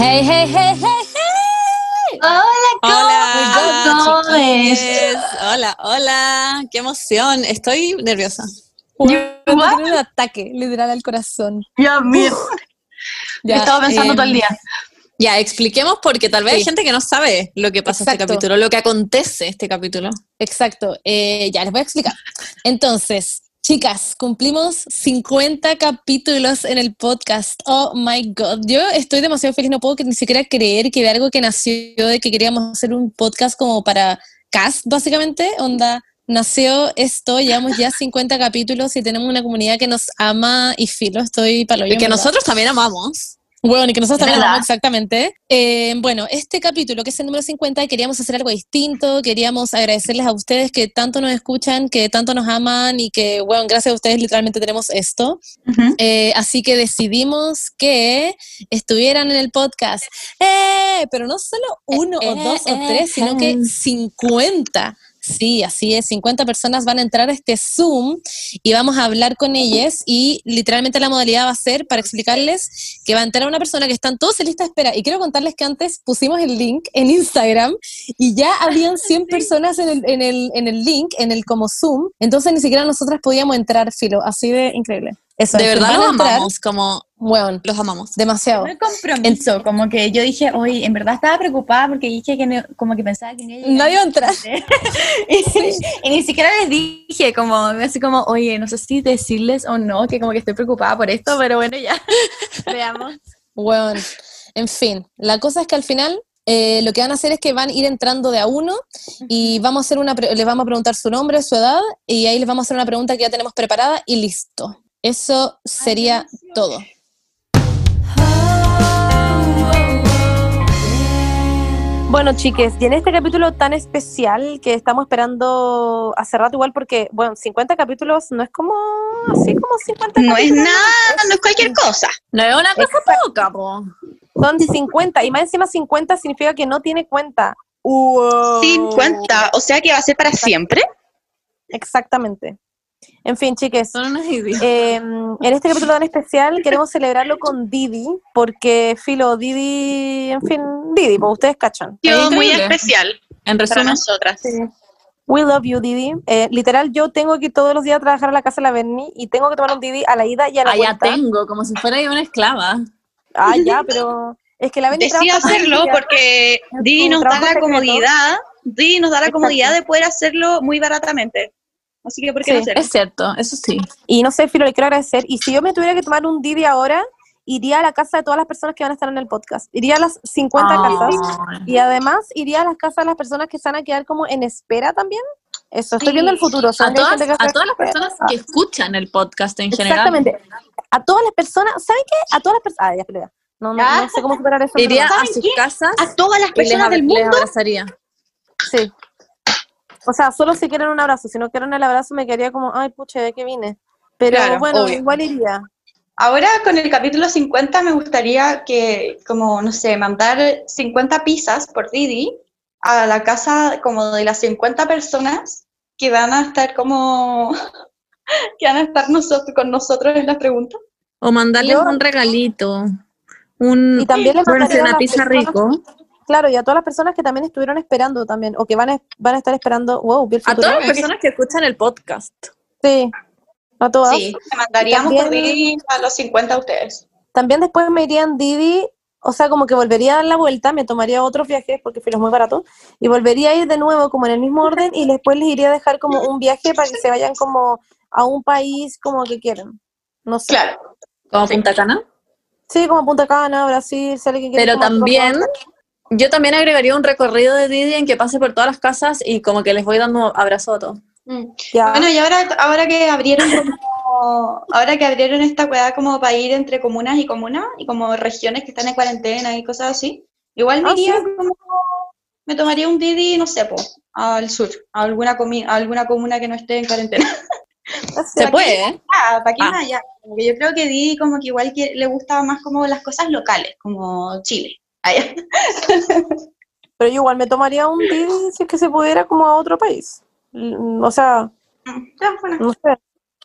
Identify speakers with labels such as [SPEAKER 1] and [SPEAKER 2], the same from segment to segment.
[SPEAKER 1] Hey, hey, hey, hey, hey. Hola,
[SPEAKER 2] hola,
[SPEAKER 1] chiquillos. hola, hola, qué emoción, estoy nerviosa.
[SPEAKER 2] Yo
[SPEAKER 3] Tengo
[SPEAKER 2] igual,
[SPEAKER 3] un ataque literal al corazón. eh,
[SPEAKER 2] Dios mío,
[SPEAKER 1] Ya,
[SPEAKER 2] estaba pensando
[SPEAKER 1] em,
[SPEAKER 2] todo el día.
[SPEAKER 1] Ya, expliquemos porque tal vez hay
[SPEAKER 3] Sí.
[SPEAKER 1] gente que no sabe lo que pasa este
[SPEAKER 3] Exacto.
[SPEAKER 1] capítulo, lo que acontece este capítulo.
[SPEAKER 3] Exacto, eh, ya les voy a explicar. Entonces, chicas, cumplimos 50 capítulos en el podcast. Oh my God, yo estoy demasiado feliz, no puedo que- ni siquiera creer que de algo que nació, de que queríamos hacer un podcast como para cast, básicamente, onda. Nació esto, llevamos ya 50 capítulos y tenemos una comunidad que nos ama y filo, estoy para
[SPEAKER 1] Y que nosotros también amamos.
[SPEAKER 3] Bueno, y que nosotros también
[SPEAKER 2] ¿Verdad?
[SPEAKER 3] hablamos exactamente. Eh, bueno, este capítulo, que es el número 50, queríamos hacer algo distinto, queríamos agradecerles a ustedes que tanto nos escuchan, que tanto nos aman y que, bueno, gracias a ustedes literalmente tenemos esto.
[SPEAKER 2] Ujú.
[SPEAKER 3] Eh, así que decidimos que estuvieran en el podcast. ¡Eh! Pero no solo uno o
[SPEAKER 1] eh,
[SPEAKER 3] dos o
[SPEAKER 1] eh,
[SPEAKER 3] tres, sino que
[SPEAKER 1] eh.
[SPEAKER 3] 50. Sí, así es, 50 personas van a entrar a este Zoom y vamos a hablar con ellas y literalmente la modalidad va a ser para explicarles que va a entrar una persona que están todos en lista de espera y quiero contarles que antes pusimos el link en Instagram y ya habían 100 personas en el, en, el, en el link, en el como Zoom, entonces ni siquiera nosotras podíamos entrar, filo, así de increíble. Eso,
[SPEAKER 1] De
[SPEAKER 3] es,
[SPEAKER 1] verdad
[SPEAKER 3] van a
[SPEAKER 1] los
[SPEAKER 3] entrar,
[SPEAKER 1] amamos, como
[SPEAKER 3] Weón,
[SPEAKER 1] los amamos.
[SPEAKER 3] demasiado.
[SPEAKER 4] Fue compromiso, como que yo dije, oye, en verdad estaba preocupada porque dije que no- como que pensaba que no iba a llegar
[SPEAKER 3] Nadie va a entrar.
[SPEAKER 4] gente. y, y ni siquiera les dije, como así como, oye, no sé si decirles o no, que como que estoy preocupada por esto, pero bueno, ya. Veamos.
[SPEAKER 3] Bueno, en fin, la cosa es que al final eh, lo que van a hacer es que van a ir entrando de a uno y vamos a hacer una pre- les vamos a preguntar su nombre, su edad y ahí les vamos a hacer una pregunta que ya tenemos preparada y listo. Eso sería todo. Bueno, chiques, y en este capítulo tan especial que estamos esperando hace rato igual porque, bueno, 50 capítulos no es como así como 50
[SPEAKER 5] No es nada, no es cualquier cosa.
[SPEAKER 1] No es una cosa poca, po.
[SPEAKER 3] Son 50, y más encima 50 significa que no tiene cuenta. Wow.
[SPEAKER 5] 50, o sea que va a ser para siempre.
[SPEAKER 3] Exactamente. En fin, chiques,
[SPEAKER 1] Son unas ideas.
[SPEAKER 3] eh, en este capítulo tan especial queremos celebrarlo con Didi, porque Filo, Didi, en fin, Didi, pues ustedes cachan.
[SPEAKER 1] Es
[SPEAKER 5] Yo muy
[SPEAKER 1] increíble.
[SPEAKER 5] especial
[SPEAKER 1] En
[SPEAKER 5] para
[SPEAKER 1] resumen,
[SPEAKER 5] nosotras.
[SPEAKER 3] We love you, Didi. Eh, literal, yo tengo que ir todos los días a trabajar a la casa de la Berni y tengo que tomar un Didi a la ida y a la
[SPEAKER 1] allá
[SPEAKER 3] vuelta.
[SPEAKER 1] Ah, tengo, como si fuera yo una esclava.
[SPEAKER 3] Ah, ya, pero es que la Berni
[SPEAKER 5] Decidí
[SPEAKER 3] trabaja todos los
[SPEAKER 5] hacerlo
[SPEAKER 3] días.
[SPEAKER 5] porque Didi
[SPEAKER 3] un
[SPEAKER 5] nos da
[SPEAKER 3] trabajo
[SPEAKER 5] la
[SPEAKER 3] secreto.
[SPEAKER 5] comodidad, Didi nos da la
[SPEAKER 3] Exacto.
[SPEAKER 5] comodidad de poder hacerlo muy baratamente. Así que, ¿por qué
[SPEAKER 3] Sí.
[SPEAKER 5] no hacerlo?
[SPEAKER 1] Es cierto, eso sí.
[SPEAKER 3] Y no sé, Filo, le quiero agradecer. Y si yo me tuviera que tomar un Didi ahora, iría a la casa de todas las personas que van a estar en el podcast. Iría a las 50 casas.
[SPEAKER 1] Ay.
[SPEAKER 3] Y además iría a las casas de las personas que se van a quedar como en espera también. Eso, estoy viendo el futuro. o sea,
[SPEAKER 1] a
[SPEAKER 3] hay
[SPEAKER 1] todas,
[SPEAKER 3] gente que
[SPEAKER 1] a
[SPEAKER 3] está-
[SPEAKER 1] todas las personas que escuchan el podcast en general.
[SPEAKER 3] Exactamente. A todas las personas, ¿saben qué? A todas las personas... Ah, ya, Filo, ya. No, no, no sé cómo superar eso.
[SPEAKER 1] Iría
[SPEAKER 3] pero-
[SPEAKER 1] a
[SPEAKER 5] ¿Saben
[SPEAKER 1] sus
[SPEAKER 5] qué?
[SPEAKER 1] casas
[SPEAKER 5] A todas las
[SPEAKER 1] y les,
[SPEAKER 5] personas
[SPEAKER 1] abra-
[SPEAKER 5] del
[SPEAKER 1] les
[SPEAKER 5] mundo,
[SPEAKER 1] abrazaría.
[SPEAKER 3] Sí. O sea, solo si quieren un abrazo. Si no quieren el abrazo, me quedaría como, ay, pucha, ¿de qué vine? Pero
[SPEAKER 5] Claro,
[SPEAKER 3] bueno,
[SPEAKER 5] obvio.
[SPEAKER 3] igual iría.
[SPEAKER 5] Ahora con el capítulo 50 me gustaría que, como, no sé, mandar 50 pizzas por Didi a la casa como de las 50 personas que van a estar como, que van a estar nosotros, con nosotros en las preguntas.
[SPEAKER 1] O mandarles
[SPEAKER 3] Yo-
[SPEAKER 1] un regalito. Un,
[SPEAKER 3] Y también les
[SPEAKER 1] bueno,
[SPEAKER 3] mandaría a
[SPEAKER 1] una
[SPEAKER 3] las
[SPEAKER 1] pizza
[SPEAKER 3] personas-
[SPEAKER 1] rico.
[SPEAKER 3] Claro, y a todas las personas que también estuvieron esperando también, o que van a, van a estar esperando, wow, vi el
[SPEAKER 1] A
[SPEAKER 3] futuro.
[SPEAKER 1] todas las personas que escuchan el podcast.
[SPEAKER 3] Sí, a todas.
[SPEAKER 5] Sí, le mandaríamos por
[SPEAKER 3] También-
[SPEAKER 5] Didi a los 50 a ustedes.
[SPEAKER 3] También después me iría en Didi, o sea, como que volvería a dar la vuelta, me tomaría otros viajes porque filo es muy barato, y volvería a ir de nuevo como en el mismo orden y después les iría a dejar como un viaje para que se vayan como a un país como que quieran. No sé.
[SPEAKER 5] Claro,
[SPEAKER 1] Como Punta Cana.
[SPEAKER 3] Sí, como Punta Cana, Brasil, si alguien quiere
[SPEAKER 1] Pero
[SPEAKER 3] como otro
[SPEAKER 1] también,
[SPEAKER 3] lado.
[SPEAKER 1] yo también agregaría un recorrido de Didi en que pase por todas las casas y como que les voy dando abrazo a todos.
[SPEAKER 5] Mm.
[SPEAKER 3] Ya.
[SPEAKER 5] Bueno, y ahora, ahora que abrieron como, ahora que abrieron esta weá como para ir entre comunas y comunas y como regiones que están en cuarentena y cosas así, igual me
[SPEAKER 3] Ah,
[SPEAKER 5] iría
[SPEAKER 3] sí.
[SPEAKER 5] como, me tomaría un Didi, no sé, po, al sur, a alguna, comi- a alguna comuna que no esté en cuarentena.
[SPEAKER 3] Así.
[SPEAKER 1] Se
[SPEAKER 5] ¿Para qué?
[SPEAKER 1] puede, ¿eh?
[SPEAKER 5] Ah, ¿para qué
[SPEAKER 1] Ah.
[SPEAKER 5] más allá? Como que Yo creo que Didi como que igual que le gustaba más como las cosas locales, como Chile. Ay,
[SPEAKER 3] Pero yo igual me tomaría un Didi si es que se pudiera como a otro país. Mm, O sea,
[SPEAKER 5] Ah, ya, bueno,
[SPEAKER 3] no sé.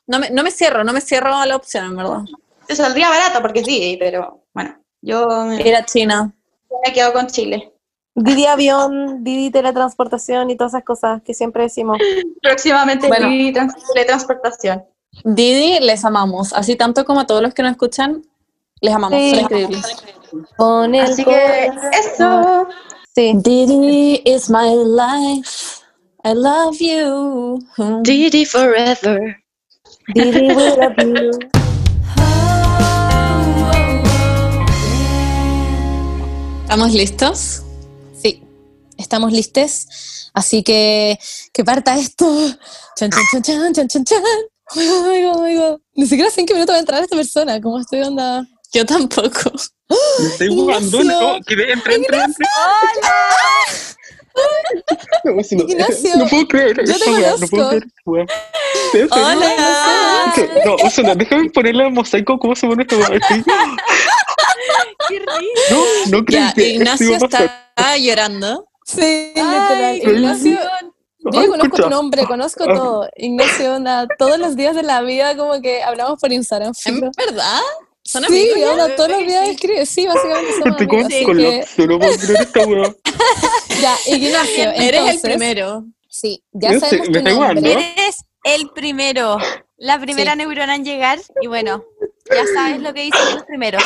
[SPEAKER 1] No me, no me cierro, no me cierro a la opción, en verdad.
[SPEAKER 5] te saldría barato porque es Didi, pero bueno, yo me-
[SPEAKER 1] Ir a China.
[SPEAKER 6] me quedo con Chile.
[SPEAKER 7] Didi avión, Didi teletransportación y todas esas cosas que siempre decimos.
[SPEAKER 6] Próximamente
[SPEAKER 1] Bueno.
[SPEAKER 6] Didi trans- teletransportación.
[SPEAKER 1] Didi, les amamos. Así tanto como a todos los que nos escuchan, les amamos.
[SPEAKER 7] Sí.
[SPEAKER 1] Son increíbles.
[SPEAKER 7] Con el
[SPEAKER 6] Así que eso.
[SPEAKER 7] Sí.
[SPEAKER 1] Didi is my life. I love you.
[SPEAKER 8] Didi forever.
[SPEAKER 7] Didi we love you.
[SPEAKER 1] ¿Estamos listos?
[SPEAKER 3] Sí, estamos listes. Así que que parta esto. Chan, chan, chan, chan, chan, chan, chan. Oh my God, oh my God, oh my God. Ni siquiera sé en qué minuto va a entrar esta persona. ¿Cómo estoy onda?
[SPEAKER 1] Yo tampoco.
[SPEAKER 9] Me estoy
[SPEAKER 3] Ignacio.
[SPEAKER 9] jugando, ¿no? Que entre, entre, entre. No, si no-
[SPEAKER 3] Ignacio.
[SPEAKER 9] no puedo creer
[SPEAKER 3] Yo te
[SPEAKER 9] esa weá, no puedo
[SPEAKER 3] conozco.
[SPEAKER 9] creer esa weá. Te- te-
[SPEAKER 1] Hola.
[SPEAKER 9] que- No, o sea, no, déjame ponerle al mosaico cómo se pone esta weá. Estoy- No, no creo
[SPEAKER 1] Ya,
[SPEAKER 9] que
[SPEAKER 1] Ignacio
[SPEAKER 9] esto iba a pasar.
[SPEAKER 1] está llorando.
[SPEAKER 3] Sí,
[SPEAKER 4] Ay,
[SPEAKER 3] literal. Ignacio, yo
[SPEAKER 9] Ay,
[SPEAKER 3] ya conozco
[SPEAKER 9] escucha.
[SPEAKER 3] tu nombre, conozco
[SPEAKER 9] Ah.
[SPEAKER 3] todo. Ignacio, onda, todos los días de la vida como que hablamos por Instagram.
[SPEAKER 1] ¿En
[SPEAKER 3] fijo.
[SPEAKER 1] verdad? ¿Son
[SPEAKER 3] Sí,
[SPEAKER 1] amigos? ya?
[SPEAKER 3] onda, todos los días escribe. Sí, básicamente somos
[SPEAKER 9] Estoy
[SPEAKER 3] amigos.
[SPEAKER 9] con,
[SPEAKER 3] Así
[SPEAKER 9] con
[SPEAKER 3] que,
[SPEAKER 9] colapso, no puedo creer esta weá.
[SPEAKER 3] ya, Ignacio,
[SPEAKER 1] Eres el
[SPEAKER 3] entonces,
[SPEAKER 1] primero.
[SPEAKER 3] Sí, ya
[SPEAKER 9] Yo sé,
[SPEAKER 3] sabemos
[SPEAKER 9] me
[SPEAKER 3] tu
[SPEAKER 9] da igual,
[SPEAKER 3] nombre.
[SPEAKER 9] ¿no?
[SPEAKER 4] Eres el primero, la primera neurona en llegar y bueno, ya sabes lo que dicen los primeros.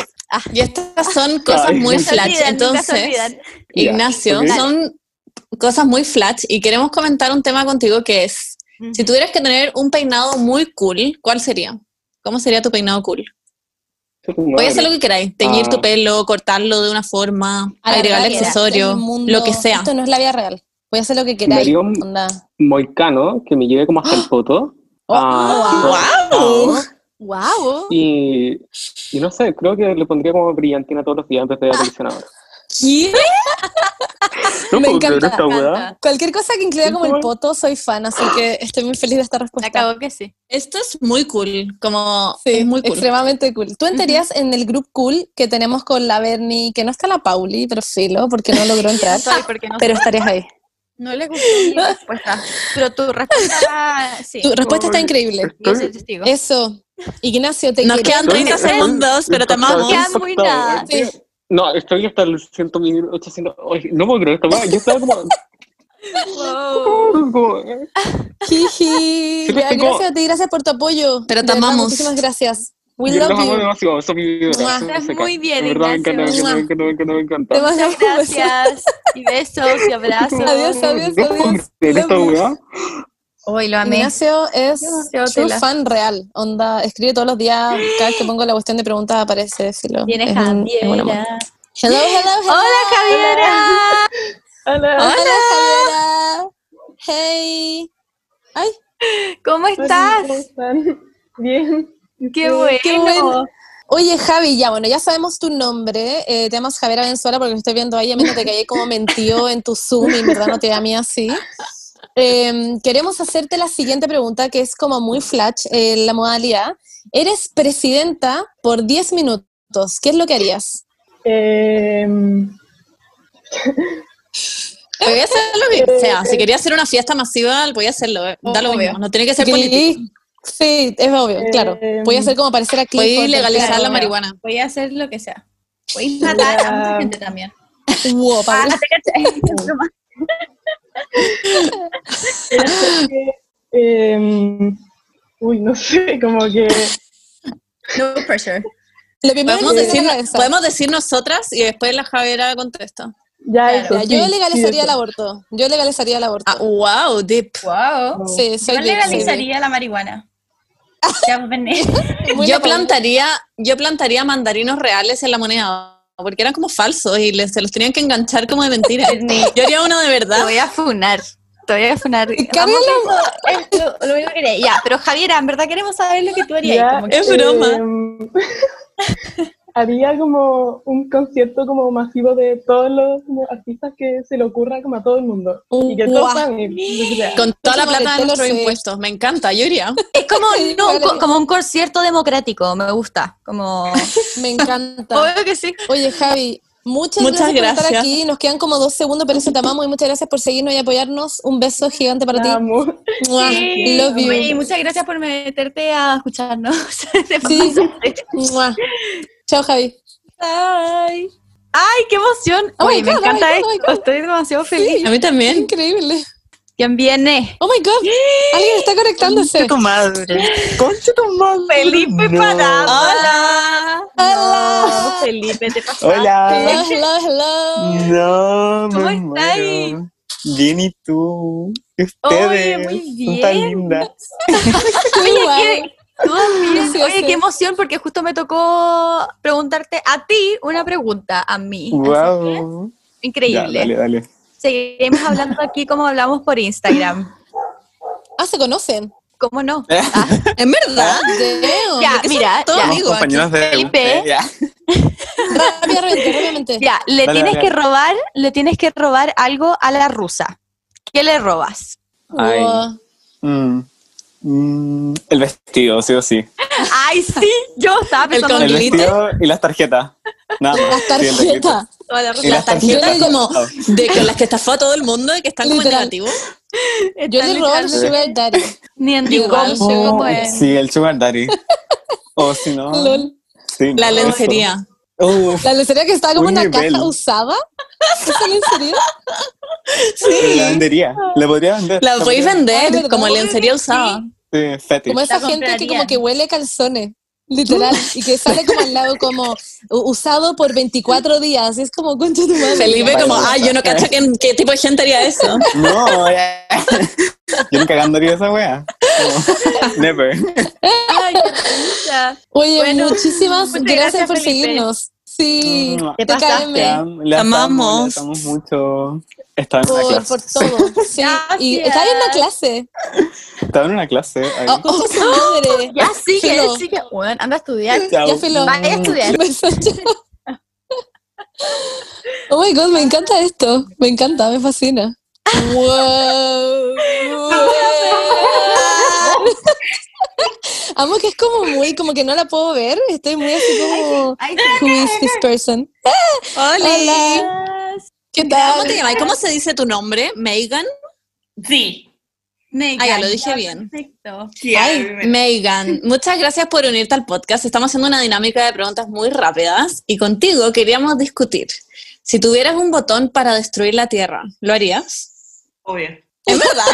[SPEAKER 1] Y estas son cosas
[SPEAKER 9] Ay,
[SPEAKER 1] muy
[SPEAKER 9] nunca se
[SPEAKER 1] flash.
[SPEAKER 4] olvidan, nunca se
[SPEAKER 1] Entonces,
[SPEAKER 4] olvidan.
[SPEAKER 9] Ya,
[SPEAKER 1] Ignacio,
[SPEAKER 9] ok.
[SPEAKER 1] son cosas muy flash y queremos comentar un tema contigo que es, si tuvieras que tener un peinado muy cool, ¿cuál sería? ¿Cómo sería tu peinado cool? Puedes hacer lo que queráis, teñir
[SPEAKER 9] Ah.
[SPEAKER 1] tu pelo, cortarlo de una forma,
[SPEAKER 3] Alargar
[SPEAKER 1] agregarle
[SPEAKER 3] vida.
[SPEAKER 1] accesorios,
[SPEAKER 3] Todo el mundo-
[SPEAKER 1] lo que sea.
[SPEAKER 3] Esto no es la vida real. Voy a hacer lo que
[SPEAKER 9] Me
[SPEAKER 3] queráis.
[SPEAKER 9] haría un-
[SPEAKER 3] onda.
[SPEAKER 9] moicano que me lleve como hasta el poto.
[SPEAKER 3] Oh,
[SPEAKER 9] Ah,
[SPEAKER 1] ¡Wow!
[SPEAKER 4] Wow.
[SPEAKER 9] Y, y no sé, creo que le pondría como brillantina todos los días en vez de acondicionador.
[SPEAKER 3] ¿Qué?
[SPEAKER 9] No
[SPEAKER 3] Me
[SPEAKER 9] puedo creer
[SPEAKER 3] encanta,
[SPEAKER 9] esta
[SPEAKER 4] me
[SPEAKER 9] weá.
[SPEAKER 4] encanta.
[SPEAKER 3] Cualquier cosa que incluya
[SPEAKER 9] Sí,
[SPEAKER 3] como el
[SPEAKER 9] bueno.
[SPEAKER 3] poto, soy fan, así que estoy muy feliz de esta respuesta.
[SPEAKER 4] Acabó que sí.
[SPEAKER 1] Esto es muy cool, como
[SPEAKER 3] Sí,
[SPEAKER 1] es muy cool.
[SPEAKER 3] extremadamente cool. Tú entrarías en el grupo cool que tenemos con la Bernie, que no está la Pauli, pero filo, porque no logró entrar,
[SPEAKER 4] Sorry, porque no,
[SPEAKER 3] pero estarías ahí.
[SPEAKER 4] no le gustó mi respuesta. Pero tu respuesta, sí.
[SPEAKER 3] Tu respuesta está
[SPEAKER 9] Ay,
[SPEAKER 3] increíble.
[SPEAKER 4] Yo soy
[SPEAKER 9] Estoy-
[SPEAKER 4] testigo.
[SPEAKER 3] Eso, Ignacio, te
[SPEAKER 1] Nos
[SPEAKER 3] quiero.
[SPEAKER 1] quedan 30
[SPEAKER 9] Estoy-
[SPEAKER 1] segundos, pero te
[SPEAKER 9] estoy
[SPEAKER 1] amamos.
[SPEAKER 4] Quedan muy
[SPEAKER 9] impactado.
[SPEAKER 4] nada.
[SPEAKER 3] Sí.
[SPEAKER 9] No, estoy hasta el 100.000, 800. Ay, no puedo creer esta weá. Yo estaba como.
[SPEAKER 4] Wow.
[SPEAKER 9] como-
[SPEAKER 3] Jiji.
[SPEAKER 9] Sí, pues,
[SPEAKER 3] Ya,
[SPEAKER 9] estoy como-
[SPEAKER 3] gracias a ti, gracias por tu apoyo.
[SPEAKER 1] Pero te
[SPEAKER 3] De verdad,
[SPEAKER 1] amamos.
[SPEAKER 3] Muchísimas gracias. We
[SPEAKER 9] yo los
[SPEAKER 3] love
[SPEAKER 9] amo
[SPEAKER 3] you.
[SPEAKER 9] demasiado, son mi vida.
[SPEAKER 3] Mua,
[SPEAKER 9] son
[SPEAKER 4] estás
[SPEAKER 9] secas.
[SPEAKER 4] muy bien,
[SPEAKER 9] De verdad, me encanta, me
[SPEAKER 4] Ignacio.
[SPEAKER 9] encanta, me encanta, me encanta, me encanta.
[SPEAKER 3] Te vas a
[SPEAKER 4] Muchas gracias. Y besos y abrazos.
[SPEAKER 3] Adiós, adiós,
[SPEAKER 9] No puedo
[SPEAKER 3] adiós.
[SPEAKER 9] creer esta
[SPEAKER 3] Love you.
[SPEAKER 9] weá.
[SPEAKER 4] Hoy lo amé.
[SPEAKER 3] Ignacio es
[SPEAKER 4] Ignacio
[SPEAKER 3] true
[SPEAKER 4] Tela.
[SPEAKER 3] fan real. Onda, escribe todos los días. Cada vez que pongo la cuestión de preguntas aparece. filo.
[SPEAKER 4] Tienes
[SPEAKER 3] Es un- es un amor.
[SPEAKER 4] Javiera.
[SPEAKER 3] Hello, hello, hello.
[SPEAKER 4] Hola, Javiera.
[SPEAKER 3] Hola, Javiera. Hey. Ay,
[SPEAKER 4] ¿Cómo estás?
[SPEAKER 7] Pues, Bien.
[SPEAKER 4] Qué bueno.
[SPEAKER 3] qué bueno. Oye, Javi, ya bueno, ya sabemos tu nombre. Eh, te llamas Javiera Venezuela porque lo estoy viendo ahí, a menos de que haya como mentido en tu Zoom y en verdad no te llamé así. Eh, queremos hacerte la siguiente pregunta, que es como muy flash eh, la modalidad. Eres presidenta por 10 minutos. ¿Qué es lo que harías?
[SPEAKER 7] Em,
[SPEAKER 1] Podía hacer lo que sea. Si quería hacer una fiesta masiva, podía hacerlo. eh. Da lo
[SPEAKER 3] Oh,
[SPEAKER 4] Obvio.
[SPEAKER 1] mismo. No tiene que ser
[SPEAKER 3] Sí,
[SPEAKER 1] político.
[SPEAKER 3] Sí, es obvio, claro.
[SPEAKER 7] Em,
[SPEAKER 3] Voy a hacer como parecer a Clifford.
[SPEAKER 1] Podía legalizar
[SPEAKER 3] claro.
[SPEAKER 1] la marihuana.
[SPEAKER 4] Voy a hacer lo que sea. Voy a matar a mucha gente también.
[SPEAKER 3] Wow, Paula.
[SPEAKER 7] em, uy, no sé, como que.
[SPEAKER 4] No pressure.
[SPEAKER 3] Lo primero
[SPEAKER 1] Podemos
[SPEAKER 3] que se
[SPEAKER 1] decir,
[SPEAKER 3] me viene a la cabeza.
[SPEAKER 1] podemos decir nosotras y después la Javiera contesta.
[SPEAKER 7] Ya
[SPEAKER 4] Claro,
[SPEAKER 7] eso.
[SPEAKER 3] Ya,
[SPEAKER 7] sí,
[SPEAKER 3] yo
[SPEAKER 7] sí,
[SPEAKER 3] legalizaría
[SPEAKER 7] eso.
[SPEAKER 3] el aborto. Yo legalizaría el aborto.
[SPEAKER 1] Ah, wow, deep.
[SPEAKER 4] Wow.
[SPEAKER 3] sí, soy
[SPEAKER 4] Yo
[SPEAKER 3] gay, soy gay.
[SPEAKER 4] legalizaría la marihuana. Ya vené.
[SPEAKER 3] Muy
[SPEAKER 1] Yo
[SPEAKER 3] la Paula.
[SPEAKER 1] plantaría, yo plantaría mandarinos reales en la moneda, porque eran como falsos y les- se los tenían que enganchar como de mentira. Yo haría uno de
[SPEAKER 4] Te
[SPEAKER 1] verdad.
[SPEAKER 4] voy a funar. Te voy a funar.
[SPEAKER 3] Carla,
[SPEAKER 4] Vamos, eso, eso, lo único que quería. Ya, pero Javiera, en verdad queremos saber lo que tú harías.
[SPEAKER 7] Ya,
[SPEAKER 4] Como que-
[SPEAKER 1] Es broma.
[SPEAKER 7] em, haría como un concierto como masivo de todos los como artistas que se le ocurra como a todo el mundo. Y que todos
[SPEAKER 3] Guau.
[SPEAKER 7] sean, eh, lo que sea.
[SPEAKER 1] Con toda la plata de
[SPEAKER 3] Taylor
[SPEAKER 1] nuestros
[SPEAKER 3] Swift.
[SPEAKER 1] impuestos. Me encanta, yo iría.
[SPEAKER 4] es como, no, un, co-
[SPEAKER 3] vale.
[SPEAKER 4] como un concierto democrático, me gusta. Como...
[SPEAKER 3] me encanta.
[SPEAKER 4] Obvio que sí.
[SPEAKER 3] Oye, Javi, muchas,
[SPEAKER 1] Muchas
[SPEAKER 3] gracias, por estar
[SPEAKER 1] gracias.
[SPEAKER 3] aquí. Nos quedan como dos segundos, pero eso te amamos y muchas gracias por seguirnos y apoyarnos. Un beso gigante para ti.
[SPEAKER 7] Amo.
[SPEAKER 3] Mua, Love you.
[SPEAKER 4] Oye, y muchas gracias por meterte a escucharnos. Te
[SPEAKER 3] Sí.
[SPEAKER 4] pasaste.
[SPEAKER 3] Mua. Chao, Javi.
[SPEAKER 4] Bye. ¡Ay, qué emoción!
[SPEAKER 3] Oh my
[SPEAKER 4] Oye, me
[SPEAKER 3] God, oh my
[SPEAKER 4] encanta
[SPEAKER 3] God, oh my
[SPEAKER 4] esto. Estoy demasiado feliz.
[SPEAKER 1] A mí también.
[SPEAKER 3] Increíble.
[SPEAKER 4] ¿Quién viene?
[SPEAKER 3] Oh my god. Alguien está conectándose.
[SPEAKER 10] tu madre.
[SPEAKER 9] ¡Concha tu madre!
[SPEAKER 4] Felipe
[SPEAKER 9] No.
[SPEAKER 4] Parada. Hola.
[SPEAKER 3] Hola.
[SPEAKER 4] No, Felipe, te pasaste.
[SPEAKER 9] ¡Hola!
[SPEAKER 3] Hello, hello, hello.
[SPEAKER 9] No,
[SPEAKER 4] ¿Cómo
[SPEAKER 9] me
[SPEAKER 4] estás?
[SPEAKER 9] muero. Bien, ¿y tú? ¿Y
[SPEAKER 4] Oye,
[SPEAKER 9] ustedes?
[SPEAKER 4] muy
[SPEAKER 9] Son tan
[SPEAKER 4] bien.
[SPEAKER 9] lindas.
[SPEAKER 3] Igual.
[SPEAKER 4] Oye, qué,
[SPEAKER 3] Sí, sí,
[SPEAKER 4] Oye,
[SPEAKER 3] sí.
[SPEAKER 4] qué emoción, porque justo me tocó preguntarte a ti una pregunta, a mí. Así
[SPEAKER 9] ¡Wow!
[SPEAKER 4] que,
[SPEAKER 9] Ya,
[SPEAKER 4] increíble.
[SPEAKER 9] dale, dale.
[SPEAKER 4] Seguiremos hablando aquí como hablamos por Instagram.
[SPEAKER 3] Ah, se conocen.
[SPEAKER 4] ¿Cómo no?
[SPEAKER 1] ¿En verdad? Damn,
[SPEAKER 4] Ya,
[SPEAKER 1] ¿de qué son
[SPEAKER 4] mira,
[SPEAKER 1] todos
[SPEAKER 4] ya.
[SPEAKER 9] Somos
[SPEAKER 1] amigos aquí?
[SPEAKER 9] compañeros de
[SPEAKER 4] Felipe.
[SPEAKER 9] Ya.
[SPEAKER 3] Rápidamente, rápidamente.
[SPEAKER 4] Ya, le
[SPEAKER 9] Dale,
[SPEAKER 4] tienes
[SPEAKER 9] dale.
[SPEAKER 4] que robar, le tienes que robar algo a la rusa. ¿Qué le robas?
[SPEAKER 9] Ay.
[SPEAKER 3] Wow.
[SPEAKER 9] Mm. Mm, El vestido, sí o sí.
[SPEAKER 4] Ay, sí, yo estaba
[SPEAKER 1] El
[SPEAKER 4] pensando
[SPEAKER 1] con
[SPEAKER 9] El
[SPEAKER 4] en
[SPEAKER 1] glitter?
[SPEAKER 9] vestido y las tarjetas. Nada más.
[SPEAKER 3] Las
[SPEAKER 9] Sí, el de glitter.
[SPEAKER 3] tarjetas.
[SPEAKER 4] toda la
[SPEAKER 9] Y
[SPEAKER 4] rusa.
[SPEAKER 9] las
[SPEAKER 1] Yo
[SPEAKER 9] tarjetas. Ah.
[SPEAKER 1] era como de con las que estafó a todo el mundo y que están como en
[SPEAKER 3] Literal.
[SPEAKER 1] negativo.
[SPEAKER 3] Yo le robo el sugar daddy.
[SPEAKER 4] Ni en
[SPEAKER 1] Yo
[SPEAKER 4] Google
[SPEAKER 1] igual,
[SPEAKER 4] sé cómo es.
[SPEAKER 9] Sí, el sugar daddy. O si no.
[SPEAKER 3] Lol.
[SPEAKER 9] sí,
[SPEAKER 1] La
[SPEAKER 9] no,
[SPEAKER 1] lencería.
[SPEAKER 9] eso. Uf,
[SPEAKER 3] La lencería que estaba como
[SPEAKER 9] Un
[SPEAKER 3] en una
[SPEAKER 9] nivel.
[SPEAKER 3] caja usada. ¿Esa lencería?
[SPEAKER 9] la vendería. La podría vender.
[SPEAKER 1] La podéis
[SPEAKER 9] podría-
[SPEAKER 1] vender
[SPEAKER 3] ¿verdad?
[SPEAKER 1] como lencería usada.
[SPEAKER 9] Sí, fetish.
[SPEAKER 3] Como esa
[SPEAKER 4] La
[SPEAKER 3] gente que como
[SPEAKER 4] compraría.
[SPEAKER 3] que huele calzones, literal, y que sale como al lado como u- usado por 24 días. Es como concha tu madre.
[SPEAKER 1] Felipe
[SPEAKER 9] Vale,
[SPEAKER 1] como,
[SPEAKER 9] vale.
[SPEAKER 1] ay, yo no cacho quién- qué tipo de gente haría eso.
[SPEAKER 9] No, ya. Yo nunca andaría esa wea. No, never.
[SPEAKER 4] Ay, qué risa.
[SPEAKER 3] Oye,
[SPEAKER 4] Bueno,
[SPEAKER 3] muchísimas
[SPEAKER 4] muchas
[SPEAKER 3] gracias,
[SPEAKER 4] gracias,
[SPEAKER 3] por
[SPEAKER 4] Felipe.
[SPEAKER 3] seguirnos. Sí,
[SPEAKER 9] Mua.
[SPEAKER 3] te
[SPEAKER 4] Te
[SPEAKER 9] Te
[SPEAKER 3] caeme
[SPEAKER 9] am- las amo,
[SPEAKER 1] amamos.
[SPEAKER 9] las amamos mucho. Estaba en una
[SPEAKER 3] por,
[SPEAKER 9] clase.
[SPEAKER 3] por todo. Sí, y
[SPEAKER 4] Gracias.
[SPEAKER 3] está en una clase.
[SPEAKER 9] Estaba en una clase. ahí.
[SPEAKER 3] Oh, concha tu madre.
[SPEAKER 4] Ya sigue,
[SPEAKER 3] Filo.
[SPEAKER 4] sigue. Bueno, anda a estudiar.
[SPEAKER 9] Chao.
[SPEAKER 3] Ya filo.
[SPEAKER 4] Vaya a estudiar.
[SPEAKER 3] Beso, chao. Oh my god, me encanta esto. Me encanta, me fascina. Wow. Amo que es como muy, como que no la puedo ver. Estoy muy así como.
[SPEAKER 4] Ay,
[SPEAKER 3] Who is this person?
[SPEAKER 1] Hola.
[SPEAKER 3] ¿Qué
[SPEAKER 1] ¿Cómo te
[SPEAKER 3] tal?
[SPEAKER 1] llamas? ¿Cómo se dice tu nombre? Megan.
[SPEAKER 7] Sí.
[SPEAKER 4] me
[SPEAKER 1] Ah, ya lo dije bien. Megan, muchas gracias por unirte al podcast. Estamos haciendo una dinámica de preguntas muy rápidas y contigo queríamos discutir. Si tuvieras un botón para destruir la Tierra, ¿lo harías?
[SPEAKER 7] Obvio.
[SPEAKER 1] Es verdad,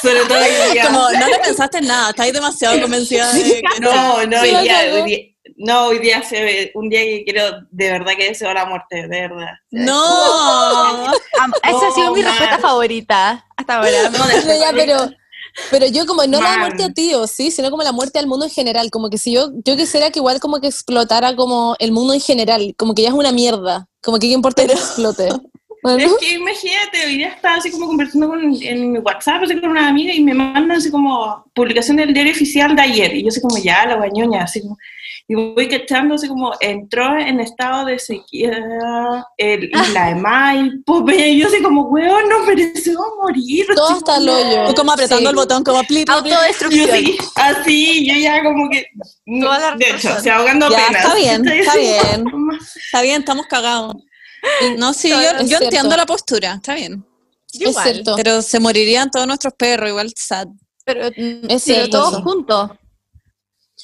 [SPEAKER 7] Sobre todo hoy día.
[SPEAKER 1] como no lo pensaste en nada, estáis demasiado convencida de que
[SPEAKER 7] No, no,
[SPEAKER 3] Sí,
[SPEAKER 7] hoy día,
[SPEAKER 3] acabó.
[SPEAKER 7] hoy día- no, hoy día se ve, un día que quiero de verdad que deseo la muerte, de verdad.
[SPEAKER 1] No, Oh,
[SPEAKER 4] Esa ha sido Ah, mi
[SPEAKER 7] No,
[SPEAKER 4] respuesta
[SPEAKER 7] man.
[SPEAKER 4] favorita hasta ahora.
[SPEAKER 7] No,
[SPEAKER 3] No,
[SPEAKER 7] después-
[SPEAKER 3] ya, pero, pero yo como no la
[SPEAKER 7] Man.
[SPEAKER 3] muerte a ti o sí, sino como la muerte al mundo en general, como que si yo, yo quisiera que igual como que explotara como el mundo en general, como que ya es una mierda, como que qué importa que explote.
[SPEAKER 7] Es
[SPEAKER 3] Bueno,
[SPEAKER 7] que imagínate, hoy día estaba así como conversando con, en mi WhatsApp, así con una amiga, y me mandan así como publicación del diario oficial de ayer, y yo así como, ya, la guañoña, así como, y voy cachando así como, entró en estado de sequía el,
[SPEAKER 1] Ah.
[SPEAKER 7] isla de Maipo, y pues, yo así como, weón, no mereció morir.
[SPEAKER 3] todo
[SPEAKER 7] así
[SPEAKER 3] hasta el
[SPEAKER 7] como,
[SPEAKER 3] hoyo.
[SPEAKER 1] como apretando
[SPEAKER 3] Sí.
[SPEAKER 1] el botón, como pli, pli, pli.
[SPEAKER 7] Yo
[SPEAKER 4] Autodestrucción.
[SPEAKER 7] sí, así, yo ya como que. no,
[SPEAKER 4] Toda la
[SPEAKER 7] de
[SPEAKER 4] razón.
[SPEAKER 7] hecho, se ahogando
[SPEAKER 1] Ya,
[SPEAKER 7] apenas.
[SPEAKER 1] está bien,
[SPEAKER 7] Estoy
[SPEAKER 1] está
[SPEAKER 7] así
[SPEAKER 1] bien.
[SPEAKER 7] como,
[SPEAKER 1] Está bien, estamos cagados. No, sí,
[SPEAKER 3] Es
[SPEAKER 1] yo, yo
[SPEAKER 3] cierto.
[SPEAKER 1] entiendo la postura, está bien.
[SPEAKER 4] Yo
[SPEAKER 3] es
[SPEAKER 4] igual.
[SPEAKER 3] cierto,
[SPEAKER 1] Pero se morirían todos nuestros perros, igual sad.
[SPEAKER 4] Pero,
[SPEAKER 3] es
[SPEAKER 4] mm, pero
[SPEAKER 3] cierto.
[SPEAKER 4] todos
[SPEAKER 3] eso.
[SPEAKER 4] juntos.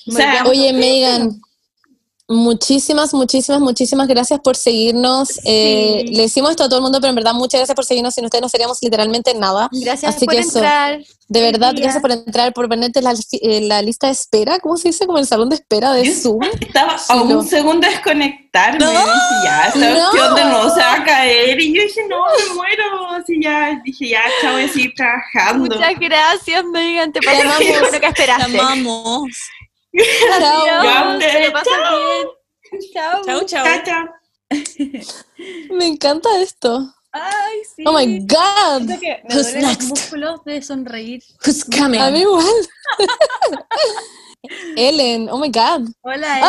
[SPEAKER 7] O sea, eh,
[SPEAKER 3] Oye, Megan, muchísimas, muchísimas, muchísimas gracias por seguirnos. Eh, le decimos esto a todo el mundo, pero en verdad muchas gracias por seguirnos. Sin ustedes no seríamos literalmente nada.
[SPEAKER 4] Gracias
[SPEAKER 3] Así
[SPEAKER 4] por
[SPEAKER 3] que eso.
[SPEAKER 4] entrar.
[SPEAKER 3] De verdad,
[SPEAKER 4] Mira.
[SPEAKER 3] gracias por entrar, por ponerte la, eh, la lista de espera. ¿Cómo se dice? Como el salón de espera de
[SPEAKER 7] Yo-
[SPEAKER 3] Zoom.
[SPEAKER 7] estaba a
[SPEAKER 3] Filo.
[SPEAKER 7] un segundo de desconectarme.
[SPEAKER 1] No,
[SPEAKER 7] dije, ya, esta
[SPEAKER 3] no.
[SPEAKER 7] opción de nuevo se va a caer. Y yo dije, no, me muero. Así ya, dije, ya, chao, voy a seguir trabajando.
[SPEAKER 4] Muchas gracias, Megan. Te
[SPEAKER 3] amamos.
[SPEAKER 4] pasaste bien con lo que
[SPEAKER 1] La
[SPEAKER 4] esperaste.
[SPEAKER 1] amamos.
[SPEAKER 3] Chao.
[SPEAKER 7] Ya,
[SPEAKER 4] Te
[SPEAKER 7] eh,
[SPEAKER 4] lo pasas bien. Chao.
[SPEAKER 1] Chau, chau.
[SPEAKER 7] Chao, chao.
[SPEAKER 3] Me encanta esto.
[SPEAKER 4] Ay, sí.
[SPEAKER 3] Oh my God.
[SPEAKER 4] Siento que me
[SPEAKER 1] Who's
[SPEAKER 4] duelen los
[SPEAKER 1] next?
[SPEAKER 4] músculos de sonreír.
[SPEAKER 1] Who's coming?
[SPEAKER 3] A mí igual. Ellen, oh my God.
[SPEAKER 4] Hola. eh.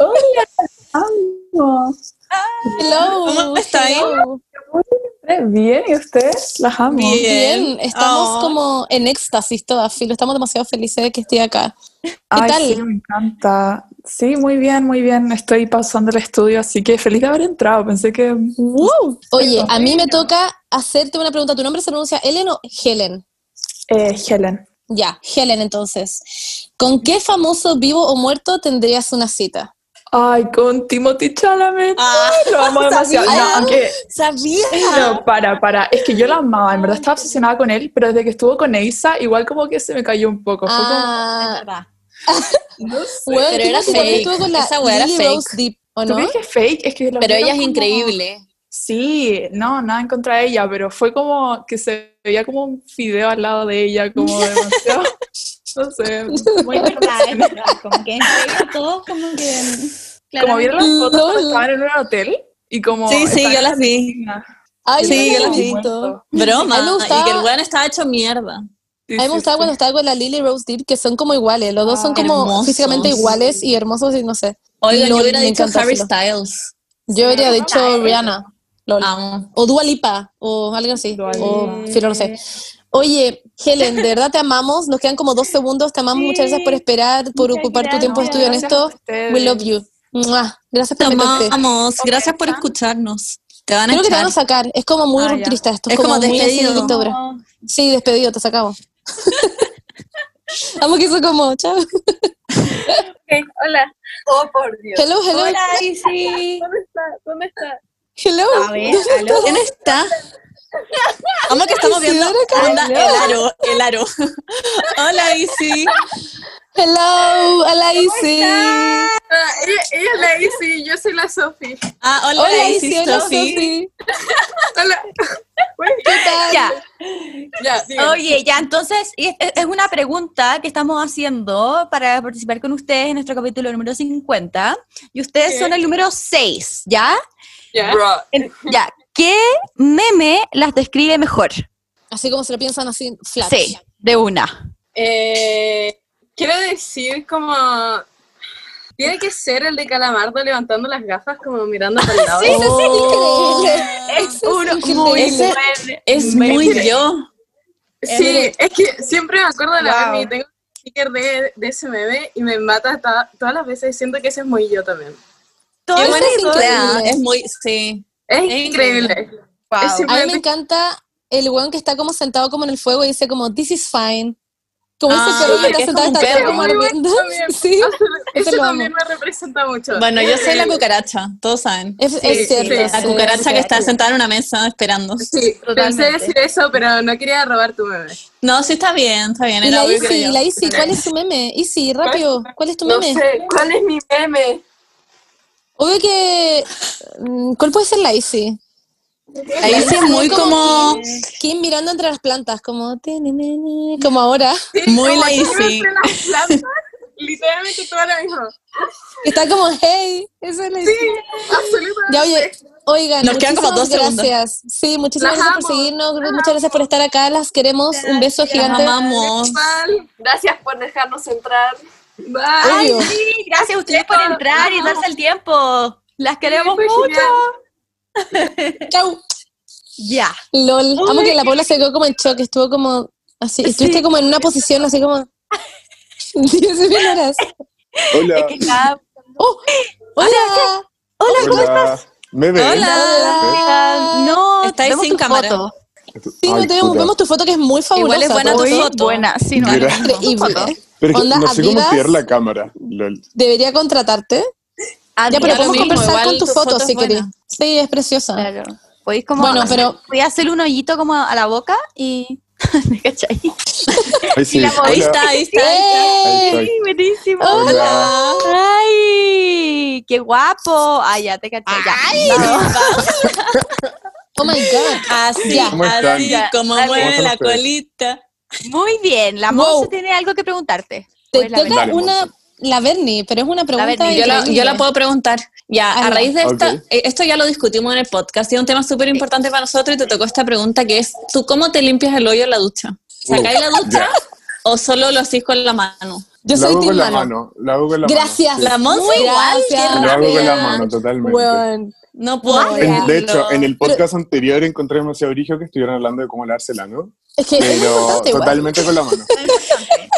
[SPEAKER 3] Hola. Hello.
[SPEAKER 1] ¿Cómo está ahí?
[SPEAKER 3] Hello.
[SPEAKER 11] Eh, Bien, ¿y ustedes? Las amo.
[SPEAKER 1] Bien.
[SPEAKER 3] Bien, Ah. estamos
[SPEAKER 1] Oh.
[SPEAKER 3] como en éxtasis todas, Filo. Estamos demasiado felices de que esté acá. ¿Qué
[SPEAKER 11] Ay,
[SPEAKER 3] tal?
[SPEAKER 11] sí, me encanta. Sí, muy bien, muy bien. Estoy pausando el estudio, así que feliz de haber entrado. Pensé que...
[SPEAKER 3] Wow. Oye, a mí me toca hacerte una pregunta. ¿Tu nombre se pronuncia Ellen o Helen?
[SPEAKER 11] Eh, Helen.
[SPEAKER 3] Ya, Helen, entonces. ¿Con qué famoso vivo o muerto tendrías una cita?
[SPEAKER 11] Ay, con Timothy Chalamet.
[SPEAKER 1] Ah,
[SPEAKER 11] Ay, lo amo demasiado.
[SPEAKER 1] sabía.
[SPEAKER 11] No, aunque-
[SPEAKER 1] Sabía.
[SPEAKER 11] no, para, para. Es que yo lo amaba, en verdad estaba obsesionada con él, pero desde que estuvo con Eisa, igual como que se me cayó un poco. Fue como,
[SPEAKER 3] Ah,
[SPEAKER 11] no sé.
[SPEAKER 3] weón,
[SPEAKER 1] Pero era
[SPEAKER 3] Timothy también
[SPEAKER 1] fake.
[SPEAKER 3] estuvo con la
[SPEAKER 1] Esa weá era
[SPEAKER 3] Lily
[SPEAKER 1] fake.
[SPEAKER 3] Rose Depp, ¿o
[SPEAKER 11] ¿Tú
[SPEAKER 3] no?
[SPEAKER 11] crees que es fake? Es que los
[SPEAKER 1] Pero
[SPEAKER 11] vieron
[SPEAKER 1] ella es
[SPEAKER 11] como-
[SPEAKER 1] increíble.
[SPEAKER 11] Sí, no, nada en contra de ella, pero fue como que se veía como un fideo al lado de ella, como demasiado. no sé. Muy
[SPEAKER 4] como que todos como que...
[SPEAKER 11] Como vieron las
[SPEAKER 7] pues,
[SPEAKER 11] fotos cuando
[SPEAKER 3] Lol.
[SPEAKER 11] estaban en un hotel y como.
[SPEAKER 1] Sí, sí,
[SPEAKER 11] estaban
[SPEAKER 1] yo las
[SPEAKER 11] en
[SPEAKER 1] vi.
[SPEAKER 11] piscina.
[SPEAKER 3] Ay,
[SPEAKER 1] Sí, yo
[SPEAKER 3] yo no
[SPEAKER 1] la
[SPEAKER 3] lo
[SPEAKER 1] vi.
[SPEAKER 3] he visto.
[SPEAKER 1] Broma.
[SPEAKER 3] A mí me gustaba-
[SPEAKER 1] Y que el weón estaba hecho mierda.
[SPEAKER 11] Sí,
[SPEAKER 3] A mí me
[SPEAKER 11] sí,
[SPEAKER 3] gustaba
[SPEAKER 11] sí.
[SPEAKER 3] cuando estaba con la Lily Rose Depp, que son como iguales. Los dos son
[SPEAKER 11] Ah,
[SPEAKER 3] como
[SPEAKER 1] hermosos.
[SPEAKER 3] físicamente iguales y hermosos y no sé.
[SPEAKER 1] Oigan, yo
[SPEAKER 3] Lol,
[SPEAKER 1] hubiera
[SPEAKER 3] me
[SPEAKER 1] dicho
[SPEAKER 3] encanta
[SPEAKER 1] Harry
[SPEAKER 3] Flo.
[SPEAKER 1] Styles.
[SPEAKER 3] Yo habría dicho Rihanna. Lol.
[SPEAKER 1] Amo.
[SPEAKER 3] O Dua Lipa, o alguien así.
[SPEAKER 11] Dua
[SPEAKER 3] O
[SPEAKER 11] Lipa.
[SPEAKER 3] filo, Oh, no sé. Oye, Helen, de verdad te amamos. Nos quedan como dos segundos. Te amamos. Muchas gracias por esperar, por
[SPEAKER 4] Muchas
[SPEAKER 3] ocupar tu tiempo de
[SPEAKER 11] No,
[SPEAKER 3] estudio en
[SPEAKER 11] gracias a
[SPEAKER 3] esto.
[SPEAKER 11] ustedes.
[SPEAKER 3] We love you. Mua. Gracias
[SPEAKER 1] Te
[SPEAKER 3] por meterte.
[SPEAKER 1] amamos. Gracias por escucharnos. Te van a
[SPEAKER 3] Creo que te van a
[SPEAKER 1] echar.
[SPEAKER 3] sacar. Es como muy
[SPEAKER 11] Ah, ya.
[SPEAKER 3] rupturista esto.
[SPEAKER 1] Es como
[SPEAKER 3] muy así de
[SPEAKER 1] despedido.
[SPEAKER 3] dictadura. Sí, despedido, te sacamos. Amo que eso como, chao.
[SPEAKER 7] hola. Oh, por Dios.
[SPEAKER 3] Hello, hello.
[SPEAKER 7] Hola, Isi. ¿Dónde está? ¿Dónde está?
[SPEAKER 3] Hello.
[SPEAKER 4] A ver, aló.
[SPEAKER 1] ¿Quién está? Vamos que estamos viendo onda, el aro, el aro. Hola, Isi.
[SPEAKER 3] Hello. Hola, Isi.
[SPEAKER 7] Ah, ella, ella es la Isi, yo soy la Sofi.
[SPEAKER 1] Ah, hola,
[SPEAKER 3] Hola,
[SPEAKER 1] Isi,
[SPEAKER 3] Isi. Hola,
[SPEAKER 1] Sofi.
[SPEAKER 3] Sofi.
[SPEAKER 7] Hola.
[SPEAKER 3] ¿Qué tal?
[SPEAKER 4] Ya,
[SPEAKER 7] Ya, digan.
[SPEAKER 4] oye, ya, entonces, y es, es una pregunta que estamos haciendo para participar con ustedes en nuestro capítulo número 50, y ustedes son el número 6, ¿ya?
[SPEAKER 12] ¿Ya?
[SPEAKER 7] Bro.
[SPEAKER 4] En- ya, ¿qué meme las describe mejor?
[SPEAKER 3] Así como se lo piensan así, flat.
[SPEAKER 4] Sí, de una.
[SPEAKER 7] Eh, quiero decir como... Tiene que ser el de Calamardo levantando las gafas como mirando para el lado.
[SPEAKER 3] Oh.
[SPEAKER 4] Es uno
[SPEAKER 3] muy
[SPEAKER 1] Ese es muy yo.
[SPEAKER 7] Sí,
[SPEAKER 4] eh,
[SPEAKER 7] es que siempre me acuerdo de la meme y tengo un sticker de, de ese meme y me mata ta- todas las veces. Siento que ese es muy yo también.
[SPEAKER 1] Qué buena
[SPEAKER 3] es
[SPEAKER 1] idea.
[SPEAKER 3] increíble.
[SPEAKER 1] Es muy, sí.
[SPEAKER 7] Es
[SPEAKER 1] increíble.
[SPEAKER 7] increíble. Es
[SPEAKER 3] A mí me
[SPEAKER 7] simplemente
[SPEAKER 3] encanta el weón que está como sentado como en el fuego y dice como, this is fine. Como
[SPEAKER 1] Ah,
[SPEAKER 3] ese perro que
[SPEAKER 1] que
[SPEAKER 3] está
[SPEAKER 1] es
[SPEAKER 3] sentado
[SPEAKER 1] como
[SPEAKER 3] y
[SPEAKER 1] un
[SPEAKER 3] está todo
[SPEAKER 7] Muy bueno
[SPEAKER 1] perro.
[SPEAKER 3] como ardiendo.
[SPEAKER 7] también.
[SPEAKER 3] Sí.
[SPEAKER 7] Eso,
[SPEAKER 3] Eso lo
[SPEAKER 7] también me representa mucho.
[SPEAKER 1] Bueno, yo soy la
[SPEAKER 7] Sí.
[SPEAKER 1] cucaracha, todos saben.
[SPEAKER 3] Es, es
[SPEAKER 7] Sí,
[SPEAKER 3] cierto.
[SPEAKER 7] sí.
[SPEAKER 3] sí,
[SPEAKER 7] La
[SPEAKER 1] La
[SPEAKER 3] es
[SPEAKER 1] cucaracha que
[SPEAKER 3] cierto.
[SPEAKER 1] está sentada en una mesa esperando.
[SPEAKER 7] Sí,
[SPEAKER 4] Totalmente.
[SPEAKER 7] pensé decir eso, pero no quería robar tu meme.
[SPEAKER 1] No, sí está bien, está bien.
[SPEAKER 3] Y
[SPEAKER 1] Era
[SPEAKER 3] la
[SPEAKER 1] obvio que
[SPEAKER 3] Isi,
[SPEAKER 1] era
[SPEAKER 3] y
[SPEAKER 1] yo.
[SPEAKER 3] la Isi, ¿cuál es tu meme? Isi, rápido, ¿cuál es tu
[SPEAKER 7] No
[SPEAKER 3] meme?
[SPEAKER 7] sé, ¿cuál es mi meme?
[SPEAKER 3] Obvio que. mm, ¿Cuál puede ser la Isi?
[SPEAKER 1] La Isi es muy como,
[SPEAKER 3] Kim mirando entre las plantas, como. tenenene, Como ahora.
[SPEAKER 1] muy
[SPEAKER 7] Como
[SPEAKER 1] la
[SPEAKER 7] yo me
[SPEAKER 1] Isi.
[SPEAKER 7] entre las plantas, Literalmente todo lo mismo.
[SPEAKER 3] Está como, hey, esa es la Isi.
[SPEAKER 7] Sí, absolutamente.
[SPEAKER 3] Pues Ya, oye, oigan,
[SPEAKER 1] Nos quedan como
[SPEAKER 3] muchísimas
[SPEAKER 1] dos segundos.
[SPEAKER 3] gracias. Sí, muchísimas
[SPEAKER 7] Las
[SPEAKER 3] gracias por
[SPEAKER 7] amo,
[SPEAKER 3] seguirnos,
[SPEAKER 7] las
[SPEAKER 3] muchas gracias por estar acá, las queremos. Un beso
[SPEAKER 1] Las
[SPEAKER 3] gigante.
[SPEAKER 1] amamos.
[SPEAKER 7] Igual, Gracias por dejarnos entrar. Bye.
[SPEAKER 3] Obvio.
[SPEAKER 4] Sí, gracias a ustedes por entrar y darse el tiempo. Las queremos
[SPEAKER 7] Fue
[SPEAKER 4] mucho.
[SPEAKER 7] genial.
[SPEAKER 3] Chau.
[SPEAKER 4] Ya.
[SPEAKER 3] LOL. Amo que la Paula se quedó como en shock, estuvo como así, estuviste como en una posición así como. Dios mío, horas. Oh,
[SPEAKER 13] Hola.
[SPEAKER 4] Que cada-
[SPEAKER 3] Hola.
[SPEAKER 13] Hola, ¿cómo estás? ¿Me ven?
[SPEAKER 1] Hola.
[SPEAKER 4] Oigan, No,
[SPEAKER 1] Estáis
[SPEAKER 4] vemos
[SPEAKER 1] sin
[SPEAKER 4] tu
[SPEAKER 1] cámara.
[SPEAKER 4] foto.
[SPEAKER 3] Sí, no
[SPEAKER 13] Ay,
[SPEAKER 3] te vemos,
[SPEAKER 13] puta.
[SPEAKER 3] vemos tu foto que es muy fabulosa.
[SPEAKER 1] Igual es buena
[SPEAKER 3] todo.
[SPEAKER 1] tu
[SPEAKER 4] Muy
[SPEAKER 1] foto.
[SPEAKER 4] buena, sí, no,
[SPEAKER 13] Mira.
[SPEAKER 4] no, no, no, no.
[SPEAKER 3] Increíble.
[SPEAKER 13] Pero es que
[SPEAKER 3] Onda,
[SPEAKER 13] no sé cómo
[SPEAKER 3] amigas.
[SPEAKER 13] tirar la cámara. Lol.
[SPEAKER 3] Debería contratarte. Ya, pero
[SPEAKER 1] Da lo
[SPEAKER 3] podemos
[SPEAKER 1] mismo,
[SPEAKER 3] conversar
[SPEAKER 1] igual
[SPEAKER 3] con tu
[SPEAKER 1] tu
[SPEAKER 3] foto
[SPEAKER 1] foto es
[SPEAKER 3] si querés.
[SPEAKER 1] buena.
[SPEAKER 3] Sí, es preciosa.
[SPEAKER 4] Claro. Podéis como
[SPEAKER 3] Bueno,
[SPEAKER 4] hacer-
[SPEAKER 3] pero-
[SPEAKER 4] podéis hacer un hoyito como a la boca y ¿me cachai?
[SPEAKER 13] Ahí sí.
[SPEAKER 1] Ahí
[SPEAKER 13] Hola.
[SPEAKER 1] está, ahí está.
[SPEAKER 13] Ahí
[SPEAKER 3] ¡Ey!
[SPEAKER 13] estoy.
[SPEAKER 4] buenísimo.
[SPEAKER 13] Hola.
[SPEAKER 4] Ay, qué guapo. Ay, ya te caché ya. No.
[SPEAKER 3] Oh my god.
[SPEAKER 1] Así,
[SPEAKER 3] Ya.
[SPEAKER 13] ¿Cómo están?
[SPEAKER 1] así, como
[SPEAKER 4] Dale.
[SPEAKER 1] mueve
[SPEAKER 13] ¿Cómo están
[SPEAKER 1] la
[SPEAKER 13] ustedes?
[SPEAKER 1] colita.
[SPEAKER 4] Muy bien, la
[SPEAKER 3] Wow.
[SPEAKER 4] Monse tiene algo que preguntarte.
[SPEAKER 3] Te
[SPEAKER 4] Pues, la
[SPEAKER 3] toca
[SPEAKER 13] Dale,
[SPEAKER 3] una. La Bernie, pero es una pregunta.
[SPEAKER 4] Bernie.
[SPEAKER 1] Yo la, yo la
[SPEAKER 3] increíble.
[SPEAKER 1] puedo preguntar. Ya, a
[SPEAKER 3] Hazla.
[SPEAKER 1] raíz de esto,
[SPEAKER 13] Ok.
[SPEAKER 1] eh, esto ya lo discutimos en el podcast y es un tema súper importante para nosotros y te tocó esta pregunta que es, ¿tú cómo te limpias el hoyo en la ducha? ¿Sacáis la ducha
[SPEAKER 13] Uh. Ya.
[SPEAKER 1] o solo lo hacís con la mano?
[SPEAKER 3] Yo
[SPEAKER 13] la
[SPEAKER 3] soy
[SPEAKER 13] hago
[SPEAKER 3] Tim
[SPEAKER 13] con la
[SPEAKER 3] Mano.
[SPEAKER 13] mano. La hago con la
[SPEAKER 3] Gracias.
[SPEAKER 13] mano.
[SPEAKER 1] La Monse igual, qué
[SPEAKER 13] Sí.
[SPEAKER 3] Gracias.
[SPEAKER 13] La hago con la
[SPEAKER 1] rápida.
[SPEAKER 13] mano, totalmente.
[SPEAKER 3] Weón.
[SPEAKER 1] No puedo.
[SPEAKER 13] En- de hecho,
[SPEAKER 1] creerlo.
[SPEAKER 13] en el podcast anterior encontré demasiado origen que estuvieron hablando de cómo lavársela, ¿no?
[SPEAKER 3] Es que es
[SPEAKER 13] Pero
[SPEAKER 3] importante, igual.
[SPEAKER 13] totalmente con la mano.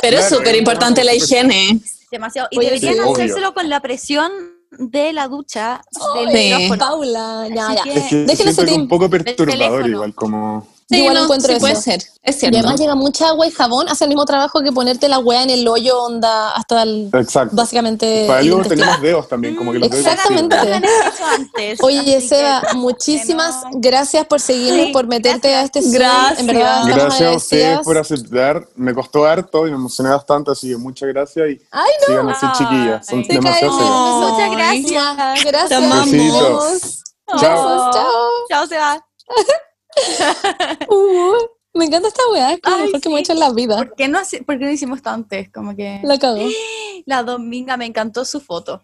[SPEAKER 1] Pero es
[SPEAKER 13] Claro,
[SPEAKER 1] súper importante la
[SPEAKER 13] súper-
[SPEAKER 1] higiene.
[SPEAKER 4] Demasiado. Y
[SPEAKER 3] Oye,
[SPEAKER 4] deberían
[SPEAKER 13] sí, obvio.
[SPEAKER 4] hacérselo con la presión de la ducha del
[SPEAKER 1] Sí.
[SPEAKER 4] micrófono.
[SPEAKER 3] Paula, ya,
[SPEAKER 4] Así
[SPEAKER 3] ya.
[SPEAKER 4] que-
[SPEAKER 13] Es que
[SPEAKER 3] Déjenlo
[SPEAKER 13] siento
[SPEAKER 3] ese
[SPEAKER 13] que es
[SPEAKER 3] team.
[SPEAKER 13] un poco perturbador
[SPEAKER 4] teléfono.
[SPEAKER 13] igual, como...
[SPEAKER 3] Sí,
[SPEAKER 1] igual
[SPEAKER 3] no,
[SPEAKER 1] encuentro
[SPEAKER 3] sí
[SPEAKER 1] eso.
[SPEAKER 3] puede ser.
[SPEAKER 1] Es
[SPEAKER 3] Y
[SPEAKER 1] cierto.
[SPEAKER 3] además llega mucha agua y jabón, hace el mismo trabajo que ponerte la weá en el hoyo, onda, hasta el,
[SPEAKER 14] Exacto.
[SPEAKER 3] básicamente...
[SPEAKER 14] Para
[SPEAKER 3] el
[SPEAKER 14] algo
[SPEAKER 3] intestino.
[SPEAKER 14] tenemos dedos también, como que los dedos.
[SPEAKER 3] Exactamente.
[SPEAKER 14] sirven.
[SPEAKER 3] Oye, Seba, muchísimas gracias por seguirnos, por meterte a este Zoom. En verdad, estamos
[SPEAKER 14] Gracias a ustedes
[SPEAKER 3] agradecidas.
[SPEAKER 14] por aceptar. Me costó harto y me emocioné bastante, así que muchas gracias y
[SPEAKER 3] Ay, no.
[SPEAKER 14] sigan así chiquillas. Son
[SPEAKER 3] Te
[SPEAKER 14] demasiado
[SPEAKER 3] caemos.
[SPEAKER 14] serias.
[SPEAKER 4] Muchas gracias.
[SPEAKER 3] Gracias.
[SPEAKER 14] Te amamos. Besitos. Chao.
[SPEAKER 3] Besos, chao.
[SPEAKER 4] Oh. Chao, Seba.
[SPEAKER 3] Uh, me encanta esta weá, es como lo mejor que me he hecho en la vida.
[SPEAKER 4] ¿Por qué no, hace- por qué no hicimos esto antes? Como que...
[SPEAKER 3] La cagó.
[SPEAKER 4] La Dominga me encantó su foto.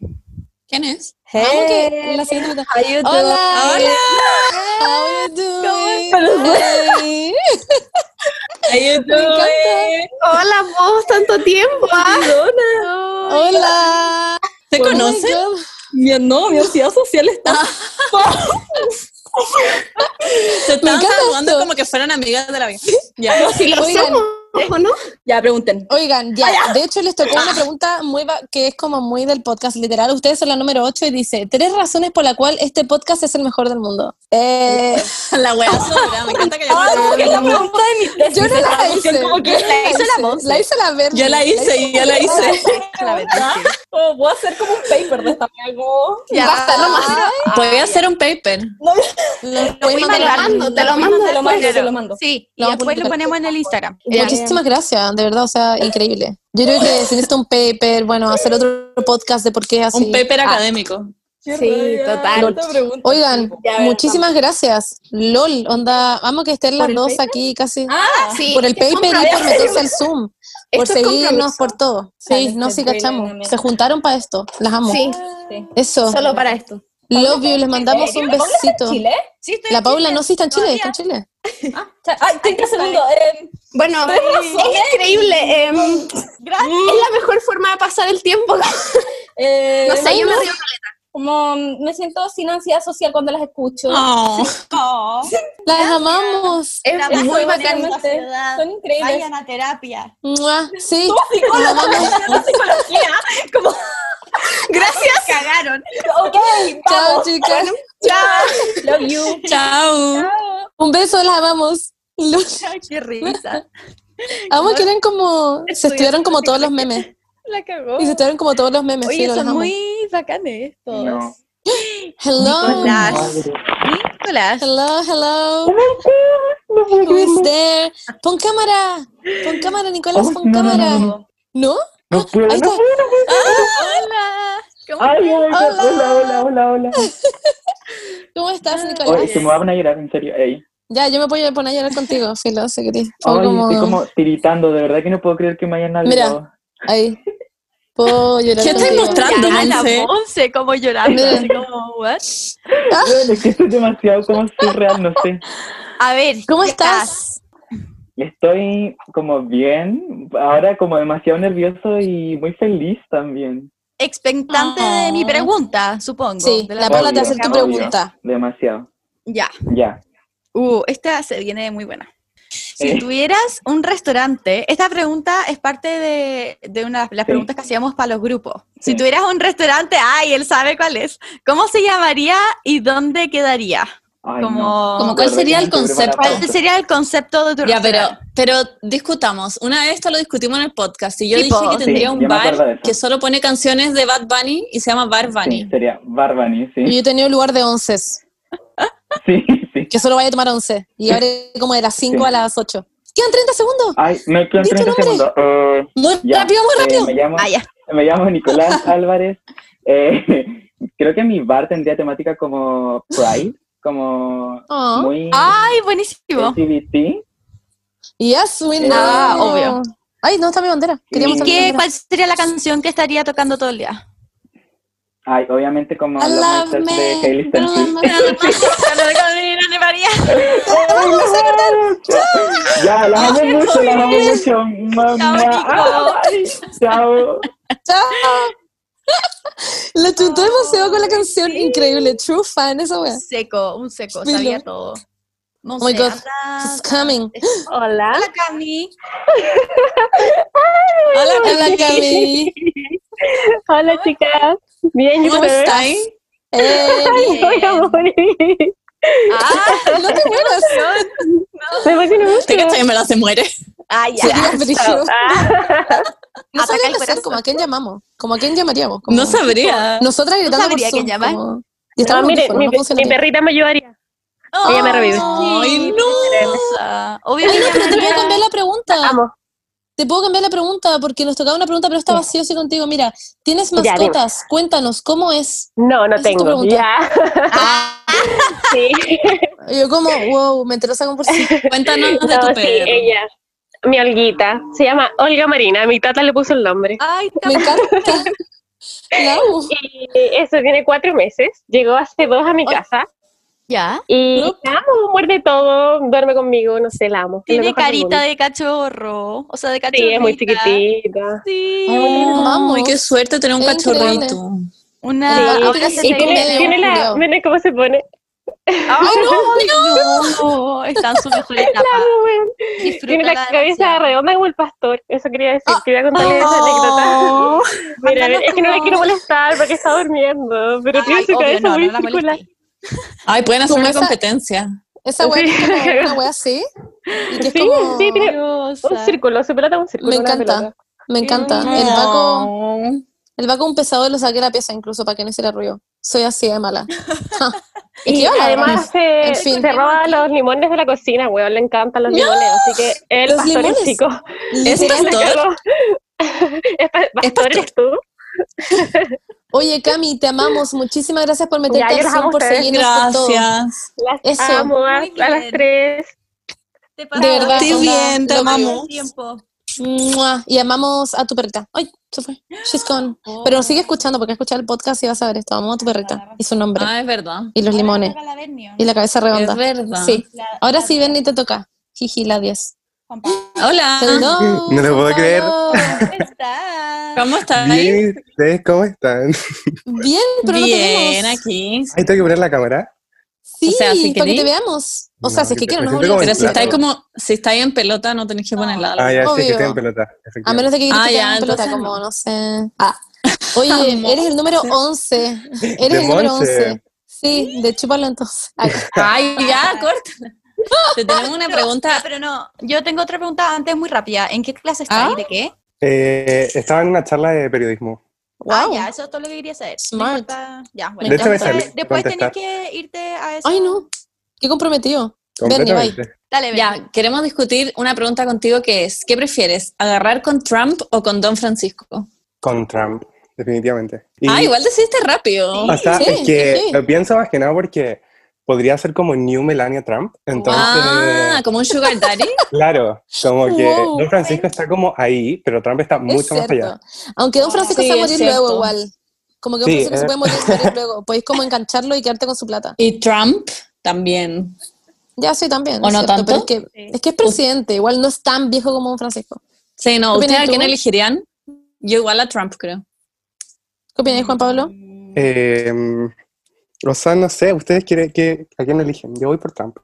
[SPEAKER 1] ¿Quién es?
[SPEAKER 4] Hey,
[SPEAKER 3] Vamos que la siguiente pregunta.
[SPEAKER 4] how you doing?
[SPEAKER 3] Hola.
[SPEAKER 4] Hola.
[SPEAKER 3] How you doing?
[SPEAKER 7] ¿Cómo estás?
[SPEAKER 3] Hey.
[SPEAKER 7] Hola, vos, tanto tiempo. ah.
[SPEAKER 3] Hola. Oh
[SPEAKER 7] ¿Te
[SPEAKER 1] conoces?
[SPEAKER 7] Mi, no, mi ansiedad social está.
[SPEAKER 3] Ah.
[SPEAKER 1] Se estaban saludando como que fueran amigas de la vida. Ya.
[SPEAKER 7] Ah, Si lo somos, ¿o ¿no? Ya, pregunten.
[SPEAKER 3] Oigan, ya,
[SPEAKER 7] Ah, ya.
[SPEAKER 3] de hecho les tocó una pregunta muy va- que es como muy del podcast literal. Ustedes son la número 8 y dice, tres razones por la cual este podcast es el mejor del mundo. Eh,
[SPEAKER 1] la wea sobra, me encanta que yo
[SPEAKER 3] Ah,
[SPEAKER 1] no
[SPEAKER 3] como que la pregunta
[SPEAKER 7] de mi tesis
[SPEAKER 3] Yo no
[SPEAKER 7] era
[SPEAKER 3] la
[SPEAKER 7] como
[SPEAKER 3] hice.
[SPEAKER 7] que- como que
[SPEAKER 3] yo no
[SPEAKER 7] la hizo la
[SPEAKER 3] hice,
[SPEAKER 7] Monse.
[SPEAKER 3] La hizo la Berni.
[SPEAKER 1] Yo la hice, yo la hice.
[SPEAKER 7] Como voy a hacer como un paper de esta mía, como...
[SPEAKER 1] Ya, basta, no más. Podría hacer un paper.
[SPEAKER 3] Lo
[SPEAKER 7] voy
[SPEAKER 1] voy
[SPEAKER 7] mandar,
[SPEAKER 1] mandando,
[SPEAKER 7] te lo
[SPEAKER 1] voy
[SPEAKER 7] mando, te
[SPEAKER 1] mandando
[SPEAKER 7] lo mando,
[SPEAKER 1] por-
[SPEAKER 7] te lo mando.
[SPEAKER 4] Sí,
[SPEAKER 3] Lo
[SPEAKER 4] y
[SPEAKER 3] vamos a
[SPEAKER 4] después lo
[SPEAKER 3] publicar.
[SPEAKER 4] ponemos en el Instagram.
[SPEAKER 3] Muchísimas gracias, de verdad, o sea, increíble. Yo creo que se necesita un paper, bueno, hacer otro podcast de por qué así.
[SPEAKER 1] Un paper
[SPEAKER 3] Ah.
[SPEAKER 1] académico.
[SPEAKER 7] Sí, total.
[SPEAKER 3] Oigan,
[SPEAKER 7] Ya, a ver,
[SPEAKER 3] muchísimas gracias. LOL, onda, vamos que estén las dos aquí casi.
[SPEAKER 7] Ah, sí,
[SPEAKER 3] Por el
[SPEAKER 7] es que es
[SPEAKER 3] paper y por
[SPEAKER 7] compromiso.
[SPEAKER 3] meterse al Zoom. Por
[SPEAKER 7] Esto es
[SPEAKER 3] seguirnos,
[SPEAKER 7] compromiso.
[SPEAKER 3] por todo. Sí, no, sí, cachamos. Se juntaron para esto. Las amo.
[SPEAKER 7] Sí.
[SPEAKER 3] Eso.
[SPEAKER 7] Solo para esto.
[SPEAKER 3] Love you, les mandamos un
[SPEAKER 7] ¿La Paula está en
[SPEAKER 3] besito.
[SPEAKER 7] Chile?
[SPEAKER 3] La Paula no, sí está en Chile, está en Chile.
[SPEAKER 7] Ay, 30 segundos. eh, bueno,
[SPEAKER 3] Tenés razón.
[SPEAKER 7] es increíble. eh, es la mejor forma de pasar el tiempo. Eh,
[SPEAKER 15] No sé, yo me
[SPEAKER 7] como-
[SPEAKER 15] río
[SPEAKER 7] Como mm, me siento sin ansiedad social cuando las escucho.
[SPEAKER 1] Oh.
[SPEAKER 3] Las amamos.
[SPEAKER 7] Es
[SPEAKER 3] Es
[SPEAKER 7] muy
[SPEAKER 3] muy
[SPEAKER 7] bacán.
[SPEAKER 3] bonita
[SPEAKER 7] Son increíbles.
[SPEAKER 16] Vayan a terapia.
[SPEAKER 3] Mua, Sí.
[SPEAKER 7] psicóloga,
[SPEAKER 3] Nos vamos.
[SPEAKER 7] Gracias.
[SPEAKER 16] Cagaron.
[SPEAKER 7] Ok,
[SPEAKER 3] Chao,
[SPEAKER 7] vamos.
[SPEAKER 3] chicas.
[SPEAKER 7] Bueno, chao. Love you.
[SPEAKER 1] Chao.
[SPEAKER 3] Un beso, las amamos.
[SPEAKER 4] Qué risa.
[SPEAKER 3] Vamos, que eran como. Se
[SPEAKER 4] Estudiaste
[SPEAKER 3] estudiaron como todos los memes.
[SPEAKER 4] La cagó.
[SPEAKER 3] Y se estudiaron como todos los memes. sí,
[SPEAKER 4] Oye,
[SPEAKER 3] los
[SPEAKER 4] son
[SPEAKER 3] amo.
[SPEAKER 4] muy bacanes estos.
[SPEAKER 3] No. Hello.
[SPEAKER 4] Nicolás. Nicolás.
[SPEAKER 3] Hello, hello. Who is there? Pon cámara. Pon cámara, Nicolás,
[SPEAKER 7] Oh,
[SPEAKER 3] pon
[SPEAKER 7] no, no, no,
[SPEAKER 3] cámara.
[SPEAKER 7] no.
[SPEAKER 3] ¿No?
[SPEAKER 14] No puedo,
[SPEAKER 3] Ahí
[SPEAKER 14] no
[SPEAKER 3] está.
[SPEAKER 14] puedo, no puedo.
[SPEAKER 4] Ah, hola.
[SPEAKER 9] Ay, ay,
[SPEAKER 4] ¿Cómo
[SPEAKER 9] ay,
[SPEAKER 4] estás?
[SPEAKER 9] hola, hola, hola, hola.
[SPEAKER 3] ¿Cómo estás, Nicolás?
[SPEAKER 9] Oye, que me van a llorar, en serio. Ey.
[SPEAKER 3] Ya, yo me voy a poner a llorar contigo, Filo, si querés. Fue
[SPEAKER 9] Ay,
[SPEAKER 3] como-
[SPEAKER 9] estoy como tiritando, de verdad que no puedo creer que me hayan hablado.
[SPEAKER 3] Mira, ahí. Puedo llorar
[SPEAKER 9] ¿Qué estáis
[SPEAKER 3] contigo.
[SPEAKER 9] mostrando,
[SPEAKER 4] Ya, la Monse, como llorando,
[SPEAKER 9] Miren.
[SPEAKER 4] así como, what?
[SPEAKER 3] Ah.
[SPEAKER 9] Bueno, es que esto es demasiado como surreal, no sé.
[SPEAKER 4] A ver,
[SPEAKER 3] ¿cómo estás?
[SPEAKER 9] Estoy como bien, ahora como demasiado nervioso y muy feliz también.
[SPEAKER 4] Expectante de mi pregunta, supongo.
[SPEAKER 3] Ah. Sí,
[SPEAKER 4] de
[SPEAKER 3] la Paula te
[SPEAKER 9] Obvio,
[SPEAKER 3] hace tu
[SPEAKER 9] obvio,
[SPEAKER 3] pregunta.
[SPEAKER 9] Demasiado,
[SPEAKER 4] Ya.
[SPEAKER 9] ya.
[SPEAKER 4] Uh, esta se viene muy buena. Si
[SPEAKER 9] Eh.
[SPEAKER 4] tuvieras un restaurante, esta pregunta es parte de, de una de las preguntas que hacíamos para los grupos. Si tuvieras un restaurante, ay, él sabe cuál es. ¿Cómo se llamaría y dónde quedaría?
[SPEAKER 9] Ay,
[SPEAKER 4] como,
[SPEAKER 1] no. Como, ¿cuál sería el concepto?
[SPEAKER 4] ¿Cuál sería el concepto de tu
[SPEAKER 1] Ya, pero,
[SPEAKER 4] restaurante?
[SPEAKER 1] pero discutamos. Una vez esto lo discutimos en el podcast y yo
[SPEAKER 4] Sí,
[SPEAKER 1] dije
[SPEAKER 4] po.
[SPEAKER 1] que tendría
[SPEAKER 9] Sí,
[SPEAKER 1] un
[SPEAKER 9] ya me acuerdo de
[SPEAKER 1] bar
[SPEAKER 9] eso.
[SPEAKER 1] que solo pone canciones de Bad Bunny y se llama Bar Bunny.
[SPEAKER 9] Sí, sería Barbani,
[SPEAKER 3] Y
[SPEAKER 9] sí.
[SPEAKER 3] Yo tenía un lugar de once. Sí,
[SPEAKER 9] sí.
[SPEAKER 3] Que solo vaya a tomar once. Y abre como de las 5
[SPEAKER 9] Sí.
[SPEAKER 3] a las 8. ¿Quedan 30 segundos?
[SPEAKER 9] Ay, me quedan
[SPEAKER 3] Di tu
[SPEAKER 9] 30
[SPEAKER 3] nombre.
[SPEAKER 9] segundos. Eh,
[SPEAKER 3] Muy
[SPEAKER 9] ya,
[SPEAKER 3] rápido, muy
[SPEAKER 9] eh,
[SPEAKER 3] rápido.
[SPEAKER 9] me, llamo,
[SPEAKER 3] Ah, ya.
[SPEAKER 9] me llamo Nicolás Álvarez. Eh, creo que mi bar tendría temática como Pride, como
[SPEAKER 3] Oh.
[SPEAKER 9] muy
[SPEAKER 4] Ay, buenísimo.
[SPEAKER 9] LGBT.
[SPEAKER 3] Yes, we
[SPEAKER 9] Eh,
[SPEAKER 3] know.
[SPEAKER 9] Ah, obvio.
[SPEAKER 3] Ay, no está mi bandera.
[SPEAKER 9] Quería
[SPEAKER 4] ¿Y
[SPEAKER 9] mostrar mi
[SPEAKER 4] qué,
[SPEAKER 9] bandera.
[SPEAKER 4] ¿Cuál sería la canción que estaría tocando todo el día?
[SPEAKER 9] Ay, obviamente como
[SPEAKER 4] I
[SPEAKER 9] Love
[SPEAKER 4] love
[SPEAKER 9] Myself de
[SPEAKER 4] me,
[SPEAKER 9] Hailey Stenfield.
[SPEAKER 4] Vamos a cortar.
[SPEAKER 9] Ya, la amo mucho, la amo mucho. Mua,
[SPEAKER 3] Chao,
[SPEAKER 9] mua.
[SPEAKER 3] Nico.
[SPEAKER 9] Ay, Chao.
[SPEAKER 3] Chao. Lo chuntó demasiado con la canción. Increíble. True fan, esa wea.
[SPEAKER 4] Seco, un seco,
[SPEAKER 3] Filo.
[SPEAKER 4] sabía todo.
[SPEAKER 3] Oh
[SPEAKER 4] Monse,
[SPEAKER 3] my god.
[SPEAKER 4] anda-
[SPEAKER 3] She's coming.
[SPEAKER 7] Hola.
[SPEAKER 4] Hola, Cami.
[SPEAKER 1] Hola,
[SPEAKER 3] Hola, Cami.
[SPEAKER 15] Hola, chicas. Bien,
[SPEAKER 3] ¿Cómo
[SPEAKER 15] ustedes?
[SPEAKER 3] estáis?
[SPEAKER 15] Ay,
[SPEAKER 3] Eh,
[SPEAKER 15] voy a morir.
[SPEAKER 4] Ah,
[SPEAKER 3] no te mueras.
[SPEAKER 4] No,
[SPEAKER 17] Me imagino mucho.
[SPEAKER 1] Te cachai, en verdad se muere.
[SPEAKER 4] Ah, ya.
[SPEAKER 3] Sería brillo. No
[SPEAKER 4] Ataca el
[SPEAKER 3] sabría hacer
[SPEAKER 4] corazón.
[SPEAKER 3] como a quién llamamos, como a quién llamaríamos.
[SPEAKER 1] No sabría.
[SPEAKER 3] Nosotras
[SPEAKER 1] No
[SPEAKER 3] gritando
[SPEAKER 1] sabría
[SPEAKER 3] por Zoom,
[SPEAKER 1] quién llamar.
[SPEAKER 3] como- y estamos
[SPEAKER 17] No, mire,
[SPEAKER 3] audífonos,
[SPEAKER 17] mi,
[SPEAKER 3] no
[SPEAKER 17] mi
[SPEAKER 3] funciona bien.
[SPEAKER 17] perrita me ayudaría. Ella me revive.
[SPEAKER 1] Ay,
[SPEAKER 4] no.
[SPEAKER 3] Oye, pero te puedo
[SPEAKER 4] Obviamente.
[SPEAKER 3] cambiar la pregunta. Te puedo cambiar la pregunta porque nos tocaba una pregunta, pero estaba sí o sí contigo. Mira, ¿tienes
[SPEAKER 17] Ya, dime.
[SPEAKER 3] mascotas? Cuéntanos, ¿cómo es?
[SPEAKER 17] No, no
[SPEAKER 3] Esa es tu
[SPEAKER 17] tengo.
[SPEAKER 3] pregunta. Ah.
[SPEAKER 17] Ya. sí.
[SPEAKER 3] Yo como, wow, me interesa como por sí. Cuéntanos
[SPEAKER 17] No, sí, ella. Mi Olguita. Se llama Olga Marina. Mi tata le puso el nombre.
[SPEAKER 4] Ay,
[SPEAKER 3] me encanta.
[SPEAKER 17] Y eso tiene cuatro meses. Llegó hace dos a mi casa.
[SPEAKER 4] ¿Ya?
[SPEAKER 17] Y la amo, muerde todo, duerme conmigo, no sé, la amo. es lo
[SPEAKER 4] Tiene
[SPEAKER 17] mejor del
[SPEAKER 4] carita
[SPEAKER 17] mundo.
[SPEAKER 4] de cachorro. O sea, de cachorro.
[SPEAKER 17] Sí, es muy chiquitita.
[SPEAKER 4] Sí.
[SPEAKER 1] Ay, qué suerte tener un cachorrito.
[SPEAKER 4] Una.
[SPEAKER 17] Sí.
[SPEAKER 4] ahora se
[SPEAKER 17] y
[SPEAKER 4] te
[SPEAKER 17] tiene,
[SPEAKER 4] viene-
[SPEAKER 17] tiene la... Miren cómo se pone.
[SPEAKER 4] ¡Ay, no! no! Está en su mejor etapa.
[SPEAKER 17] Tiene la
[SPEAKER 4] Disfrútala
[SPEAKER 17] cabeza redonda como el pastor. Eso quería decir.
[SPEAKER 4] Ah,
[SPEAKER 17] Quería contarle esa
[SPEAKER 4] Oh.
[SPEAKER 17] anécdota. Mira,
[SPEAKER 4] Mándanos
[SPEAKER 17] es que no la
[SPEAKER 4] como-
[SPEAKER 17] quiero molestar porque está durmiendo. Pero tiene
[SPEAKER 4] Ay,
[SPEAKER 17] su
[SPEAKER 4] obvio,
[SPEAKER 17] cabeza
[SPEAKER 4] no,
[SPEAKER 17] muy
[SPEAKER 4] no la
[SPEAKER 17] circular.
[SPEAKER 1] Ay, pueden hacer
[SPEAKER 17] Como
[SPEAKER 1] una
[SPEAKER 17] esa-
[SPEAKER 1] competencia.
[SPEAKER 3] Esa wea
[SPEAKER 17] Sí.
[SPEAKER 3] es como una wea así. Y que es
[SPEAKER 17] Sí,
[SPEAKER 3] como-
[SPEAKER 17] sí, tiene un círculo. Su pelota es un círculo.
[SPEAKER 3] Me
[SPEAKER 17] una
[SPEAKER 3] encanta,
[SPEAKER 17] pelota.
[SPEAKER 3] me encanta. El Paco, el Paco un pesado y lo saqué de la pieza incluso para que no hiciera ruido. Soy así de mala. Es que
[SPEAKER 17] Y
[SPEAKER 3] yo la-
[SPEAKER 17] además se,
[SPEAKER 3] en fin.
[SPEAKER 17] se roba los limones de la cocina, weón, le encantan los
[SPEAKER 3] No.
[SPEAKER 17] limones, así que el
[SPEAKER 3] Los
[SPEAKER 17] pastor
[SPEAKER 3] limones.
[SPEAKER 17] es chico.
[SPEAKER 3] ¿Es
[SPEAKER 17] Se
[SPEAKER 3] pastor?
[SPEAKER 17] cagó. ¿Es pa- pastor, eres tú?
[SPEAKER 3] Oye, Cami, te amamos. Muchísimas gracias por meterte
[SPEAKER 17] Ya, yo
[SPEAKER 3] al
[SPEAKER 17] las
[SPEAKER 3] Zoom,
[SPEAKER 17] amo
[SPEAKER 3] por
[SPEAKER 17] a ustedes.
[SPEAKER 3] seguirnos por todo.
[SPEAKER 1] Gracias.
[SPEAKER 17] Las
[SPEAKER 3] Eso.
[SPEAKER 17] amo a, a las tres.
[SPEAKER 3] De verdad,
[SPEAKER 1] Estoy
[SPEAKER 3] onda,
[SPEAKER 1] bien, te
[SPEAKER 3] lo que-
[SPEAKER 1] amamos.
[SPEAKER 3] Mua, Y amamos a tu perrita. Ay, se fue. She's gone. Pero nos sigue escuchando porque ha escuchado el podcast y vas a ver esto. Amamos a tu perrita. Y su nombre.
[SPEAKER 1] Ah, es verdad.
[SPEAKER 3] Y los limones. Y la cabeza redonda.
[SPEAKER 1] Es verdad.
[SPEAKER 3] Sí. Ahora sí, Bernie, te toca. Jiji, la 10.
[SPEAKER 1] Hola.
[SPEAKER 3] Hello,
[SPEAKER 14] No lo puedo
[SPEAKER 3] Juan
[SPEAKER 14] creer.
[SPEAKER 3] Pablo. Ah.
[SPEAKER 1] ¿Cómo estás?
[SPEAKER 14] Bien, ¿y ¿ustedes cómo están?
[SPEAKER 3] Bien, pero no
[SPEAKER 1] Bien,
[SPEAKER 3] tenemos.
[SPEAKER 1] aquí.
[SPEAKER 14] Ahí tengo que poner la cámara.
[SPEAKER 3] Sí,
[SPEAKER 1] O sea, si
[SPEAKER 3] para que te
[SPEAKER 1] queréis.
[SPEAKER 3] veamos. O sea,
[SPEAKER 14] No,
[SPEAKER 3] si es que
[SPEAKER 14] que te-
[SPEAKER 3] quiero,
[SPEAKER 14] me
[SPEAKER 3] no
[SPEAKER 14] siento como en
[SPEAKER 1] Pero si estáis
[SPEAKER 14] plato.
[SPEAKER 1] como, si estáis en pelota, no tenéis que ponerla. la
[SPEAKER 14] Ah, ya,
[SPEAKER 1] verdad.
[SPEAKER 14] sí, es que estoy en
[SPEAKER 3] Obvio.
[SPEAKER 14] pelota.
[SPEAKER 3] A menos de que grites
[SPEAKER 1] Ah,
[SPEAKER 3] que
[SPEAKER 1] ya,
[SPEAKER 3] hagan pelota,
[SPEAKER 1] entonces
[SPEAKER 3] como, no sé. Ah. Oye, eres el número 11. Eres el número
[SPEAKER 14] Monse.
[SPEAKER 3] 11. Sí, de chúpalo entonces. Ay,
[SPEAKER 1] Ay, ya, corta. Te tenemos una pregunta.
[SPEAKER 4] Pero no, yo tengo otra pregunta antes muy rápida. ¿En qué clase estás y de qué?
[SPEAKER 14] Eh, estaba en una charla de periodismo.
[SPEAKER 4] Ah, ya, eso es todo lo que quería saber. No
[SPEAKER 3] Smart.
[SPEAKER 4] importa- Ya, bueno.
[SPEAKER 14] de hecho, me
[SPEAKER 4] Entonces,
[SPEAKER 14] salió
[SPEAKER 4] después tenés
[SPEAKER 14] contestar.
[SPEAKER 4] que irte a eso.
[SPEAKER 3] Ay, no. Qué comprometido.
[SPEAKER 1] Bernie, bye.
[SPEAKER 14] Completamente.
[SPEAKER 4] Dale,
[SPEAKER 1] Ya, queremos discutir una pregunta contigo que es, ¿qué prefieres, agarrar con Trump o con Don Francisco?
[SPEAKER 14] Con Trump, definitivamente. Y-
[SPEAKER 1] ah, igual decidiste rápido.
[SPEAKER 14] O sea,
[SPEAKER 1] Sí,
[SPEAKER 14] Ah, es que
[SPEAKER 1] sí.
[SPEAKER 14] lo pienso más que nada porque podría ser como New Melania Trump. Entonces,
[SPEAKER 1] Ah, como un sugar daddy.
[SPEAKER 14] claro, como que
[SPEAKER 3] Wow.
[SPEAKER 14] Don Francisco está como ahí, pero Trump está mucho más allá.
[SPEAKER 3] Aunque Don Francisco
[SPEAKER 1] Sí,
[SPEAKER 3] se va a
[SPEAKER 1] es
[SPEAKER 3] morir luego
[SPEAKER 1] cierto.
[SPEAKER 3] igual. Como que Don
[SPEAKER 14] Sí,
[SPEAKER 3] Francisco se
[SPEAKER 14] eh.
[SPEAKER 3] puede morir, morir luego. Podéis como engancharlo y quedarte con su plata.
[SPEAKER 1] Y Trump también.
[SPEAKER 3] Ya sí, también.
[SPEAKER 1] ¿O
[SPEAKER 3] es
[SPEAKER 1] no
[SPEAKER 3] cierto,
[SPEAKER 1] tanto?
[SPEAKER 3] Pero es, que, es que es presidente. Igual no es tan viejo como Don Francisco.
[SPEAKER 1] Sí, Eh, no,
[SPEAKER 3] ¿Qué opinas
[SPEAKER 1] ¿ustedes a
[SPEAKER 3] tú?
[SPEAKER 1] quién elegirían? Yo igual a Trump, creo.
[SPEAKER 3] ¿Qué opináis, Juan Pablo?
[SPEAKER 14] Eh, o sea, no sé, ¿ustedes quieren que, a quién eligen? Yo voy por Trump.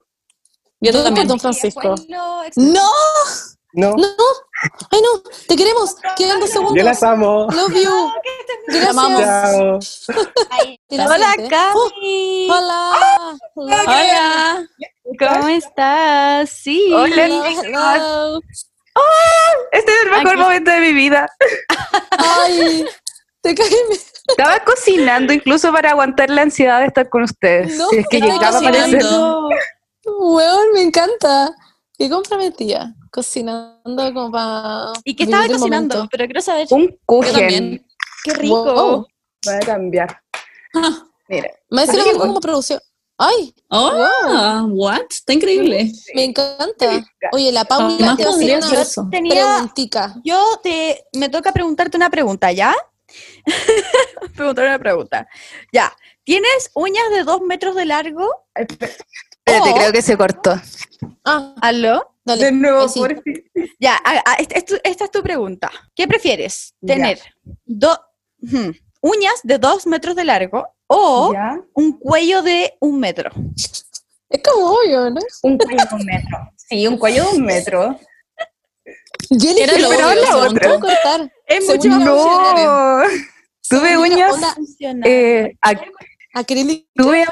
[SPEAKER 3] Yo también. Don Francisco.
[SPEAKER 4] ¡No!
[SPEAKER 14] No,
[SPEAKER 3] No. Ay, no. Te queremos. Quedan dos segundos.
[SPEAKER 14] yo las amo.
[SPEAKER 3] Love you. Gracias.
[SPEAKER 14] Chao.
[SPEAKER 4] Hola, Oh,
[SPEAKER 3] Cami. hola.
[SPEAKER 1] Hola.
[SPEAKER 4] ¿Cómo estás? Sí.
[SPEAKER 7] Hola, chicos.
[SPEAKER 3] Hello.
[SPEAKER 7] Este es el mejor
[SPEAKER 4] Aquí-
[SPEAKER 7] momento de mi vida.
[SPEAKER 3] Ay, te caí.
[SPEAKER 7] Estaba cocinando incluso para aguantar la ansiedad de estar con ustedes.
[SPEAKER 3] No,
[SPEAKER 7] si es que
[SPEAKER 3] estaba
[SPEAKER 7] llegaba a aparecer.
[SPEAKER 3] cocinando. Weón, me encanta. Qué comprometida. Cocinando como para.
[SPEAKER 4] ¿Y qué estaba cocinando? Pero quiero saber.
[SPEAKER 7] Un
[SPEAKER 3] Yo
[SPEAKER 7] kuchen.
[SPEAKER 3] también.
[SPEAKER 4] ¡Qué rico!
[SPEAKER 3] Wow.
[SPEAKER 7] Voy a cambiar. Mira.
[SPEAKER 3] Me
[SPEAKER 7] Así
[SPEAKER 3] decía
[SPEAKER 7] que,
[SPEAKER 3] como producción. ¡Ay! Ah.
[SPEAKER 1] Oh, what? Está increíble.
[SPEAKER 3] Me encanta. Oye, la Paula
[SPEAKER 1] Además,
[SPEAKER 3] te va a hacer
[SPEAKER 1] podría
[SPEAKER 3] una
[SPEAKER 1] hacer eso.
[SPEAKER 4] Tenía,
[SPEAKER 3] preguntica.
[SPEAKER 4] yo te, me toca preguntarte una pregunta, ¿ya? Preguntar una pregunta. Ya. ¿Tienes uñas de dos metros de largo?
[SPEAKER 7] Espérate,
[SPEAKER 4] Oh.
[SPEAKER 7] creo que se cortó.
[SPEAKER 3] Ah,
[SPEAKER 4] ¿Aló?
[SPEAKER 3] dale.
[SPEAKER 7] De nuevo,
[SPEAKER 3] Ahí sí.
[SPEAKER 7] por fin.
[SPEAKER 4] Ya, a- a- est- est- esta es tu pregunta. ¿Qué prefieres?
[SPEAKER 7] Ya.
[SPEAKER 4] ¿Tener do- ujú, uñas de dos metros de largo o
[SPEAKER 7] Ya.
[SPEAKER 4] un cuello de un metro?
[SPEAKER 3] Es como obvio, ¿no?
[SPEAKER 7] Un cuello de un metro. Sí, un cuello de un metro.
[SPEAKER 3] Yo
[SPEAKER 1] Era
[SPEAKER 3] elegí
[SPEAKER 1] lo
[SPEAKER 3] el
[SPEAKER 1] obvio,
[SPEAKER 3] cuello,
[SPEAKER 1] la
[SPEAKER 3] se lo
[SPEAKER 1] otra.
[SPEAKER 3] puedo cortar.
[SPEAKER 4] Es
[SPEAKER 3] Según yo,
[SPEAKER 7] No.
[SPEAKER 3] Según
[SPEAKER 7] Tuve
[SPEAKER 3] yo,
[SPEAKER 7] uñas.
[SPEAKER 3] onda
[SPEAKER 4] Funciona.
[SPEAKER 7] eh, ac-
[SPEAKER 3] acrílica.
[SPEAKER 7] tuve,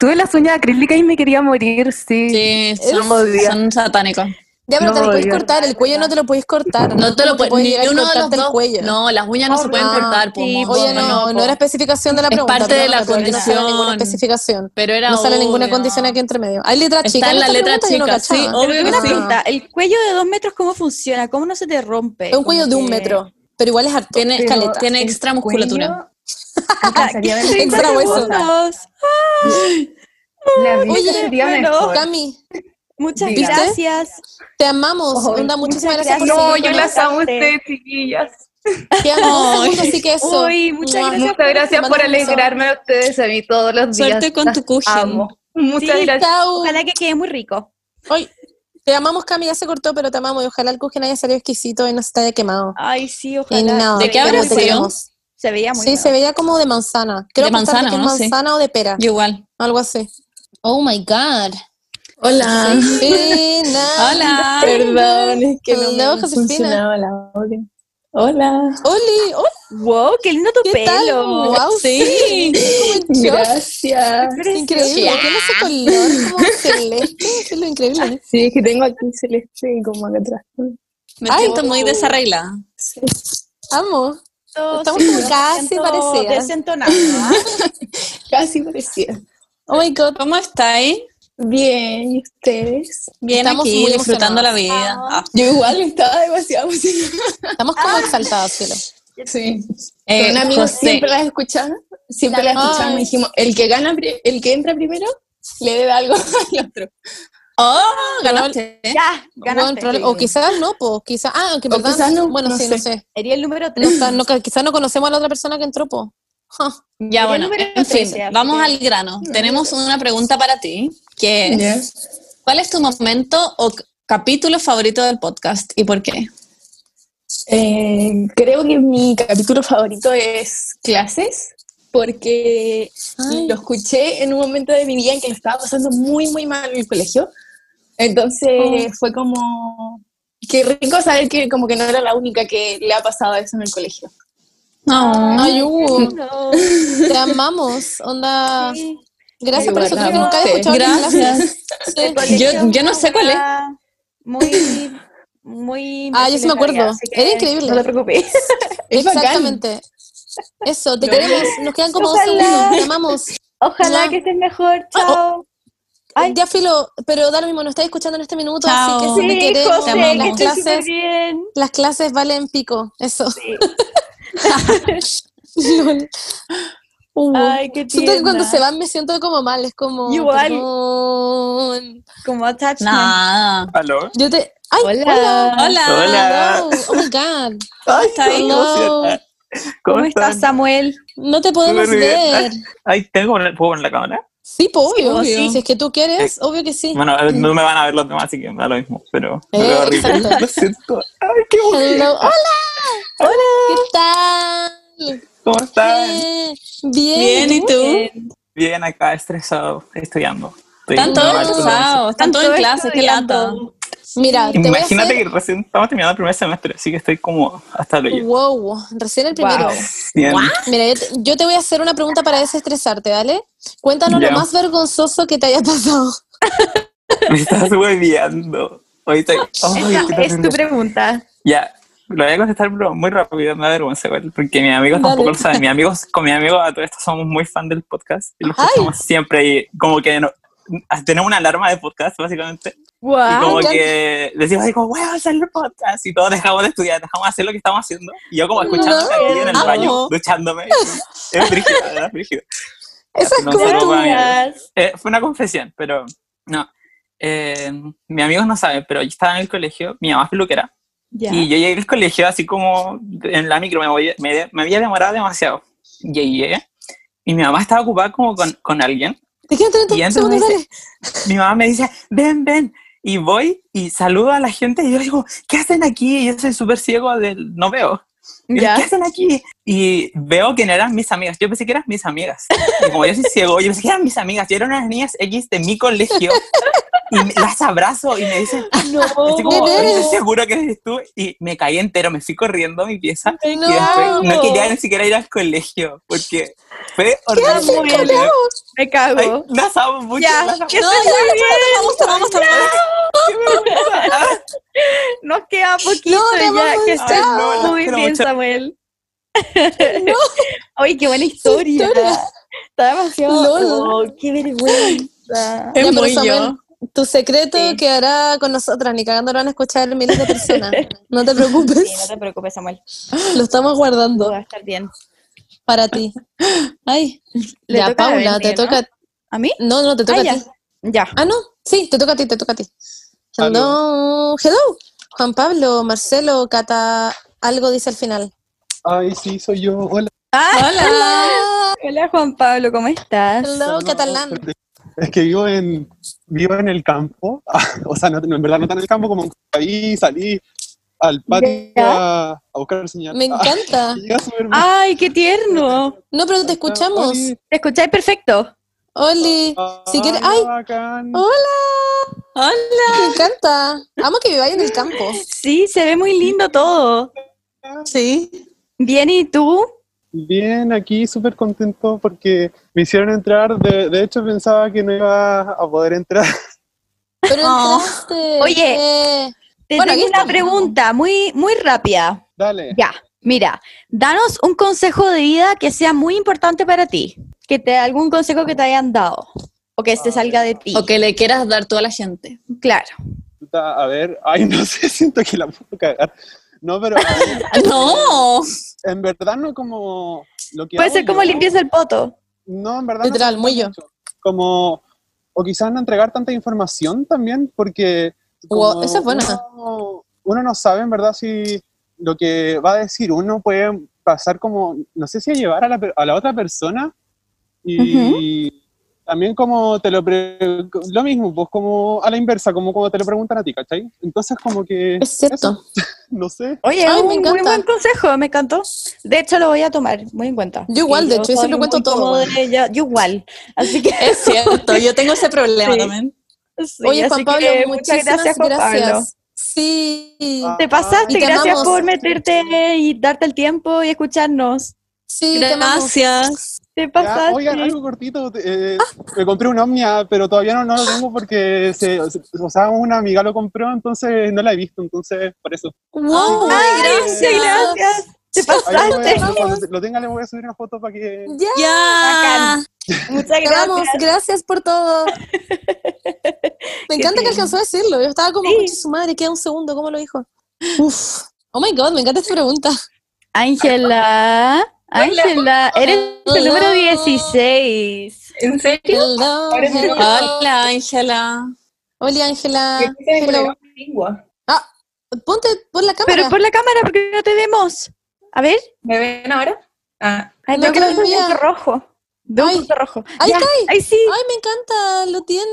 [SPEAKER 18] Tuve las uñas acrílicas y me quería morir, sí.
[SPEAKER 1] Sí, son, son satánicos.
[SPEAKER 3] Ya, pero te
[SPEAKER 1] No,
[SPEAKER 3] lo podéis
[SPEAKER 1] ya.
[SPEAKER 3] cortar, el cuello no te lo podéis cortar.
[SPEAKER 1] No te lo puedes,
[SPEAKER 3] puedes
[SPEAKER 1] ni
[SPEAKER 3] llegar a
[SPEAKER 1] uno de los
[SPEAKER 3] cortarte el
[SPEAKER 1] dos.
[SPEAKER 3] cuello.
[SPEAKER 1] No, las uñas no se pueden cortar, po,
[SPEAKER 3] sí,
[SPEAKER 1] moco,
[SPEAKER 3] Oye, no,
[SPEAKER 1] no,
[SPEAKER 3] no,
[SPEAKER 1] po.
[SPEAKER 3] era especificación de la
[SPEAKER 1] Es
[SPEAKER 3] pregunta.
[SPEAKER 1] parte de la
[SPEAKER 3] porque No sale ninguna
[SPEAKER 1] condición.
[SPEAKER 3] especificación.
[SPEAKER 1] Pero era
[SPEAKER 3] No sale ninguna
[SPEAKER 1] obvio.
[SPEAKER 3] condición aquí entre medio. Hay letra
[SPEAKER 1] Está
[SPEAKER 3] chica.
[SPEAKER 1] en la
[SPEAKER 3] esta
[SPEAKER 1] letra
[SPEAKER 3] pregunta, yo no
[SPEAKER 1] chica, sí,
[SPEAKER 3] cachaba.
[SPEAKER 1] obvio
[SPEAKER 4] Tengo una pregunta, ¿el cuello de dos metros cómo funciona? ¿Cómo no se te rompe?
[SPEAKER 3] Es un cuello
[SPEAKER 4] Como
[SPEAKER 3] de un
[SPEAKER 4] que-
[SPEAKER 3] metro, pero igual es harto.
[SPEAKER 4] Tiene-
[SPEAKER 3] es caleta.
[SPEAKER 4] tiene El extra musculatura. cuello-
[SPEAKER 3] Alcanzaría a ver Extra
[SPEAKER 4] Treinta
[SPEAKER 3] hueso.
[SPEAKER 4] segundos.
[SPEAKER 18] La vida
[SPEAKER 3] Oye,
[SPEAKER 18] sería
[SPEAKER 3] bueno,
[SPEAKER 18] mejor.
[SPEAKER 3] Cami.
[SPEAKER 4] Muchas
[SPEAKER 3] ¿viste?
[SPEAKER 4] gracias.
[SPEAKER 3] Te amamos.
[SPEAKER 4] Ay,
[SPEAKER 3] Onda, muchísimas
[SPEAKER 4] muchas
[SPEAKER 3] gracias por
[SPEAKER 4] gracias.
[SPEAKER 3] seguir
[SPEAKER 4] No, yo
[SPEAKER 3] con
[SPEAKER 4] las
[SPEAKER 3] nosotros.
[SPEAKER 4] amo a ustedes,
[SPEAKER 7] chiquillas.
[SPEAKER 3] Quedan dos segundos, así que eso.
[SPEAKER 18] Uy, muchas
[SPEAKER 3] Mua.
[SPEAKER 18] gracias, por, alegrarme a ustedes a mí todos los días.
[SPEAKER 3] Suerte con tu
[SPEAKER 18] Las Amo. Muchas
[SPEAKER 3] Sí,
[SPEAKER 18] gracias.
[SPEAKER 3] chau.
[SPEAKER 4] Ojalá que quede muy rico.
[SPEAKER 3] Hoy te amamos, Cami, ya se cortó, pero te amamos. Y ojalá el cujin haya salido exquisito y no se te haya quemado.
[SPEAKER 4] Ay, sí,
[SPEAKER 3] Y
[SPEAKER 4] ojalá.
[SPEAKER 3] nada,
[SPEAKER 1] ¿De qué
[SPEAKER 3] te
[SPEAKER 1] habrá
[SPEAKER 3] amo, te
[SPEAKER 1] sido?
[SPEAKER 3] queremos.
[SPEAKER 4] Se veía muy
[SPEAKER 3] Sí, se veía como de manzana. Creo
[SPEAKER 1] De
[SPEAKER 3] que está
[SPEAKER 1] manzana,
[SPEAKER 3] que es
[SPEAKER 1] ¿no? Sí.
[SPEAKER 3] manzana o de pera.
[SPEAKER 1] Yo igual.
[SPEAKER 3] Algo así. Oh my God.
[SPEAKER 1] Hola.
[SPEAKER 3] Josefina.
[SPEAKER 1] Hola.
[SPEAKER 19] Perdón, es que no
[SPEAKER 3] Hello,
[SPEAKER 19] me
[SPEAKER 3] Josefina.
[SPEAKER 19] funcionaba la audio. Hola.
[SPEAKER 3] Oli, hola.
[SPEAKER 4] Wow, qué lindo tu
[SPEAKER 3] ¿Qué tal?
[SPEAKER 19] pelo.
[SPEAKER 3] Wow, sí.
[SPEAKER 19] Sí.
[SPEAKER 3] Como el
[SPEAKER 19] Gracias.
[SPEAKER 3] short. Increíble. ¿Qué es ese color como celeste? Es lo increíble.
[SPEAKER 19] Sí, es que tengo aquí celeste y como acá atrás.
[SPEAKER 1] Me
[SPEAKER 3] Ay,
[SPEAKER 1] siento muy desarreglada.
[SPEAKER 3] Amo. Estamos
[SPEAKER 19] sí,
[SPEAKER 3] como
[SPEAKER 19] me
[SPEAKER 3] casi
[SPEAKER 19] siento
[SPEAKER 3] parecidas.
[SPEAKER 4] desentonada.
[SPEAKER 19] Casi parecía.
[SPEAKER 3] Oh my God.
[SPEAKER 1] ¿Cómo estáis?
[SPEAKER 19] Bien, ¿y ustedes?
[SPEAKER 1] Bien
[SPEAKER 3] Estamos
[SPEAKER 1] aquí,
[SPEAKER 3] muy
[SPEAKER 1] disfrutando la vida.
[SPEAKER 19] emocionadas.
[SPEAKER 1] Ah.
[SPEAKER 19] Yo igual estaba demasiado emocionada. Ah.
[SPEAKER 3] Estamos como exaltados, cielo.
[SPEAKER 19] Sí.
[SPEAKER 1] Eh,
[SPEAKER 19] Con amigos
[SPEAKER 1] José.
[SPEAKER 19] siempre las escuchaba, siempre las escuchaba.
[SPEAKER 1] Ay.
[SPEAKER 19] Me dijimos, el que gana, pri- el que entra primero, le debe algo al otro.
[SPEAKER 1] Oh, ganaste.
[SPEAKER 3] ¿Eh?
[SPEAKER 4] Ya,
[SPEAKER 3] Bueno, probable- o quizás no, pues quizás. Ah, aunque en
[SPEAKER 19] O
[SPEAKER 3] verdad.
[SPEAKER 19] quizás no,
[SPEAKER 3] bueno,
[SPEAKER 19] no
[SPEAKER 3] sí, no
[SPEAKER 19] sé.
[SPEAKER 3] sé.
[SPEAKER 4] Sería el número
[SPEAKER 3] No,
[SPEAKER 4] 3.
[SPEAKER 3] está- no, quizás no conocemos a la otra persona que entró, po. Ja.
[SPEAKER 1] Ya, bueno,
[SPEAKER 4] número
[SPEAKER 1] en fin,
[SPEAKER 4] 13,
[SPEAKER 1] vamos
[SPEAKER 4] así
[SPEAKER 1] al grano. Tenemos una pregunta para ti, que es, ¿cuál es tu momento o c- capítulo favorito del podcast y por qué?
[SPEAKER 19] Eh, creo que mi capítulo favorito es clases, porque lo escuché en un momento de mi vida en que lo estaba pasando muy, muy mal en el colegio. Entonces fue como, qué rico saber que como que no era la única que le ha pasado eso en el colegio.
[SPEAKER 1] No.
[SPEAKER 3] Ay, Hugo, te amamos, onda. Gracias por eso, creo que nunca he escuchado tus clases.
[SPEAKER 1] Gracias.
[SPEAKER 3] Sí.
[SPEAKER 1] Yo, yo no sé cuál es.
[SPEAKER 4] Muy, muy.
[SPEAKER 3] Ah, yo sí me acuerdo. Era increíble.
[SPEAKER 4] No te preocupes.
[SPEAKER 19] Es bacán.
[SPEAKER 3] Exactamente. Eso, te
[SPEAKER 4] No.
[SPEAKER 3] queremos. Nos quedan como dos
[SPEAKER 4] Ojalá.
[SPEAKER 3] segundos. Te amamos.
[SPEAKER 4] Ojalá
[SPEAKER 3] Ya. Ah, oh,
[SPEAKER 4] que estés mejor. Chao.
[SPEAKER 3] Ya, Filo, pero da lo mismo, nos estáis escuchando en este minuto,
[SPEAKER 1] Chao.
[SPEAKER 3] así que si
[SPEAKER 1] Sí,
[SPEAKER 3] te queremos,
[SPEAKER 1] José,
[SPEAKER 3] las
[SPEAKER 1] que estés
[SPEAKER 3] clases- Las clases valen pico, eso. Lol. Uh,
[SPEAKER 4] Ay, qué
[SPEAKER 3] Siento que cuando
[SPEAKER 4] tierna.
[SPEAKER 3] se van me siento como mal, es como.
[SPEAKER 4] Igual.
[SPEAKER 3] perdón.
[SPEAKER 4] Como attachment.
[SPEAKER 1] Nada.
[SPEAKER 9] ¿Aló?
[SPEAKER 3] Yo te. ¡Ay!
[SPEAKER 4] Hola.
[SPEAKER 3] ¡Hola!
[SPEAKER 1] Hola.
[SPEAKER 9] Hola.
[SPEAKER 3] Hello. ¡Oh my God!
[SPEAKER 9] Ay, estoy
[SPEAKER 3] Hello.
[SPEAKER 9] emocionada. ¿Cómo, están?
[SPEAKER 4] Samuel?
[SPEAKER 3] No te podemos
[SPEAKER 9] Súper bien.
[SPEAKER 3] ver.
[SPEAKER 9] Ay, ¿tengo que poner- ¿Puedo poner la cámara?
[SPEAKER 3] Sí, pues, obvio.
[SPEAKER 1] obvio.
[SPEAKER 3] sí. Si es que tú quieres, obvio que sí.
[SPEAKER 9] Bueno, eh, no me van a ver los demás, así que me da lo mismo, pero me
[SPEAKER 3] Eh,
[SPEAKER 9] veo horrible.
[SPEAKER 3] exacto.
[SPEAKER 9] Lo siento. Ay, qué
[SPEAKER 3] Hello.
[SPEAKER 9] bonito.
[SPEAKER 3] ¡Hola! ¡Hola! ¿Qué tal?
[SPEAKER 9] ¿Cómo están?
[SPEAKER 3] Eh, bien.
[SPEAKER 1] Bien, ¿y tú?
[SPEAKER 9] Bien, acá estresado, estudiando. Estoy
[SPEAKER 1] Están todos
[SPEAKER 9] mal con la
[SPEAKER 1] estresados, están
[SPEAKER 3] Están
[SPEAKER 1] todos en
[SPEAKER 3] todos
[SPEAKER 1] clase, qué lata.
[SPEAKER 3] Mira, te voy a
[SPEAKER 9] Imagínate
[SPEAKER 3] hacer.
[SPEAKER 9] que recién estamos terminando el primer semestre, así que estoy como hasta lo yo.
[SPEAKER 3] Wow, recién el primero.
[SPEAKER 9] Bien.
[SPEAKER 3] Mira, yo te, yo te voy a hacer una pregunta para desestresarte, ¿dale? Cuéntanos
[SPEAKER 9] Ya.
[SPEAKER 3] lo más vergonzoso que te haya pasado.
[SPEAKER 9] Me estás hueviando. Hoy estoy. Ay, qué terrible.
[SPEAKER 4] pregunta.
[SPEAKER 9] Ya, lo voy a contestar pero muy rápido, me da vergüenza igual, porque mis amigos
[SPEAKER 3] Dale.
[SPEAKER 9] tampoco lo saben. Mis amigos, con mis amigos a todo esto somos muy fan del podcast y lo
[SPEAKER 3] Ay.
[SPEAKER 9] escuchamos siempre y como que no- tenemos una alarma de podcast básicamente. Y
[SPEAKER 4] Wow.
[SPEAKER 9] como que decimos, ay, como, voy a hacer el podcast y todos dejamos de estudiar, dejamos de hacer lo que estamos haciendo. Y yo como escuchando
[SPEAKER 3] No,
[SPEAKER 9] aquí en el
[SPEAKER 3] amo.
[SPEAKER 9] baño, duchándome. Es brígido, es brígido.
[SPEAKER 3] Esas
[SPEAKER 9] No, solo para mí.
[SPEAKER 3] cosas.
[SPEAKER 9] Eh, fue una confesión, pero no. Eh, mis amigos no saben, pero yo estaba en el colegio, mi mamá es peluquera.
[SPEAKER 4] Ya.
[SPEAKER 9] Y yo llegué al colegio así como en la micro, me, voy- me- me había demorado demasiado. Llegué y mi mamá estaba ocupada como con, con alguien.
[SPEAKER 3] Te quedan 30
[SPEAKER 9] Y entonces me
[SPEAKER 3] segundos, dale.
[SPEAKER 9] dice- mi mamá me dice, ven, ven. Y voy y saludo a la gente y yo digo, ¿qué hacen aquí? Y yo soy súper ciego del no veo. Y yo,
[SPEAKER 4] Ya.
[SPEAKER 9] ¿Qué hacen aquí? Y veo que no eran mis amigas. Yo pensé que eran mis amigas. Y como yo soy ciego, yo pensé que eran mis amigas. Yo eran unas niñas X de mi colegio y las abrazo y me dicen, no, así como, ¿estás seguro que eres tú? Y me caí entero, me fui corriendo a mi pieza y después no quería ni siquiera ir al colegio porque fue horrible.
[SPEAKER 4] Me cago.
[SPEAKER 9] Ay, las amo mucho.
[SPEAKER 4] Ya,
[SPEAKER 9] las amo.
[SPEAKER 4] que estés muy bien. Nos queda poquito
[SPEAKER 9] No, te
[SPEAKER 4] ya,
[SPEAKER 9] amamos,
[SPEAKER 4] que
[SPEAKER 9] chao.
[SPEAKER 4] estés
[SPEAKER 9] Ay, no, las
[SPEAKER 4] muy
[SPEAKER 9] quiero
[SPEAKER 4] bien,
[SPEAKER 9] mucho.
[SPEAKER 4] Samuel. Ay, qué buena historia. Está demasiado...
[SPEAKER 3] Lol.
[SPEAKER 4] Oh, qué
[SPEAKER 3] Ya,
[SPEAKER 4] vergüenza.
[SPEAKER 3] pero Samuel, tu secreto quedará con nosotras, ni cagando lo van a escuchar miles de personas. No te preocupes,
[SPEAKER 4] Sí, no te preocupes, Samuel.
[SPEAKER 3] lo estamos guardando.
[SPEAKER 4] Va a estar bien.
[SPEAKER 3] Para ti. Ay,
[SPEAKER 4] Le
[SPEAKER 3] ya,
[SPEAKER 4] toca a
[SPEAKER 3] Paula, te
[SPEAKER 4] Bendy, ¿no?
[SPEAKER 3] toca.
[SPEAKER 4] ¿A mí?
[SPEAKER 3] No, no, te toca
[SPEAKER 4] Ah,
[SPEAKER 3] a
[SPEAKER 4] ya.
[SPEAKER 3] ti.
[SPEAKER 4] Ya.
[SPEAKER 3] Ah, no, sí, te toca a ti, te toca a ti. Hello,
[SPEAKER 14] Aló.
[SPEAKER 3] hello. Juan Pablo, Marcelo, Cata, algo dice al final.
[SPEAKER 4] Ah,
[SPEAKER 14] Ay, sí, soy yo. Hola.
[SPEAKER 4] hola. Hola, Juan Pablo, ¿cómo estás?
[SPEAKER 3] Hello, catalán.
[SPEAKER 14] Es que vivo en, vivo en el campo. o sea, no, no, en verdad no tan en el campo como ahí salí al patio a, a buscar señal.
[SPEAKER 3] Me encanta.
[SPEAKER 4] Ay, qué tierno.
[SPEAKER 3] No, pero te escuchamos.
[SPEAKER 4] Te escucháis perfecto.
[SPEAKER 3] Oli,
[SPEAKER 14] Ah.
[SPEAKER 3] si quieres. ¡Ay! ¡Hola!
[SPEAKER 4] ¡Hola!
[SPEAKER 3] Me encanta. Amo que viváis en el campo.
[SPEAKER 4] Sí, se ve muy lindo todo.
[SPEAKER 3] Sí.
[SPEAKER 4] Bien, ¿y tú?
[SPEAKER 14] Bien, aquí súper contento porque me hicieron entrar. De, de hecho, pensaba que no iba a poder entrar.
[SPEAKER 3] Pero
[SPEAKER 4] Oh.
[SPEAKER 3] entraste. eh,
[SPEAKER 4] Oye, te
[SPEAKER 3] bueno, aquí
[SPEAKER 4] tengo una
[SPEAKER 3] estamos.
[SPEAKER 4] pregunta muy, muy rápida.
[SPEAKER 14] Dale.
[SPEAKER 4] Ya, mira, danos un consejo de vida que sea muy importante para ti. Que te algún consejo que te hayan dado. O que se salga de ti.
[SPEAKER 1] O que le quieras dar tú a la gente.
[SPEAKER 4] Claro.
[SPEAKER 14] Puta, A ver, ay, no sé, siento que la puedo cagar. No, pero.
[SPEAKER 1] ¡No!
[SPEAKER 14] En verdad, no como. Lo que
[SPEAKER 4] Puede
[SPEAKER 14] hago
[SPEAKER 4] ser como
[SPEAKER 14] yo.
[SPEAKER 4] limpieza el poto.
[SPEAKER 14] No, en verdad. no sé como, o quizás no entregar tanta información también, porque
[SPEAKER 3] Wow,
[SPEAKER 14] como
[SPEAKER 3] esa es buena.
[SPEAKER 14] Uno, uno no sabe en verdad si lo que va a decir uno puede pasar como, no sé si a llevar a la, per- a la otra persona y también como te lo, pre- lo mismo, pues como a la inversa, como cuando te lo preguntan a ti, ¿cachai? Entonces como que...
[SPEAKER 3] Es cierto.
[SPEAKER 14] eso, no sé.
[SPEAKER 4] Oye,
[SPEAKER 3] Ay,
[SPEAKER 4] un
[SPEAKER 3] me
[SPEAKER 4] muy
[SPEAKER 3] encanta.
[SPEAKER 4] buen consejo, me encantó. De hecho, lo voy a tomar muy en cuenta.
[SPEAKER 3] Yo igual,
[SPEAKER 4] Y
[SPEAKER 3] de hecho, yo
[SPEAKER 4] soy
[SPEAKER 3] siempre cuento
[SPEAKER 4] muy
[SPEAKER 3] todo,
[SPEAKER 4] como
[SPEAKER 3] bueno.
[SPEAKER 4] de- yo, yo igual. Así que.
[SPEAKER 1] Es cierto, yo tengo ese problema
[SPEAKER 4] Sí.
[SPEAKER 1] también.
[SPEAKER 4] Sí,
[SPEAKER 3] Oye,
[SPEAKER 4] así
[SPEAKER 3] Juan Pablo,
[SPEAKER 4] que muchas
[SPEAKER 3] muchísimas gracias.
[SPEAKER 4] gracias, Juan Pablo.
[SPEAKER 3] Sí.
[SPEAKER 14] Ah,
[SPEAKER 4] Te pasaste,
[SPEAKER 3] Y te
[SPEAKER 4] gracias
[SPEAKER 3] amamos.
[SPEAKER 4] por meterte y darte el tiempo y escucharnos.
[SPEAKER 3] Sí, te amamos.
[SPEAKER 1] Gracias.
[SPEAKER 4] Te
[SPEAKER 14] Ya,
[SPEAKER 4] pasaste.
[SPEAKER 14] oigan, algo cortito. eh, Me compré un Omnia, pero todavía no, no lo tengo porque se, se- o sea, una amiga lo compró, entonces no la he visto, entonces por eso. eh,
[SPEAKER 3] Wow,
[SPEAKER 4] Ay,
[SPEAKER 3] gracias.
[SPEAKER 4] gracias. Te
[SPEAKER 14] Ahí lo voy a-
[SPEAKER 4] pasaste.
[SPEAKER 14] cuando lo tenga le voy a subir una foto para que...
[SPEAKER 3] Ya.
[SPEAKER 1] Ya.
[SPEAKER 4] Muchas
[SPEAKER 3] Te amamos,
[SPEAKER 4] gracias.
[SPEAKER 3] gracias por todo. Me encanta que
[SPEAKER 4] tierno.
[SPEAKER 3] alcanzó a decirlo. Yo estaba como, "Conche su madre, queda un segundo, ¿cómo lo dijo? Uf. Oh my god, me encanta esta pregunta.
[SPEAKER 4] Ángela. Ángela, eres el
[SPEAKER 3] Hola.
[SPEAKER 4] número 16.
[SPEAKER 7] ¿En serio?
[SPEAKER 3] Hello,
[SPEAKER 7] Ahora sí.
[SPEAKER 3] hello.
[SPEAKER 1] Hola, Ángela.
[SPEAKER 3] Hola, Ángela.
[SPEAKER 7] ¿Qué dice
[SPEAKER 3] Ah, Hello.
[SPEAKER 7] la lengua?
[SPEAKER 3] Ah, ponte por la cámara.
[SPEAKER 4] Pero por la cámara, porque no te vemos. A ver,
[SPEAKER 7] ¿Me ven ahora? Ah,
[SPEAKER 4] ahí
[SPEAKER 3] No
[SPEAKER 4] veo que
[SPEAKER 3] te
[SPEAKER 4] le doy un
[SPEAKER 3] veía.
[SPEAKER 4] punto rojo. De un
[SPEAKER 3] Ay.
[SPEAKER 4] punto rojo.
[SPEAKER 3] Ahí
[SPEAKER 4] Ya,
[SPEAKER 3] está.
[SPEAKER 4] Ahí sí.
[SPEAKER 3] Ay, me encanta, lo tienes.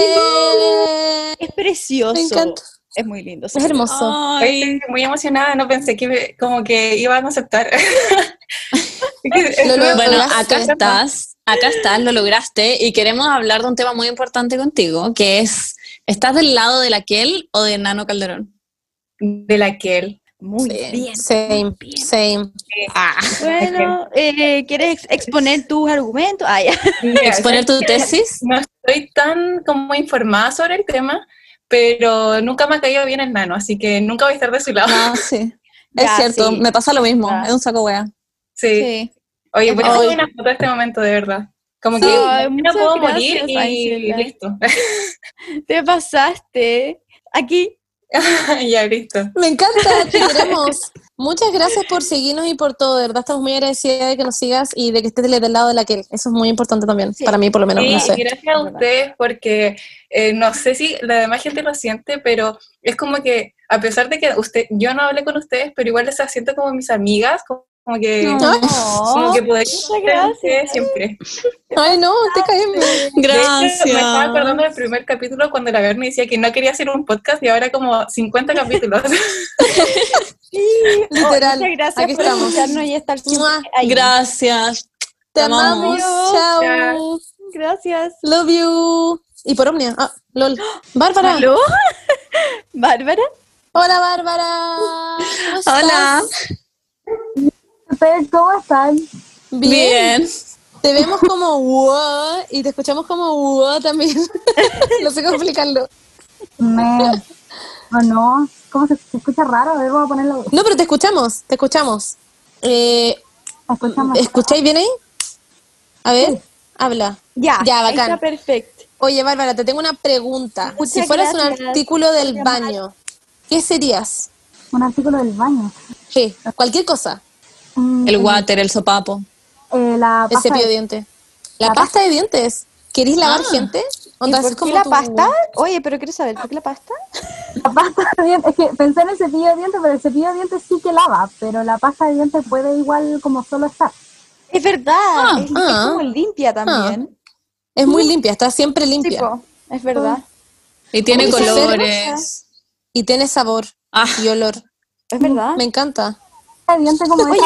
[SPEAKER 3] Eh,
[SPEAKER 4] Es precioso.
[SPEAKER 3] Me encanta.
[SPEAKER 4] Es muy lindo.
[SPEAKER 3] Es hermoso.
[SPEAKER 7] Ay,
[SPEAKER 1] Ay,
[SPEAKER 7] estoy muy emocionada, no pensé que me- como que iban a aceptar. Es que
[SPEAKER 3] Lo
[SPEAKER 7] estuve-
[SPEAKER 3] lograste.
[SPEAKER 1] Bueno, acá estás, acá estás, lo lograste y queremos hablar de un tema muy importante contigo, que es, ¿estás del lado de la Kiel o de Nano Calderón?
[SPEAKER 7] de la Kel.
[SPEAKER 4] Muy
[SPEAKER 1] Sí.
[SPEAKER 4] bien.
[SPEAKER 3] Same, same.
[SPEAKER 1] Ah,
[SPEAKER 4] Bueno, eh, ¿quieres ex- exponer tus argumentos? Ah, ya.
[SPEAKER 7] Mira,
[SPEAKER 1] ¿Exponer tu
[SPEAKER 7] ¿sabes qué?
[SPEAKER 1] tesis?
[SPEAKER 7] No estoy tan como informada sobre el tema, pero nunca me ha caído bien el nano, así que nunca voy a estar de su lado.
[SPEAKER 1] Ah, sí. Es
[SPEAKER 4] Ya,
[SPEAKER 1] cierto,
[SPEAKER 4] sí.
[SPEAKER 1] me pasa lo mismo,
[SPEAKER 4] Ya.
[SPEAKER 1] es un saco wea.
[SPEAKER 7] Sí.
[SPEAKER 4] Sí.
[SPEAKER 7] Oye, voy a hacer
[SPEAKER 1] Ay.
[SPEAKER 7] una foto de este momento, de verdad. Como
[SPEAKER 4] Sí,
[SPEAKER 7] que
[SPEAKER 4] ay,
[SPEAKER 7] no
[SPEAKER 4] muchas
[SPEAKER 7] puedo morir
[SPEAKER 4] gracias,
[SPEAKER 7] y
[SPEAKER 4] Ángela.
[SPEAKER 7] listo.
[SPEAKER 4] Te pasaste. Aquí.
[SPEAKER 7] ya, listo.
[SPEAKER 3] Me encanta, te queremos. Muchas gracias por seguirnos y por todo, de verdad estamos muy agradecidas de que nos sigas y de que estés del lado de la que eso es muy importante también,
[SPEAKER 4] Sí.
[SPEAKER 3] para mí por lo menos,
[SPEAKER 7] Sí,
[SPEAKER 3] no sé.
[SPEAKER 7] gracias a
[SPEAKER 4] verdad.
[SPEAKER 7] ustedes porque eh, no sé si la demás gente lo siente, pero es como que a pesar de que usted, yo no hablé con ustedes, pero igual les siento como mis amigas, como, como que Eh, como que podría estar con ustedes siempre.
[SPEAKER 3] Ay no,
[SPEAKER 4] Ah,
[SPEAKER 3] te caemos.
[SPEAKER 7] De hecho, me estaba acordando
[SPEAKER 1] Gracias.
[SPEAKER 7] del primer capítulo cuando la Bernie decía que no quería hacer un podcast y ahora como 50 capítulos.
[SPEAKER 3] Literal,
[SPEAKER 4] muchas gracias
[SPEAKER 3] aquí
[SPEAKER 4] por
[SPEAKER 3] estamos.
[SPEAKER 4] escucharnos y estar siempre
[SPEAKER 3] Mua,
[SPEAKER 4] ahí.
[SPEAKER 1] Gracias.
[SPEAKER 3] Te
[SPEAKER 1] Te amamos.
[SPEAKER 3] amamos, chao.
[SPEAKER 4] Gracias.
[SPEAKER 3] Love you. Y por Omnia. Ah, LOL. Bárbara.
[SPEAKER 4] ¿Aló? ¿Bárbara?
[SPEAKER 3] Hola, Bárbara.
[SPEAKER 4] Hola.
[SPEAKER 20] ¿Ustedes cómo están?
[SPEAKER 3] Bien. Te vemos como wow y te escuchamos como wow también. no sé cómo explicarlo.
[SPEAKER 20] Me... Oh, no, ¿cómo se, se escucha raro? A ver, voy a ponerlo.
[SPEAKER 3] No, pero te escuchamos, te escuchamos. Eh,
[SPEAKER 20] escuchamos.
[SPEAKER 3] ¿Escucháis bien ahí? A ver, habla.
[SPEAKER 4] Ya,
[SPEAKER 3] ya,
[SPEAKER 4] ahí
[SPEAKER 3] bacán.
[SPEAKER 4] está perfecto.
[SPEAKER 3] Oye, Bárbara, te tengo una pregunta.
[SPEAKER 20] Muchas
[SPEAKER 3] si fueras un
[SPEAKER 20] gracias.
[SPEAKER 3] artículo del
[SPEAKER 20] Gracias,
[SPEAKER 3] baño, ¿qué serías?
[SPEAKER 20] Un artículo del baño.
[SPEAKER 3] Sí, cualquier cosa.
[SPEAKER 20] Mm,
[SPEAKER 1] El water, el sopapo.
[SPEAKER 20] eh, la
[SPEAKER 3] El
[SPEAKER 20] pasta
[SPEAKER 3] cepillo de
[SPEAKER 20] de-
[SPEAKER 3] dientes. La, pasta de dientes. ¿Querís lavar gente?
[SPEAKER 4] Ah. ¿Y
[SPEAKER 3] Onda,
[SPEAKER 4] por
[SPEAKER 3] es
[SPEAKER 4] qué
[SPEAKER 3] como
[SPEAKER 4] la
[SPEAKER 3] tu-
[SPEAKER 4] pasta? Oye, pero quiero saber, ¿por qué la pasta?
[SPEAKER 20] La pasta de dientes, es que pensé en el cepillo de dientes, pero el cepillo de dientes sí que lava, pero la pasta de dientes puede igual como solo estar.
[SPEAKER 4] Es verdad, es, es
[SPEAKER 3] ah.
[SPEAKER 4] como limpia también.
[SPEAKER 3] Es muy limpia, está siempre limpia.
[SPEAKER 4] Tipo, es verdad.
[SPEAKER 1] Y tiene
[SPEAKER 3] Como dice
[SPEAKER 1] colores. Ah.
[SPEAKER 3] Y tiene sabor y olor.
[SPEAKER 4] Es verdad.
[SPEAKER 3] Me encanta.
[SPEAKER 4] Oye,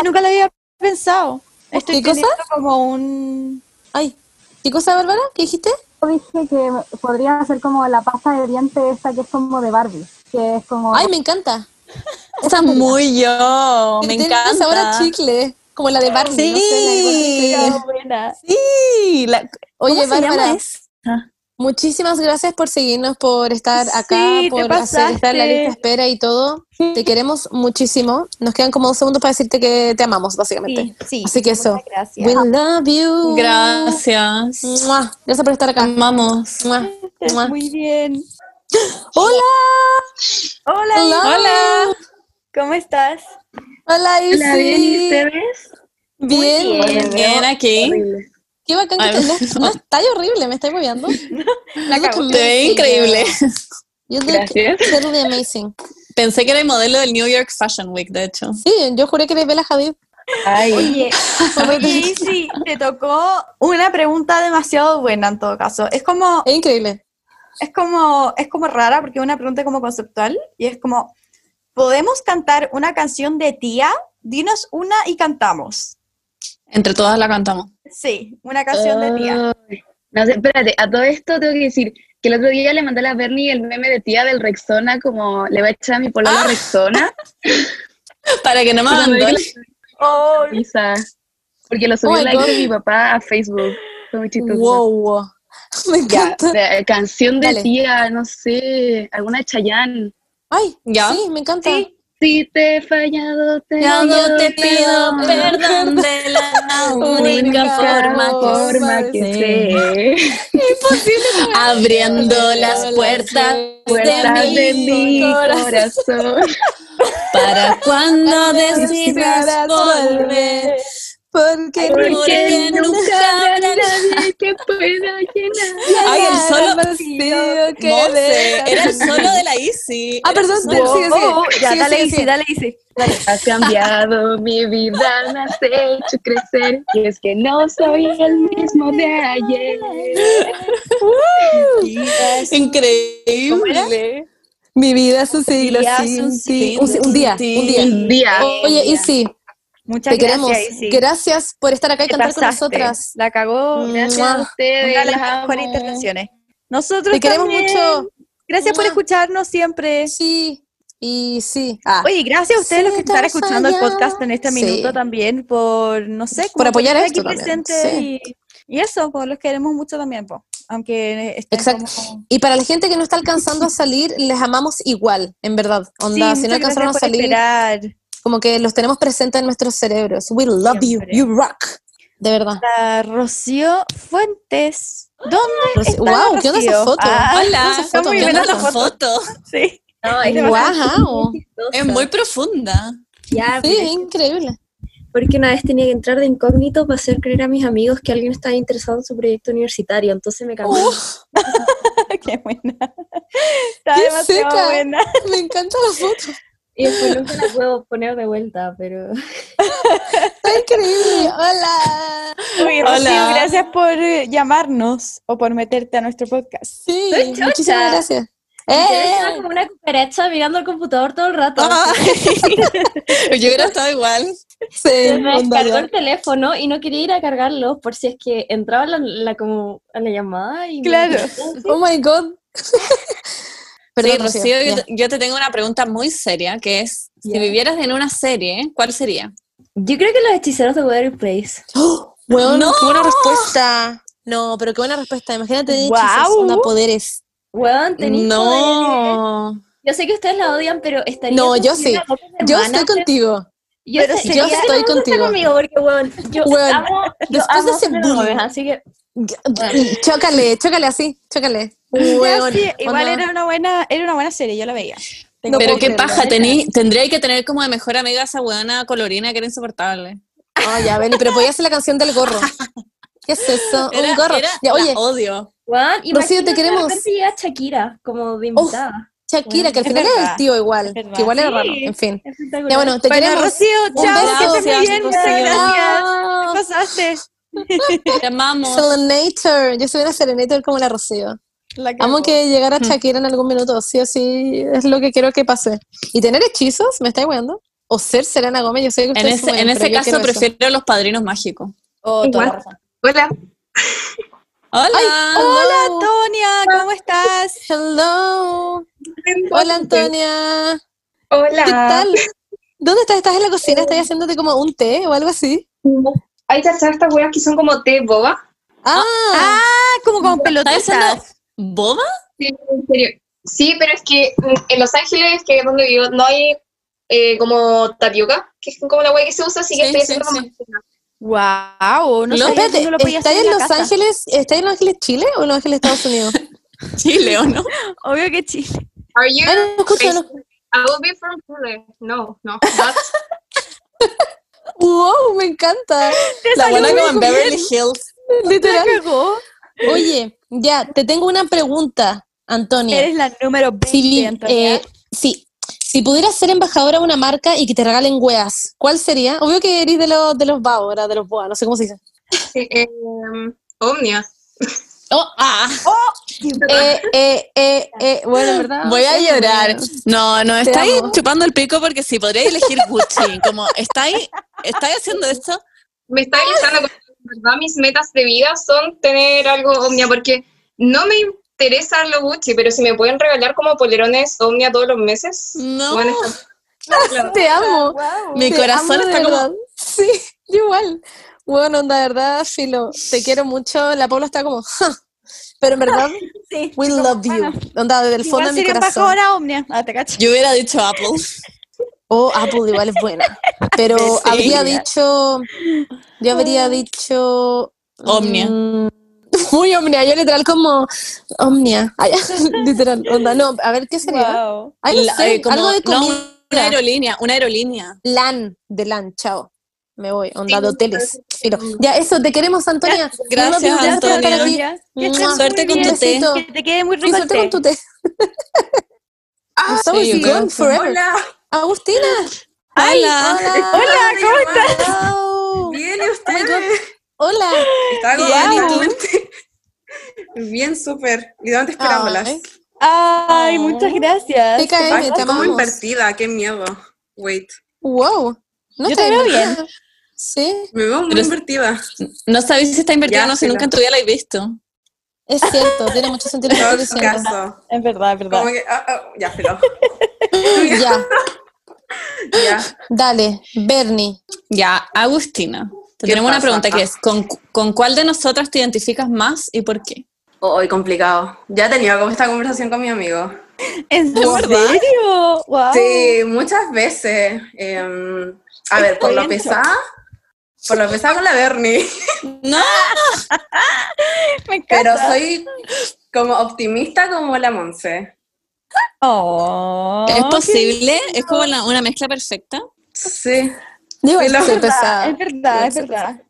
[SPEAKER 4] nunca lo había pensado. Estoy
[SPEAKER 3] ¿Qué cosa?
[SPEAKER 4] teniendo como un...
[SPEAKER 3] Ay, ¿qué cosa, Bárbara? ¿Qué dijiste?
[SPEAKER 20] Yo dije que podría ser como la pasta de dientes esta que es como de Barbie, que es como...
[SPEAKER 3] Ay, me encanta.
[SPEAKER 1] Está Ah, muy yo.
[SPEAKER 3] Que
[SPEAKER 1] Me
[SPEAKER 3] tiene sabor a
[SPEAKER 1] encanta.
[SPEAKER 3] chicle, como la de Barbie.
[SPEAKER 1] Sí.
[SPEAKER 3] no sé, la encuentro increíble.
[SPEAKER 1] Sí. la- ¿Cómo
[SPEAKER 3] Oye,
[SPEAKER 1] se llama
[SPEAKER 3] Bárbara,
[SPEAKER 1] eso?
[SPEAKER 3] muchísimas gracias por seguirnos, por estar acá,
[SPEAKER 4] te
[SPEAKER 3] por hacer estar en la lista de espera y todo. Te queremos muchísimo. Nos quedan como dos segundos para decirte que te amamos, básicamente.
[SPEAKER 4] Sí, sí.
[SPEAKER 3] Así que eso.
[SPEAKER 4] Muchas gracias.
[SPEAKER 3] We love you.
[SPEAKER 1] Gracias.
[SPEAKER 3] Mua. Gracias por estar acá.
[SPEAKER 1] Amamos.
[SPEAKER 3] Mua.
[SPEAKER 4] Estés
[SPEAKER 3] Mua.
[SPEAKER 4] Muy bien.
[SPEAKER 3] Hola.
[SPEAKER 4] Hola.
[SPEAKER 3] Hola.
[SPEAKER 4] Hola. ¿Cómo estás?
[SPEAKER 3] Hola, Isi.
[SPEAKER 7] ustedes?
[SPEAKER 3] Bien,
[SPEAKER 1] Bien, bien aquí.
[SPEAKER 3] Qué bacán que
[SPEAKER 1] Ay,
[SPEAKER 3] te no, está horrible, me estáis moviendo.
[SPEAKER 1] La Te ve increíble.
[SPEAKER 3] You look
[SPEAKER 1] Gracias.
[SPEAKER 3] totally amazing.
[SPEAKER 1] Pensé que era el modelo del New York Fashion Week, de hecho.
[SPEAKER 3] Sí, yo juré que era Bella Hadid.
[SPEAKER 4] Oye, oye, sí, te tocó una pregunta demasiado buena en todo caso. Es como...
[SPEAKER 3] Es increíble.
[SPEAKER 4] Es como, es como rara porque es una pregunta como conceptual y es como, ¿podemos cantar una canción de tía? Dinos una y cantamos.
[SPEAKER 1] Entre todas la cantamos.
[SPEAKER 4] Sí, una canción de tía.
[SPEAKER 18] Ay, No sé, espérate, a todo esto tengo que decir que el otro día le mandé a la Bernie el meme de tía del Rexona, como le va a echar a mi polola
[SPEAKER 4] Ah.
[SPEAKER 18] Rexona.
[SPEAKER 1] Para que no me
[SPEAKER 18] Pero me dio
[SPEAKER 1] abandone.
[SPEAKER 18] la risa, Porque lo
[SPEAKER 1] Oh
[SPEAKER 18] subió
[SPEAKER 1] my
[SPEAKER 18] el like de
[SPEAKER 1] God.
[SPEAKER 18] mi papá a Facebook. Fue muy chistoso.
[SPEAKER 3] Wow. Me encanta.
[SPEAKER 18] canción de
[SPEAKER 3] Dale.
[SPEAKER 18] tía, no sé, alguna de Chayanne.
[SPEAKER 3] Ay,
[SPEAKER 1] ¿Ya?
[SPEAKER 3] sí, me encanta.
[SPEAKER 18] Si te he fallado, te,
[SPEAKER 1] Yo te pido
[SPEAKER 18] pido
[SPEAKER 1] perdón de la única forma que
[SPEAKER 18] forma que sé.
[SPEAKER 1] Imposible. Abriendo las puertas
[SPEAKER 18] Puertas de mi corazón.
[SPEAKER 1] Para cuando decidas volver.
[SPEAKER 3] Porque,
[SPEAKER 18] Porque nunca habrá
[SPEAKER 1] habrá
[SPEAKER 18] nadie que pueda llenar.
[SPEAKER 1] Ay, el solo.
[SPEAKER 3] que
[SPEAKER 1] Monse,
[SPEAKER 3] dejas
[SPEAKER 1] era el
[SPEAKER 3] en mí.
[SPEAKER 1] solo de la Isi.
[SPEAKER 3] Ah,
[SPEAKER 1] Era el
[SPEAKER 3] perdón,
[SPEAKER 1] solo.
[SPEAKER 3] sigue, sigue, sigue.
[SPEAKER 4] Oh, ya,
[SPEAKER 3] Sigue,
[SPEAKER 4] dale,
[SPEAKER 3] sigue,
[SPEAKER 4] Isi,
[SPEAKER 3] sigue.
[SPEAKER 4] dale, Isi.
[SPEAKER 18] Has cambiado mi vida, me has hecho crecer. Y es que no soy el mismo de ayer.
[SPEAKER 1] Increíble.
[SPEAKER 3] Mi vida es un siglo
[SPEAKER 4] día es
[SPEAKER 3] sin
[SPEAKER 4] un
[SPEAKER 3] ti.
[SPEAKER 4] siglo
[SPEAKER 3] Un, si- un día,
[SPEAKER 1] sin
[SPEAKER 3] un día.
[SPEAKER 1] ti.
[SPEAKER 18] Un día.
[SPEAKER 3] Oye, Isi, te
[SPEAKER 4] Muchas gracias,
[SPEAKER 3] queremos.
[SPEAKER 4] Isi.
[SPEAKER 3] Gracias por estar acá y
[SPEAKER 4] Te
[SPEAKER 3] cantar con
[SPEAKER 4] pasaste.
[SPEAKER 3] nosotras.
[SPEAKER 4] La cagó.
[SPEAKER 18] Gracias a ustedes.
[SPEAKER 4] Una de las
[SPEAKER 18] las amo.
[SPEAKER 4] mejores intervenciones. Nosotros
[SPEAKER 3] Te queremos
[SPEAKER 4] también.
[SPEAKER 3] mucho.
[SPEAKER 4] Gracias por
[SPEAKER 3] Mua.
[SPEAKER 4] escucharnos siempre.
[SPEAKER 3] Sí, y sí. Ah,
[SPEAKER 4] Oye, gracias a ustedes
[SPEAKER 3] Sí,
[SPEAKER 4] los que
[SPEAKER 3] te
[SPEAKER 4] están escuchando el
[SPEAKER 3] fallaba.
[SPEAKER 4] podcast en este
[SPEAKER 3] Sí.
[SPEAKER 4] minuto también por, no sé, como
[SPEAKER 3] apoyar
[SPEAKER 4] estar
[SPEAKER 3] esto
[SPEAKER 4] aquí
[SPEAKER 3] también,
[SPEAKER 4] presentes
[SPEAKER 3] sí.
[SPEAKER 4] y, y eso, pues los queremos mucho también, pues. Aunque estén
[SPEAKER 3] Exacto.
[SPEAKER 4] como-
[SPEAKER 3] Y para la gente que no está alcanzando a salir, les amamos igual, en verdad.
[SPEAKER 4] Sí,
[SPEAKER 3] Onda, si
[SPEAKER 4] muchas
[SPEAKER 3] no alcanzaron a
[SPEAKER 4] gracias por
[SPEAKER 3] salir,
[SPEAKER 4] esperar.
[SPEAKER 3] como que los tenemos presentes en nuestros cerebros. We love
[SPEAKER 4] Siempre.
[SPEAKER 3] you, you rock. De verdad.
[SPEAKER 4] La Rocío Fuentes. ¿Dónde
[SPEAKER 3] Rocío-
[SPEAKER 4] está
[SPEAKER 3] wow,
[SPEAKER 4] la
[SPEAKER 3] ¿qué onda esa
[SPEAKER 4] Rocío?
[SPEAKER 3] foto?
[SPEAKER 4] Ah,
[SPEAKER 3] ¿Qué onda
[SPEAKER 1] Hola.
[SPEAKER 3] esa foto?
[SPEAKER 1] Muy
[SPEAKER 3] ¿Qué
[SPEAKER 1] buena
[SPEAKER 3] onda
[SPEAKER 1] la foto.
[SPEAKER 4] sí.
[SPEAKER 18] No, es
[SPEAKER 3] Guau.
[SPEAKER 1] Es muy profunda.
[SPEAKER 21] Ya,
[SPEAKER 3] Sí, es
[SPEAKER 21] pero-
[SPEAKER 3] increíble.
[SPEAKER 21] porque una vez tenía que entrar de incógnito para hacer creer a mis amigos que alguien estaba interesado en su proyecto universitario, entonces me cambié.
[SPEAKER 4] Qué buena. Está
[SPEAKER 3] Qué
[SPEAKER 4] demasiado
[SPEAKER 3] seca.
[SPEAKER 4] buena.
[SPEAKER 3] Me encanta la foto.
[SPEAKER 21] Y después nunca la puedo poner de vuelta, pero...
[SPEAKER 3] Está increíble. Hola.
[SPEAKER 4] Oye, Rocío,
[SPEAKER 1] Hola.
[SPEAKER 4] gracias por eh, llamarnos o por meterte a nuestro podcast.
[SPEAKER 3] Sí,
[SPEAKER 21] Soy chocha.
[SPEAKER 3] muchísimas gracias.
[SPEAKER 21] Yo
[SPEAKER 3] ¡Eh!
[SPEAKER 21] estaba como una cucaracha mirando el computador todo el rato.
[SPEAKER 1] Ah, yo hubiera estado igual.
[SPEAKER 21] Se me descargó el teléfono y no quería ir a cargarlo por si es que entraba la, la como, a la llamada y... me-
[SPEAKER 3] Claro. Oh my god.
[SPEAKER 1] Sí,
[SPEAKER 3] Perdón,
[SPEAKER 1] Rocío,
[SPEAKER 3] Rocío,
[SPEAKER 1] yo,
[SPEAKER 3] ya.
[SPEAKER 1] te- yo te tengo una pregunta muy seria, que es, si
[SPEAKER 21] Ya.
[SPEAKER 1] vivieras en una serie, ¿cuál sería?
[SPEAKER 21] Yo creo que los hechiceros de Water Place.
[SPEAKER 3] Weón,
[SPEAKER 1] ¡No!
[SPEAKER 3] qué buena respuesta. No, pero qué buena respuesta. Imagínate
[SPEAKER 21] Guau.
[SPEAKER 3] hechizos, onda, poderes.
[SPEAKER 21] Weón, ¿eh? tenéis
[SPEAKER 3] No.
[SPEAKER 21] Yo sé que ustedes la odian, pero estaría...
[SPEAKER 3] No, yo
[SPEAKER 21] como
[SPEAKER 3] sí.
[SPEAKER 21] una poca
[SPEAKER 3] Yo
[SPEAKER 21] semana
[SPEAKER 3] estoy
[SPEAKER 21] que-
[SPEAKER 3] contigo.
[SPEAKER 21] Yo,
[SPEAKER 3] Pero
[SPEAKER 21] sé-
[SPEAKER 3] sí, yo
[SPEAKER 21] yo sé que
[SPEAKER 3] estoy
[SPEAKER 21] todo el mundo está
[SPEAKER 3] contigo.
[SPEAKER 21] conmigo porque, weón, yo
[SPEAKER 3] Weón,
[SPEAKER 21] amo, yo
[SPEAKER 3] después
[SPEAKER 21] amo
[SPEAKER 3] de ese
[SPEAKER 21] Selena Gomez,
[SPEAKER 3] bullying.
[SPEAKER 21] así que...
[SPEAKER 3] Y Chócale, chócale así, chócale.
[SPEAKER 4] Ya,
[SPEAKER 3] Weón,
[SPEAKER 4] sí, igual
[SPEAKER 3] onda.
[SPEAKER 4] era una buena, era una buena serie, yo la veía. Tengo
[SPEAKER 1] Pero
[SPEAKER 4] que
[SPEAKER 1] qué
[SPEAKER 4] creerlo.
[SPEAKER 1] paja, tení- tendría que tener como de mejor amiga esa weona colorina que era insoportable.
[SPEAKER 3] Oh, ya, Beli, pero podía hacer la canción del gorro. ¿Qué es eso?
[SPEAKER 1] Era-
[SPEAKER 3] Un gorro.
[SPEAKER 1] era-
[SPEAKER 3] ya,
[SPEAKER 1] la
[SPEAKER 3] oye,
[SPEAKER 1] odio.
[SPEAKER 21] Weón,
[SPEAKER 3] Rocío,
[SPEAKER 21] imagínate
[SPEAKER 3] te queremos.
[SPEAKER 21] De repente llega Shakira como de invitada.
[SPEAKER 3] Shakira, que al
[SPEAKER 21] Es
[SPEAKER 3] final era
[SPEAKER 21] verdad,
[SPEAKER 3] el tío igual,
[SPEAKER 21] verdad.
[SPEAKER 3] que igual era
[SPEAKER 21] Sí,
[SPEAKER 3] raro, en fin.
[SPEAKER 21] espectacular.
[SPEAKER 3] Ya bueno, te
[SPEAKER 4] Bueno,
[SPEAKER 3] queremos.
[SPEAKER 4] Rocío,
[SPEAKER 3] Un
[SPEAKER 4] chao,
[SPEAKER 3] beso.
[SPEAKER 4] que estés muy bien, muchas
[SPEAKER 3] Rocío.
[SPEAKER 21] Ah.
[SPEAKER 4] gracias. ¿Qué pasaste?
[SPEAKER 1] Te amamos.
[SPEAKER 3] Serenator, yo soy una Serenator como la Rocío. Amo que llegara Shakira en algún minuto, sí o sí, es lo que quiero que pase. ¿Y tener hechizos? ¿Me estáis weando? ¿O ser Serena Gómez? Yo sé que
[SPEAKER 1] En
[SPEAKER 3] ustedes
[SPEAKER 1] ese,
[SPEAKER 3] se
[SPEAKER 1] en
[SPEAKER 3] mueren,
[SPEAKER 1] ese
[SPEAKER 3] pero yo
[SPEAKER 1] caso
[SPEAKER 3] quiero eso.
[SPEAKER 1] prefiero los padrinos mágicos.
[SPEAKER 4] Oh, toda la
[SPEAKER 1] Igual.
[SPEAKER 4] razón.
[SPEAKER 12] Hola.
[SPEAKER 1] Hola.
[SPEAKER 3] oh.
[SPEAKER 4] Hola, Antonia, ¿cómo estás?
[SPEAKER 3] Hello. Hola, Antonia.
[SPEAKER 18] Hola. Eh.
[SPEAKER 3] ¿Qué tal? ¿Dónde estás? ¿Estás en la cocina? ¿Estás haciéndote como un té o algo así?
[SPEAKER 18] Hay que hacer estas weas que son como té boba.
[SPEAKER 3] Ah,
[SPEAKER 4] como con pelotas.
[SPEAKER 1] ¿Boba?
[SPEAKER 18] Sí, en serio. Sí, pero es que mm, en Los Ángeles, que es donde vivo, no hay eh, como tapioca, que es como la wea que se usa, así que estoy haciendo como
[SPEAKER 4] Wow,
[SPEAKER 3] No,
[SPEAKER 4] no sabía que
[SPEAKER 3] espérate,
[SPEAKER 4] uno lo podía
[SPEAKER 3] ¿estás
[SPEAKER 4] hacer
[SPEAKER 3] en,
[SPEAKER 4] en la
[SPEAKER 3] Los
[SPEAKER 4] casa.
[SPEAKER 3] Ángeles? ¿Estás en Los Ángeles, Chile o en Los Ángeles, Estados Unidos?
[SPEAKER 1] Chile, ¿o no?
[SPEAKER 4] Obvio que Chile.
[SPEAKER 18] Are you
[SPEAKER 3] Ay, no, escucho,
[SPEAKER 18] based- I will be from Chile. No, no. that's-
[SPEAKER 3] ¡Wow! Me encanta.
[SPEAKER 1] La buena
[SPEAKER 3] buena
[SPEAKER 1] como en Beverly Hills.
[SPEAKER 3] Literal. Oye, ya, te tengo una pregunta, Antonia.
[SPEAKER 4] Eres la número 20,
[SPEAKER 3] Si, vi-
[SPEAKER 4] Antonia.
[SPEAKER 3] eh, sí. Si pudieras ser embajadora de una marca y que te regalen weas, ¿cuál sería? Obvio que eres de los de los BAO, ¿verdad? de los BOA, no sé cómo se dice.
[SPEAKER 18] Eh, em, Omnia.
[SPEAKER 3] Oh, ah. Eh, eh, eh, eh, bueno, en ¿verdad?
[SPEAKER 1] Voy a
[SPEAKER 3] Eso,
[SPEAKER 1] llorar.
[SPEAKER 3] bueno.
[SPEAKER 1] No, no,
[SPEAKER 3] Te
[SPEAKER 1] estáis
[SPEAKER 3] amo.
[SPEAKER 1] chupando el pico porque si podría elegir Gucci. Como estáis, estáis haciendo esto.
[SPEAKER 18] me está realizando con verdad mis metas de vida son tener algo Omnia porque no me interesa lo Gucci, pero si me pueden regalar como polerones Omnia todos los meses,
[SPEAKER 1] No.
[SPEAKER 18] van a estar-
[SPEAKER 3] Te amo.
[SPEAKER 1] Mi
[SPEAKER 3] Te
[SPEAKER 1] corazón
[SPEAKER 3] amo de
[SPEAKER 1] está como-
[SPEAKER 3] verdad. Sí, yo igual. Bueno, onda, de verdad, Filo, te quiero mucho. La Paula está como, "Ja". pero en verdad, we love you. Onda, desde el fondo
[SPEAKER 4] Igual
[SPEAKER 3] de mi
[SPEAKER 4] sería
[SPEAKER 3] corazón.
[SPEAKER 4] embajadora Omnia. Ah, te cacho.
[SPEAKER 1] Yo hubiera dicho Apple.
[SPEAKER 3] Oh, Apple igual es buena. Pero
[SPEAKER 1] Sí.
[SPEAKER 3] habría dicho, yo habría dicho...
[SPEAKER 1] Omnia.
[SPEAKER 3] mm, muy Omnia, yo literal como Omnia. Ay, literal, onda, no, a ver, ¿qué sería? Ay, no
[SPEAKER 1] La-
[SPEAKER 3] sé,
[SPEAKER 1] eh, como-
[SPEAKER 3] algo de
[SPEAKER 1] no,
[SPEAKER 3] comida.
[SPEAKER 1] una aerolínea, una aerolínea.
[SPEAKER 3] LAN, de LAN, chao. Me voy, onda de hoteles. filo. Ya, eso, te queremos, Antonia.
[SPEAKER 1] Gracias,
[SPEAKER 3] Love you, por estar
[SPEAKER 1] Antonia.
[SPEAKER 3] aquí. Mm.
[SPEAKER 4] Que estés
[SPEAKER 3] Mua.
[SPEAKER 4] muy
[SPEAKER 1] Suerte con
[SPEAKER 4] bien.
[SPEAKER 1] tu té.
[SPEAKER 4] Que te quede muy
[SPEAKER 3] Y
[SPEAKER 4] rico el
[SPEAKER 3] suerte
[SPEAKER 4] té.
[SPEAKER 3] con tu té.
[SPEAKER 7] Ah,
[SPEAKER 3] Estamos
[SPEAKER 1] sí, yo
[SPEAKER 3] gone
[SPEAKER 1] creo.
[SPEAKER 3] forever.
[SPEAKER 7] Hola.
[SPEAKER 3] Agustina.
[SPEAKER 1] Hola.
[SPEAKER 3] Hola.
[SPEAKER 7] Hola, ¿cómo
[SPEAKER 3] estás?
[SPEAKER 7] Bien, ¿y ustedes?
[SPEAKER 3] Hola.
[SPEAKER 7] Está
[SPEAKER 3] Wow.
[SPEAKER 7] gobernante. Bien, súper. ¿Y dónde esperándolas?
[SPEAKER 3] Ay.
[SPEAKER 4] Ay, muchas gracias.
[SPEAKER 7] Ay,
[SPEAKER 3] PKM, te
[SPEAKER 7] como
[SPEAKER 3] amamos.
[SPEAKER 7] invertida, qué miedo. Wait.
[SPEAKER 3] Wow. No
[SPEAKER 4] Yo
[SPEAKER 3] está
[SPEAKER 4] te veo
[SPEAKER 3] invertida. Sí,
[SPEAKER 7] Me veo muy
[SPEAKER 1] Pero es-
[SPEAKER 7] invertida.
[SPEAKER 1] No sabéis si está invertido
[SPEAKER 7] Ya,
[SPEAKER 1] o no, si
[SPEAKER 7] filo.
[SPEAKER 1] nunca en tu vida la he visto.
[SPEAKER 3] es cierto, tiene mucho sentido lo que
[SPEAKER 7] Todo
[SPEAKER 3] estoy
[SPEAKER 7] su
[SPEAKER 3] diciendo.
[SPEAKER 7] caso.
[SPEAKER 4] Es verdad, es verdad.
[SPEAKER 7] Como que, ah, ah, ya, pero.
[SPEAKER 3] Ya,
[SPEAKER 7] Ya.
[SPEAKER 3] dale, Bernie.
[SPEAKER 1] Ya, Agustina, te
[SPEAKER 7] ¿Qué
[SPEAKER 1] tenemos una
[SPEAKER 7] pasa?
[SPEAKER 1] pregunta que
[SPEAKER 7] Ah.
[SPEAKER 1] es, ¿con, cu- con cuál de nosotras te identificas más y por qué?
[SPEAKER 7] Hoy complicado. Ya he tenido como esta conversación con mi amigo.
[SPEAKER 4] ¿En serio? Wow.
[SPEAKER 7] Sí, muchas veces. Em, a ver, por lo
[SPEAKER 4] Estoy en shock.
[SPEAKER 7] pesada, por lo pesada con la Bernie.
[SPEAKER 1] No,
[SPEAKER 4] Me encanta.
[SPEAKER 7] Pero soy como optimista como la Monse.
[SPEAKER 4] Oh,
[SPEAKER 1] ¿es
[SPEAKER 4] qué
[SPEAKER 1] posible?
[SPEAKER 4] lindo.
[SPEAKER 1] ¿Es como la- una mezcla perfecta?
[SPEAKER 7] Sí.
[SPEAKER 3] Digo,
[SPEAKER 7] Sí,
[SPEAKER 3] es
[SPEAKER 7] la
[SPEAKER 3] soy
[SPEAKER 7] verdad,
[SPEAKER 3] pesada.
[SPEAKER 4] Es verdad, es verdad.
[SPEAKER 7] Yo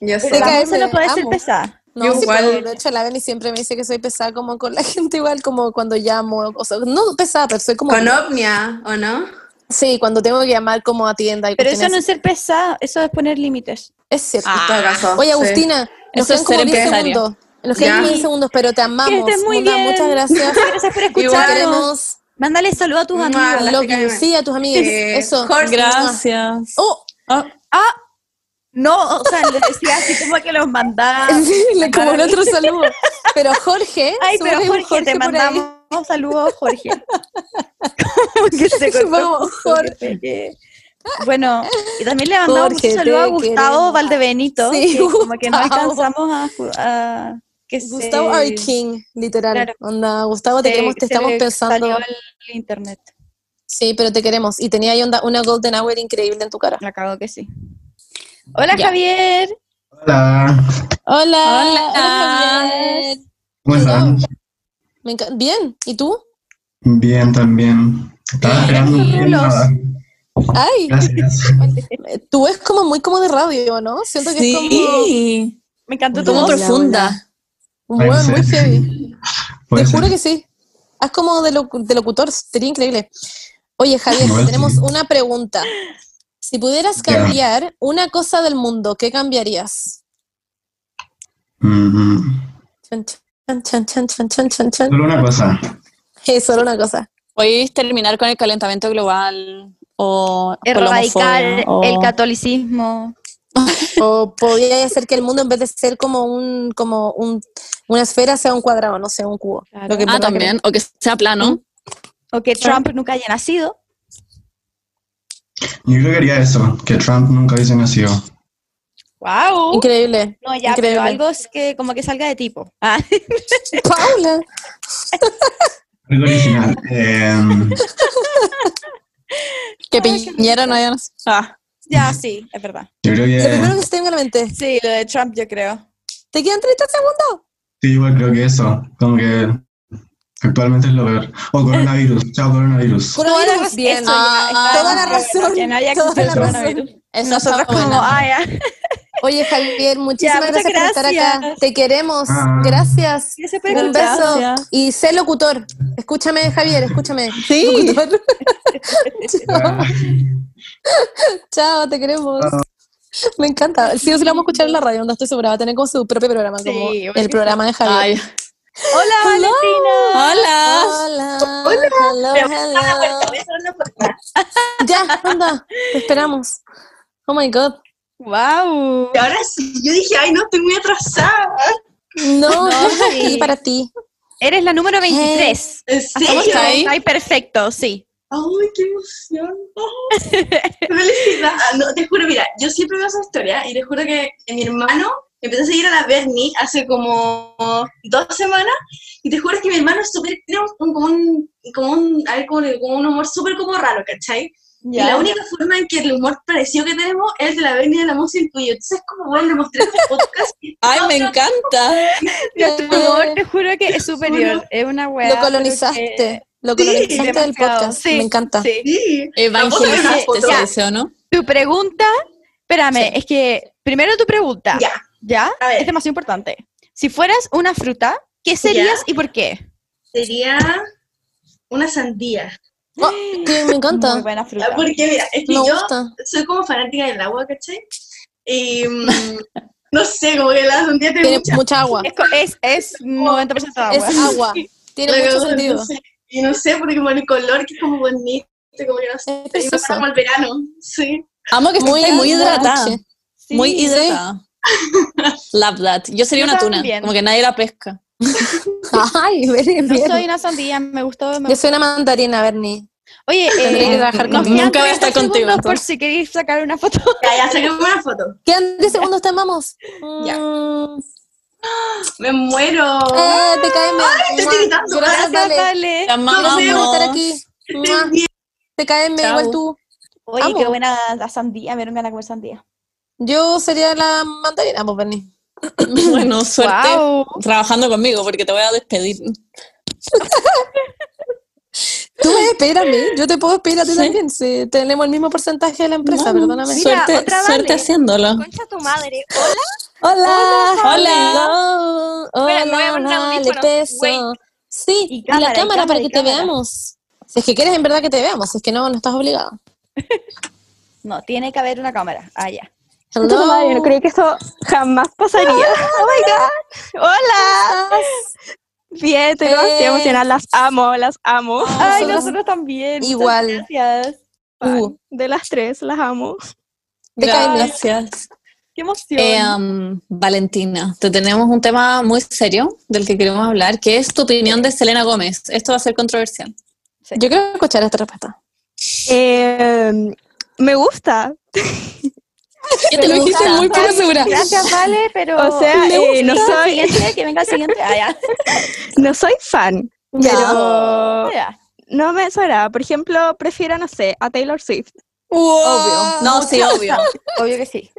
[SPEAKER 4] Pero
[SPEAKER 7] soy.
[SPEAKER 3] Caerme,
[SPEAKER 4] eso no puede ser
[SPEAKER 3] amo.
[SPEAKER 4] pesada.
[SPEAKER 3] No,
[SPEAKER 7] Yo
[SPEAKER 3] sí,
[SPEAKER 7] igual.
[SPEAKER 3] pero de hecho la Beni siempre me dice que soy pesada como con la gente igual, como cuando llamo, o sea, no pesada, pero soy como...
[SPEAKER 7] Con ovnia, ¿o no?
[SPEAKER 3] Sí, cuando tengo que llamar como a tienda y
[SPEAKER 4] Pero eso
[SPEAKER 3] cuestiones
[SPEAKER 4] no es
[SPEAKER 3] así.
[SPEAKER 4] ser pesada, eso es poner límites.
[SPEAKER 3] es cierto.
[SPEAKER 7] En todo caso, Ah, sí.
[SPEAKER 3] Oye, Agustina, nos
[SPEAKER 1] Eso es
[SPEAKER 3] quedan como
[SPEAKER 1] ser
[SPEAKER 3] 10
[SPEAKER 1] empresaria.
[SPEAKER 3] segundos. Nos quedan
[SPEAKER 7] Ya.
[SPEAKER 3] 10 segundos, pero te amamos.
[SPEAKER 4] Que estés muy
[SPEAKER 3] Onda,
[SPEAKER 4] bien.
[SPEAKER 3] Muchas gracias.
[SPEAKER 4] Gracias por
[SPEAKER 3] Te
[SPEAKER 4] escucharnos.
[SPEAKER 3] queremos.
[SPEAKER 4] Mándale saludos a tus
[SPEAKER 7] Mua,
[SPEAKER 4] amigos.
[SPEAKER 7] las
[SPEAKER 3] Love
[SPEAKER 7] que
[SPEAKER 3] you.
[SPEAKER 7] caen.
[SPEAKER 3] Sí, a tus amigas.
[SPEAKER 7] Eh,
[SPEAKER 3] Eso.
[SPEAKER 7] Jorge.
[SPEAKER 1] Gracias.
[SPEAKER 3] Oh,
[SPEAKER 4] Ah, ah, no, o sea, le decía así como que los mandaba.
[SPEAKER 3] Sí, le como el otro saludo. Pero Jorge,
[SPEAKER 4] Ay, pero
[SPEAKER 3] súbale un
[SPEAKER 4] Jorge, te
[SPEAKER 3] por ahí.
[SPEAKER 4] mandamos saludos, Jorge. Porque se cortó.
[SPEAKER 3] Vamos,
[SPEAKER 4] Jorge. Bueno, y también le mandamos
[SPEAKER 3] Jorge,
[SPEAKER 4] un saludo a
[SPEAKER 3] te
[SPEAKER 4] Gustavo
[SPEAKER 3] queremos.
[SPEAKER 4] Valdebenito,
[SPEAKER 3] Sí,
[SPEAKER 4] que como que no
[SPEAKER 3] Gustavo.
[SPEAKER 4] alcanzamos a, ju- a que se-
[SPEAKER 3] Gustavo R. King, literal.
[SPEAKER 4] Claro.
[SPEAKER 3] Onda, Gustavo, te
[SPEAKER 4] se-
[SPEAKER 3] queremos, te
[SPEAKER 4] se
[SPEAKER 3] estamos
[SPEAKER 4] le
[SPEAKER 3] pensando.
[SPEAKER 4] salió el internet.
[SPEAKER 3] Sí, pero te queremos. Y tenía ahí onda, una golden hour increíble en tu cara.
[SPEAKER 4] La cago que sí. Hola, Javier.
[SPEAKER 3] Hola. Hola.
[SPEAKER 4] Hola.
[SPEAKER 3] Javier.
[SPEAKER 22] ¿Cómo están?
[SPEAKER 3] Me encan- Bien, ¿y tú?
[SPEAKER 22] Bien, también. Estaba esperando un día
[SPEAKER 3] Carlos.
[SPEAKER 22] Ah, nada.
[SPEAKER 3] Ay,
[SPEAKER 22] Gracias.
[SPEAKER 3] tú es como muy como de radio, ¿no? Siento que es como...
[SPEAKER 4] Me encantó
[SPEAKER 3] tu Como
[SPEAKER 4] voz.
[SPEAKER 3] profunda. Un
[SPEAKER 22] Puede
[SPEAKER 3] hueón
[SPEAKER 22] ser.
[SPEAKER 3] muy heavy.
[SPEAKER 22] Puede
[SPEAKER 3] Te
[SPEAKER 22] ser.
[SPEAKER 3] juro que sí. Haz como de, locu- de locutor, sería increíble. Oye, Javier,
[SPEAKER 22] Igual
[SPEAKER 3] tenemos
[SPEAKER 22] sí.
[SPEAKER 3] una pregunta. Si pudieras
[SPEAKER 22] Ya.
[SPEAKER 3] cambiar una cosa del mundo, ¿qué cambiarías?
[SPEAKER 22] Mm,
[SPEAKER 3] Chan, chan, chan, chan, chan, chan, chan, chan.
[SPEAKER 22] Solo una cosa.
[SPEAKER 3] Es solo una cosa.
[SPEAKER 1] ¿Podéis terminar con el calentamiento global o con la
[SPEAKER 4] Erradicar
[SPEAKER 1] homofobia, o-
[SPEAKER 4] el catolicismo.
[SPEAKER 3] O podría hacer que el mundo, en vez de ser como un, como un, una esfera, sea un cuadrado, no sea un cubo. Lo que
[SPEAKER 1] Ah,
[SPEAKER 3] pueda
[SPEAKER 1] también,
[SPEAKER 3] creer.
[SPEAKER 1] o que sea
[SPEAKER 3] Ah,
[SPEAKER 1] plano.
[SPEAKER 4] O que Mm. Trump nunca haya nacido.
[SPEAKER 22] Yo creo que haría eso, que Trump nunca hubiese nacido.
[SPEAKER 4] ¡Wow!
[SPEAKER 3] Increíble.
[SPEAKER 4] No, ya,
[SPEAKER 3] increíble.
[SPEAKER 4] pero algo es que como que salga de tipo. Ah.
[SPEAKER 3] Paula.
[SPEAKER 22] Algo original. Em,
[SPEAKER 3] Que Piñera no haya nacido.
[SPEAKER 4] Ah, Ya, sí, es verdad.
[SPEAKER 22] yo creo
[SPEAKER 3] Lo primero
[SPEAKER 22] que
[SPEAKER 3] que se te venga a la mente.
[SPEAKER 4] Sí, lo de Trump, yo creo.
[SPEAKER 3] ¿Te quedan 30 segundos?
[SPEAKER 22] sí, igual creo que eso. Como que actualmente es lo peor. O coronavirus. Chao, coronavirus.
[SPEAKER 3] Toda la razón.
[SPEAKER 4] Bien.
[SPEAKER 3] toda la razón.
[SPEAKER 4] Ah, Que no haya
[SPEAKER 3] toda la
[SPEAKER 22] existido el
[SPEAKER 3] razón.
[SPEAKER 4] coronavirus.
[SPEAKER 3] Eso
[SPEAKER 4] Nosotros
[SPEAKER 3] está
[SPEAKER 4] como,
[SPEAKER 3] bueno.
[SPEAKER 4] ah, ya.
[SPEAKER 3] Oye, Javier, muchísimas
[SPEAKER 4] muchas
[SPEAKER 3] gracias, por estar acá.
[SPEAKER 4] gracias.
[SPEAKER 3] Te queremos.
[SPEAKER 22] Ah.
[SPEAKER 3] Gracias.
[SPEAKER 4] por
[SPEAKER 3] Un
[SPEAKER 4] escuchar.
[SPEAKER 3] beso.
[SPEAKER 4] Gracias.
[SPEAKER 3] Y sé locutor. Escúchame, Javier, escúchame. Sí. Chao. Chao, te queremos. Me encanta. Sí, o sí, lo vamos a escuchar en la radio, no estoy segura. Va a tener como su propio programa, como
[SPEAKER 4] Sí,
[SPEAKER 3] el programa de Javier.
[SPEAKER 4] Hola, Valentina.
[SPEAKER 1] Hola.
[SPEAKER 3] Hola. Hola. Ya, anda. Te esperamos. Oh my God.
[SPEAKER 4] Wow.
[SPEAKER 7] Y ahora sí, yo dije, ay, no, estoy muy atrasada.
[SPEAKER 3] No,
[SPEAKER 4] No,
[SPEAKER 3] es aquí
[SPEAKER 4] sí.
[SPEAKER 3] para ti.
[SPEAKER 4] Eres la número 23.
[SPEAKER 7] Eh, ¿En serio?
[SPEAKER 4] Ay, perfecto, sí.
[SPEAKER 7] ¡Ay, qué emoción! Oh, ¡Felicidad! Ah, No, te juro, mira, yo siempre veo esa historia y te juro que eh, mi hermano empezó a seguir a la Bernie hace como dos semanas y te juro que mi hermano es súper, tiene un, como un, como un, a ver, como, le- como un humor súper como raro, ¿cachai?
[SPEAKER 4] Ya.
[SPEAKER 7] Y la única forma en que el humor parecido que tenemos es el de la Bernie y de la música incluyo. Entonces, como, bueno, le mostré este podcast y
[SPEAKER 1] Ay, me encanta.
[SPEAKER 4] Nuestro humor, te juro que es superior. Es una weá.
[SPEAKER 3] Lo colonizaste. Lo
[SPEAKER 4] Sí,
[SPEAKER 3] colonizaste del
[SPEAKER 4] demasiado,
[SPEAKER 3] podcast.
[SPEAKER 4] sí,
[SPEAKER 3] Me encanta.
[SPEAKER 4] sí.
[SPEAKER 1] Eh,
[SPEAKER 7] Ah,
[SPEAKER 1] Evangelizaste,
[SPEAKER 4] Oye,
[SPEAKER 1] se
[SPEAKER 4] ya.
[SPEAKER 1] dice, ¿o no?
[SPEAKER 4] Tu pregunta, espérame, es que primero tu pregunta.
[SPEAKER 7] Ya.
[SPEAKER 4] ¿Ya?
[SPEAKER 7] A ver.
[SPEAKER 4] Es demasiado importante. Si fueras una fruta, ¿qué serías y por qué?
[SPEAKER 7] sería una sandía.
[SPEAKER 3] Oh, que me encanta.
[SPEAKER 4] Muy buena fruta.
[SPEAKER 7] Ah, Porque mira, es que
[SPEAKER 3] Me
[SPEAKER 7] yo
[SPEAKER 3] gusta.
[SPEAKER 7] soy como fanática del agua, ¿cachai? Y mm, no sé, como que la sandía tiene
[SPEAKER 3] Tiene
[SPEAKER 7] mucha,
[SPEAKER 3] mucha agua.
[SPEAKER 4] Es, co- es, es 90% agua.
[SPEAKER 3] Es agua. Tiene
[SPEAKER 7] Pero
[SPEAKER 3] mucho
[SPEAKER 7] no
[SPEAKER 3] sentido.
[SPEAKER 7] sé, y no sé, porque como el color que es como bonito, como que no sé, me
[SPEAKER 3] precioso.
[SPEAKER 7] pasa como el verano, sí.
[SPEAKER 1] Amo que muy,
[SPEAKER 3] Muy
[SPEAKER 1] muy
[SPEAKER 3] agua.
[SPEAKER 1] hidratada.
[SPEAKER 3] Sí.
[SPEAKER 1] Muy
[SPEAKER 3] Sí.
[SPEAKER 1] hidratada. Love that. Yo sería
[SPEAKER 4] Yo
[SPEAKER 1] una tuna,
[SPEAKER 4] también.
[SPEAKER 1] como que nadie la pesca.
[SPEAKER 3] Ay, Bernie,
[SPEAKER 4] Yo soy
[SPEAKER 3] bien.
[SPEAKER 4] una sandía, me gustó. me
[SPEAKER 3] Yo soy una mandarina, Bernie.
[SPEAKER 4] Oye, eh,
[SPEAKER 3] Tendría que trabajar
[SPEAKER 4] nos
[SPEAKER 3] contigo.
[SPEAKER 4] quedan
[SPEAKER 1] Nunca voy a estar
[SPEAKER 4] 30
[SPEAKER 1] contigo,
[SPEAKER 4] segundos Por
[SPEAKER 1] entonces.
[SPEAKER 4] si queréis sacar una foto.
[SPEAKER 7] Ya, ya saquemos una foto.
[SPEAKER 3] Quedan 10 segundos, te amamos.
[SPEAKER 7] Ya.
[SPEAKER 3] Mm.
[SPEAKER 7] Me muero.
[SPEAKER 3] Eh, te cae bien.
[SPEAKER 7] Ay, te estoy gritando.
[SPEAKER 3] Gracias,
[SPEAKER 4] Gracias,
[SPEAKER 3] dale.
[SPEAKER 4] Vale.
[SPEAKER 1] Te amamos.
[SPEAKER 3] Gracias por estar aquí. Mua. Te caes bien,
[SPEAKER 1] Chao.
[SPEAKER 3] igual tú.
[SPEAKER 4] Oye,
[SPEAKER 3] Amo.
[SPEAKER 4] qué buena la sandía. Me dieron ganas de comer sandía.
[SPEAKER 3] Yo sería la mandarina, pues, Bernie.
[SPEAKER 1] Bueno, suerte
[SPEAKER 4] Guau.
[SPEAKER 1] trabajando conmigo porque te voy a despedir.
[SPEAKER 3] Tú me esperas a mí, yo te puedo esperar a ti también. sí. tenemos el mismo porcentaje de la empresa,
[SPEAKER 1] Bueno,
[SPEAKER 3] perdóname.
[SPEAKER 1] Suerte,
[SPEAKER 17] Mira, otra
[SPEAKER 1] suerte
[SPEAKER 17] vale.
[SPEAKER 1] haciéndolo.
[SPEAKER 17] Concha tu madre. Hola.
[SPEAKER 3] Hola,
[SPEAKER 1] Hola.
[SPEAKER 3] hola, hola,
[SPEAKER 17] Espera, me voy a poner
[SPEAKER 3] dale
[SPEAKER 17] audífonos.
[SPEAKER 3] peso.
[SPEAKER 17] Wait.
[SPEAKER 3] Sí,
[SPEAKER 4] Y
[SPEAKER 3] y
[SPEAKER 4] cámara,
[SPEAKER 3] la
[SPEAKER 4] y
[SPEAKER 3] cámara para
[SPEAKER 4] cámara,
[SPEAKER 3] que
[SPEAKER 4] y
[SPEAKER 3] te
[SPEAKER 4] cámara.
[SPEAKER 3] veamos. Si es que quieres en verdad que te veamos, si es que no, no estás obligada.
[SPEAKER 4] No, tiene que haber una cámara. Ah, ya.
[SPEAKER 3] Hello.
[SPEAKER 17] Concha tu madre, no creí que eso jamás pasaría. Oh my god. Hola. Bien, estoy
[SPEAKER 3] Eh.
[SPEAKER 17] demasiado emocionada. Las amo, las amo.
[SPEAKER 4] Ay,
[SPEAKER 3] nosotros
[SPEAKER 4] nosotros también. muchas
[SPEAKER 3] igual.
[SPEAKER 4] Gracias.
[SPEAKER 3] Uh,
[SPEAKER 17] De las tres, las amo.
[SPEAKER 1] Te caen bien.
[SPEAKER 4] Gracias. Qué emoción.
[SPEAKER 1] Eh, um, Valentina, te tenemos un tema muy serio del que queremos hablar, que es tu opinión de Selena Gómez. Esto va a ser controversial.
[SPEAKER 3] Yo quiero escuchar esta respuesta.
[SPEAKER 4] Em,
[SPEAKER 17] Eh, me gusta.
[SPEAKER 3] Yo te lo dijiste muy poco segura.
[SPEAKER 4] Gracias, Vale, pero.
[SPEAKER 17] O sea,
[SPEAKER 4] Me
[SPEAKER 17] eh, no
[SPEAKER 4] gusta.
[SPEAKER 17] soy-
[SPEAKER 4] Siguiente, que venga el siguiente. Ah, ya.
[SPEAKER 17] No soy fan,
[SPEAKER 4] Ya.
[SPEAKER 3] Oh,
[SPEAKER 17] pero
[SPEAKER 4] Ya.
[SPEAKER 17] no me suena. Por ejemplo, prefiero, no sé, a Taylor Swift.
[SPEAKER 4] Obvio.
[SPEAKER 1] No, sí, obvio.
[SPEAKER 4] Obvio que sí.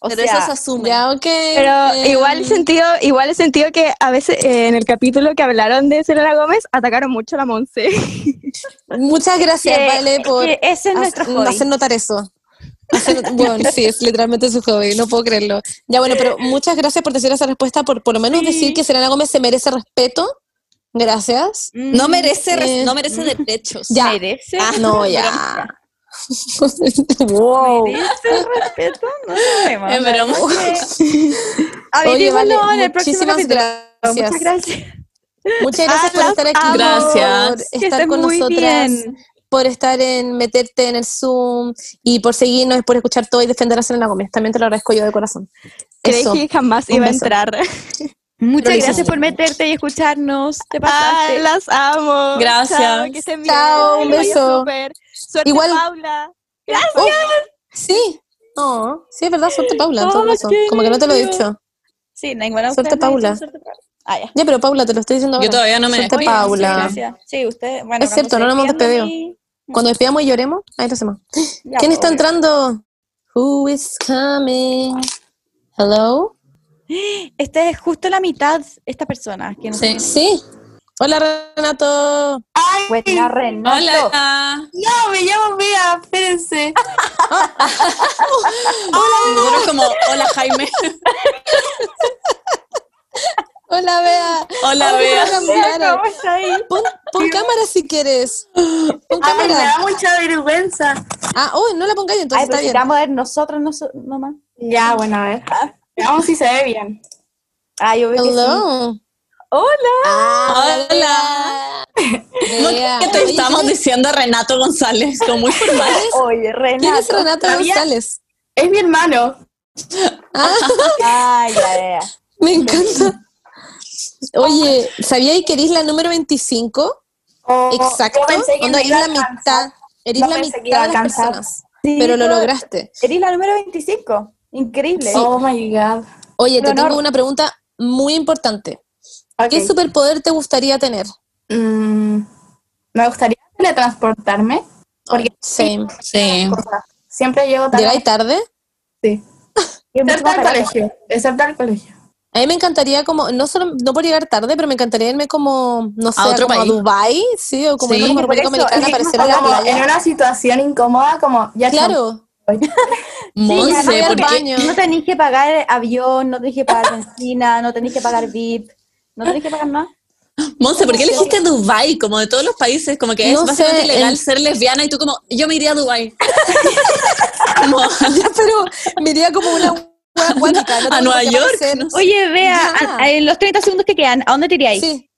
[SPEAKER 4] O
[SPEAKER 1] Pero
[SPEAKER 4] sea,
[SPEAKER 1] eso se asume.
[SPEAKER 3] Ya, ok.
[SPEAKER 17] Pero igual el sentido, igual el sentido que a veces eh, en el capítulo que hablaron de Selena Gómez atacaron mucho a la Monse.
[SPEAKER 3] Muchas gracias,
[SPEAKER 17] Que-
[SPEAKER 3] Vale, por
[SPEAKER 17] que ese es
[SPEAKER 3] ha-
[SPEAKER 17] nuestro hobby.
[SPEAKER 3] hacer notar eso. Hacer- bueno, sí, es literalmente su hobby, no puedo creerlo. Ya bueno, pero muchas gracias por decir esa respuesta, por por lo menos decir que Selena Gómez se merece respeto. Gracias.
[SPEAKER 1] No merece, res-
[SPEAKER 3] Eh,
[SPEAKER 1] no merece derechos.
[SPEAKER 3] Ya.
[SPEAKER 1] Merece.
[SPEAKER 3] Ah, no, ya. wow.
[SPEAKER 4] respeto, no sabemos.
[SPEAKER 1] Es broma.
[SPEAKER 3] Oye,
[SPEAKER 4] Averigüenlo
[SPEAKER 3] vale,
[SPEAKER 4] en el próximo
[SPEAKER 3] muchísimas
[SPEAKER 4] capítulo.
[SPEAKER 3] gracias.
[SPEAKER 4] Muchas gracias.
[SPEAKER 3] Muchas gracias
[SPEAKER 4] Ah,
[SPEAKER 3] por
[SPEAKER 4] las
[SPEAKER 3] estar aquí,
[SPEAKER 4] amo.
[SPEAKER 3] por
[SPEAKER 4] Gracias. Que
[SPEAKER 3] estar
[SPEAKER 4] estén
[SPEAKER 3] con
[SPEAKER 4] muy
[SPEAKER 3] nosotras,
[SPEAKER 4] bien.
[SPEAKER 3] por estar en meterte en el Zoom y por seguirnos, y por escuchar todo y defender a Selena Gómez. También te lo agradezco yo de corazón.
[SPEAKER 17] Creí
[SPEAKER 3] Eso.
[SPEAKER 17] que jamás
[SPEAKER 3] Un
[SPEAKER 17] iba a
[SPEAKER 3] beso.
[SPEAKER 17] entrar.
[SPEAKER 4] Muchas
[SPEAKER 3] Lo
[SPEAKER 4] gracias
[SPEAKER 3] hiciste.
[SPEAKER 4] por meterte y escucharnos. Te
[SPEAKER 17] Ah,
[SPEAKER 4] pasaste.
[SPEAKER 17] las amo.
[SPEAKER 1] Gracias.
[SPEAKER 17] Chao, que estén bien.
[SPEAKER 3] Chao,
[SPEAKER 17] Que
[SPEAKER 3] un
[SPEAKER 17] les vaya
[SPEAKER 3] beso.
[SPEAKER 17] súper. Suerte,
[SPEAKER 3] Igual-
[SPEAKER 17] Paula. Gracias.
[SPEAKER 3] Sí. No, sí, es verdad, suerte Paula, en todo
[SPEAKER 4] Ay,
[SPEAKER 3] caso.
[SPEAKER 4] qué
[SPEAKER 3] Como que no te lo he
[SPEAKER 4] nervio.
[SPEAKER 3] dicho.
[SPEAKER 4] Sí, ninguna de
[SPEAKER 3] Suerte,
[SPEAKER 4] ustedes me
[SPEAKER 3] Paula.
[SPEAKER 4] dice suerte, Paula. Ah, ya.
[SPEAKER 3] Ya, pero Paula, te lo estoy diciendo
[SPEAKER 1] Yo
[SPEAKER 3] ahora.
[SPEAKER 1] todavía no me
[SPEAKER 3] Suerte,
[SPEAKER 1] despido.
[SPEAKER 3] Paula.
[SPEAKER 4] Oye, sí, gracias. Sí, ustedes, bueno,
[SPEAKER 3] es cierto, no nos hemos despedido.
[SPEAKER 23] mm.
[SPEAKER 3] Cuando despidamos y lloremos, ahí lo hacemos.
[SPEAKER 23] pues,
[SPEAKER 3] ¿Quién está entrando? Who is coming? Hello?
[SPEAKER 4] Este es justo la mitad esta persona. Que no
[SPEAKER 3] Sí. Sí. Hola, Renato.
[SPEAKER 4] Buena Pues Renato.
[SPEAKER 1] Hola.
[SPEAKER 23] No, me llamo Bea, espérense.
[SPEAKER 1] Nosotros como, hola Jaime.
[SPEAKER 3] Hola, Bea.
[SPEAKER 1] Hola,
[SPEAKER 3] Ahora
[SPEAKER 1] Bea.
[SPEAKER 3] me van a mirar.
[SPEAKER 23] ¿Cómo está ahí?
[SPEAKER 3] Pon, pon cámara si quieres. Pon
[SPEAKER 23] Ay, me
[SPEAKER 3] cámara.
[SPEAKER 23] da mucha vergüenza.
[SPEAKER 3] Ah, uy, no la pongáis entonces.
[SPEAKER 4] Ay,
[SPEAKER 3] está
[SPEAKER 4] pero si
[SPEAKER 3] bien.
[SPEAKER 4] te vamos a ver nosotros, noso- nomás.
[SPEAKER 23] Ya, bueno, a ver. Veamos si se ve bien.
[SPEAKER 4] Ay, Ah, yo veo que sí.
[SPEAKER 3] Hello. Ah.
[SPEAKER 4] Hola.
[SPEAKER 1] Hola.
[SPEAKER 3] Bea.
[SPEAKER 1] ¿Qué te
[SPEAKER 3] Oye,
[SPEAKER 1] estamos
[SPEAKER 3] ¿quién es-
[SPEAKER 1] diciendo Renato González? Como muy formal.
[SPEAKER 4] Oye, Renato.
[SPEAKER 3] ¿Quién es Renato
[SPEAKER 23] Todavía-
[SPEAKER 3] González?
[SPEAKER 23] Es mi hermano.
[SPEAKER 3] Ah,
[SPEAKER 4] Ay, ya, ya.
[SPEAKER 3] me encanta. Oye, ¿sabíais que eres la número 25?
[SPEAKER 23] Oh,
[SPEAKER 3] Exacto.
[SPEAKER 23] yo pensé que
[SPEAKER 3] Onda,
[SPEAKER 23] me
[SPEAKER 3] eres
[SPEAKER 23] iba
[SPEAKER 3] la
[SPEAKER 23] a
[SPEAKER 3] mitad.
[SPEAKER 23] alcanzar.
[SPEAKER 3] Eres
[SPEAKER 23] No
[SPEAKER 3] la
[SPEAKER 23] pensé que iba
[SPEAKER 3] mitad
[SPEAKER 23] a
[SPEAKER 3] de las
[SPEAKER 23] alcanzar.
[SPEAKER 3] personas. pero lo lograste.
[SPEAKER 4] Eres la número 25. Increíble.
[SPEAKER 23] Oh my god.
[SPEAKER 3] Oye,
[SPEAKER 4] Un
[SPEAKER 3] te tengo
[SPEAKER 4] honor.
[SPEAKER 3] una pregunta muy importante. ¿Qué
[SPEAKER 23] Ok.
[SPEAKER 3] superpoder te gustaría tener?
[SPEAKER 23] Mm, me gustaría teletransportarme. Porque
[SPEAKER 3] Same, same.
[SPEAKER 23] siempre llego tarde.
[SPEAKER 3] ¿Llegáis tarde?
[SPEAKER 23] Sí. Excepto al colegio. Excepto al colegio.
[SPEAKER 3] A mí me encantaría como, no solo, no por llegar tarde, pero me encantaría irme como, no sé,
[SPEAKER 1] A otro
[SPEAKER 3] como
[SPEAKER 1] país.
[SPEAKER 3] a Dubai, sí, o como
[SPEAKER 1] Sí,
[SPEAKER 3] irme como a
[SPEAKER 23] Por
[SPEAKER 3] República
[SPEAKER 23] eso,
[SPEAKER 3] Dominicana,
[SPEAKER 23] es
[SPEAKER 3] aparecer en la
[SPEAKER 23] como en
[SPEAKER 3] playa.
[SPEAKER 23] una situación incómoda, como ya
[SPEAKER 3] Claro,
[SPEAKER 4] Sí,
[SPEAKER 1] Monse,
[SPEAKER 4] además
[SPEAKER 3] voy al
[SPEAKER 1] porque-
[SPEAKER 3] baño.
[SPEAKER 4] No tenéis que pagar avión, no tenéis que pagar benzina, no tenéis que pagar VIP, no tenéis que pagar nada.
[SPEAKER 1] Monse, ¿por qué elegiste Dubai? Como de todos los países, como que es
[SPEAKER 3] No sé,
[SPEAKER 1] básicamente ilegal
[SPEAKER 3] el-
[SPEAKER 1] ser lesbiana y tú como, yo me iría a Dubai. como
[SPEAKER 3] Ya, pero me iría como una hueá acuática. No
[SPEAKER 1] a
[SPEAKER 3] tengo
[SPEAKER 1] Nueva
[SPEAKER 3] que
[SPEAKER 1] York.
[SPEAKER 3] aparecer.
[SPEAKER 1] no sé.
[SPEAKER 4] Oye, vea,
[SPEAKER 3] Ya.
[SPEAKER 4] a- a- en los 30 segundos que quedan, ¿a dónde te iríais?
[SPEAKER 3] Sí.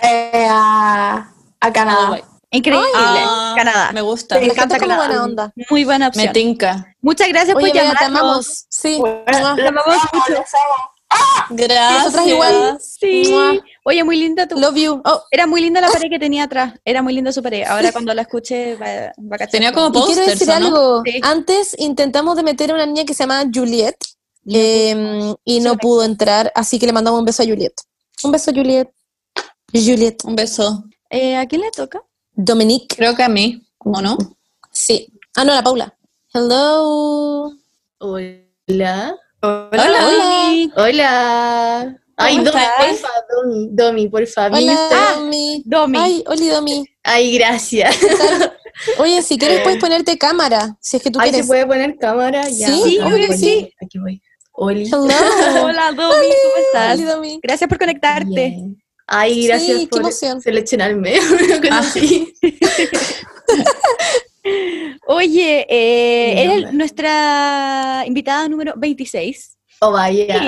[SPEAKER 23] Eh, a, a
[SPEAKER 1] A
[SPEAKER 23] Canadá.
[SPEAKER 1] Dubai.
[SPEAKER 4] Increíble.
[SPEAKER 1] Ah,
[SPEAKER 4] Canadá.
[SPEAKER 1] Me gusta.
[SPEAKER 3] Me encanta como
[SPEAKER 4] Canadá.
[SPEAKER 3] buena onda.
[SPEAKER 4] Muy buena
[SPEAKER 1] Me
[SPEAKER 4] opción.
[SPEAKER 1] tinca.
[SPEAKER 4] Muchas gracias
[SPEAKER 3] Oye,
[SPEAKER 4] por
[SPEAKER 3] Bea, te
[SPEAKER 4] llamarnos.
[SPEAKER 3] amamos. Sí.
[SPEAKER 23] Bueno,
[SPEAKER 3] Mua.
[SPEAKER 4] Te amamos mucho.
[SPEAKER 1] Gracias.
[SPEAKER 3] igual.
[SPEAKER 4] Sí.
[SPEAKER 3] Mua.
[SPEAKER 4] Oye, muy linda tu.
[SPEAKER 3] Love you. Oh,
[SPEAKER 4] Era muy linda la pared que tenía atrás. Era muy linda su pared. Ahora cuando la escuche va, va a cachar.
[SPEAKER 1] Tenía como
[SPEAKER 3] y quiero
[SPEAKER 1] pósters,
[SPEAKER 3] decir
[SPEAKER 1] ¿o ¿no?
[SPEAKER 3] algo.
[SPEAKER 4] Sí.
[SPEAKER 3] Antes intentamos de meter a una niña que se llama Juliet eh, y no pudo entrar, así que le mandamos un beso a Juliet. Un beso, Juliet. Juliet.
[SPEAKER 1] Un beso.
[SPEAKER 4] Eh, ¿A quién le toca?
[SPEAKER 3] Dominique.
[SPEAKER 1] Creo que a mí, ¿o no?
[SPEAKER 3] Sí. Ah, no, la Paula. Hello.
[SPEAKER 24] Hola.
[SPEAKER 1] Hola.
[SPEAKER 4] Oli.
[SPEAKER 24] Hola. Ay,
[SPEAKER 3] ¿Cómo
[SPEAKER 24] Domi,
[SPEAKER 3] estás?
[SPEAKER 24] porfa, Domi, Domi, porfa. mi
[SPEAKER 3] Hola, Ah,
[SPEAKER 24] Instagram.
[SPEAKER 3] Domi.
[SPEAKER 4] Domi.
[SPEAKER 3] Ay, hola, Domi.
[SPEAKER 24] Ay, gracias.
[SPEAKER 3] Oye, si quieres puedes ponerte cámara, si es que tú
[SPEAKER 24] Ay, ¿se
[SPEAKER 3] quieres.
[SPEAKER 24] puede poner cámara? Ya.
[SPEAKER 3] Sí,
[SPEAKER 24] acá
[SPEAKER 3] obvio que
[SPEAKER 24] voy,
[SPEAKER 3] sí.
[SPEAKER 24] Aquí voy. Oli.
[SPEAKER 3] Hello.
[SPEAKER 4] Hola, Domi, ¿cómo estás?
[SPEAKER 3] Hola, Domi.
[SPEAKER 4] Gracias por conectarte.
[SPEAKER 24] Bien. Ay, gracias
[SPEAKER 3] Sí, qué
[SPEAKER 24] por
[SPEAKER 3] emoción.
[SPEAKER 24] seleccionarme. Una
[SPEAKER 4] Ah.
[SPEAKER 24] cosa así.
[SPEAKER 4] Oye, eh,
[SPEAKER 24] Mi
[SPEAKER 4] eres
[SPEAKER 24] nombre.
[SPEAKER 4] nuestra invitada número 26.
[SPEAKER 24] Oh, vaya.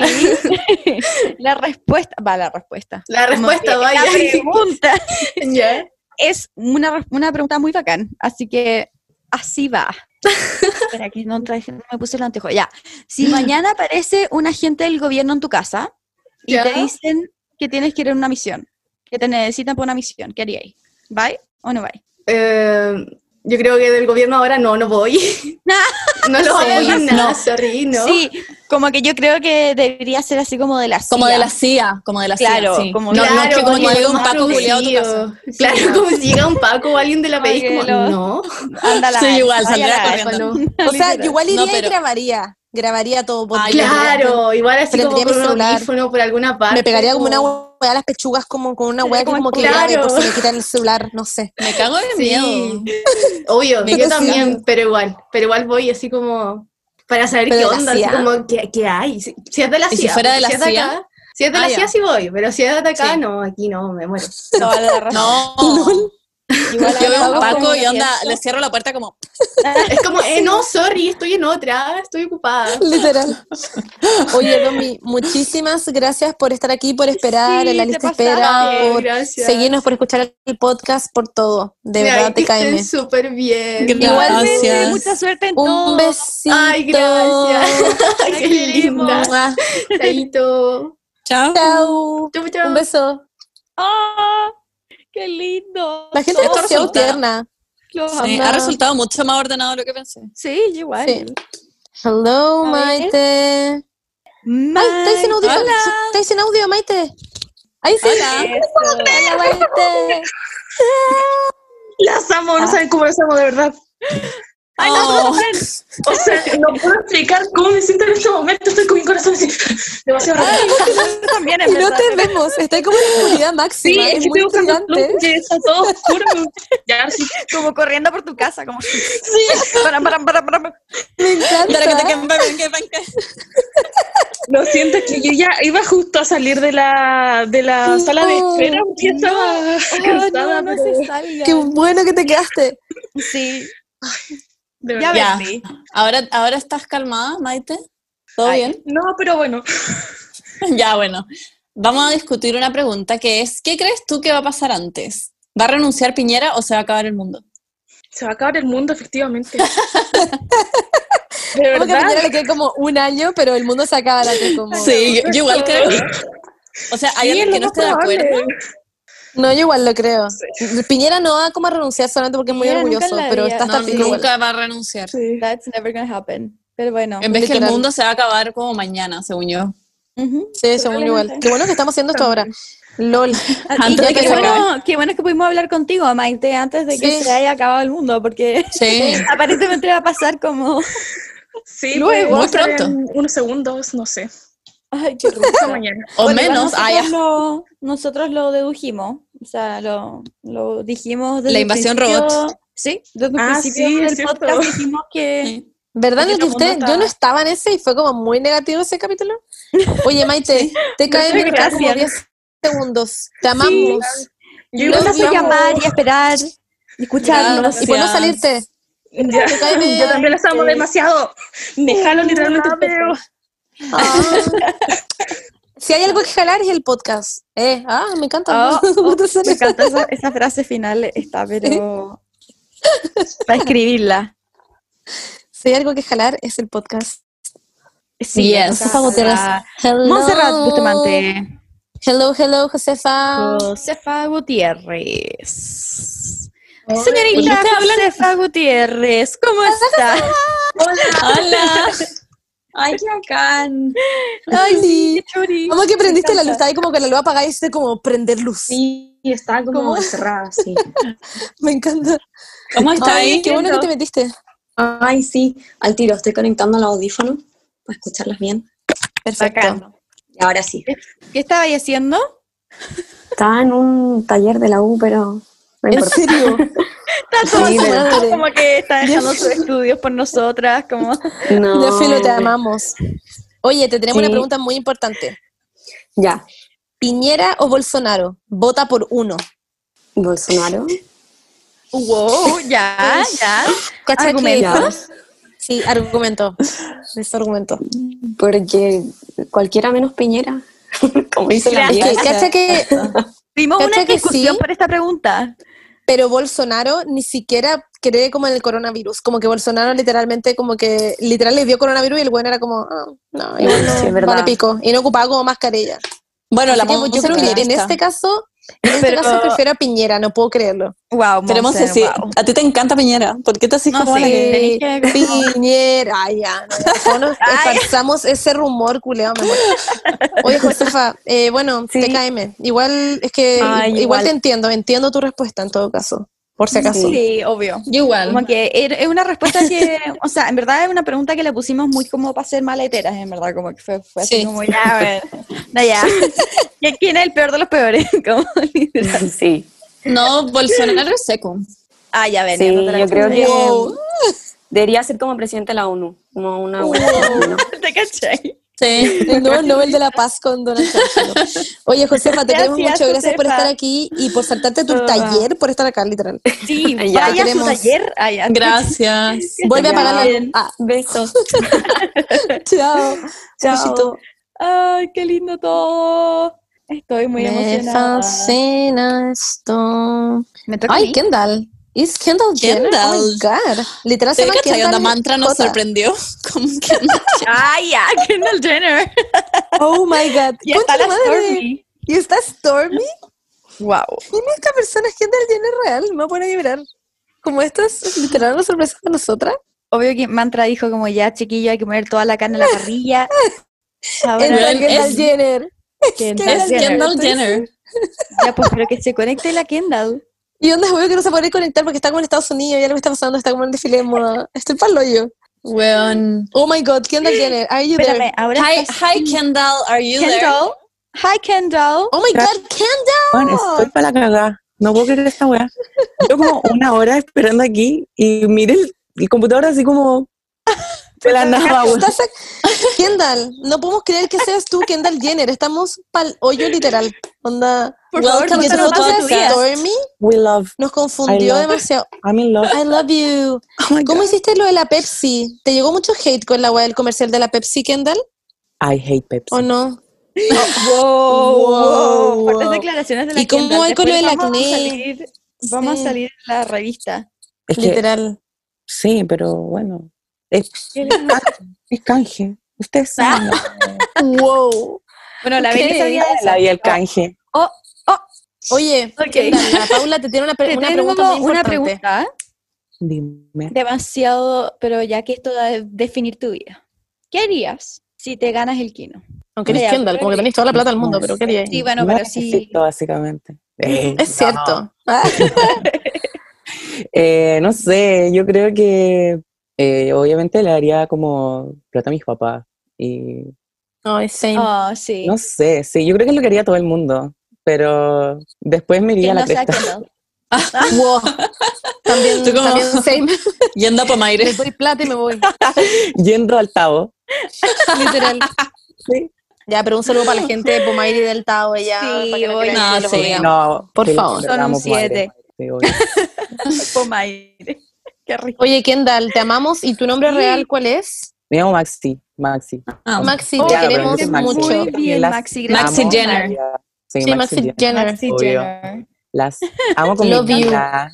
[SPEAKER 4] La respuesta, va la respuesta.
[SPEAKER 24] La
[SPEAKER 4] Como
[SPEAKER 24] respuesta,
[SPEAKER 4] que
[SPEAKER 24] vaya.
[SPEAKER 4] La pregunta
[SPEAKER 24] Ya.
[SPEAKER 4] es una, res- una pregunta muy bacán, así que así va. Espera, que no, traje- no me puse el anteojo. Ya. Si mañana aparece un agente del gobierno en tu casa y
[SPEAKER 5] Ya.
[SPEAKER 4] te dicen que tienes que ir a una misión, que te necesitan para una misión, ¿qué haríais? ¿Vais o no vais?
[SPEAKER 24] Eh, yo creo que del gobierno ahora no, no voy. no lo
[SPEAKER 4] Sí,
[SPEAKER 24] hago
[SPEAKER 4] no.
[SPEAKER 24] nada, sorry, no.
[SPEAKER 4] Sí, como que yo creo que debería ser así como de la CIA.
[SPEAKER 1] Como de la CIA, como de la CIA,
[SPEAKER 4] Claro,
[SPEAKER 1] sí.
[SPEAKER 4] como
[SPEAKER 1] No, no, es que como
[SPEAKER 24] porque
[SPEAKER 1] que llega un
[SPEAKER 24] más
[SPEAKER 1] Paco culiao a tu
[SPEAKER 24] producido.
[SPEAKER 1] casa.
[SPEAKER 24] Claro,
[SPEAKER 1] Sí, no.
[SPEAKER 24] como si llega un Paco o alguien de la
[SPEAKER 1] Ay,
[SPEAKER 24] PDI, como,
[SPEAKER 1] que lo-
[SPEAKER 24] no.
[SPEAKER 4] Ándala,
[SPEAKER 1] Sí, igual,
[SPEAKER 4] vaya
[SPEAKER 1] saldría
[SPEAKER 4] la-
[SPEAKER 1] corriendo.
[SPEAKER 24] O sea, yo igual iría y
[SPEAKER 3] grabaría. Grabaría todo por
[SPEAKER 24] Claro, igual así como con un audífono por alguna parte.
[SPEAKER 3] Me pegaría como una hueá a las pechugas, como con una hueá que como que
[SPEAKER 24] claro.
[SPEAKER 3] grabe por si me quitan el celular, no sé. Me cago de
[SPEAKER 24] Sí. Obvio,
[SPEAKER 3] Me
[SPEAKER 24] yo
[SPEAKER 3] quedo
[SPEAKER 24] también,
[SPEAKER 3] sin-
[SPEAKER 24] pero igual, pero igual voy así como para saber
[SPEAKER 3] Pero
[SPEAKER 24] qué
[SPEAKER 3] de la
[SPEAKER 24] onda, así
[SPEAKER 3] CIA.
[SPEAKER 24] como qué, qué hay. Si, si es de la
[SPEAKER 3] ¿Y si
[SPEAKER 24] CIA,
[SPEAKER 3] fuera de
[SPEAKER 24] porque
[SPEAKER 3] la
[SPEAKER 24] si es
[SPEAKER 3] CIA?
[SPEAKER 24] acá- si es de
[SPEAKER 3] Ah,
[SPEAKER 24] la
[SPEAKER 3] ya.
[SPEAKER 24] CIA sí voy, pero si es de acá, no, aquí no, me muero. No,
[SPEAKER 1] No.
[SPEAKER 24] Igual
[SPEAKER 1] Yo veo a
[SPEAKER 24] hago
[SPEAKER 1] un Paco
[SPEAKER 24] como
[SPEAKER 1] y onda,
[SPEAKER 24] pienso.
[SPEAKER 1] le cierro la puerta como.
[SPEAKER 24] Es como, eh, no, sorry, estoy en otra, estoy ocupada.
[SPEAKER 3] Literal. Oye, Domi, muchísimas gracias por estar aquí, por esperar
[SPEAKER 24] Sí,
[SPEAKER 3] en la
[SPEAKER 24] te
[SPEAKER 3] lista de
[SPEAKER 24] pasaste.
[SPEAKER 3] espera,
[SPEAKER 24] Ay,
[SPEAKER 3] por
[SPEAKER 24] gracias.
[SPEAKER 3] seguirnos, por escuchar el podcast, por todo. De
[SPEAKER 24] Ay,
[SPEAKER 3] verdad,
[SPEAKER 24] que
[SPEAKER 3] te caeme.
[SPEAKER 24] estén súper bien.
[SPEAKER 3] Igualmente,
[SPEAKER 4] mucha suerte en
[SPEAKER 3] Un
[SPEAKER 4] todo.
[SPEAKER 3] besito.
[SPEAKER 24] Ay, gracias. Ay, qué linda. Chaito.
[SPEAKER 1] Chao.
[SPEAKER 3] Chao.
[SPEAKER 24] Chau, chau.
[SPEAKER 3] Un beso.
[SPEAKER 4] ¡Ah! ¡Qué lindo!
[SPEAKER 3] La gente
[SPEAKER 1] Esto
[SPEAKER 3] está demasiado
[SPEAKER 1] resulta-
[SPEAKER 3] tierna.
[SPEAKER 4] Los
[SPEAKER 1] Sí,
[SPEAKER 3] amo.
[SPEAKER 1] ha resultado mucho más ordenado de lo que pensé.
[SPEAKER 4] Sí, igual.
[SPEAKER 3] Sí.
[SPEAKER 1] A
[SPEAKER 3] Hello,
[SPEAKER 1] ver.
[SPEAKER 3] Maite. Ay, estáis en audio.
[SPEAKER 1] Hola.
[SPEAKER 3] Estáis en audio, Maite. Ahí sí. Hola, Maite.
[SPEAKER 5] Las amo, no saben cómo las amo, de verdad.
[SPEAKER 4] Ay, no,
[SPEAKER 5] no saben.
[SPEAKER 1] Oh.
[SPEAKER 5] O sea, no puedo explicar cómo me siento en este momento. Estoy con mi corazón así, demasiado
[SPEAKER 3] Ay,
[SPEAKER 5] rápido.
[SPEAKER 4] también,
[SPEAKER 3] Y no te vemos. Está como en la oscuridad
[SPEAKER 5] Sí,
[SPEAKER 3] máxima.
[SPEAKER 5] es que
[SPEAKER 3] es
[SPEAKER 5] estoy
[SPEAKER 3] muy
[SPEAKER 5] buscando luz
[SPEAKER 3] brillante.
[SPEAKER 5] porque está todo oscuro. Ya, sí.
[SPEAKER 4] Como corriendo por tu casa, como. Sí. Para, para, para, para.
[SPEAKER 3] Me encanta.
[SPEAKER 5] Dale, que te quemen, Lo siento, es que yo ya iba justo a salir de la, de la sala de espera porque estaba cansada. pero-
[SPEAKER 3] Qué bueno que te quedaste.
[SPEAKER 4] Sí.
[SPEAKER 5] de
[SPEAKER 1] Ya,
[SPEAKER 5] verdad.
[SPEAKER 1] Ahora, ahora estás calmada, Maite. ¿Todo
[SPEAKER 5] Ay,
[SPEAKER 1] bien?
[SPEAKER 5] No, pero bueno.
[SPEAKER 1] ya, bueno. Vamos a discutir una pregunta que es, ¿qué crees tú que va a pasar antes? ¿Va a renunciar Piñera o se va a acabar el mundo?
[SPEAKER 5] Se va a acabar el mundo, efectivamente. De
[SPEAKER 3] Como que
[SPEAKER 5] verdad.
[SPEAKER 3] a Piñera le queda como un año, pero el mundo se acaba la como...
[SPEAKER 1] Sí, yo, yo igual creo. O sea, hay
[SPEAKER 3] Sí,
[SPEAKER 1] alguien
[SPEAKER 3] es
[SPEAKER 1] que
[SPEAKER 3] lo
[SPEAKER 1] no
[SPEAKER 3] más
[SPEAKER 1] esté de acuerdo.
[SPEAKER 3] probable. No, yo igual lo creo. Piñera no va como a renunciar solamente porque es muy
[SPEAKER 4] Piñera nunca
[SPEAKER 3] orgulloso,
[SPEAKER 4] en la
[SPEAKER 3] pero
[SPEAKER 4] vida.
[SPEAKER 3] está hasta
[SPEAKER 4] No,
[SPEAKER 3] el final.
[SPEAKER 1] Nunca va a renunciar.
[SPEAKER 4] That's never gonna happen. Pero bueno.
[SPEAKER 1] En vez que el mundo se va a acabar como mañana, según yo.
[SPEAKER 3] Sí, según yo igual. Qué bueno que estamos haciendo esto ahora. LOL.
[SPEAKER 4] Y
[SPEAKER 1] Antes de que
[SPEAKER 4] qué,
[SPEAKER 1] se acabe.
[SPEAKER 4] bueno, qué bueno que pudimos hablar contigo, Maite, antes de que
[SPEAKER 3] Sí.
[SPEAKER 4] se haya acabado el mundo, porque
[SPEAKER 1] Sí.
[SPEAKER 4] aparentemente va a pasar como.
[SPEAKER 5] Sí, pues, puede
[SPEAKER 4] Luego, muy
[SPEAKER 5] pasar en
[SPEAKER 4] pronto.
[SPEAKER 5] unos segundos, no sé.
[SPEAKER 4] Ay, qué rico.
[SPEAKER 5] Hasta mañana.
[SPEAKER 1] O
[SPEAKER 4] Bueno, igual
[SPEAKER 1] menos, ah, ya.
[SPEAKER 4] Nosotros, lo, nosotros lo dedujimos, o sea, lo, lo dijimos desde
[SPEAKER 1] La
[SPEAKER 4] el
[SPEAKER 1] invasión
[SPEAKER 4] principio-
[SPEAKER 1] robot.
[SPEAKER 4] Sí, desde
[SPEAKER 1] Ah,
[SPEAKER 4] el principio
[SPEAKER 1] sí, es
[SPEAKER 4] del
[SPEAKER 1] cierto.
[SPEAKER 4] podcast dijimos que...
[SPEAKER 3] ¿Verdad
[SPEAKER 4] que
[SPEAKER 3] en el que
[SPEAKER 4] todo el
[SPEAKER 3] usted,
[SPEAKER 4] mundo
[SPEAKER 3] yo no
[SPEAKER 4] está-
[SPEAKER 3] estaba en ese y fue como muy negativo ese capítulo? Oye, Maite, te cae bien
[SPEAKER 4] Muchas
[SPEAKER 3] quedan como
[SPEAKER 4] gracias.
[SPEAKER 3] 10 segundos. Te amamos.
[SPEAKER 4] Yo Gracias por llamar y esperar y escucharnos.
[SPEAKER 3] Y por no salirte.
[SPEAKER 5] Ya.
[SPEAKER 3] Te cae bien.
[SPEAKER 5] Yo también las amo demasiado. Me jalo literalmente. el pelo.
[SPEAKER 3] Ah. Si hay algo que jalar es el podcast. Eh, ah, me encanta.
[SPEAKER 4] Oh, oh, me encanta esa, esa frase final, está, pero... Para escribirla.
[SPEAKER 3] Si hay algo que jalar es el podcast.
[SPEAKER 4] Sí,
[SPEAKER 3] Yes.
[SPEAKER 4] entonces,
[SPEAKER 3] Josefa Gutiérrez.
[SPEAKER 4] ah,
[SPEAKER 3] Hello.
[SPEAKER 4] Montserrat Bustamante.
[SPEAKER 3] Hello, hello, Josefa.
[SPEAKER 4] Josefa Gutiérrez.
[SPEAKER 3] Hola.
[SPEAKER 4] Señorita
[SPEAKER 3] Ustedes hablan-
[SPEAKER 4] Josefa Gutiérrez, ¿cómo está?
[SPEAKER 5] Hola.
[SPEAKER 1] Hola.
[SPEAKER 5] Ay, qué bacán.
[SPEAKER 3] Ay, sí.
[SPEAKER 4] Churi.
[SPEAKER 3] ¿Cómo que prendiste
[SPEAKER 5] Me
[SPEAKER 3] la
[SPEAKER 5] encanta.
[SPEAKER 3] luz? Estaba ahí como que la luz apagada y hiciste como prender luz. Sí, estaba como
[SPEAKER 2] encerrada, sí.
[SPEAKER 3] Me encanta.
[SPEAKER 1] ¿Cómo está
[SPEAKER 3] Ay,
[SPEAKER 1] ahí?
[SPEAKER 3] Qué bueno que te
[SPEAKER 2] Lindo.
[SPEAKER 3] metiste.
[SPEAKER 2] Ay, sí, al tiro, estoy conectando al audífono para escucharlas bien.
[SPEAKER 4] Perfecto.
[SPEAKER 2] Y ahora sí.
[SPEAKER 4] ¿Qué estabais haciendo?
[SPEAKER 2] Estaba en un taller de la U, pero no
[SPEAKER 4] ¿En
[SPEAKER 2] importa.
[SPEAKER 4] serio? Está todo
[SPEAKER 2] Sí, de-
[SPEAKER 4] asustado, como que está dejando sus estudios por nosotras, como...
[SPEAKER 2] No.
[SPEAKER 3] Ya, Filo, te amamos. Oye, te tenemos
[SPEAKER 2] Sí.
[SPEAKER 3] una pregunta muy importante.
[SPEAKER 2] Ya,
[SPEAKER 3] ¿Piñera o Bolsonaro? Vota por uno.
[SPEAKER 2] Bolsonaro.
[SPEAKER 4] Wow, ya, ya.
[SPEAKER 3] Pues,
[SPEAKER 4] Ah,
[SPEAKER 3] ¿Cacha que-
[SPEAKER 2] Argumentos.
[SPEAKER 3] Sí, argumento. Es argumento.
[SPEAKER 2] Porque cualquiera menos Piñera, como dice la
[SPEAKER 3] Gracias.
[SPEAKER 2] amiga.
[SPEAKER 3] Cacha que-
[SPEAKER 4] Tuvimos
[SPEAKER 3] Cacha
[SPEAKER 4] una
[SPEAKER 3] que
[SPEAKER 4] discusión
[SPEAKER 3] sí.
[SPEAKER 4] por esta pregunta.
[SPEAKER 3] Pero Bolsonaro ni siquiera cree como en el coronavirus, como que Bolsonaro literalmente, como que literal le dio coronavirus y el bueno era como, ah, no, igual no,
[SPEAKER 2] Sí, es verdad.
[SPEAKER 3] vale pico, y no ocupaba como mascarilla.
[SPEAKER 1] Bueno, la
[SPEAKER 3] que
[SPEAKER 1] Monse
[SPEAKER 3] yo creo
[SPEAKER 1] es
[SPEAKER 3] que en
[SPEAKER 1] feminista.
[SPEAKER 3] este caso, en este
[SPEAKER 1] Pero-
[SPEAKER 3] caso prefiero a Piñera, no puedo creerlo.
[SPEAKER 4] Wow,
[SPEAKER 1] Queremos decir, a ti te encanta Piñera. ¿Por qué te haces como la
[SPEAKER 3] Sí,
[SPEAKER 1] que-
[SPEAKER 3] Piñera, ay, ah, ya, no, ya, ¿cómo nos esparzamos ese rumor, culeo, me muero. Oye, Josefa, eh, bueno, TKM, igual, es que,
[SPEAKER 4] Ay,
[SPEAKER 3] igual,
[SPEAKER 4] igual.
[SPEAKER 3] te entiendo, entiendo tu respuesta en todo caso, por si acaso.
[SPEAKER 4] Sí, obvio.
[SPEAKER 3] Yo igual.
[SPEAKER 4] Como que er- es una respuesta que, o sea, en verdad es una pregunta que le pusimos muy como para ser maleteras, en verdad, como que fue, fue así
[SPEAKER 25] Sí.
[SPEAKER 4] como, ya, bueno, no, ya. ¿Y ¿Quién es el peor de los peores? Como, literal.
[SPEAKER 25] Sí.
[SPEAKER 1] No, Bolsonaro es seco.
[SPEAKER 4] Ah, ya ven.
[SPEAKER 25] Sí,
[SPEAKER 4] ya no te la
[SPEAKER 25] yo creo
[SPEAKER 4] respondí.
[SPEAKER 25] que debería ser como presidente de la ONU, como una
[SPEAKER 4] ¿Te cachai?
[SPEAKER 3] Sí, el nuevo Nobel de la Paz con Donald Trump. Oye, Josefa, te
[SPEAKER 4] Gracias,
[SPEAKER 3] queremos mucho. Gracias por
[SPEAKER 4] Josefa.
[SPEAKER 3] estar aquí y por saltarte tu
[SPEAKER 4] Ah.
[SPEAKER 3] taller, por estar acá, literal.
[SPEAKER 4] Sí,
[SPEAKER 3] Ay, ya.
[SPEAKER 4] vaya a su
[SPEAKER 3] Queremos-
[SPEAKER 4] taller. Ay, ya.
[SPEAKER 1] Gracias.
[SPEAKER 3] Vuelve a
[SPEAKER 4] Ya.
[SPEAKER 3] apagar la luz.
[SPEAKER 4] Bien.
[SPEAKER 3] Ah,
[SPEAKER 25] besos.
[SPEAKER 3] Chao.
[SPEAKER 4] Chao.
[SPEAKER 3] Besito.
[SPEAKER 4] Ay, qué lindo todo. Estoy muy
[SPEAKER 3] Me
[SPEAKER 4] emocionada.
[SPEAKER 3] fascina esto.
[SPEAKER 4] toca a
[SPEAKER 3] Ay,
[SPEAKER 4] mí.
[SPEAKER 3] Kendall. Es Kendall Jenner. Oh my God. Literal se
[SPEAKER 1] ¿Te
[SPEAKER 3] llama
[SPEAKER 1] cachai?
[SPEAKER 3] Kendall
[SPEAKER 1] Onda mantra nos
[SPEAKER 3] J.
[SPEAKER 1] sorprendió. Como que
[SPEAKER 4] Ay, ya, Kendall Jenner.
[SPEAKER 3] Oh my God.
[SPEAKER 4] Y
[SPEAKER 3] Concha
[SPEAKER 4] está la
[SPEAKER 3] madre.
[SPEAKER 4] Stormy.
[SPEAKER 3] ¿Y está Stormy?
[SPEAKER 4] Wow.
[SPEAKER 3] ¿Quién es esta persona? ¿Es Kendall Jenner real? Me voy a poner a llorar. Como esto es literal una sorpresa para nosotras.
[SPEAKER 4] Obvio que Mantra dijo como ya, chiquillo, hay que poner toda la carne en la parrilla.
[SPEAKER 9] Ah,
[SPEAKER 4] Ahora
[SPEAKER 3] Es la Kendall
[SPEAKER 4] es-
[SPEAKER 3] Jenner.
[SPEAKER 4] Kendall
[SPEAKER 3] Es Kendall
[SPEAKER 4] Entonces,
[SPEAKER 3] Jenner.
[SPEAKER 4] Ya, pues, pero que se conecte la Kendall.
[SPEAKER 3] Y onda, güey, que no se puede conectar porque está como en Estados Unidos y algo está pasando, está como en el desfile de moda. Estoy pa'l yo.
[SPEAKER 1] Weón.
[SPEAKER 3] Oh my god, Kendall Jenner, are you
[SPEAKER 4] Espérame,
[SPEAKER 3] there?
[SPEAKER 4] ahora
[SPEAKER 1] Hi, hi Kendall, are you
[SPEAKER 4] Kendall. Hi, Kendall.
[SPEAKER 3] Oh my god,
[SPEAKER 9] Bueno, estoy
[SPEAKER 3] Kendall.
[SPEAKER 9] para la cagada. No puedo creer esta weá. Yo como una hora esperando aquí y miré el, el computador así como de la nada, weón.
[SPEAKER 3] Estás ac- Kendall, no podemos creer que seas tú, Kendall Jenner. Estamos pa'l hoyo literal. Onda,
[SPEAKER 1] Por favor,
[SPEAKER 3] welcome
[SPEAKER 1] cuéntanos
[SPEAKER 3] to
[SPEAKER 1] todo tu día.
[SPEAKER 3] Stormy.
[SPEAKER 9] We love.
[SPEAKER 3] Nos confundió
[SPEAKER 9] love-
[SPEAKER 3] demasiado.
[SPEAKER 9] I'm in love.
[SPEAKER 3] I love you.
[SPEAKER 9] Oh
[SPEAKER 3] ¿Cómo hiciste lo de la Pepsi? ¿Te llegó mucho hate con la weá del comercial de la Pepsi, Kendall?
[SPEAKER 9] I hate Pepsi.
[SPEAKER 3] ¿O no? Wow,
[SPEAKER 4] wow, wow. Fuertes
[SPEAKER 3] wow.
[SPEAKER 4] declaraciones de la
[SPEAKER 3] ¿Y cómo
[SPEAKER 4] Kendall.
[SPEAKER 3] hay con lo
[SPEAKER 4] Después
[SPEAKER 3] del
[SPEAKER 4] vamos
[SPEAKER 3] acné?
[SPEAKER 4] A salir, vamos
[SPEAKER 3] Sí.
[SPEAKER 4] a salir en la revista.
[SPEAKER 9] Es que-
[SPEAKER 3] Literal.
[SPEAKER 9] Sí, pero bueno. Es, es canje. Ustedes saben.
[SPEAKER 3] wow.
[SPEAKER 4] Bueno, Ah, la
[SPEAKER 3] Ok.
[SPEAKER 4] Beli sabía de
[SPEAKER 9] La
[SPEAKER 4] esa.
[SPEAKER 9] vi el canje.
[SPEAKER 4] Oh, oh.
[SPEAKER 3] Oye, Kendall, la Paula te tiene una, pre-
[SPEAKER 4] Te
[SPEAKER 3] una
[SPEAKER 4] tengo
[SPEAKER 3] pregunta muy
[SPEAKER 4] una
[SPEAKER 3] importante.
[SPEAKER 4] pregunta ¿eh?
[SPEAKER 9] Dime.
[SPEAKER 4] demasiado, pero ya que esto va a definir tu vida. ¿Qué harías si te ganas el kino?
[SPEAKER 3] Aunque eres
[SPEAKER 4] Ya,
[SPEAKER 3] Kendall, como que tenés toda la plata del mundo, pero ¿qué harías?
[SPEAKER 4] Sí, bueno,
[SPEAKER 9] No
[SPEAKER 4] pero sí.
[SPEAKER 9] necesito, básicamente. Eh,
[SPEAKER 3] Es cierto.
[SPEAKER 9] Eh, no sé, yo creo que eh, obviamente le daría como plata a mis papás. Y
[SPEAKER 3] No, es same.
[SPEAKER 4] Oh, sí.
[SPEAKER 9] no sé, sí, yo creo que es lo que haría todo el mundo. Pero después me iría a la cresta.
[SPEAKER 3] Wow. También,
[SPEAKER 1] Tú como-
[SPEAKER 3] también same.
[SPEAKER 1] Yendo a Pomaire.
[SPEAKER 3] Les doy plata y me voy.
[SPEAKER 9] Yendo al Tavo.
[SPEAKER 3] Literal. Ya, pero un saludo para la gente de Pomaire y del Tao. Ya, para que
[SPEAKER 4] oye,
[SPEAKER 3] crean que
[SPEAKER 1] no,
[SPEAKER 3] los
[SPEAKER 1] Ah, sí,
[SPEAKER 3] odiamos.
[SPEAKER 9] No,
[SPEAKER 3] Por
[SPEAKER 9] sí,
[SPEAKER 3] favor.
[SPEAKER 9] pero
[SPEAKER 4] Son un
[SPEAKER 9] amo Pomaire.
[SPEAKER 4] siete.
[SPEAKER 9] Sí, obvio.
[SPEAKER 4] Pomaire. Qué rico.
[SPEAKER 3] Oye, Kendall, te amamos. ¿Y tu nombre
[SPEAKER 4] Sí.
[SPEAKER 3] real cuál es?
[SPEAKER 9] Me llamo Maxi. Maxi.
[SPEAKER 3] Ah, Maxi,
[SPEAKER 9] Oh,
[SPEAKER 3] te
[SPEAKER 9] claro, pero me
[SPEAKER 3] queremos
[SPEAKER 9] dicen
[SPEAKER 3] mucho.
[SPEAKER 4] Muy bien,
[SPEAKER 9] Las
[SPEAKER 4] Maxi.
[SPEAKER 1] Ah. Maxi
[SPEAKER 9] amo.
[SPEAKER 1] Jenner.
[SPEAKER 9] Sí,
[SPEAKER 3] Sí,
[SPEAKER 9] Maxi,
[SPEAKER 3] Maxi
[SPEAKER 9] Jenner.
[SPEAKER 3] Jenner.
[SPEAKER 4] Maxi
[SPEAKER 9] obvio.
[SPEAKER 4] Jenner.
[SPEAKER 9] Las amo con
[SPEAKER 3] Love
[SPEAKER 9] mi
[SPEAKER 3] you.
[SPEAKER 9] vida.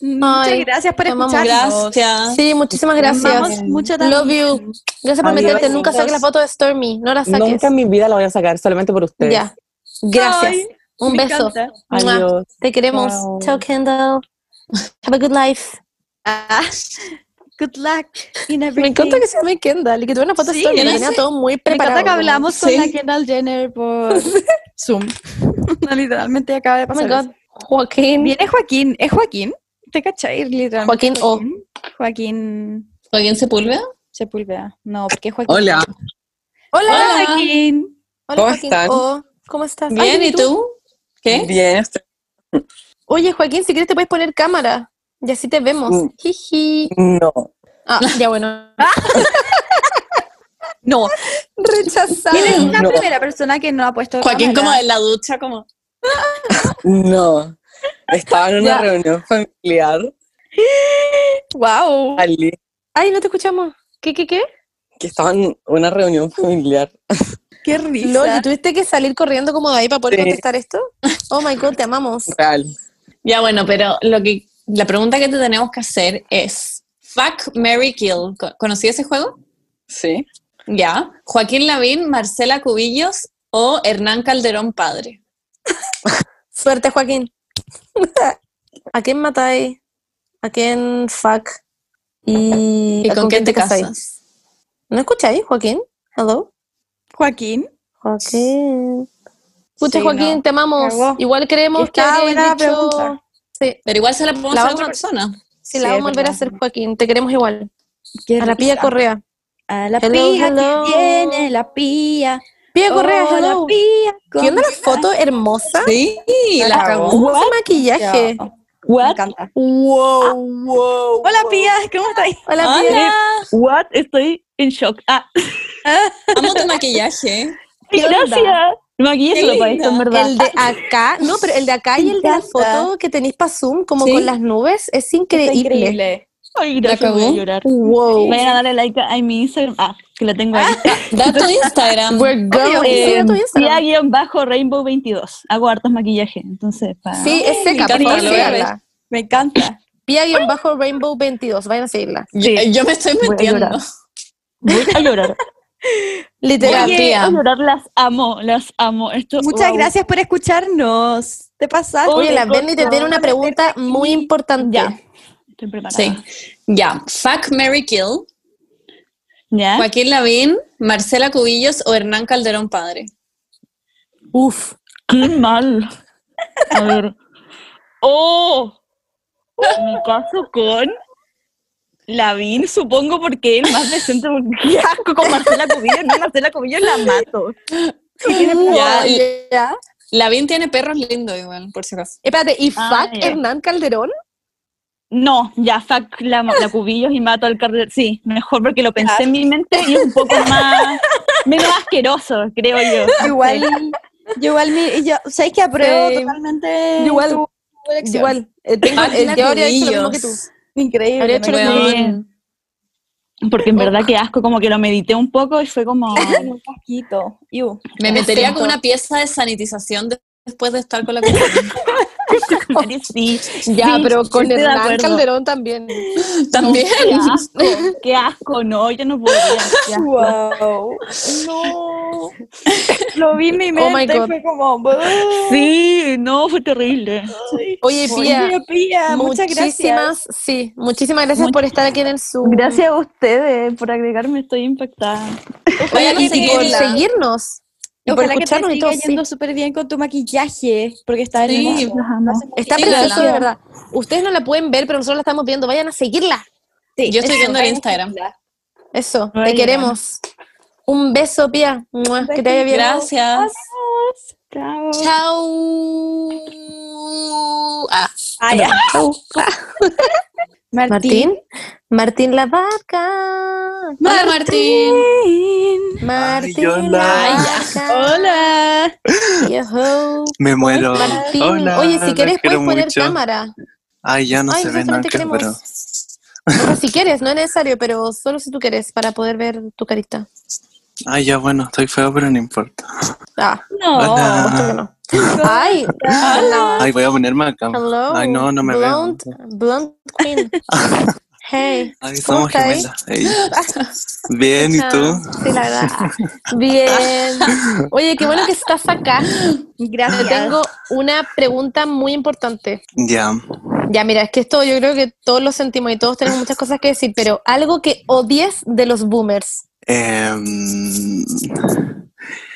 [SPEAKER 4] Muchas
[SPEAKER 3] Ay,
[SPEAKER 4] gracias por
[SPEAKER 3] te amamos.
[SPEAKER 4] escucharnos.
[SPEAKER 1] Gracias.
[SPEAKER 3] Sí, muchísimas gracias.
[SPEAKER 4] Amamos mucho
[SPEAKER 3] Love
[SPEAKER 4] también.
[SPEAKER 3] you. Gracias por
[SPEAKER 9] Adiós.
[SPEAKER 3] meterte. Nunca saques la foto de Stormy. No la saques.
[SPEAKER 9] Nunca en mi vida la voy a sacar, solamente por ustedes.
[SPEAKER 3] Ya. Gracias.
[SPEAKER 4] Ay,
[SPEAKER 3] Un
[SPEAKER 4] me
[SPEAKER 3] beso.
[SPEAKER 4] encanta.
[SPEAKER 3] Mua.
[SPEAKER 9] Adiós.
[SPEAKER 3] Te queremos.
[SPEAKER 9] Chao.
[SPEAKER 3] Chao. Kendall. Have a good life.
[SPEAKER 4] Ah, good luck in everything.
[SPEAKER 3] Me encanta que se llame Kendall y que tuve una foto
[SPEAKER 4] Sí,
[SPEAKER 3] de Stormy.
[SPEAKER 4] no
[SPEAKER 3] Tenía
[SPEAKER 4] sé.
[SPEAKER 3] todo muy
[SPEAKER 4] Me
[SPEAKER 3] preparado.
[SPEAKER 4] encanta que hablamos con
[SPEAKER 3] Sí.
[SPEAKER 4] la Kendall Jenner por Zoom. No, literalmente acaba de
[SPEAKER 3] Oh my
[SPEAKER 4] pasar.
[SPEAKER 3] God.
[SPEAKER 4] eso.
[SPEAKER 3] Joaquín.
[SPEAKER 4] Viene Joaquín. ¿Es Joaquín? ¿Te cachai? Literalmente.
[SPEAKER 3] Joaquín O.
[SPEAKER 4] Joaquín
[SPEAKER 1] ¿Alguien se pulvea?
[SPEAKER 4] Sepúlveda. No, porque es Joaquín.
[SPEAKER 25] Hola.
[SPEAKER 3] Hola.
[SPEAKER 4] Hola, Joaquín.
[SPEAKER 3] Hola,
[SPEAKER 25] ¿Cómo
[SPEAKER 3] Joaquín.
[SPEAKER 25] están?
[SPEAKER 3] Oh, ¿Cómo estás?
[SPEAKER 1] Bien,
[SPEAKER 3] Ay,
[SPEAKER 1] ¿y tú? ¿Qué?
[SPEAKER 25] Bien, estoy-
[SPEAKER 3] Oye, Joaquín, si quieres te puedes poner cámara y así te vemos.
[SPEAKER 25] Mm.
[SPEAKER 3] Jiji.
[SPEAKER 25] no.
[SPEAKER 3] Ah, ya bueno.
[SPEAKER 4] No.
[SPEAKER 3] Rechazado.
[SPEAKER 4] ¿Quién es la
[SPEAKER 25] No.
[SPEAKER 4] primera persona que no ha puesto
[SPEAKER 1] Joaquín
[SPEAKER 4] cámara?
[SPEAKER 1] como en la ducha, como...
[SPEAKER 25] No. Estaba en una
[SPEAKER 3] Ya.
[SPEAKER 25] reunión familiar,
[SPEAKER 4] Wow.
[SPEAKER 25] Ali,
[SPEAKER 3] Ay, no te escuchamos. ¿Qué, qué, qué?
[SPEAKER 25] que estaba en una reunión familiar.
[SPEAKER 4] Qué risa.
[SPEAKER 3] Lol, ¿y tuviste que salir corriendo como de ahí para poder
[SPEAKER 25] Sí.
[SPEAKER 3] contestar esto? Oh my god, te amamos.
[SPEAKER 25] Real.
[SPEAKER 1] Ya bueno, pero lo que la pregunta que te tenemos que hacer es, Fuck, Mary Kill, ¿co- ¿conocí ese juego?
[SPEAKER 26] Sí.
[SPEAKER 1] Ya. Joaquín Lavín, Marcela Cubillos o Hernán Calderón Padre.
[SPEAKER 3] Suerte, Joaquín. ¿A quién matáis? ¿A quién fuck? ¿Y,
[SPEAKER 1] ¿Y
[SPEAKER 3] a
[SPEAKER 1] con quién te
[SPEAKER 3] casáis?
[SPEAKER 1] casas?
[SPEAKER 3] ¿No escucháis, Joaquín? Hello.
[SPEAKER 7] Joaquín.
[SPEAKER 3] Joaquín. Pucha,
[SPEAKER 1] Sí,
[SPEAKER 3] Joaquín,
[SPEAKER 1] no.
[SPEAKER 3] te amamos.
[SPEAKER 1] Cagó.
[SPEAKER 3] Igual creemos que
[SPEAKER 1] Está
[SPEAKER 3] habréis
[SPEAKER 1] buena la
[SPEAKER 3] dicho-
[SPEAKER 1] pregunta.
[SPEAKER 3] Sí.
[SPEAKER 1] Pero igual se la podemos hacer a otra persona.
[SPEAKER 3] Sí, la vamos a volver a hacer, Joaquín. Te queremos igual. a la
[SPEAKER 1] rica.
[SPEAKER 3] pilla Correa.
[SPEAKER 1] A
[SPEAKER 3] la
[SPEAKER 4] pija que tiene
[SPEAKER 3] la pilla. Pilla
[SPEAKER 4] Oh,
[SPEAKER 3] Correa,
[SPEAKER 4] la
[SPEAKER 3] hello.
[SPEAKER 4] pilla
[SPEAKER 3] ¿Qué onda la foto hermosa?
[SPEAKER 4] Sí, la cagó.
[SPEAKER 3] ¿Cómo ese maquillaje? Ah,
[SPEAKER 4] What?
[SPEAKER 3] Wow, wow.
[SPEAKER 7] Hola, Pía, ¿cómo estáis?
[SPEAKER 3] Hola, Pía.
[SPEAKER 1] Ah.
[SPEAKER 4] What? Estoy en shock. Ah.
[SPEAKER 1] Amo tu maquillaje.
[SPEAKER 4] Gracias. El maquillaje
[SPEAKER 1] Qué
[SPEAKER 4] lo para esto, en
[SPEAKER 1] linda.
[SPEAKER 4] verdad.
[SPEAKER 3] El de acá, no, pero el de acá y el de la foto que tenéis para Zoom, como con las nubes, es increíble.
[SPEAKER 4] increíble. Ay,
[SPEAKER 3] La
[SPEAKER 4] gracias,
[SPEAKER 3] cagó.
[SPEAKER 4] voy a llorar.
[SPEAKER 3] Wow.
[SPEAKER 4] Vayan a darle like a, a mi Instagram. Ah, que la tengo ahí.
[SPEAKER 1] Da tu Instagram.
[SPEAKER 4] We're
[SPEAKER 1] Obvio, sí, da tu Instagram.
[SPEAKER 4] bajo Rainbow 22. Hago hartos maquillaje, entonces para...
[SPEAKER 3] Sí, es seca, por favor, síganla.
[SPEAKER 4] Me encanta.
[SPEAKER 3] Pia-bajo Rainbow 22, vayan a seguirla.
[SPEAKER 4] Sí. Voy a llorar. Voy a llorar.
[SPEAKER 3] Literal,
[SPEAKER 4] Voy
[SPEAKER 3] tía.
[SPEAKER 4] a llorar, las amo, las amo. Esto,
[SPEAKER 7] Muchas
[SPEAKER 4] wow.
[SPEAKER 7] gracias por escucharnos. Te pasaste.
[SPEAKER 3] Oye, la Bendy te tiene una pregunta muy importante.
[SPEAKER 4] Estoy preparada.
[SPEAKER 1] Sí. Ya. Fuck, Mary Kill. Joaquín Lavín, Marcela Cubillos o Hernán Calderón Padre.
[SPEAKER 4] Uf, qué mal. A ver. ¡Oh! Me caso con Lavín, supongo, porque es el más decente. porque ¡Qué asco con Marcela Cubillo! No, Marcela Cubillo la mato. Oh,
[SPEAKER 1] Ya, ya. Lavín tiene perros lindos igual, por si acaso.
[SPEAKER 3] Espérate, ¿y
[SPEAKER 4] Ah,
[SPEAKER 3] fuck
[SPEAKER 4] ya.
[SPEAKER 3] Hernán Calderón?
[SPEAKER 4] No, ya, fuck la, la Cubillos y mato al Carter. Sí, mejor porque lo pensé en mi mente y es un poco más. menos asqueroso, creo yo.
[SPEAKER 7] Igual, yo igual, mi, yo, sabéis que apruebo
[SPEAKER 4] Sí.
[SPEAKER 7] totalmente.
[SPEAKER 4] Yo igual-
[SPEAKER 7] tu elección.
[SPEAKER 3] Igual, eh, tengo- eh, yo habría hecho lo mismo que tú.
[SPEAKER 7] Increíble.
[SPEAKER 4] Habría hecho lo
[SPEAKER 7] me
[SPEAKER 4] mismo.
[SPEAKER 7] encanta.
[SPEAKER 4] Porque en verdad que asco, como que lo medité un poco y fue como.
[SPEAKER 7] Muy casquito. Iu.
[SPEAKER 1] Me
[SPEAKER 4] Lo
[SPEAKER 1] metería
[SPEAKER 4] siento.
[SPEAKER 1] con una pieza de sanitización de- después de estar con la comida.
[SPEAKER 4] sí,
[SPEAKER 3] Ya,
[SPEAKER 4] sí,
[SPEAKER 3] pero con
[SPEAKER 4] estoy de
[SPEAKER 3] Hernán
[SPEAKER 4] acuerdo.
[SPEAKER 3] Calderón también.
[SPEAKER 1] También.
[SPEAKER 4] Qué asco, qué asco, no, yo no podría. qué asco.
[SPEAKER 7] Wow. No. Lo vi en mi
[SPEAKER 4] Oh my
[SPEAKER 7] mente
[SPEAKER 4] God.
[SPEAKER 7] y fue como. "Bú".
[SPEAKER 4] Sí, no, fue terrible.
[SPEAKER 3] Oye, Pía,
[SPEAKER 7] Oye, Pía, muchas
[SPEAKER 3] muchísimas,
[SPEAKER 7] gracias.
[SPEAKER 3] sí, muchísimas gracias por estar aquí en el Zoom.
[SPEAKER 4] Gracias a ustedes por agregarme, estoy impactada.
[SPEAKER 3] Vayan a
[SPEAKER 7] Y
[SPEAKER 3] seguir-
[SPEAKER 7] por
[SPEAKER 3] seguirnos. Y por
[SPEAKER 7] Ojalá que te
[SPEAKER 3] escucharnos y
[SPEAKER 7] siga
[SPEAKER 3] todo, sí.
[SPEAKER 7] yendo súper bien con tu maquillaje, porque está
[SPEAKER 3] Sí,
[SPEAKER 7] hermoso.
[SPEAKER 3] los
[SPEAKER 4] amo.
[SPEAKER 3] Está
[SPEAKER 7] Síganla.
[SPEAKER 3] precioso, de verdad. Ustedes no la pueden ver, pero nosotros la estamos viendo. Vayan a seguirla.
[SPEAKER 1] Yo estoy viendo en
[SPEAKER 3] vayan a
[SPEAKER 1] Instagram.
[SPEAKER 3] Eso,
[SPEAKER 1] Voy a
[SPEAKER 3] te
[SPEAKER 1] llorar.
[SPEAKER 3] queremos. Un beso, Pía. Mua, Que te vaya bien.
[SPEAKER 1] Gracias.
[SPEAKER 4] Chao.
[SPEAKER 1] Chao. Ah,
[SPEAKER 3] Ah, ya. Martín. Martín la vaca.
[SPEAKER 1] Hola, Martín.
[SPEAKER 21] Ay,
[SPEAKER 3] Martín la
[SPEAKER 21] hola. Ay,
[SPEAKER 3] vaca.
[SPEAKER 7] Hola.
[SPEAKER 3] Yoho.
[SPEAKER 21] Me muero.
[SPEAKER 3] Martín.
[SPEAKER 21] Hola,
[SPEAKER 3] Oye, si
[SPEAKER 21] los
[SPEAKER 3] quieres puedes
[SPEAKER 21] quiero
[SPEAKER 3] poner
[SPEAKER 21] mucho.
[SPEAKER 3] cámara.
[SPEAKER 21] Ay, ya no
[SPEAKER 3] Ay,
[SPEAKER 21] se ve
[SPEAKER 3] nosotros
[SPEAKER 21] nada,
[SPEAKER 3] te
[SPEAKER 21] qué
[SPEAKER 3] queremos.
[SPEAKER 21] raro.
[SPEAKER 3] O sea, si quieres, no es necesario, pero solo si tú quieres para poder ver tu carita.
[SPEAKER 21] Ay, ya bueno, estoy feo, pero no importa.
[SPEAKER 3] Ah.
[SPEAKER 21] Hola.
[SPEAKER 3] puesto que no. Ay, no.
[SPEAKER 21] Ay, voy a ponerme acá.
[SPEAKER 3] Hello.
[SPEAKER 21] Ay, no, no me veo.
[SPEAKER 3] blonde, Blonde Queen. Hey.
[SPEAKER 21] Ay, somos
[SPEAKER 3] ¿cómo estáis?
[SPEAKER 21] gemelas. Ey. Bien, ¿y tú?
[SPEAKER 3] Sí, la verdad. Bien. Oye, qué bueno que estás acá.
[SPEAKER 7] Gracias.
[SPEAKER 3] Te tengo una pregunta muy importante.
[SPEAKER 21] Ya.
[SPEAKER 3] Ya, mira, es que esto yo creo que todos lo sentimos y todos tenemos muchas cosas que decir, pero algo que odies de los boomers.
[SPEAKER 21] Em,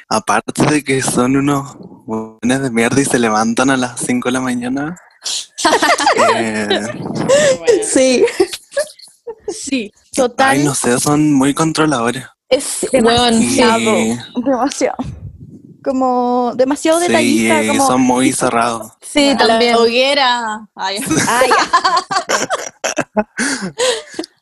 [SPEAKER 21] aparte de que son unos buenos de mierda y se levantan a las 5 de la mañana. eh,
[SPEAKER 3] Sí. Sí, total.
[SPEAKER 21] ay, no sé, son muy controladores.
[SPEAKER 3] Es
[SPEAKER 7] demasiado.
[SPEAKER 21] Sí.
[SPEAKER 7] Demasiado. Como demasiado
[SPEAKER 21] Sí,
[SPEAKER 7] detallista.
[SPEAKER 21] eh,
[SPEAKER 7] como,
[SPEAKER 21] son muy cerrados.
[SPEAKER 3] Sí,
[SPEAKER 1] también. La hoguera. Ay.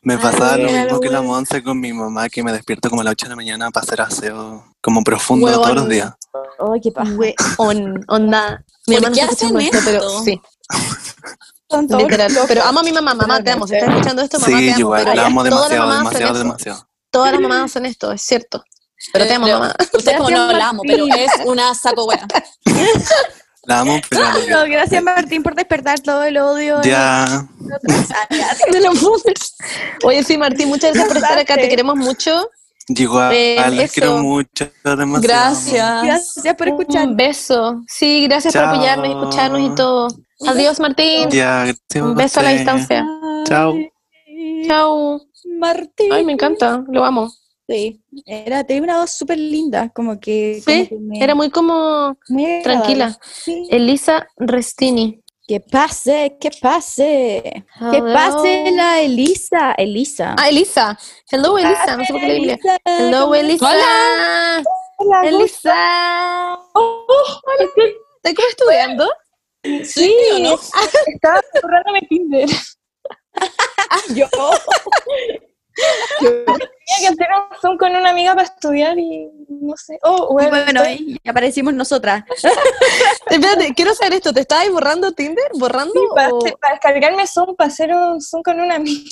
[SPEAKER 21] Me pasaba lo
[SPEAKER 1] mira,
[SPEAKER 21] mismo
[SPEAKER 1] lo
[SPEAKER 21] que la
[SPEAKER 1] bueno.
[SPEAKER 21] Monse con mi mamá, que me despierto como a las 8 de la mañana para hacer aseo como profundo
[SPEAKER 3] Huevón.
[SPEAKER 21] todos los días.
[SPEAKER 3] Ay, qué paja. On, onda. Mi
[SPEAKER 1] ¿Por
[SPEAKER 3] hermano
[SPEAKER 1] qué
[SPEAKER 3] está escuchando
[SPEAKER 1] hacen
[SPEAKER 3] esto, pero
[SPEAKER 1] esto?
[SPEAKER 3] sí.
[SPEAKER 7] Son todos
[SPEAKER 3] Literal.
[SPEAKER 7] locos.
[SPEAKER 3] Pero amo a mi mamá, mamá, te amo. Si estás escuchando esto, mamá,
[SPEAKER 21] Sí,
[SPEAKER 3] te amo.
[SPEAKER 21] igual,
[SPEAKER 3] pero
[SPEAKER 21] la amo
[SPEAKER 3] todas las
[SPEAKER 21] demasiado,
[SPEAKER 3] mamás son
[SPEAKER 21] demasiado,
[SPEAKER 3] esto.
[SPEAKER 21] demasiado.
[SPEAKER 3] Todas las mamás son esto, es cierto. Pero te amo, mamá.
[SPEAKER 1] Ustedes como no
[SPEAKER 3] Gracias,
[SPEAKER 1] la amo, pero
[SPEAKER 3] Martín.
[SPEAKER 1] es una saco buena.
[SPEAKER 9] La amo, pero la odio.
[SPEAKER 4] No, gracias Martín por despertar todo el odio.
[SPEAKER 9] Ya.
[SPEAKER 3] Te lo puse. Oye, sí, Martín, muchas gracias por estar acá. Te queremos mucho.
[SPEAKER 9] Digo, a,
[SPEAKER 3] Eh,
[SPEAKER 9] a- les
[SPEAKER 3] eso.
[SPEAKER 9] quiero mucho. Demasiado.
[SPEAKER 3] Gracias. Gracias por escuchar. Un beso. Sí, gracias
[SPEAKER 9] Chao.
[SPEAKER 3] por apoyarnos y escucharnos y todo. Adiós, Martín.
[SPEAKER 9] Ya, gracias
[SPEAKER 3] Un beso a la
[SPEAKER 9] ustedes.
[SPEAKER 3] distancia.
[SPEAKER 9] Chao.
[SPEAKER 3] Chao. Martín. Ay, me encanta. Lo amo.
[SPEAKER 4] Sí, era, tenía una voz súper linda, como que...
[SPEAKER 3] Sí,
[SPEAKER 4] como que me-
[SPEAKER 3] era muy como
[SPEAKER 4] muy
[SPEAKER 3] tranquila.
[SPEAKER 4] agradable. Sí.
[SPEAKER 3] Elisa Restini.
[SPEAKER 4] Que pase, que pase. Que
[SPEAKER 3] Hello.
[SPEAKER 4] pase
[SPEAKER 3] oh.
[SPEAKER 4] la Elisa. Elisa.
[SPEAKER 3] Ah, Elisa. Hello, Elisa. No sé por qué le dije.
[SPEAKER 4] Elisa,
[SPEAKER 3] Hello,
[SPEAKER 4] ¿cómo
[SPEAKER 3] Elisa.
[SPEAKER 4] estás? Hola, Oh, ¿cómo
[SPEAKER 3] Elisa. hola. ¿Estás como estudiando?
[SPEAKER 17] Sí, ¿o no? estaba borrándome Tinder.
[SPEAKER 4] Yo.
[SPEAKER 25] Tenía que hacer un Zoom con una amiga para estudiar y no sé. Oh,
[SPEAKER 4] Y
[SPEAKER 25] bueno.
[SPEAKER 4] bueno,
[SPEAKER 25] estoy-
[SPEAKER 4] y aparecimos nosotras.
[SPEAKER 3] Espérate, quiero saber esto. ¿Te estabas borrando Tinder? ¿Borrando?
[SPEAKER 25] para,
[SPEAKER 3] o-
[SPEAKER 25] hacer- para descargarme Zoom, para hacer un Zoom con una amiga.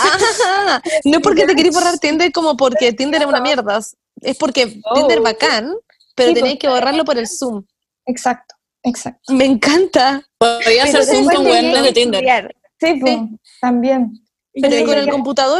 [SPEAKER 3] Ajá. No es porque te quería borrar Tinder como porque Tinder es una mierda. Es porque Tinder bacán, pero
[SPEAKER 25] Oh, Sí,
[SPEAKER 3] tenías
[SPEAKER 25] pues,
[SPEAKER 3] que borrarlo por el Zoom.
[SPEAKER 25] Exacto, exacto.
[SPEAKER 3] Me encanta.
[SPEAKER 1] Podría
[SPEAKER 3] Pero
[SPEAKER 1] ser Zoom
[SPEAKER 3] después
[SPEAKER 1] con
[SPEAKER 3] de
[SPEAKER 1] weones de Tinder.
[SPEAKER 25] Sí, pues, también.
[SPEAKER 3] Pero con el
[SPEAKER 25] computador.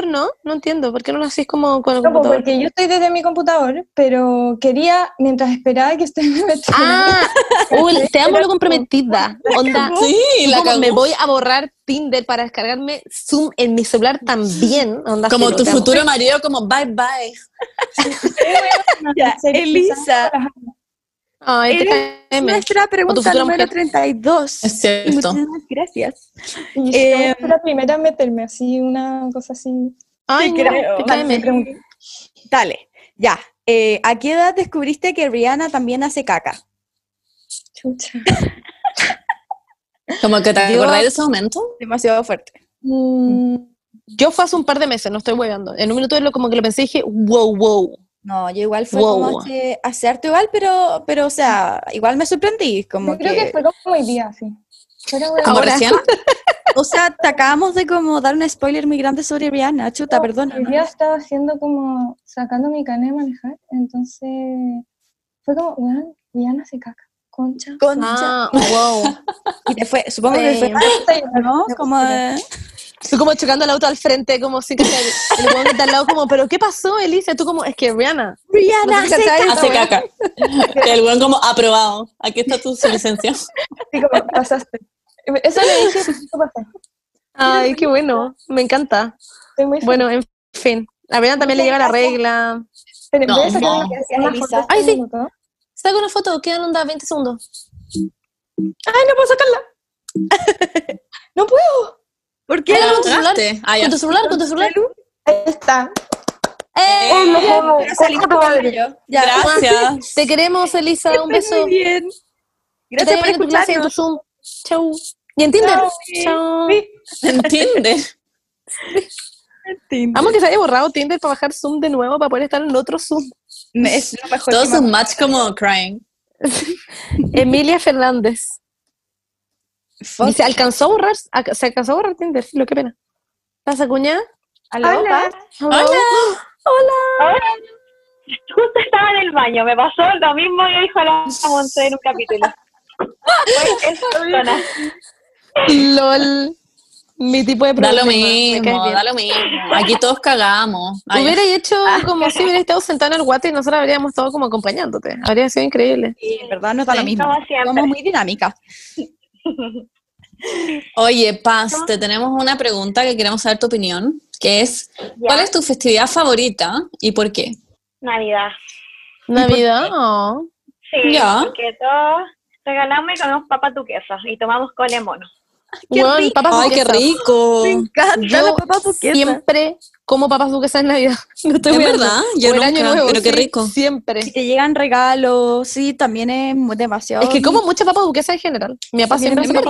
[SPEAKER 3] computador, ¿no? No entiendo. ¿Por qué no lo haces como con el
[SPEAKER 25] No, pues,
[SPEAKER 3] computador?
[SPEAKER 25] porque yo estoy desde mi computador, pero quería, mientras esperaba que usted me metiera.
[SPEAKER 3] Ah, Uy, te amo lo comprometida. Onda,
[SPEAKER 1] Sí, la
[SPEAKER 3] como
[SPEAKER 1] cagó.
[SPEAKER 3] me voy a borrar Tinder para descargarme Zoom en mi celular también. Onda,
[SPEAKER 1] Como
[SPEAKER 3] filo,
[SPEAKER 1] tu
[SPEAKER 3] te amo.
[SPEAKER 1] futuro marido, como bye bye.
[SPEAKER 4] Ya, Elisa.
[SPEAKER 3] Ay, te
[SPEAKER 4] eres
[SPEAKER 3] cae, me.
[SPEAKER 4] nuestra
[SPEAKER 3] O tu
[SPEAKER 4] pregunta
[SPEAKER 3] futura
[SPEAKER 4] número
[SPEAKER 3] mujer.
[SPEAKER 4] 32.
[SPEAKER 1] Es cierto.
[SPEAKER 4] Muchísimas gracias.
[SPEAKER 25] Y yo
[SPEAKER 4] Eh,
[SPEAKER 25] fui la primera en meterme, así, una cosa así.
[SPEAKER 3] Ay,
[SPEAKER 4] Te
[SPEAKER 3] no,
[SPEAKER 4] creo.
[SPEAKER 3] te cae, me.
[SPEAKER 4] Dale, ya. Eh, ¿A qué edad descubriste que Rihanna también hace caca?
[SPEAKER 25] Chucha.
[SPEAKER 1] Como que te
[SPEAKER 3] Yo-
[SPEAKER 1] acordáis de ese momento.
[SPEAKER 4] Demasiado fuerte.
[SPEAKER 3] Mm, yo fue hace un par de meses, no estoy hueveando. En un minuto lo, como que lo pensé y dije, wow, wow.
[SPEAKER 4] No, yo igual fue
[SPEAKER 3] Wow.
[SPEAKER 4] como hace, hace harto igual, pero, pero, o sea, igual me sorprendí. Como
[SPEAKER 25] Yo creo que fue como hoy día, sí. Pero bueno,
[SPEAKER 1] Como
[SPEAKER 4] Ahora.
[SPEAKER 1] recién.
[SPEAKER 4] O sea, te acabamos de como dar un spoiler muy grande sobre Rihanna, chuta, perdona.
[SPEAKER 25] hoy
[SPEAKER 4] ¿no?
[SPEAKER 25] día estaba haciendo como, sacando mi carnet de manejar, entonces fue como, weón, Diana se caca, concha.
[SPEAKER 4] Concha.
[SPEAKER 3] Ah, wow.
[SPEAKER 4] Y te fue, supongo que fue,
[SPEAKER 3] Eh,
[SPEAKER 4] ¿no? Como, eh,
[SPEAKER 3] Tú como chocando el auto al frente, como sin que se- el hueón que está al lado, como, ¿pero qué pasó, Elisa? Tú como, es que Rihanna.
[SPEAKER 4] Rihanna
[SPEAKER 3] No sé si cachai,
[SPEAKER 4] hace caca.
[SPEAKER 3] esta
[SPEAKER 1] Hace
[SPEAKER 3] weá.
[SPEAKER 1] caca. El weón como aprobado. Aquí está tu su licencia.
[SPEAKER 25] Sí, como, pasaste. Eso le dije, pues, tú pasaste.
[SPEAKER 3] Ay, qué bueno, me encanta.
[SPEAKER 25] Estoy muy
[SPEAKER 3] Bueno, en fin. A Rihanna también le lleva la regla.
[SPEAKER 25] Pero en
[SPEAKER 1] No,
[SPEAKER 25] vez de sacar
[SPEAKER 1] no.
[SPEAKER 25] una- una
[SPEAKER 4] Elisa.
[SPEAKER 25] foto,
[SPEAKER 3] Ay, sí.
[SPEAKER 25] ¿no?
[SPEAKER 3] Saca una foto, quedan onda 20 segundos.
[SPEAKER 25] Ay, no puedo sacarla. no puedo.
[SPEAKER 4] ¿Por qué?
[SPEAKER 1] ¿Te la
[SPEAKER 3] Con tu celular,
[SPEAKER 1] mostraste? Ah, ya.
[SPEAKER 3] con tu celular, con tu celular.
[SPEAKER 25] Ahí está.
[SPEAKER 3] ¡Eh!
[SPEAKER 25] no puedo.
[SPEAKER 4] Pero salí
[SPEAKER 25] Concha tu
[SPEAKER 4] como
[SPEAKER 25] madre.
[SPEAKER 4] yo. Ya.
[SPEAKER 1] Gracias.
[SPEAKER 3] Te queremos, Elisa. Un
[SPEAKER 4] Estás
[SPEAKER 3] beso.
[SPEAKER 4] muy bien.
[SPEAKER 3] Que te
[SPEAKER 4] Gracias por
[SPEAKER 3] vaya bien en tu clase y en tu
[SPEAKER 4] escucharnos.
[SPEAKER 3] Zoom. Chau. Y en Tinder. Chau.
[SPEAKER 1] ¿Entiendes?
[SPEAKER 3] Amo que se haya borrado Tinder para bajar Zoom de nuevo para poder estar en otro Zoom.
[SPEAKER 4] Me- Es lo mejor
[SPEAKER 1] Todos
[SPEAKER 4] que me-
[SPEAKER 1] sus match como crying.
[SPEAKER 3] Emilia Fernández.
[SPEAKER 4] Fuck.
[SPEAKER 3] Dice, alcanzó a borrar, a- se alcanzó a borrar Tinder, lo qué pena. ¿Estás acuñada?
[SPEAKER 4] Aló,
[SPEAKER 23] Hola.
[SPEAKER 4] pa.
[SPEAKER 1] Hola.
[SPEAKER 23] Ahora, justo estaba en el baño, me pasó lo mismo que dijo la Monse en un capítulo. Fue esa persona.
[SPEAKER 3] LOL. Mi tipo de
[SPEAKER 1] Da
[SPEAKER 3] problema.
[SPEAKER 1] lo mismo,
[SPEAKER 3] me
[SPEAKER 1] da
[SPEAKER 3] caes
[SPEAKER 1] lo mismo. Aquí todos cagamos.
[SPEAKER 3] bien.
[SPEAKER 1] Ay, Ah.
[SPEAKER 3] Hubiera hecho como si hubiera estado sentado en el guate y nosotros habríamos estado como acompañándote. Habría sido increíble.
[SPEAKER 4] Sí, en verdad no está lo mismo.
[SPEAKER 23] como siempre.
[SPEAKER 4] Somos muy dinámicas.
[SPEAKER 1] Oye, Paz, te tenemos una pregunta que queremos saber tu opinión, que es, ¿cuál es tu festividad favorita y por qué?
[SPEAKER 23] Navidad.
[SPEAKER 3] Navidad.
[SPEAKER 23] Sí,
[SPEAKER 1] Ya.
[SPEAKER 23] porque todos regalamos y comemos papa tu queso y tomamos cole mono.
[SPEAKER 3] Weón, papas
[SPEAKER 1] Ay, qué
[SPEAKER 3] duquesas.
[SPEAKER 1] rico.
[SPEAKER 4] Me encanta
[SPEAKER 3] Yo
[SPEAKER 4] la papa duquesa.
[SPEAKER 3] Siempre como papas duquesas en Navidad. No estoy
[SPEAKER 1] Es
[SPEAKER 3] weando.
[SPEAKER 1] verdad, yo
[SPEAKER 3] O el año
[SPEAKER 1] nunca,
[SPEAKER 3] nuevo,
[SPEAKER 1] pero qué
[SPEAKER 3] sí,
[SPEAKER 1] rico.
[SPEAKER 3] Siempre.
[SPEAKER 4] Si te llegan regalos, sí, también es mu- demasiado.
[SPEAKER 3] Es que como mucha papa duquesa en general. Mi papá siempre
[SPEAKER 4] También
[SPEAKER 3] hace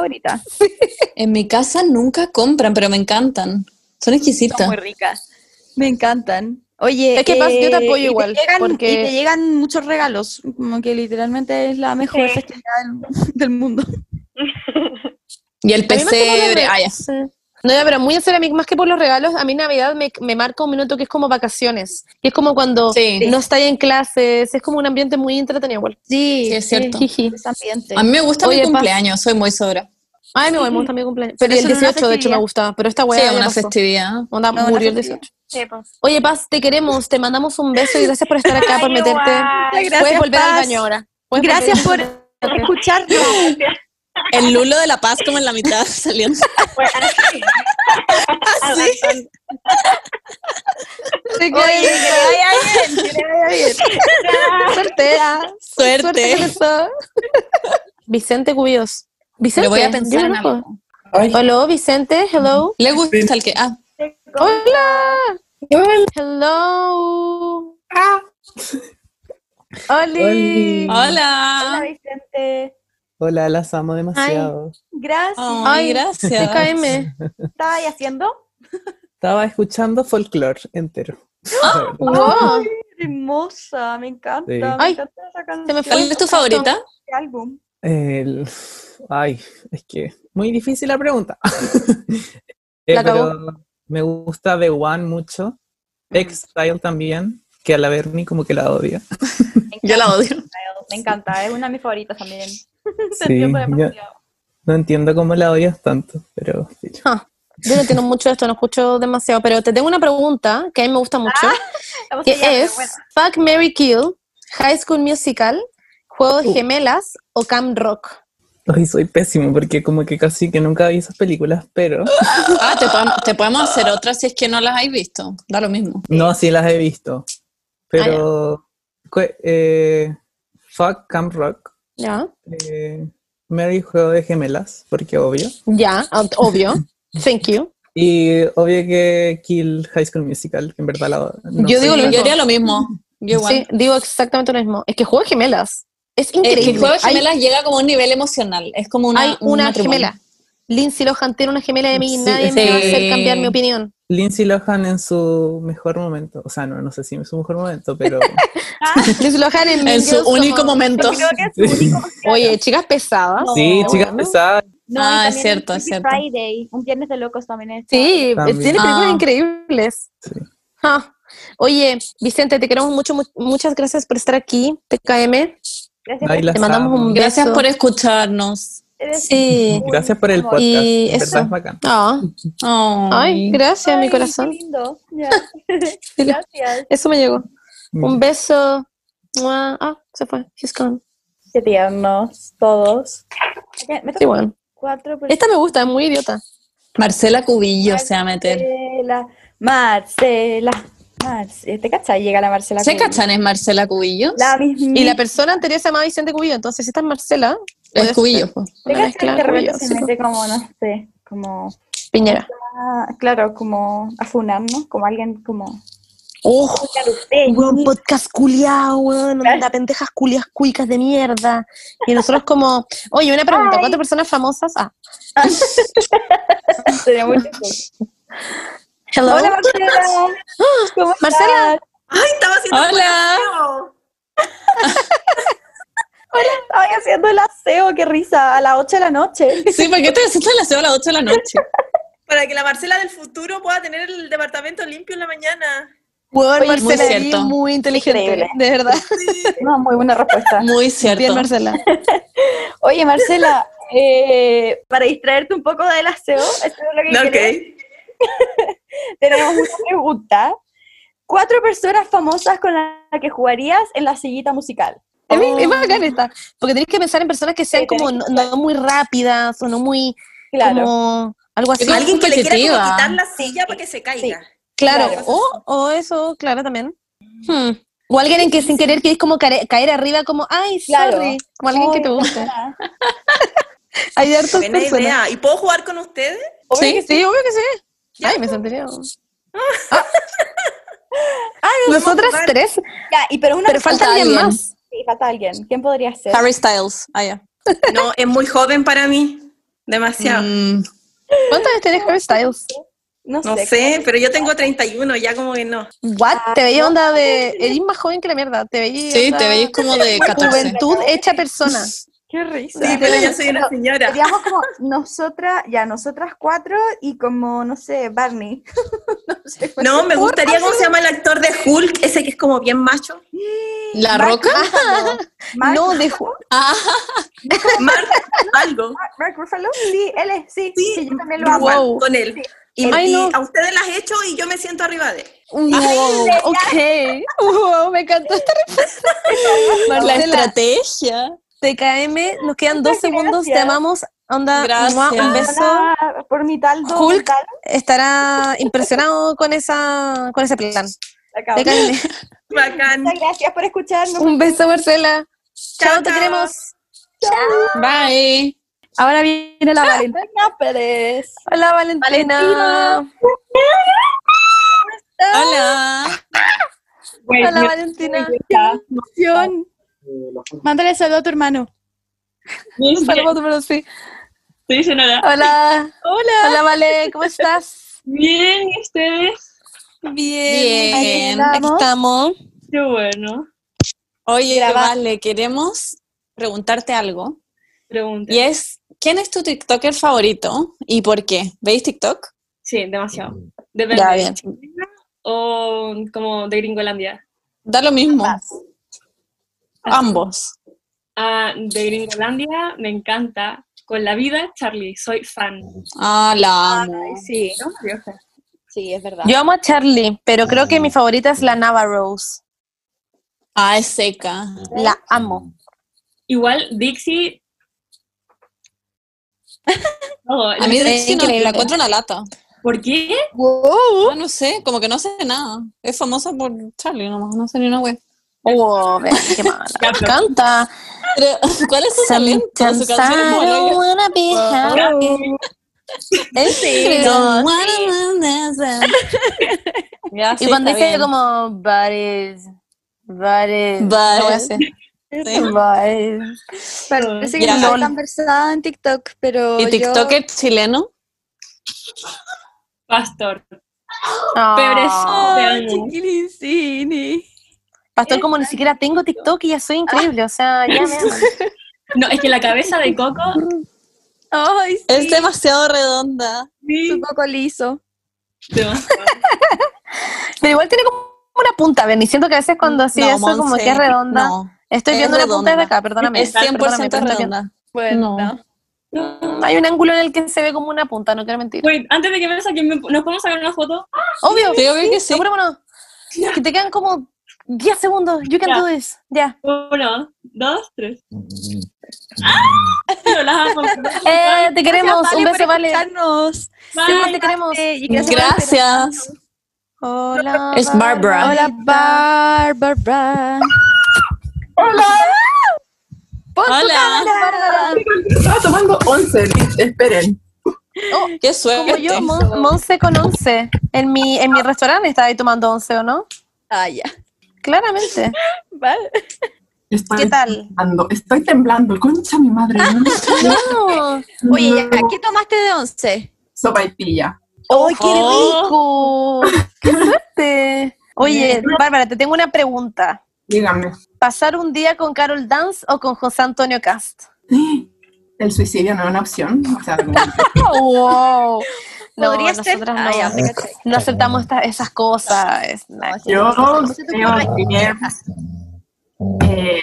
[SPEAKER 1] ¿verdad?
[SPEAKER 3] papas
[SPEAKER 4] mi papa favorita.
[SPEAKER 1] En mi casa nunca compran, pero me encantan. Son
[SPEAKER 4] Son
[SPEAKER 1] exquisitas.
[SPEAKER 4] muy ricas. Me encantan. Oye, eh,
[SPEAKER 3] Es que, Paz, yo te apoyo
[SPEAKER 4] y
[SPEAKER 3] igual,
[SPEAKER 4] Te llegan,
[SPEAKER 3] porque-
[SPEAKER 4] Y te llegan muchos regalos, como que literalmente es la mejor
[SPEAKER 23] Sí.
[SPEAKER 4] festividad del, del mundo.
[SPEAKER 1] Y el
[SPEAKER 3] A mí me hace
[SPEAKER 1] pesebre.
[SPEAKER 3] acordar
[SPEAKER 1] Ah, ya.
[SPEAKER 3] de- No, ya, pero muy en serio, a mí, más que por los regalos, a mí Navidad me, me marca un minuto que es como vacaciones. Y es como cuando no estáis en clases, es como un ambiente muy entretenido igual.
[SPEAKER 1] Sí, es cierto. A mí me gusta
[SPEAKER 3] Oye,
[SPEAKER 1] mi
[SPEAKER 3] pa-
[SPEAKER 1] cumpleaños, soy muy sobra.
[SPEAKER 3] Ay, no, me gusta mi cumpleaños. Pero
[SPEAKER 1] Sí,
[SPEAKER 3] el
[SPEAKER 1] eso era una
[SPEAKER 3] 18, de hecho, me
[SPEAKER 1] festividad.
[SPEAKER 3] gustaba. Pero esta
[SPEAKER 1] Sí,
[SPEAKER 3] weá. ya
[SPEAKER 1] una
[SPEAKER 3] pasó.
[SPEAKER 1] festividad. No,
[SPEAKER 3] Onda,
[SPEAKER 1] una
[SPEAKER 3] murió el
[SPEAKER 1] festividad.
[SPEAKER 3] 18.
[SPEAKER 1] pues.
[SPEAKER 3] Oye, Paz, te queremos, te mandamos un beso y gracias por estar acá, por meterte. Puedes volver al baño ahora. Puedes
[SPEAKER 4] Gracias por
[SPEAKER 3] volver al
[SPEAKER 4] escucharnos.
[SPEAKER 1] El lulo de la paz como en la mitad saliendo. Así.
[SPEAKER 4] Oye, que vaya bien, que le vaya bien.
[SPEAKER 3] Suerte, ah.
[SPEAKER 1] Suerte.
[SPEAKER 3] con eso. Vicente Cubillos. Vicente.
[SPEAKER 1] Lo voy a pensar
[SPEAKER 3] yo
[SPEAKER 1] en
[SPEAKER 3] conozco. Hola, Vicente. Hello.
[SPEAKER 1] Le gusta el que. Ah.
[SPEAKER 3] Hola. Hello.
[SPEAKER 4] Ah.
[SPEAKER 3] Oli.
[SPEAKER 27] Oli.
[SPEAKER 4] Hola, Vicente.
[SPEAKER 27] Hola, las amo demasiado.
[SPEAKER 4] Gracias.
[SPEAKER 3] Ay, gracias. TKM.
[SPEAKER 4] ¿Estaba ahí haciendo?
[SPEAKER 27] Estaba escuchando folklore entero. La verdad.
[SPEAKER 3] ¡Ah!
[SPEAKER 4] Ay, hermosa, me encanta.
[SPEAKER 27] Sí.
[SPEAKER 4] Me
[SPEAKER 27] Ay,
[SPEAKER 4] encanta esa canción.
[SPEAKER 1] me fue. ¿Cuál es tu favorita?
[SPEAKER 4] Este álbum.
[SPEAKER 27] El- Ay, es que muy difícil la pregunta. Eh,
[SPEAKER 3] La acabó. Ah.
[SPEAKER 27] pero me gusta The One mucho. Exile también, que a la Bernie como que la odia.
[SPEAKER 4] Yo la odio. Me encanta, es una de mis favoritas también.
[SPEAKER 27] Sí, yo no entiendo cómo la odias tanto, pero sí.
[SPEAKER 3] Ah, Yo no entiendo mucho esto, no escucho demasiado, pero te tengo una pregunta que a mí me gusta mucho,
[SPEAKER 4] Ah, vamos
[SPEAKER 3] que
[SPEAKER 4] allá, pero
[SPEAKER 3] es Fuck, Mary Kill, High School Musical, Juego de
[SPEAKER 27] Uh.
[SPEAKER 3] Gemelas o Cam Rock.
[SPEAKER 27] Hoy soy pésimo porque como que casi que nunca vi esas películas, pero...
[SPEAKER 1] Ah, te, podemos- te podemos hacer otra si es que no las has visto. Da lo mismo.
[SPEAKER 27] No, sí las he visto. Pero. cu- eh, fuck Camp Rock.
[SPEAKER 3] Ya.
[SPEAKER 27] eh, Mary Juego de Gemelas, porque obvio.
[SPEAKER 3] Ya, ob- obvio. Thank you.
[SPEAKER 27] Y obvio que Kill High School Musical, que en verdad la. no
[SPEAKER 3] yo
[SPEAKER 27] sé,
[SPEAKER 3] digo lo
[SPEAKER 27] la-
[SPEAKER 3] mismo.
[SPEAKER 1] Yo igual.
[SPEAKER 3] Sí, digo exactamente lo mismo. Es que Juego de Gemelas es increíble.
[SPEAKER 1] Es que el juego de
[SPEAKER 3] Hay-
[SPEAKER 1] gemelas llega como a un nivel emocional. Es como una,
[SPEAKER 3] hay
[SPEAKER 1] un
[SPEAKER 3] una
[SPEAKER 1] matrimonio.
[SPEAKER 3] gemela. Lindsay Lohan tiene una gemela de mí y
[SPEAKER 27] Sí,
[SPEAKER 3] nadie
[SPEAKER 27] es
[SPEAKER 3] me va a
[SPEAKER 27] que-
[SPEAKER 3] hacer cambiar mi opinión.
[SPEAKER 27] Lindsay Lohan en su mejor momento. O sea, no, no sé si en su mejor momento, pero.
[SPEAKER 4] Ah.
[SPEAKER 3] Lindsay Lohan en,
[SPEAKER 1] En
[SPEAKER 3] Mean
[SPEAKER 1] su
[SPEAKER 3] Girls
[SPEAKER 1] único
[SPEAKER 3] como-
[SPEAKER 1] momento.
[SPEAKER 3] Oye, chicas pesadas.
[SPEAKER 27] sí, chicas pesadas.
[SPEAKER 4] No,
[SPEAKER 1] Ah,
[SPEAKER 4] y
[SPEAKER 1] es
[SPEAKER 4] también
[SPEAKER 1] cierto,
[SPEAKER 4] el
[SPEAKER 1] es
[SPEAKER 4] Freaky
[SPEAKER 1] cierto.
[SPEAKER 4] Friday, un viernes de locos también es.
[SPEAKER 3] Sí,
[SPEAKER 4] También.
[SPEAKER 3] tiene películas
[SPEAKER 4] Ah.
[SPEAKER 3] increíbles. Ah. Oye, Vicente, te queremos mucho, mu- muchas gracias por estar aquí, TKM.
[SPEAKER 4] Gracias.
[SPEAKER 27] Ay, las
[SPEAKER 3] te mandamos
[SPEAKER 27] amo.
[SPEAKER 3] un beso.
[SPEAKER 1] Gracias por escucharnos.
[SPEAKER 3] Sí.
[SPEAKER 27] Gracias por el podcast.
[SPEAKER 3] Y
[SPEAKER 27] en
[SPEAKER 3] eso.
[SPEAKER 27] verdad es bacán.
[SPEAKER 3] Ah. Ay, gracias, mi
[SPEAKER 4] Ay,
[SPEAKER 3] corazón.
[SPEAKER 4] Qué lindo. Ya.
[SPEAKER 3] Sí, lo-
[SPEAKER 4] Gracias.
[SPEAKER 3] Eso me llegó. Un beso. Mua. Ah, se fue. He's gone.
[SPEAKER 4] Qué tiernos todos. Ok, me
[SPEAKER 3] Sí, bueno.
[SPEAKER 4] Cuatro
[SPEAKER 3] Esta me gusta, es muy idiota.
[SPEAKER 1] Marcela Cubillo se va a meter.
[SPEAKER 4] Marcela, Marcela, Marcela. ¿Te cachas? Llega la Marcela.
[SPEAKER 1] ¿Se
[SPEAKER 4] Cubillo.
[SPEAKER 1] cachan es Marcela Cubillo?
[SPEAKER 4] La misma.
[SPEAKER 3] Y la persona anterior se llamaba Vicente Cubillo, entonces esta es Marcela.
[SPEAKER 1] Es
[SPEAKER 3] puede
[SPEAKER 1] Cubillo,
[SPEAKER 3] ser
[SPEAKER 1] po.
[SPEAKER 4] ¿Te
[SPEAKER 3] Una
[SPEAKER 4] cachas que
[SPEAKER 3] mezcla
[SPEAKER 4] de
[SPEAKER 3] de
[SPEAKER 4] repente
[SPEAKER 3] Cubillo.
[SPEAKER 4] se mete como, no sé, como...
[SPEAKER 3] Piñera.
[SPEAKER 4] Ah, claro, como a funar, ¿no? Como alguien como...
[SPEAKER 3] ¡Oh!
[SPEAKER 4] Claro, usted.
[SPEAKER 3] Weón, podcast culiao, weón. Onda, pendejas culias cuicas de mierda. Y nosotros como... Oye, una pregunta. ¿Cuántas personas famosas? Ah.
[SPEAKER 4] Sería muy chistoso.
[SPEAKER 3] Hello. Ah,
[SPEAKER 4] Hola, Marcela. ¿Cómo
[SPEAKER 3] Marcela.
[SPEAKER 4] Ay, estaba haciendo
[SPEAKER 1] Hola.
[SPEAKER 4] Hola, estaba haciendo el aseo, qué risa, a las 8 de la noche.
[SPEAKER 1] Sí, ¿por qué te asustas la cebo a las 8 de la noche?
[SPEAKER 7] Para que la Marcela del futuro pueda tener el departamento limpio en la mañana.
[SPEAKER 1] Oye,
[SPEAKER 3] Weón,
[SPEAKER 1] muy
[SPEAKER 3] Marcela, eres
[SPEAKER 1] cierto.
[SPEAKER 3] muy inteligente,
[SPEAKER 4] Increíble.
[SPEAKER 3] de verdad.
[SPEAKER 4] No, muy buena respuesta.
[SPEAKER 1] Muy cierto.
[SPEAKER 3] Bien, Marcela.
[SPEAKER 4] Oye, Marcela, eh, para distraerte un poco del aseo, esto es lo que
[SPEAKER 7] Ok.
[SPEAKER 4] quería. tenemos una pregunta. Cuatro personas famosas con las que jugarías en la sillita musical. Oh.
[SPEAKER 3] Es, bien- es bacán esta, porque tenés que pensar en personas que sean como no, no muy rápidas o no muy
[SPEAKER 4] Claro.
[SPEAKER 3] como algo así.
[SPEAKER 7] Alguien que le quiera como quitar la
[SPEAKER 3] Claro,
[SPEAKER 7] silla para que se caiga.
[SPEAKER 3] claro. O, o eso, claro, también. Hmm. O alguien en que sin querer querés como care- caer arriba como, ay,
[SPEAKER 7] Claro.
[SPEAKER 3] sorry, como alguien que te guste. Hay hartas
[SPEAKER 7] Buena
[SPEAKER 3] personas.
[SPEAKER 7] idea. ¿Y puedo jugar con ustedes?
[SPEAKER 3] sí, sí, obvio que sí. Ay, me sentiría...
[SPEAKER 4] Ah,
[SPEAKER 3] Nosotras tres.
[SPEAKER 4] Ya, y pero una
[SPEAKER 3] Pero falta
[SPEAKER 4] respuesta-
[SPEAKER 3] alguien más.
[SPEAKER 4] Sí, falta alguien. ¿Quién podría ser?
[SPEAKER 1] Harry Styles. Ah, ya.
[SPEAKER 7] No, es muy joven para mí. Demasiado.
[SPEAKER 1] Mm,
[SPEAKER 3] ¿Cuántos años tiene Harry Styles?
[SPEAKER 4] No
[SPEAKER 7] No sé, pero yo tengo 31, ya como que no.
[SPEAKER 3] What? Te veía onda de. Eres más joven que la mierda. Te veía.
[SPEAKER 7] Sí,
[SPEAKER 3] onda-
[SPEAKER 7] te veías como de 14.
[SPEAKER 3] Juventud hecha persona.
[SPEAKER 4] Qué risa.
[SPEAKER 7] Sí, pero yo soy una señora.
[SPEAKER 4] Seríamos como nosotras, ya nosotras cuatro y como, no sé, Barney.
[SPEAKER 7] No, me gustaría, ¿cómo se llama el actor de Hulk? Ese que es como bien macho.
[SPEAKER 1] ¿La Roca?
[SPEAKER 4] no, de Hulk.
[SPEAKER 7] Mark, algo.
[SPEAKER 4] Mark Ruffalo, sí, él es, sí, sí, yo también lo
[SPEAKER 7] Wow,
[SPEAKER 4] amo.
[SPEAKER 7] con él. Y,
[SPEAKER 4] Ay,
[SPEAKER 7] y
[SPEAKER 4] no.
[SPEAKER 7] a ustedes las he hecho y yo me siento arriba de él.
[SPEAKER 3] Wow, ok. Wow, me encantó esta respuesta.
[SPEAKER 1] La
[SPEAKER 3] estrategia. TKM, nos quedan dos segundos, te
[SPEAKER 4] gracias.
[SPEAKER 3] amamos. Onda,
[SPEAKER 4] Gracias.
[SPEAKER 3] mua, un beso.
[SPEAKER 4] Hola, Por mi taldo. mi
[SPEAKER 3] Hulk
[SPEAKER 4] taldo.
[SPEAKER 3] estará impresionado con, esa, con ese plan.
[SPEAKER 4] Acabo.
[SPEAKER 3] TKM.
[SPEAKER 4] Muchas gracias por escucharnos.
[SPEAKER 3] Un beso, Marcela. Chao, te queremos. Bye. Ahora viene la Valentina Pérez. Hola, Valentina.
[SPEAKER 1] Hola.
[SPEAKER 4] Hola, Valentina. emoción. Mándale saludo a tu hermano.
[SPEAKER 3] Un saludo a tu hermano, sí. Hola.
[SPEAKER 4] Hola.
[SPEAKER 3] Hola, Vale, ¿cómo estás?
[SPEAKER 12] Bien, ¿y ustedes?
[SPEAKER 3] Bien.
[SPEAKER 1] Bien.
[SPEAKER 3] Aquí estamos.
[SPEAKER 12] Qué bueno.
[SPEAKER 1] Oye,
[SPEAKER 12] Grabando.
[SPEAKER 1] vale, queremos preguntarte algo.
[SPEAKER 12] Pregunta.
[SPEAKER 1] Y es, ¿quién es tu TikToker favorito y por qué? ¿Veis TikTok?
[SPEAKER 12] Sí, demasiado. Depende.
[SPEAKER 1] Ya, bien.
[SPEAKER 12] O como de Gringolandia.
[SPEAKER 1] Da lo mismo. Ambos.
[SPEAKER 12] Ah, de Gringolandia me encanta. Con la vida, Charlie, soy fan.
[SPEAKER 1] Ah, la amo.
[SPEAKER 12] sí. ¿no? Diosa.
[SPEAKER 4] Sí, es verdad.
[SPEAKER 3] Yo amo a Charlie, pero creo que mi favorita es la Nava Rose.
[SPEAKER 1] Ah, es seca.
[SPEAKER 3] La amo.
[SPEAKER 12] Igual Dixie. No,
[SPEAKER 1] A mí
[SPEAKER 12] es
[SPEAKER 1] Dixie no,
[SPEAKER 12] increíble.
[SPEAKER 1] la encuentro una lata.
[SPEAKER 12] ¿Por qué?
[SPEAKER 1] Ah, no sé, como que no sé nada. Es famosa por Charlie nomás, no sé ni una wea.
[SPEAKER 3] Oh, ve, qué mala. Me encanta.
[SPEAKER 1] Pero, ¿cuál es su talento? Su
[SPEAKER 3] Sometimes
[SPEAKER 1] canción es
[SPEAKER 3] I don't
[SPEAKER 1] muy
[SPEAKER 3] wanna be happy. Es
[SPEAKER 1] Don't
[SPEAKER 3] increíble.
[SPEAKER 1] Ya,
[SPEAKER 3] Y
[SPEAKER 1] sí,
[SPEAKER 3] cuando
[SPEAKER 1] está
[SPEAKER 3] dice
[SPEAKER 1] bien.
[SPEAKER 3] como, but is, but is,
[SPEAKER 1] But-
[SPEAKER 3] no voy a hacer.
[SPEAKER 1] Sí.
[SPEAKER 3] But is.
[SPEAKER 4] Parece que
[SPEAKER 1] Ya.
[SPEAKER 4] no soy tan versada en TikTok, pero
[SPEAKER 1] ¿Y TikToker chileno?
[SPEAKER 12] Pastor.
[SPEAKER 4] Ay,
[SPEAKER 3] Pobrecito.
[SPEAKER 4] chiquilín,
[SPEAKER 3] Pastor, como ni siquiera tengo TikTok y ya soy increíble, o sea, ya me aman.
[SPEAKER 12] No, es que la cabeza de Coco.
[SPEAKER 4] Ay, sí.
[SPEAKER 1] Es demasiado redonda.
[SPEAKER 4] Tu coco liso.
[SPEAKER 3] Pero igual tiene como una punta, Ven, y siento que a veces cuando así
[SPEAKER 1] No,
[SPEAKER 3] eso como
[SPEAKER 1] Monse,
[SPEAKER 3] que es redonda.
[SPEAKER 1] no.
[SPEAKER 3] Estoy
[SPEAKER 1] Es
[SPEAKER 3] viendo la punta desde
[SPEAKER 1] redonda.
[SPEAKER 3] acá, perdóname.
[SPEAKER 1] Es 100%
[SPEAKER 3] perdóname, pero estoy viendo-
[SPEAKER 1] redonda.
[SPEAKER 4] Bueno.
[SPEAKER 3] Mm, Hay un ángulo en el que se ve como una punta, no quiero mentir.
[SPEAKER 12] Wait, antes de que me saquen, ¿me- ¿nos podemos sacar una foto?
[SPEAKER 3] Obvio,
[SPEAKER 12] Sí, obvio que sí.
[SPEAKER 3] apurémonos. Que te quedan como 10 segundos. You can
[SPEAKER 12] Ya.
[SPEAKER 3] do this. Ya.
[SPEAKER 12] Uno, dos, tres. ¡Ah! Yo las amo.
[SPEAKER 3] Eh, te queremos.
[SPEAKER 4] Gracias,
[SPEAKER 3] un
[SPEAKER 4] Vale,
[SPEAKER 3] beso,
[SPEAKER 4] por
[SPEAKER 3] vale.
[SPEAKER 4] escucharnos.
[SPEAKER 3] Sí,
[SPEAKER 4] Bye.
[SPEAKER 3] te queremos.
[SPEAKER 4] Y
[SPEAKER 1] Gracias.
[SPEAKER 3] Hola.
[SPEAKER 1] Es Barbara.
[SPEAKER 4] Hola, Bárbara.
[SPEAKER 7] Hola.
[SPEAKER 4] Pon tu
[SPEAKER 1] Hola.
[SPEAKER 4] cámara.
[SPEAKER 7] Estaba tomando 11, esperen.
[SPEAKER 1] Qué
[SPEAKER 3] Oh, Como
[SPEAKER 1] suerte.
[SPEAKER 3] yo, Mon- Monse con 11. En mi, en mi restaurante estaba ahí tomando 11, ¿o no?
[SPEAKER 4] Ah, ya.
[SPEAKER 3] Claramente.
[SPEAKER 4] Vale.
[SPEAKER 3] ¿Qué tal?
[SPEAKER 7] Temblando, Estoy temblando, concha mi madre. no me estoy-
[SPEAKER 3] No.
[SPEAKER 4] Oye, ya, ¿qué tomaste de once?
[SPEAKER 7] Sopaipilla.
[SPEAKER 3] ¡Ay, qué rico! ¡Qué suerte! Oye, Bárbara, te tengo una pregunta.
[SPEAKER 7] Dígame,
[SPEAKER 3] ¿Pasar un día con Carol Dance o con José Antonio Cast?
[SPEAKER 7] ¿el suicidio no es una opción? O sea, como-
[SPEAKER 3] ¡Wow! No,
[SPEAKER 4] Podría ser-
[SPEAKER 3] nosotras
[SPEAKER 4] Ah, ya, te
[SPEAKER 3] no,
[SPEAKER 4] caché.
[SPEAKER 3] no aceptamos esta- esas cosas. es-
[SPEAKER 7] yo creo que, eh,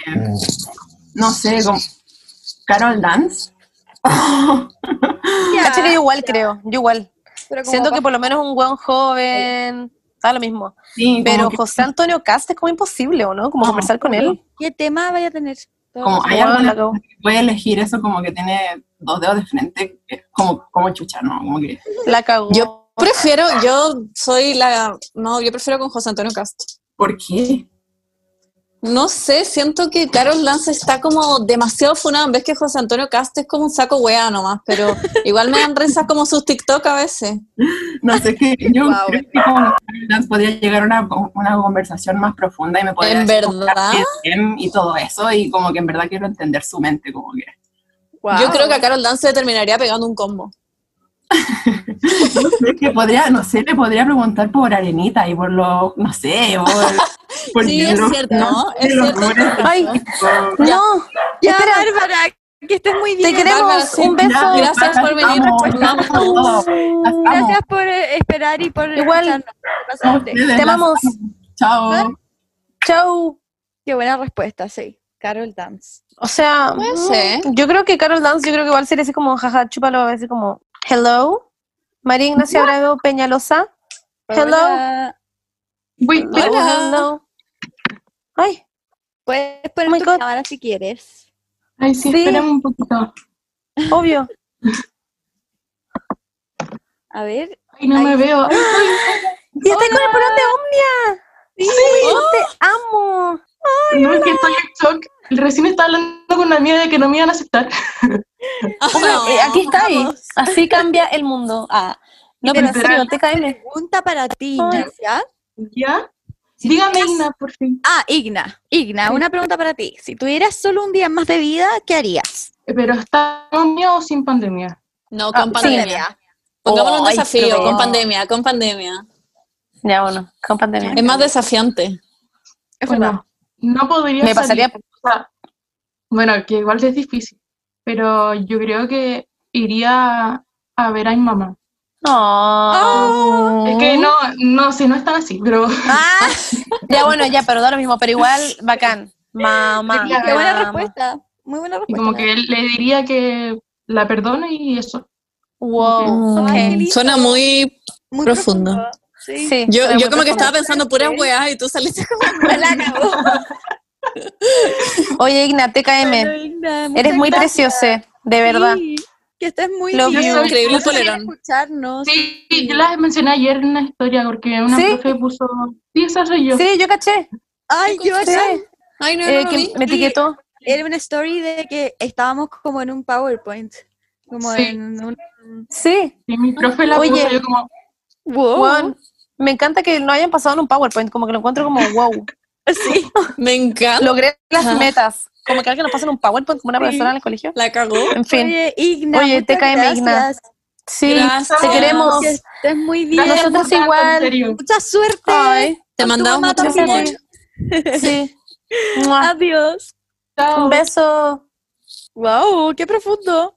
[SPEAKER 7] no sé, como Carol Dance.
[SPEAKER 3] Cacha que yo igual creo, yo igual.
[SPEAKER 4] Pero como
[SPEAKER 3] Siento
[SPEAKER 4] pa-
[SPEAKER 3] que por lo menos un weón joven, está lo mismo.
[SPEAKER 7] Sí, como
[SPEAKER 3] Pero
[SPEAKER 7] que-
[SPEAKER 3] José Antonio Cast es como imposible, ¿o no? Como conversar con él.
[SPEAKER 4] ¿Qué tema vaya a tener? Todo
[SPEAKER 7] Como hay
[SPEAKER 3] Wow,
[SPEAKER 7] alguna
[SPEAKER 3] la cagó.
[SPEAKER 7] que puede elegir eso como que tiene dos dedos de frente, que es como, como chucha, ¿no? Como que...
[SPEAKER 3] La cagó.
[SPEAKER 1] Yo prefiero, yo soy la. No, yo prefiero con José Antonio Castro.
[SPEAKER 7] ¿Por qué?
[SPEAKER 1] No sé, siento que Carol Lance está como demasiado funada, en vez que José Antonio Castro es como un saco wea nomás, pero igual me dan risas como sus TikTok a veces.
[SPEAKER 7] No sé, que yo creo que con Carol Dance podría llegar a una, una conversación más profunda y me podría
[SPEAKER 1] ¿En
[SPEAKER 7] decir como
[SPEAKER 1] verdad?
[SPEAKER 7] KSM y todo eso, y como que en verdad quiero entender su mente, como que...
[SPEAKER 1] Yo creo que a Carol Dance le terminaría pegando un combo.
[SPEAKER 7] Es que podría, no sé, le podría preguntar por Arenita y por los, no sé, por... por
[SPEAKER 1] Sí, es
[SPEAKER 7] Pues los-
[SPEAKER 1] cierto,
[SPEAKER 7] no
[SPEAKER 1] es
[SPEAKER 7] sé, los
[SPEAKER 1] cierto.
[SPEAKER 7] rumores.
[SPEAKER 3] Ay,
[SPEAKER 7] Por-
[SPEAKER 3] no.
[SPEAKER 4] Ya,
[SPEAKER 3] espera.
[SPEAKER 4] Bárbara, Que estés muy
[SPEAKER 3] Te
[SPEAKER 4] bien.
[SPEAKER 3] queremos, un beso. Gracias por venir. Las amo. Las amo.
[SPEAKER 4] Gracias por eh, esperar y por
[SPEAKER 3] Igual.
[SPEAKER 4] escucharnos. Pasaste.
[SPEAKER 3] Te amamos.
[SPEAKER 4] Chao. Chao. Qué buena respuesta, sí. Carol Dance.
[SPEAKER 3] O sea,
[SPEAKER 4] Puede ser.
[SPEAKER 3] mm, yo creo que Carol Dance, yo creo que va a ser ese como, jaja, chúpalo, a veces como, hello, María Ignacia Bravo Peñalosa, hello,
[SPEAKER 4] Hello.
[SPEAKER 3] hello, hello. Ay.
[SPEAKER 4] Puedes
[SPEAKER 3] Oh
[SPEAKER 4] poner tu cámara si quieres.
[SPEAKER 3] Ay, sí,
[SPEAKER 4] espérame
[SPEAKER 3] un poquito. Obvio.
[SPEAKER 4] A ver.
[SPEAKER 3] Ay, no me veo. Ay, ¡Y estoy con el polón de Omnia!
[SPEAKER 4] ¡Sí!
[SPEAKER 3] ¡Oh, te amo!
[SPEAKER 7] Ay, no, es que estoy en shock. Recién estaba hablando con una amiga de que no me iban a aceptar.
[SPEAKER 1] Ah,
[SPEAKER 3] Eh, aquí está ahí. Así cambia el mundo. Ah, no, pero en serio, te cae
[SPEAKER 4] Pregunta para ti, Ignacia.
[SPEAKER 7] ¿Ya? Dígame, Igna, por fin.
[SPEAKER 4] Ah, Igna. Igna, una pregunta para ti. Si tuvieras solo un día más de vida, ¿qué harías?
[SPEAKER 7] Pero está pandemia o sin pandemia.
[SPEAKER 1] No,
[SPEAKER 7] Ah, Oh,
[SPEAKER 1] con pandemia. Pongámosle un
[SPEAKER 7] Ay,
[SPEAKER 1] desafío,
[SPEAKER 7] pero-
[SPEAKER 1] con pandemia, con pandemia.
[SPEAKER 3] Ya, bueno, con pandemia.
[SPEAKER 1] Es más desafiante.
[SPEAKER 7] Es verdad. No podría
[SPEAKER 1] Me pasaría-
[SPEAKER 7] salir. O sea, bueno, que igual es difícil, pero yo creo que iría a ver a mi mamá.
[SPEAKER 3] Oh.
[SPEAKER 7] Es que no, no, si no están así, pero...
[SPEAKER 1] Ah.
[SPEAKER 3] Ya, bueno, ya, pero da lo mismo, pero igual, bacán. Mamá.
[SPEAKER 7] Sí, qué buena
[SPEAKER 4] respuesta. Muy buena
[SPEAKER 7] Y como que le diría que la perdone y eso.
[SPEAKER 3] Wow.
[SPEAKER 1] Suena muy, profundo.
[SPEAKER 4] Sí.
[SPEAKER 1] yo yo como que estaba pensando puras weas y tú saliste como...
[SPEAKER 3] Oye, Igna,
[SPEAKER 4] Bueno,
[SPEAKER 3] TKM.
[SPEAKER 4] Igna, muchas
[SPEAKER 3] Eres muy
[SPEAKER 4] gracias.
[SPEAKER 3] preciosa, de verdad.
[SPEAKER 4] Sí, que estés muy
[SPEAKER 3] Love
[SPEAKER 4] bien.
[SPEAKER 3] you.
[SPEAKER 4] Gracias
[SPEAKER 3] Increíble
[SPEAKER 4] por
[SPEAKER 3] polerón.
[SPEAKER 4] escucharnos.
[SPEAKER 7] Sí, yo las mencioné ayer en una historia porque una
[SPEAKER 3] ¿Sí?
[SPEAKER 7] profe puso... Sí, esa soy yo.
[SPEAKER 3] Sí, yo caché.
[SPEAKER 4] Ay, yo
[SPEAKER 3] Sí.
[SPEAKER 4] acá- Ay, no,
[SPEAKER 3] Eh,
[SPEAKER 4] no lo
[SPEAKER 3] que
[SPEAKER 4] vi.
[SPEAKER 3] me etiquetó.
[SPEAKER 4] Era una story de que estábamos como en un PowerPoint. Como
[SPEAKER 3] Sí.
[SPEAKER 4] en un...
[SPEAKER 3] Sí.
[SPEAKER 7] mi profe la
[SPEAKER 3] Oye.
[SPEAKER 7] puso, yo como...
[SPEAKER 4] Wow.
[SPEAKER 3] Weón, me encanta que no hayan pasado en un PowerPoint, como que lo encuentro como wow.
[SPEAKER 4] Sí,
[SPEAKER 1] me encanta.
[SPEAKER 3] Logré las metas. Como que alguien nos pasa en un PowerPoint como una
[SPEAKER 4] Sí.
[SPEAKER 3] profesora en el colegio.
[SPEAKER 1] La cagó.
[SPEAKER 3] En fin.
[SPEAKER 4] Oye, Igna,
[SPEAKER 3] Oye,
[SPEAKER 4] muchas
[SPEAKER 3] TKM Igna.
[SPEAKER 4] gracias.
[SPEAKER 3] Sí,
[SPEAKER 1] Gracias.
[SPEAKER 3] te queremos.
[SPEAKER 4] Que estés muy bien.
[SPEAKER 3] Nosotros
[SPEAKER 4] Por tanto, en
[SPEAKER 3] igual.
[SPEAKER 4] serio. Mucha suerte.
[SPEAKER 1] Te mandamos
[SPEAKER 4] mamá
[SPEAKER 1] mucho
[SPEAKER 4] también.
[SPEAKER 1] amor.
[SPEAKER 3] Sí.
[SPEAKER 4] Adiós.
[SPEAKER 3] Un beso.
[SPEAKER 4] Wow, qué profundo.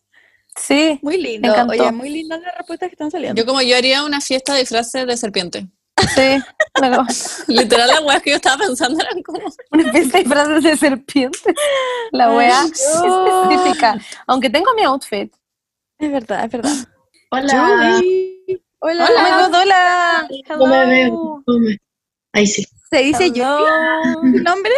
[SPEAKER 3] Sí.
[SPEAKER 4] Muy lindo.
[SPEAKER 1] me encantó.
[SPEAKER 4] Oye, muy lindas las respuestas que están saliendo.
[SPEAKER 1] Yo como yo haría una fiesta de frases de serpiente.
[SPEAKER 3] Sí, claro.
[SPEAKER 1] Literal las weas que yo estaba pensando eran como...
[SPEAKER 3] Una fiesta de frases de serpientes. La
[SPEAKER 1] Ay,
[SPEAKER 3] wea
[SPEAKER 1] no.
[SPEAKER 3] específica. Aunque tengo mi outfit.
[SPEAKER 4] Es verdad, es verdad.
[SPEAKER 3] Hola.
[SPEAKER 4] Hola.
[SPEAKER 3] Oh my God, hola.
[SPEAKER 11] No me
[SPEAKER 3] Hello.
[SPEAKER 11] veo. No me- Ahí sí.
[SPEAKER 4] ¿Se dice Julie? ¿Tu nombre?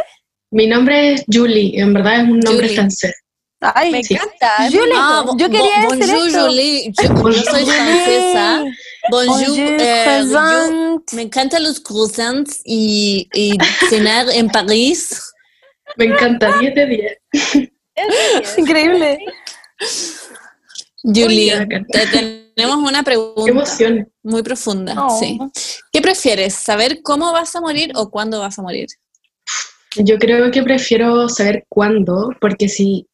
[SPEAKER 11] Mi nombre es Julie, en verdad es un nombre
[SPEAKER 1] Julie.
[SPEAKER 11] francés.
[SPEAKER 3] Ay,
[SPEAKER 4] me
[SPEAKER 11] sí.
[SPEAKER 4] encanta. es
[SPEAKER 3] Julie, Ah,
[SPEAKER 4] bonito.
[SPEAKER 1] bo-
[SPEAKER 3] yo quería
[SPEAKER 1] bo-
[SPEAKER 3] decir
[SPEAKER 1] bonjour,
[SPEAKER 3] esto.
[SPEAKER 1] Julie. Yo, yo soy
[SPEAKER 3] Bonjour.
[SPEAKER 1] francesa. Bonjour.
[SPEAKER 3] Bonjour,
[SPEAKER 1] eh,
[SPEAKER 3] croissant.
[SPEAKER 1] yo- me encantan los croissants y, y cenar en París.
[SPEAKER 11] Me encanta, 10 de 10.
[SPEAKER 3] Increíble.
[SPEAKER 1] Julie,
[SPEAKER 11] Oye, bacán.
[SPEAKER 1] te tenemos una pregunta. Muy profunda,
[SPEAKER 11] Oh.
[SPEAKER 1] sí. ¿Qué prefieres? ¿Saber cómo vas a morir o cuándo vas a morir?
[SPEAKER 11] Yo creo que prefiero saber cuándo, porque si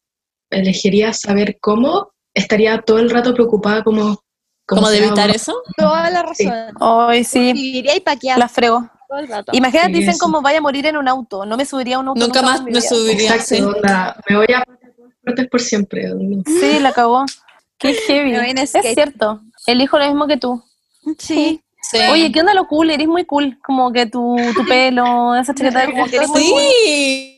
[SPEAKER 11] elegiría saber cómo, estaría todo el rato preocupada como...
[SPEAKER 1] ¿Cómo de
[SPEAKER 11] será
[SPEAKER 1] evitar
[SPEAKER 11] ahora.
[SPEAKER 1] eso?
[SPEAKER 4] Toda la razón.
[SPEAKER 3] Hoy sí.
[SPEAKER 4] Viviría y paquear.
[SPEAKER 3] Las fregó.
[SPEAKER 4] Todo el rato.
[SPEAKER 3] Imagínate,
[SPEAKER 11] Sí,
[SPEAKER 3] dicen
[SPEAKER 11] eso.
[SPEAKER 3] como vaya a morir en un auto. No me subiría a un auto.
[SPEAKER 1] Nunca más
[SPEAKER 3] en mi
[SPEAKER 1] me
[SPEAKER 3] vida.
[SPEAKER 1] subiría,
[SPEAKER 11] Exacto, onda, me voy a partes por siempre. no.
[SPEAKER 3] Sí, la acabó. Qué heavy.
[SPEAKER 4] Me voy en
[SPEAKER 3] Es
[SPEAKER 4] skate.
[SPEAKER 3] cierto. Elijo lo mismo que tú.
[SPEAKER 4] Sí.
[SPEAKER 1] Sí.
[SPEAKER 3] Oye, ¿qué onda lo cool? Eres muy cool. Como que tu, tu pelo, esa chaqueta, como que eres muy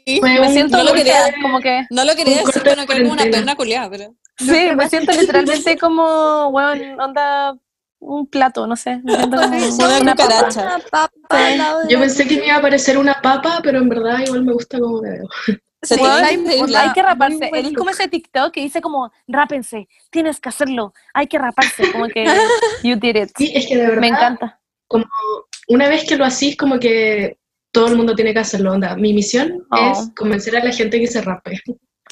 [SPEAKER 1] Sí.
[SPEAKER 3] cool. Me siento
[SPEAKER 1] no lo quería,
[SPEAKER 3] golpeada, como que...
[SPEAKER 1] no lo quería decir, pero que era como una perna culiada, pero.
[SPEAKER 3] Sí, me siento literalmente como, weón, onda un plato, no sé. Me siento como
[SPEAKER 1] Una cucaracha.
[SPEAKER 4] Una papa al lado de
[SPEAKER 11] Yo
[SPEAKER 4] la-
[SPEAKER 11] pensé que me iba a parecer una papa, pero en verdad igual me gusta cómo me veo.
[SPEAKER 1] Se te
[SPEAKER 3] Weón,
[SPEAKER 1] ve increíble.
[SPEAKER 3] hay que raparse. Eres como ese TikTok que dice como, rápense, tienes que hacerlo, hay que raparse. Como que, you did it.
[SPEAKER 11] Sí, es que de verdad.
[SPEAKER 3] Me encanta.
[SPEAKER 11] Como una vez que lo hacís, como que todo el mundo tiene que hacerlo. Onda, mi misión
[SPEAKER 3] Oh.
[SPEAKER 11] es convencer a la gente que se rape.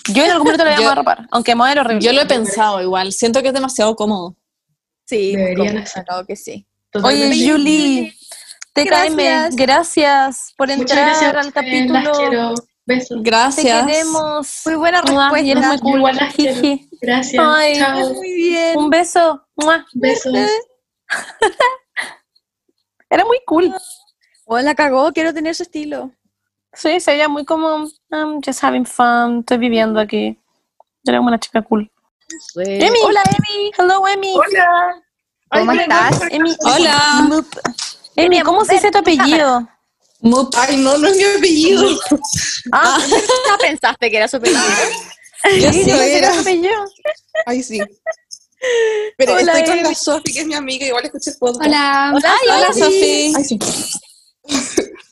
[SPEAKER 3] Yo en algún momento lo voy
[SPEAKER 1] Yo-
[SPEAKER 3] a rapar, aunque me va a ver horrible.
[SPEAKER 1] Yo lo he pensado igual. Siento que es demasiado cómodo.
[SPEAKER 4] Sí, muy
[SPEAKER 11] Deberían
[SPEAKER 4] cómodo,
[SPEAKER 11] hacer.
[SPEAKER 4] claro que sí.
[SPEAKER 3] Oye,
[SPEAKER 11] Totalmente.
[SPEAKER 3] Julie, TKM,
[SPEAKER 4] Gracias.
[SPEAKER 3] gracias, por
[SPEAKER 11] Muchas
[SPEAKER 3] entrar
[SPEAKER 11] gracias.
[SPEAKER 3] al
[SPEAKER 11] eh,
[SPEAKER 3] capítulo.
[SPEAKER 11] Las quiero. Besos.
[SPEAKER 3] Te
[SPEAKER 1] Gracias.
[SPEAKER 3] queremos.
[SPEAKER 4] Muy buena
[SPEAKER 3] Mua, y eres
[SPEAKER 4] respuesta.
[SPEAKER 3] muy
[SPEAKER 11] Yo
[SPEAKER 3] cool.
[SPEAKER 11] igual las quiero.
[SPEAKER 3] Jiji.
[SPEAKER 11] Gracias.
[SPEAKER 3] Ay,
[SPEAKER 11] Chao.
[SPEAKER 4] Muy bien.
[SPEAKER 3] Un beso. Mua.
[SPEAKER 11] Besos.
[SPEAKER 3] Era muy cool. Oh,
[SPEAKER 4] Hola, la cagó, quiero tener su estilo.
[SPEAKER 3] um, Sí, se veía muy como, I'm just having fun, estoy viviendo aquí.
[SPEAKER 28] Yo era como la chica cool.
[SPEAKER 3] Emi. Hola, Emi. Hello, Emi.
[SPEAKER 28] Hola.
[SPEAKER 3] ¿Cómo
[SPEAKER 28] Ay,
[SPEAKER 3] estás?
[SPEAKER 28] perdón.
[SPEAKER 3] Emi.
[SPEAKER 1] Hola.
[SPEAKER 3] Mup. Emi, ¿cómo se dice tu apellido?
[SPEAKER 1] Mup.
[SPEAKER 11] Ay, no, no es mi apellido.
[SPEAKER 4] Ah, ya pensaste que era su apellido.
[SPEAKER 11] Yo sí,
[SPEAKER 4] yo pensé que
[SPEAKER 11] era.
[SPEAKER 4] su apellido.
[SPEAKER 11] Ay, sí. Pero
[SPEAKER 4] Hola,
[SPEAKER 11] estoy con
[SPEAKER 4] Emi.
[SPEAKER 11] la Sofi, que es mi amiga, igual escuché el podcast.
[SPEAKER 1] Hola.
[SPEAKER 11] Hola,
[SPEAKER 3] Hola,
[SPEAKER 11] Sofi.
[SPEAKER 3] Sofi.
[SPEAKER 11] Ay, sí.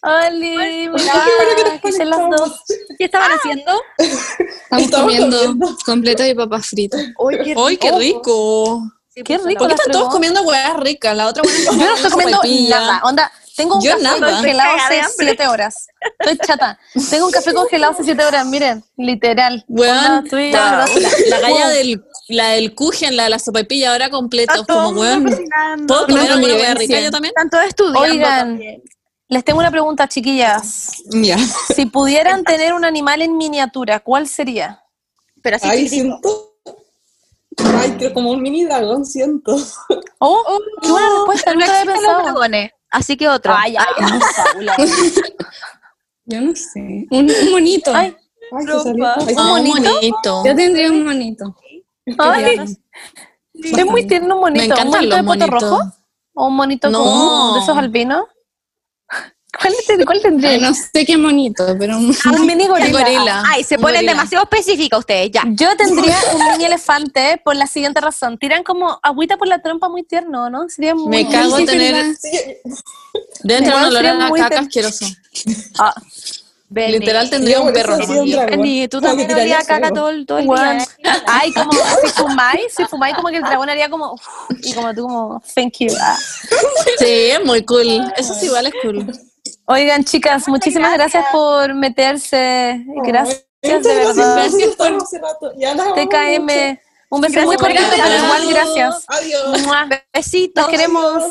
[SPEAKER 3] Oli, hola. ¿Qué son las dos?
[SPEAKER 4] ¿Qué estaban haciendo?
[SPEAKER 1] Estamos, comiendo, completas y papas fritas.
[SPEAKER 4] ¡Ay, qué
[SPEAKER 1] ¡Ay, qué rico!
[SPEAKER 3] Qué rico.
[SPEAKER 1] ¿Por qué
[SPEAKER 3] las
[SPEAKER 1] están todos
[SPEAKER 3] fregó.
[SPEAKER 1] comiendo huevas ricas? La otra buena
[SPEAKER 3] Yo no estoy comiendo nada. Onda, tengo un
[SPEAKER 1] Yo
[SPEAKER 3] café
[SPEAKER 1] nada.
[SPEAKER 3] congelado
[SPEAKER 1] Estoy
[SPEAKER 3] hace
[SPEAKER 1] cagada de hambre.
[SPEAKER 3] 7 horas. Estoy chata. Tengo un café congelado hace 7 horas, miren, literal. Onda,
[SPEAKER 1] Weón,
[SPEAKER 3] estoy-
[SPEAKER 1] Ah, la, la, la galla
[SPEAKER 3] Wow.
[SPEAKER 1] del, la del Kuchen, la de la sopapilla, ahora
[SPEAKER 4] Ah,
[SPEAKER 1] completo.
[SPEAKER 3] todo
[SPEAKER 1] Como,
[SPEAKER 3] el mundo
[SPEAKER 1] weón,
[SPEAKER 3] cocinando.
[SPEAKER 1] ¿puedo comer
[SPEAKER 3] Una
[SPEAKER 1] una hueva
[SPEAKER 3] convivencia.
[SPEAKER 1] rica yo también?
[SPEAKER 4] Están todos estudiando
[SPEAKER 3] Oigan,
[SPEAKER 4] también.
[SPEAKER 3] les tengo una pregunta, chiquillas.
[SPEAKER 1] Ya.
[SPEAKER 3] Si pudieran tener un animal en miniatura, ¿cuál sería?
[SPEAKER 4] Pero así
[SPEAKER 11] Ay,
[SPEAKER 4] chiquitito.
[SPEAKER 11] siento. Ay, creo como un mini dragón, siento.
[SPEAKER 3] Oh, qué buena
[SPEAKER 7] pues,
[SPEAKER 3] respuesta,
[SPEAKER 4] no
[SPEAKER 3] nunca había
[SPEAKER 4] existen los
[SPEAKER 3] pensado.
[SPEAKER 4] dragones, así que otro.
[SPEAKER 3] Ay, ay, ay, Paula.
[SPEAKER 7] Yo no sé. Un, un monito.
[SPEAKER 3] Ay,
[SPEAKER 11] Ay,
[SPEAKER 7] se salió.
[SPEAKER 3] ropa.
[SPEAKER 7] Ay,
[SPEAKER 3] ¿Un
[SPEAKER 7] sí.
[SPEAKER 3] monito?
[SPEAKER 7] Yo tendría un monito.
[SPEAKER 3] Ay, es muy tierno un
[SPEAKER 7] Me
[SPEAKER 3] monito.
[SPEAKER 7] encantan
[SPEAKER 3] ¿Un monito de
[SPEAKER 7] los
[SPEAKER 3] poto
[SPEAKER 7] monitos.
[SPEAKER 3] rojo? ¿O un monito
[SPEAKER 7] No.
[SPEAKER 3] común de esos albinos? ¿Cuál, te- cuál tendría?
[SPEAKER 7] Ay, no sé qué monito, pero un,
[SPEAKER 3] Ah, un mini gorila.
[SPEAKER 4] Ah, Ay, se
[SPEAKER 7] Un
[SPEAKER 4] ponen
[SPEAKER 7] gorila.
[SPEAKER 4] demasiado específicos ustedes, ya.
[SPEAKER 3] Yo tendría un mini elefante por la siguiente razón. Tiran como agüita por la trompa muy tierno, ¿no? Sería muy
[SPEAKER 1] Me cago
[SPEAKER 3] Sí,
[SPEAKER 1] tener-
[SPEAKER 3] verdad.
[SPEAKER 1] Deben tener un
[SPEAKER 3] Igual
[SPEAKER 1] olor
[SPEAKER 3] sería
[SPEAKER 1] a
[SPEAKER 3] muy
[SPEAKER 1] caca
[SPEAKER 3] ter-
[SPEAKER 1] asqueroso.
[SPEAKER 3] Ah,
[SPEAKER 1] Literal tendría
[SPEAKER 3] Yo
[SPEAKER 1] un
[SPEAKER 3] por
[SPEAKER 1] perro.
[SPEAKER 3] eso
[SPEAKER 1] nomás.
[SPEAKER 3] hacía un dragón.
[SPEAKER 4] Ni tú
[SPEAKER 3] Como
[SPEAKER 4] también
[SPEAKER 3] que tiraría
[SPEAKER 4] olías caca
[SPEAKER 3] fuego.
[SPEAKER 4] todo el, todo el
[SPEAKER 3] Weón.
[SPEAKER 4] día.
[SPEAKER 3] Ay, como si fumáis, si fumáis como que el dragón haría como uf, y como tú como thank you. Ah.
[SPEAKER 1] Sí, es muy cool. Eso sí igual es cool.
[SPEAKER 3] Oigan, chicas, muchísimas gracias, por meterse. Gracias de
[SPEAKER 11] Entonces,
[SPEAKER 3] verdad.
[SPEAKER 11] Gracias por hace rato. Ya las amo mucho.
[SPEAKER 3] TKM. Un beso
[SPEAKER 11] Gracias
[SPEAKER 3] muy
[SPEAKER 11] por
[SPEAKER 3] fuerte, pero
[SPEAKER 11] invitarnos.
[SPEAKER 3] igual gracias.
[SPEAKER 11] Adiós.
[SPEAKER 3] Mua.
[SPEAKER 4] Besitos.
[SPEAKER 3] Los queremos.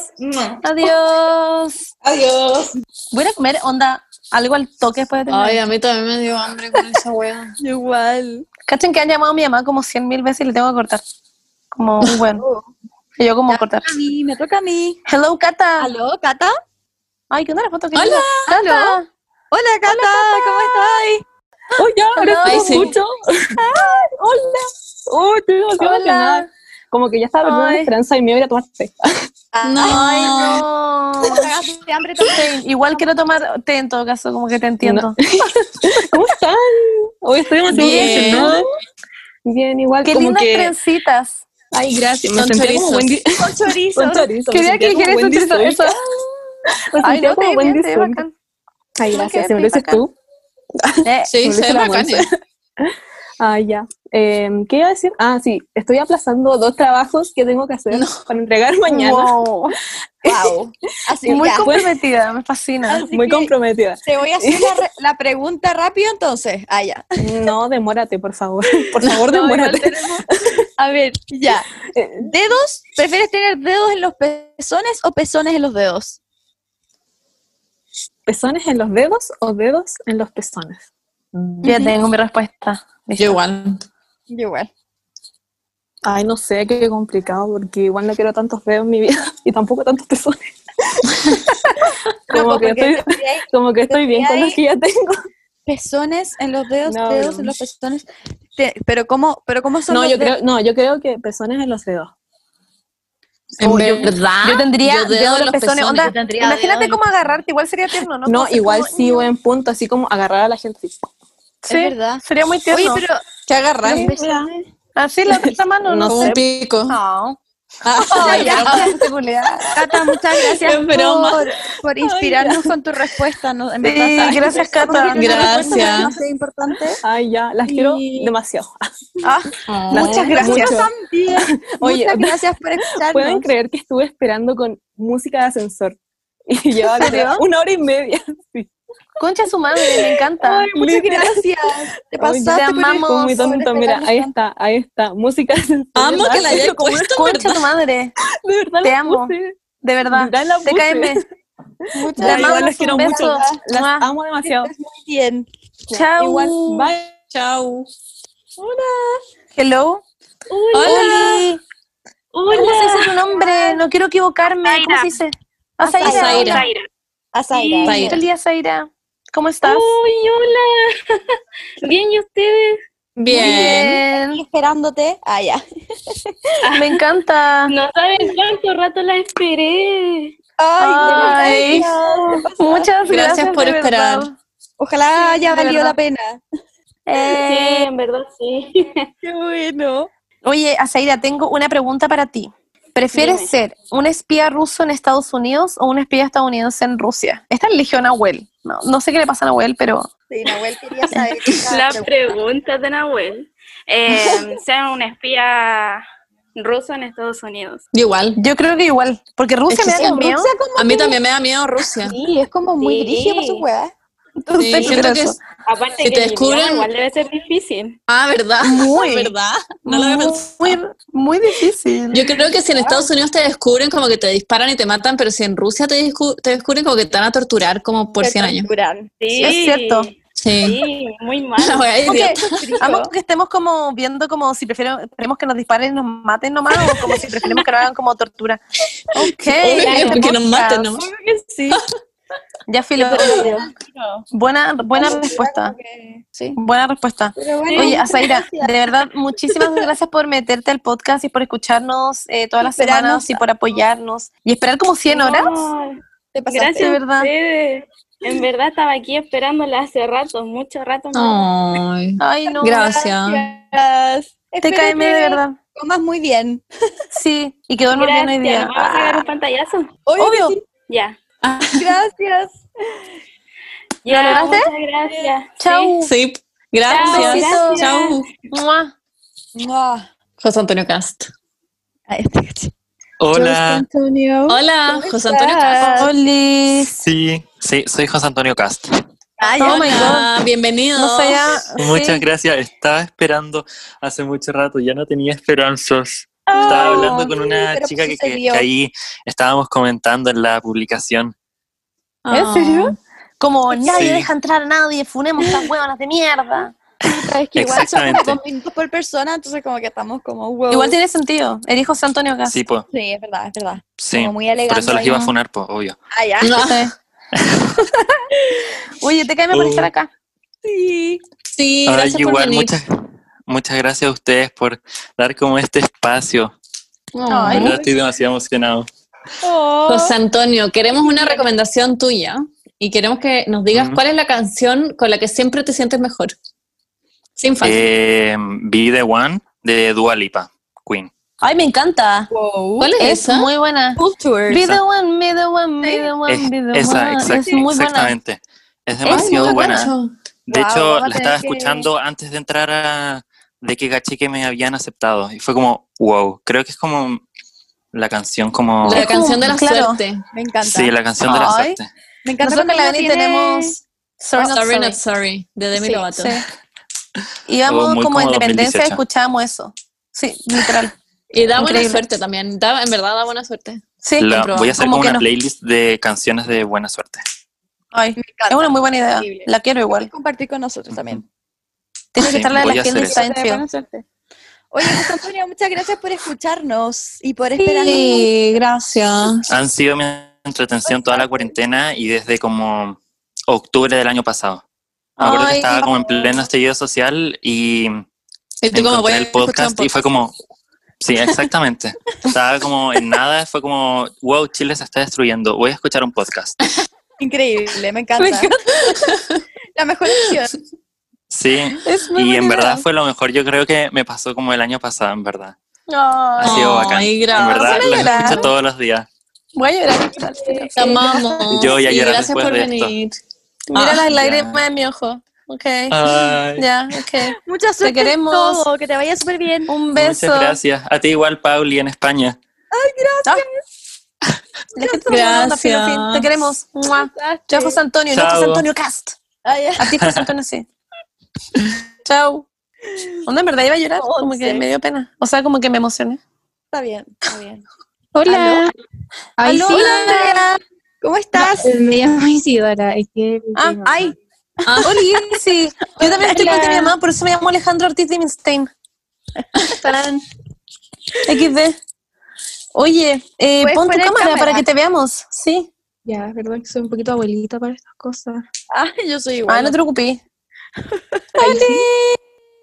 [SPEAKER 3] Adiós.
[SPEAKER 11] Adiós.
[SPEAKER 3] Voy a ir a comer onda algo al toque después de terminar.
[SPEAKER 1] Ay, a mí también me dio hambre con esa hueá.
[SPEAKER 3] Igual. Cachen que han llamado a mi mamá como cien mil veces y le tengo que cortar. Como un buen. Y yo como cortar.
[SPEAKER 4] Oh. A mí, me toca a mí.
[SPEAKER 3] Hello, Cata.
[SPEAKER 4] ¿Aló, Cata?
[SPEAKER 3] Ay, ¿qué onda la foto que
[SPEAKER 4] Hola.
[SPEAKER 3] linda. Cata.
[SPEAKER 4] Aló. Hola, Cata, ¿cómo estás?
[SPEAKER 7] ¡Ay, ya!
[SPEAKER 3] Hola.
[SPEAKER 7] ¡Ahora te
[SPEAKER 3] Ay, sí.
[SPEAKER 7] escucho! ¡Ay, hola! ¡Oh, estoy demasiado
[SPEAKER 3] Hola.
[SPEAKER 7] emocionada! Como que ya estaba perdiendo
[SPEAKER 3] Ay.
[SPEAKER 7] la esperanza y me voy a ir a tomar té.
[SPEAKER 1] No.
[SPEAKER 3] Ay, no. Sí, Igual quiero tomar té en todo caso, como que te entiendo.
[SPEAKER 7] ¿Cómo están? Hoy estoy demasiado
[SPEAKER 3] Bien.
[SPEAKER 7] emocionada. Bien, igual
[SPEAKER 3] Qué
[SPEAKER 7] como
[SPEAKER 3] lindas
[SPEAKER 7] que...
[SPEAKER 3] trencitas.
[SPEAKER 7] Ay, gracias. Me
[SPEAKER 3] Con
[SPEAKER 7] sentía
[SPEAKER 3] chorizos.
[SPEAKER 7] como Wendy.
[SPEAKER 4] Con chorizo.
[SPEAKER 7] Con chorizo. me
[SPEAKER 3] Quería
[SPEAKER 7] sentía como
[SPEAKER 3] que dijeras con
[SPEAKER 7] Wendy
[SPEAKER 3] chorizo.
[SPEAKER 7] Zulka.
[SPEAKER 3] eso.
[SPEAKER 7] Me
[SPEAKER 3] Ay,
[SPEAKER 7] sentía
[SPEAKER 3] no,
[SPEAKER 7] como
[SPEAKER 3] te
[SPEAKER 7] Wendy
[SPEAKER 3] bien, te
[SPEAKER 7] Zulka.
[SPEAKER 3] bacán.
[SPEAKER 7] Ay,
[SPEAKER 3] Creo que
[SPEAKER 7] gracias. Si me
[SPEAKER 3] sí,
[SPEAKER 7] lo dices
[SPEAKER 3] bacán.
[SPEAKER 7] tú.
[SPEAKER 3] Eh,
[SPEAKER 7] Me lo
[SPEAKER 1] Sí, se
[SPEAKER 7] dice
[SPEAKER 1] ven
[SPEAKER 7] la Monse.
[SPEAKER 1] bacanes.
[SPEAKER 7] Ah, ya. Eh, ¿Qué iba a decir? Ah, sí, estoy aplazando dos trabajos que tengo que hacer para entregar mañana.
[SPEAKER 3] Wow.
[SPEAKER 4] Wow. Así
[SPEAKER 7] Muy
[SPEAKER 4] ya.
[SPEAKER 7] com-
[SPEAKER 3] comprometida, me fascina.
[SPEAKER 4] Así
[SPEAKER 7] Muy
[SPEAKER 4] que
[SPEAKER 7] comprometida.
[SPEAKER 4] Te voy a hacer la, re- la pregunta rápido entonces. Ah, ya.
[SPEAKER 7] No, demórate, por favor. Por favor,
[SPEAKER 4] No, igual
[SPEAKER 7] demórate.
[SPEAKER 4] tenemos- A ver, ya. ¿Dedos? ¿Prefieres tener dedos en los pezones o pezones en los dedos?
[SPEAKER 7] ¿Pezones en los dedos o dedos en los pezones?
[SPEAKER 3] Ya tengo mi respuesta.
[SPEAKER 1] Yo igual.
[SPEAKER 4] Yo igual.
[SPEAKER 7] Ay, no sé, qué complicado, porque igual no quiero tantos dedos en mi vida y tampoco tantos pezones. como, que
[SPEAKER 4] porque
[SPEAKER 7] estoy, como que estoy bien con los que ya tengo.
[SPEAKER 4] Pezones en los dedos,
[SPEAKER 7] No,
[SPEAKER 4] dedos
[SPEAKER 7] no.
[SPEAKER 4] en los pezones. Te- pero cómo, pero cómo son
[SPEAKER 7] No,
[SPEAKER 4] los
[SPEAKER 7] yo
[SPEAKER 4] dedos?
[SPEAKER 7] creo, no, yo creo que pezones en los dedos.
[SPEAKER 1] En
[SPEAKER 7] Oh, yo-
[SPEAKER 1] verdad.
[SPEAKER 3] Yo tendría
[SPEAKER 7] Yo
[SPEAKER 3] dedos
[SPEAKER 7] dedo
[SPEAKER 3] en los pezones. Onda,
[SPEAKER 7] Yo tendría dedo
[SPEAKER 3] imagínate
[SPEAKER 7] en los
[SPEAKER 3] cómo agarrarte, igual sería tierno, ¿no?
[SPEAKER 7] No,
[SPEAKER 3] Como-
[SPEAKER 7] igual
[SPEAKER 3] como-
[SPEAKER 7] sí, buen punto, así como agarrar a la gente. así.
[SPEAKER 3] Sí,
[SPEAKER 4] Es verdad.
[SPEAKER 3] sería muy tierno.
[SPEAKER 4] Oye, pero
[SPEAKER 1] ¿Qué agarrar?
[SPEAKER 7] Sí, mira.
[SPEAKER 3] Así la otra mano, no,
[SPEAKER 7] No
[SPEAKER 1] Como
[SPEAKER 7] sé. Ah.
[SPEAKER 1] un pico.
[SPEAKER 3] No. Ah, Oh,
[SPEAKER 1] Ay,
[SPEAKER 4] ya.
[SPEAKER 1] broma.
[SPEAKER 4] Cata, muchas gracias
[SPEAKER 1] Es broma.
[SPEAKER 4] por, por inspirarnos con tu respuesta. ¿no? En
[SPEAKER 3] Sí,
[SPEAKER 4] verdad, ¿sabes?
[SPEAKER 3] gracias, Cata.
[SPEAKER 4] Porque tu respuesta fue
[SPEAKER 1] Gracias.
[SPEAKER 4] demasiado importante.
[SPEAKER 7] Ay, ya, las quiero demasiado.
[SPEAKER 4] Ah,
[SPEAKER 1] Ah.
[SPEAKER 4] muchas gracias.
[SPEAKER 7] mucho.
[SPEAKER 4] también.
[SPEAKER 7] Oye,
[SPEAKER 4] muchas gracias por
[SPEAKER 7] ¿Pueden
[SPEAKER 4] escucharnos.
[SPEAKER 7] creer que estuve esperando con música de ascensor? Y llevaba
[SPEAKER 3] ¿En serio?
[SPEAKER 7] una hora y media. Sí.
[SPEAKER 3] Concha su madre, me encanta.
[SPEAKER 7] Ay,
[SPEAKER 4] Muchas
[SPEAKER 7] literal.
[SPEAKER 4] gracias.
[SPEAKER 7] Ay,
[SPEAKER 4] Te pasaste
[SPEAKER 7] ya,
[SPEAKER 4] por
[SPEAKER 7] fue muy tonto.
[SPEAKER 3] este
[SPEAKER 7] Mira, ahí está, ahí está. Música de ascensor.
[SPEAKER 1] Amo que la hayas
[SPEAKER 7] Como-
[SPEAKER 1] puesto,
[SPEAKER 3] Concha
[SPEAKER 1] ¿verdad?
[SPEAKER 3] tu madre.
[SPEAKER 7] De verdad
[SPEAKER 3] Te
[SPEAKER 7] la
[SPEAKER 3] amo.
[SPEAKER 7] puse.
[SPEAKER 3] De verdad.
[SPEAKER 7] Literal la
[SPEAKER 3] Te
[SPEAKER 7] puse.
[SPEAKER 3] caeme.
[SPEAKER 4] Muchas
[SPEAKER 7] Ya, igual
[SPEAKER 3] mandamos
[SPEAKER 7] las quiero
[SPEAKER 3] un
[SPEAKER 7] mucho.
[SPEAKER 3] beso.
[SPEAKER 7] Las
[SPEAKER 3] Mua.
[SPEAKER 7] amo demasiado.
[SPEAKER 4] Muy bien.
[SPEAKER 3] Chao.
[SPEAKER 7] Igual, bye.
[SPEAKER 1] Chau.
[SPEAKER 3] Hello. Oli. ¿Cómo se dice tu nombre? No quiero equivocarme. ¿Cómo se dice? Azaira.
[SPEAKER 1] Azaira.
[SPEAKER 3] Azaira.
[SPEAKER 4] Azaira.
[SPEAKER 1] Zaira.
[SPEAKER 3] Hola, Zaira. ¿Cómo estás?
[SPEAKER 29] Uy, hola. Bien, ¿y ustedes?
[SPEAKER 1] Bien.
[SPEAKER 4] Aquí Esperándote. Ah, ya.
[SPEAKER 13] Me encanta.
[SPEAKER 23] No saben cuánto rato la esperé.
[SPEAKER 4] Ay,
[SPEAKER 13] Ay.
[SPEAKER 4] gracias.
[SPEAKER 13] Muchas gracias,
[SPEAKER 4] Gracias por
[SPEAKER 13] de
[SPEAKER 4] esperar.
[SPEAKER 13] verdad.
[SPEAKER 4] Ojalá haya
[SPEAKER 13] de
[SPEAKER 4] valido
[SPEAKER 13] verdad.
[SPEAKER 4] la pena.
[SPEAKER 23] Sí, en verdad sí.
[SPEAKER 4] Eh, Qué bueno.
[SPEAKER 3] Oye, Azaira, tengo una pregunta para ti. ¿Prefieres
[SPEAKER 23] Dime.
[SPEAKER 3] ser un espía ruso en Estados Unidos o un espía estadounidense en Rusia? Esta eligió Nahuel. No, no sé qué le pasa a Nahuel, pero...
[SPEAKER 4] Sí, Nahuel quería saber.
[SPEAKER 23] La pregunta de Nahuel. Eh, sea un espía ruso en Estados Unidos.
[SPEAKER 1] Igual.
[SPEAKER 3] Yo creo que igual, porque Rusia me da miedo.
[SPEAKER 1] A mí también me da miedo Rusia.
[SPEAKER 4] Sí, es como muy
[SPEAKER 23] Sí.
[SPEAKER 4] brígido por sus huevas.
[SPEAKER 1] Sí, siento que es-
[SPEAKER 23] Aparte
[SPEAKER 1] Si
[SPEAKER 23] que
[SPEAKER 1] te
[SPEAKER 23] lidiar
[SPEAKER 1] descubren-
[SPEAKER 23] igual debe ser difícil.
[SPEAKER 1] Ah, ¿verdad?
[SPEAKER 3] Muy.
[SPEAKER 1] ¿Verdad? No lo había pensado.
[SPEAKER 3] Muy, muy difícil. Ah.
[SPEAKER 1] Yo creo que si en Estados Unidos te descubren como que te disparan y te matan, pero si en Rusia te, discu- te descubren como que te van a torturar como por
[SPEAKER 4] Te
[SPEAKER 1] 100 años.
[SPEAKER 4] torturan.
[SPEAKER 23] Sí,
[SPEAKER 3] Es cierto.
[SPEAKER 1] Sí.
[SPEAKER 23] Sí, muy mal.
[SPEAKER 1] La wea
[SPEAKER 3] Como que-
[SPEAKER 1] idiota.
[SPEAKER 3] Amo que estemos como viendo como si prefiero, preferimos que nos disparen y nos maten nomás o como si preferimos que nos hagan como tortura. Ok.
[SPEAKER 1] Obvio,
[SPEAKER 3] este
[SPEAKER 1] que nos maten
[SPEAKER 3] podcast.
[SPEAKER 1] nomás.
[SPEAKER 23] Sí.
[SPEAKER 3] Ya filo. Buena, buena respuesta. Buena respuesta.
[SPEAKER 4] Pero bueno,
[SPEAKER 3] Oye,
[SPEAKER 4] muchas
[SPEAKER 3] Azaira,
[SPEAKER 4] gracias.
[SPEAKER 3] de verdad, muchísimas gracias por meterte al podcast y por escucharnos eh, todas las
[SPEAKER 4] Esperarnos
[SPEAKER 3] semanas y por apoyarnos. Y esperar como 100 horas.
[SPEAKER 23] No,
[SPEAKER 4] Te pasaste.
[SPEAKER 23] Gracias
[SPEAKER 3] De
[SPEAKER 23] a
[SPEAKER 3] verdad.
[SPEAKER 23] ustedes. En verdad estaba aquí esperándola hace rato, mucho rato.
[SPEAKER 1] Ay.
[SPEAKER 3] Ay, no.
[SPEAKER 1] Gracias.
[SPEAKER 4] Gracias.
[SPEAKER 3] Te
[SPEAKER 4] Espero
[SPEAKER 3] caeme,
[SPEAKER 4] que
[SPEAKER 3] de verdad.
[SPEAKER 4] Comas muy bien.
[SPEAKER 3] Sí, y quedó muy bien
[SPEAKER 23] Gracias,
[SPEAKER 3] hoy
[SPEAKER 23] ¿me
[SPEAKER 3] día.
[SPEAKER 23] vamos a pegar un pantallazo?
[SPEAKER 3] Obvio.
[SPEAKER 23] Ya.
[SPEAKER 4] Gracias.
[SPEAKER 23] Ya,
[SPEAKER 3] lograste?
[SPEAKER 23] muchas gracias.
[SPEAKER 3] Chau.
[SPEAKER 1] Sí. Gracias.
[SPEAKER 3] Chao, gracias.
[SPEAKER 1] Chao.
[SPEAKER 3] Mua.
[SPEAKER 1] José Antonio Cast.
[SPEAKER 3] este
[SPEAKER 19] Hola.
[SPEAKER 1] Hola,
[SPEAKER 4] ¿Cómo
[SPEAKER 1] José Antonio
[SPEAKER 4] estás?
[SPEAKER 1] Cast.
[SPEAKER 3] Oli.
[SPEAKER 19] Sí, sí, soy José Antonio Cast.
[SPEAKER 1] Ay,
[SPEAKER 3] Oh my
[SPEAKER 1] hola, bienvenido.
[SPEAKER 3] No sé ya-
[SPEAKER 19] Muchas
[SPEAKER 3] sí.
[SPEAKER 19] gracias. Estaba esperando hace mucho rato, ya no tenía esperanzas. Estaba hablando con una
[SPEAKER 4] Ah, pero pues
[SPEAKER 19] chica
[SPEAKER 3] pues
[SPEAKER 19] que, que-
[SPEAKER 4] sucedió.
[SPEAKER 19] que ahí estábamos comentando en la publicación.
[SPEAKER 3] ¿En serio? Ah. Como nadie
[SPEAKER 19] Sí.
[SPEAKER 3] deja entrar a nadie, funemos estas huevonas de mierda.
[SPEAKER 4] Es que igual son como
[SPEAKER 19] Exactamente.
[SPEAKER 4] dos minutos por persona, entonces como que estamos como wow.
[SPEAKER 3] Igual tiene sentido. El hijo ah, San Antonio Cast.
[SPEAKER 19] Sí, po.
[SPEAKER 4] Sí, es verdad, es verdad.
[SPEAKER 19] Sí.
[SPEAKER 4] Como muy
[SPEAKER 19] Por
[SPEAKER 4] elegante.
[SPEAKER 19] eso las
[SPEAKER 4] ahí.
[SPEAKER 19] iba a funar, po, obvio.
[SPEAKER 4] Ah, ya.
[SPEAKER 3] Oye, te caeme por
[SPEAKER 19] Oh.
[SPEAKER 3] estar acá.
[SPEAKER 4] Sí.
[SPEAKER 1] Sí,
[SPEAKER 19] Ay,
[SPEAKER 1] gracias por
[SPEAKER 19] igual,
[SPEAKER 1] venir.
[SPEAKER 19] muchas, muchas gracias a ustedes por dar como este espacio. De
[SPEAKER 1] Ay.
[SPEAKER 19] verdad, estoy demasiado emocionado.
[SPEAKER 4] Oh.
[SPEAKER 1] José Antonio, queremos una recomendación tuya y queremos que nos
[SPEAKER 19] Mm.
[SPEAKER 1] digas cuál es la canción con la que siempre te sientes mejor. Sin falta.
[SPEAKER 19] Eh, Be the One de Dua Lipa, Queen.
[SPEAKER 3] Ay, me encanta.
[SPEAKER 1] ¿Cuál es esa?
[SPEAKER 3] muy buena. Be the one, be the one, be the one,
[SPEAKER 19] Es-
[SPEAKER 3] be the
[SPEAKER 19] esa,
[SPEAKER 3] one.
[SPEAKER 19] exact-
[SPEAKER 3] es muy buena.
[SPEAKER 19] exactamente. Es
[SPEAKER 3] Es
[SPEAKER 19] demasiado
[SPEAKER 3] muy
[SPEAKER 19] buena.
[SPEAKER 3] buena.
[SPEAKER 19] De
[SPEAKER 3] Guau,
[SPEAKER 19] hecho,
[SPEAKER 3] vamos
[SPEAKER 19] la
[SPEAKER 3] a tener
[SPEAKER 19] estaba
[SPEAKER 3] que-
[SPEAKER 19] escuchando antes de entrar a de que caché que me habían aceptado. Y fue como, wow, creo que es como la canción como...
[SPEAKER 1] La canción de la
[SPEAKER 3] Ah, claro.
[SPEAKER 1] suerte.
[SPEAKER 4] Me encanta. Ah,
[SPEAKER 19] Sí, la canción de la
[SPEAKER 3] Ay.
[SPEAKER 19] suerte.
[SPEAKER 4] Me encanta
[SPEAKER 3] Nosotros con la
[SPEAKER 4] cuando
[SPEAKER 3] Dani
[SPEAKER 4] uno tiene-
[SPEAKER 3] tenemos Sorry,
[SPEAKER 1] Sorry,
[SPEAKER 3] not sorry.
[SPEAKER 1] Not Sorry, de Demi
[SPEAKER 3] Sí,
[SPEAKER 1] Lovato.
[SPEAKER 3] sí. Íbamos
[SPEAKER 19] Oh, muy
[SPEAKER 3] como
[SPEAKER 19] como
[SPEAKER 3] independencia,
[SPEAKER 19] 2018.
[SPEAKER 3] escuchábamos eso. Sí, literal.
[SPEAKER 1] Y da buena
[SPEAKER 3] Increíble.
[SPEAKER 1] suerte también. Da, en verdad da buena suerte.
[SPEAKER 3] Sí,
[SPEAKER 19] La-
[SPEAKER 3] comprobado.
[SPEAKER 19] voy a hacer
[SPEAKER 3] Como
[SPEAKER 19] como
[SPEAKER 3] que
[SPEAKER 19] una
[SPEAKER 3] no-
[SPEAKER 19] playlist de canciones de buena suerte.
[SPEAKER 3] Ay, es una muy buena idea.
[SPEAKER 4] Increíble.
[SPEAKER 3] La quiero igual.
[SPEAKER 4] compartir con nosotros también.
[SPEAKER 3] Tiene que
[SPEAKER 19] Sí,
[SPEAKER 3] estar la de
[SPEAKER 19] voy
[SPEAKER 3] la
[SPEAKER 19] a
[SPEAKER 3] piel de
[SPEAKER 19] hacer eso.
[SPEAKER 3] Seinfeld.
[SPEAKER 4] Oye, José Antonio, muchas gracias por escucharnos y por esperarnos.
[SPEAKER 3] Sí, gracias.
[SPEAKER 19] Han sido mi entretención toda la cuarentena y desde como octubre del año pasado. Me acuerdo que
[SPEAKER 1] Ay.
[SPEAKER 19] estaba como en pleno estallido social y
[SPEAKER 1] Y tú como,
[SPEAKER 19] encontré
[SPEAKER 1] voy a
[SPEAKER 19] el
[SPEAKER 1] escuchar un
[SPEAKER 19] podcast y fue como, sí, exactamente. Estaba como en nada, fue como, wow, Chile se está destruyendo, voy a escuchar un podcast.
[SPEAKER 4] Increíble, me encanta. la mejor opción.
[SPEAKER 19] Sí,
[SPEAKER 4] Es muy
[SPEAKER 19] y
[SPEAKER 4] buena
[SPEAKER 19] en verdad
[SPEAKER 4] idea.
[SPEAKER 19] fue lo mejor, yo creo que me pasó como el año pasado, en verdad. Ha
[SPEAKER 3] Ay,
[SPEAKER 19] sido bacán.
[SPEAKER 1] Ay,
[SPEAKER 19] En
[SPEAKER 1] gracias.
[SPEAKER 19] verdad,
[SPEAKER 1] Vamos a
[SPEAKER 19] los
[SPEAKER 1] llorar.
[SPEAKER 19] escucho todos los días.
[SPEAKER 3] voy a llorar.
[SPEAKER 1] Te amamos.
[SPEAKER 19] Yo voy a
[SPEAKER 1] y
[SPEAKER 19] llorar
[SPEAKER 1] gracias
[SPEAKER 19] después
[SPEAKER 1] por
[SPEAKER 19] de esto.
[SPEAKER 1] venir.
[SPEAKER 3] Mira
[SPEAKER 19] Ah,
[SPEAKER 3] las
[SPEAKER 19] ya.
[SPEAKER 3] lágrimas de mi ojo. Ok.
[SPEAKER 19] Ay.
[SPEAKER 3] Ya, ok.
[SPEAKER 4] Mucha
[SPEAKER 3] Te
[SPEAKER 4] suerte.
[SPEAKER 3] queremos.
[SPEAKER 4] en todo, que te vaya súper bien.
[SPEAKER 3] Un beso.
[SPEAKER 19] Muchas gracias. A ti igual, Pauli, en España.
[SPEAKER 4] Ay, gracias.
[SPEAKER 3] La gente te manda onda, filo, fin. Te queremos. Mua. Chao, José Antonio. No,
[SPEAKER 19] Chao.
[SPEAKER 3] José Antonio Cast.
[SPEAKER 4] Ay, ay.
[SPEAKER 3] A ti, José Antonio, sí. Chao. Onda, Ah, en verdad iba a llorar.
[SPEAKER 4] Oh,
[SPEAKER 3] Como que me dio pena. O sea, como que me emocioné.
[SPEAKER 4] Está bien, está bien.
[SPEAKER 30] Hola. Ay,
[SPEAKER 4] Aló,
[SPEAKER 30] sí.
[SPEAKER 4] Andrea. ¿Cómo estás?
[SPEAKER 30] Me llamo Isidora. Es que Ah.
[SPEAKER 3] Ah, ay. Hola, sí. Yo también estoy con mi
[SPEAKER 30] Hola.
[SPEAKER 3] mamá, por eso me llamo Alejandro Ortiz de Minstein. Tan. XD. Oye, eh,
[SPEAKER 30] Puedes
[SPEAKER 3] pon tu
[SPEAKER 30] poner
[SPEAKER 3] cámara, para
[SPEAKER 30] cámara.
[SPEAKER 3] que te veamos. Sí.
[SPEAKER 30] ya, perdón que soy un poquito abuelita para estas cosas.
[SPEAKER 4] Ah, yo soy
[SPEAKER 3] Ah,
[SPEAKER 4] igual.
[SPEAKER 3] no te preocupes.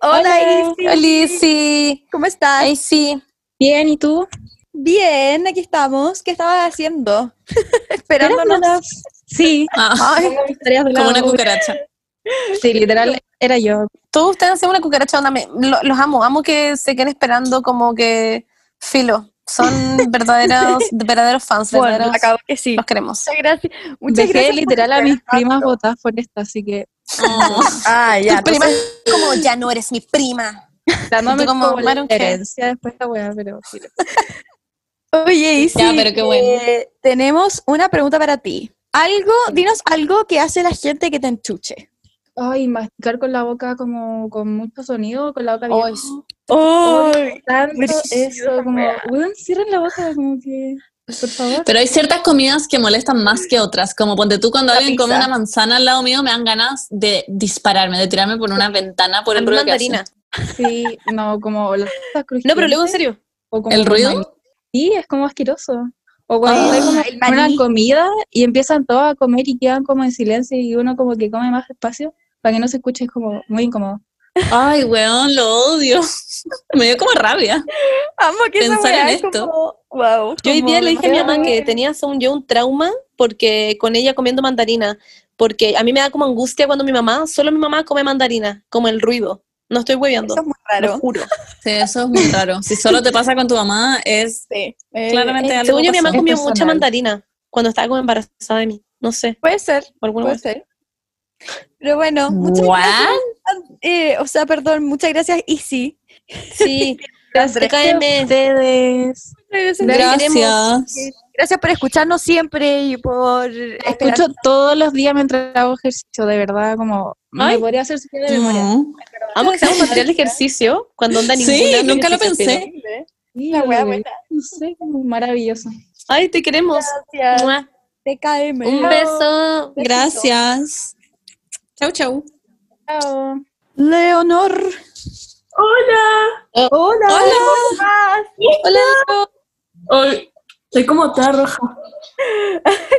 [SPEAKER 4] Hola, Isi.
[SPEAKER 3] Hola, Isi.
[SPEAKER 4] ¿Cómo estás?
[SPEAKER 3] Isi.
[SPEAKER 4] Bien, ¿y tú? Bien, aquí estamos. ¿Qué estabas haciendo? Esperándonos.
[SPEAKER 30] Sí.
[SPEAKER 4] Ay,
[SPEAKER 30] Pongo mis tareas de
[SPEAKER 3] Como
[SPEAKER 30] lado.
[SPEAKER 3] una cucaracha.
[SPEAKER 30] Sí, literal, era yo.
[SPEAKER 3] Todos ustedes hacían una cucaracha, onda, me- lo- los amo, amo que se queden esperando como que filo. Son verdaderos, verdaderos fans,
[SPEAKER 30] Bueno,
[SPEAKER 3] verdaderos.
[SPEAKER 30] acabo
[SPEAKER 4] que sí.
[SPEAKER 3] Los queremos.
[SPEAKER 4] Muchas gracias.
[SPEAKER 30] Dejé literal a mis primas votadas por esta, así que.
[SPEAKER 4] Ah,
[SPEAKER 3] Tus primas como ya no eres mi prima. Y tú como, "I don't care".
[SPEAKER 30] después la weá, pero.
[SPEAKER 4] Oye, Isi,
[SPEAKER 3] Ya, pero qué bueno.
[SPEAKER 4] eh, tenemos una pregunta para ti. Algo, dinos algo que hace la gente que te enchuche.
[SPEAKER 30] Ay, masticar con la boca como con mucho sonido, con la boca
[SPEAKER 4] Ay,
[SPEAKER 30] abierta.
[SPEAKER 4] sí.
[SPEAKER 30] Ay, tanto
[SPEAKER 4] brígido,
[SPEAKER 30] eso, como, weón, cierren la boca, como que, por favor.
[SPEAKER 1] Pero hay ciertas comidas que molestan más que otras. Como ponte tú, cuando
[SPEAKER 30] La
[SPEAKER 1] alguien come
[SPEAKER 30] pizza.
[SPEAKER 1] una manzana al lado mío, me dan ganas de dispararme, de tirarme por una ventana por el
[SPEAKER 30] Al
[SPEAKER 1] ruido
[SPEAKER 30] mandarina.
[SPEAKER 1] que
[SPEAKER 30] Sí, no, como las cosas
[SPEAKER 3] No, pero
[SPEAKER 30] crujientes,
[SPEAKER 3] luego en serio.
[SPEAKER 30] o como
[SPEAKER 1] ¿El
[SPEAKER 30] con
[SPEAKER 1] ruido?
[SPEAKER 30] maní. Sí, es como asqueroso. O cuando
[SPEAKER 1] Ah,
[SPEAKER 30] hay como
[SPEAKER 1] el
[SPEAKER 30] una
[SPEAKER 1] maní.
[SPEAKER 30] comida y empiezan todos a comer y quedan como en silencio y uno como que come más despacio para que no se escuche, es como muy incómodo.
[SPEAKER 1] hacen. Ay, weón, lo odio. me dio como rabia.
[SPEAKER 4] Amo
[SPEAKER 3] que esa
[SPEAKER 1] Pensar en
[SPEAKER 3] weá es
[SPEAKER 1] esto.
[SPEAKER 4] wow,
[SPEAKER 3] Yo hoy
[SPEAKER 1] como
[SPEAKER 3] día le dije a mi mamá
[SPEAKER 1] demasiado-
[SPEAKER 3] que tenía, según yo, un trauma porque con ella comiendo mandarina, porque a mí me da como angustia cuando mi mamá, solo mi mamá come mandarina, como el ruido. No estoy hueveando. Eso es muy
[SPEAKER 4] raro.
[SPEAKER 3] Lo juro.
[SPEAKER 1] Sí, eso es muy raro. Si solo te pasa con tu mamá, es claramente algo
[SPEAKER 3] según yo, mi
[SPEAKER 1] pasó.
[SPEAKER 3] mamá comió mucha mandarina cuando estaba como embarazada de mí. No sé.
[SPEAKER 4] Puede ser.
[SPEAKER 3] alguna
[SPEAKER 4] puede
[SPEAKER 3] vez.
[SPEAKER 4] ser. Pero bueno, muchas
[SPEAKER 3] What?
[SPEAKER 4] gracias.
[SPEAKER 30] Ah,
[SPEAKER 4] an- eh, o sea, perdón, muchas gracias, Isi.
[SPEAKER 3] Sí,
[SPEAKER 4] gracias,
[SPEAKER 3] TKM.
[SPEAKER 30] ustedes.
[SPEAKER 4] Gracias. Gracias por escucharnos siempre y por esperar.
[SPEAKER 30] Escucho todos los días mientras hago ejercicio, de verdad, como
[SPEAKER 3] Ay.
[SPEAKER 30] me podría hacer si de memoria.
[SPEAKER 3] Vamos que estamos material de ejercicio cuando onda ninguna ejercicio, pero-
[SPEAKER 4] ¿eh?
[SPEAKER 30] Sí,
[SPEAKER 4] La wea
[SPEAKER 30] oye,
[SPEAKER 4] buena.
[SPEAKER 30] No sé, como maravilloso.
[SPEAKER 3] Ay, te queremos.
[SPEAKER 4] Gracias. TKM.
[SPEAKER 3] Un beso.
[SPEAKER 1] Gracias. Chau, chau.
[SPEAKER 30] Chao.
[SPEAKER 4] Leonor.
[SPEAKER 13] Hola.
[SPEAKER 3] Oh, Hola.
[SPEAKER 13] ¿cómo
[SPEAKER 4] estás?
[SPEAKER 13] Hola. Hoy estoy como toda roja.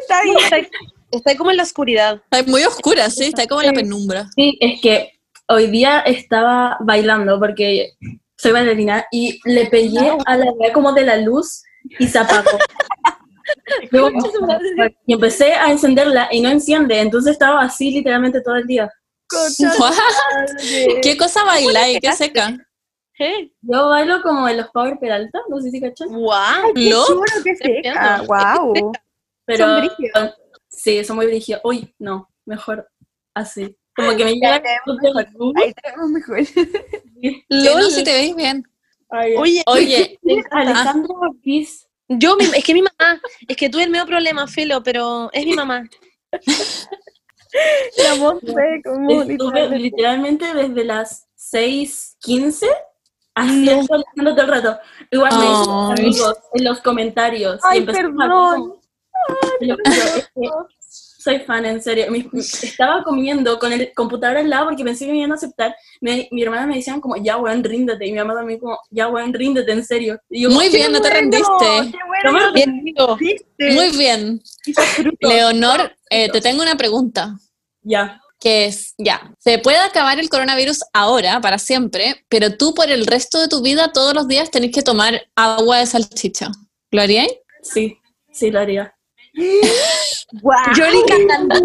[SPEAKER 4] está bien.
[SPEAKER 3] Está, está como en la oscuridad.
[SPEAKER 1] Está muy oscura, sí, está como en la penumbra.
[SPEAKER 13] Sí, es que hoy día estaba bailando porque soy bailarina y le pegué a la wea como de la luz y se apagó. Luego- y empecé a encenderla y no enciende, entonces estaba así literalmente todo el día.
[SPEAKER 1] What? ¿Qué cosa baila y qué seca?
[SPEAKER 13] Yo bailo como en los Power Peralta, no sé si cachan.
[SPEAKER 3] ¡Wow!
[SPEAKER 4] qué Loco. chulo, qué seca, Ah, guau.
[SPEAKER 13] Pero,
[SPEAKER 4] Son brígidos.
[SPEAKER 13] Sí, son muy brígidos. Uy, no, mejor así. Como que me llega
[SPEAKER 4] Ahí tenemos mejor.
[SPEAKER 1] Que no, si te veis bien.
[SPEAKER 3] Oye.
[SPEAKER 1] Oye. ah.
[SPEAKER 13] Alejandra Ortiz.
[SPEAKER 3] Yo, mi- es que mi mamá, es que tuve el medio problema, Felo, pero es mi mamá.
[SPEAKER 4] La Monse, como
[SPEAKER 13] Estuve literalmente desde las 6.15 así hablando todo el rato. Igual me dicen mis
[SPEAKER 1] Ay.
[SPEAKER 13] amigos en los comentarios. y
[SPEAKER 4] Ay,
[SPEAKER 13] empecé a hablar
[SPEAKER 4] perdón.
[SPEAKER 13] como- Te lo juro, es que soy fan, en serio. Mi- estaba comiendo con el computador al lado porque pensé que me iban a aceptar. Mi, mi hermana me decían como, ya, weón, ríndete. Y mi mamá también como, ya, weón, ríndete, en serio. Y yo,
[SPEAKER 1] Muy
[SPEAKER 13] "Qué
[SPEAKER 1] bien, no te
[SPEAKER 13] bueno,
[SPEAKER 1] rendiste.
[SPEAKER 13] qué bueno, no te rendiste".
[SPEAKER 1] Muy bien. Leonor, eh, te tengo una pregunta.
[SPEAKER 13] Ya.
[SPEAKER 1] Que es, ya, se puede acabar el coronavirus ahora, para siempre, pero tú por el resto de tu vida, todos los días, tenés que tomar agua de salchicha. ¿Lo haríais?
[SPEAKER 13] Sí, sí, lo haría.
[SPEAKER 1] Yo ni cagando.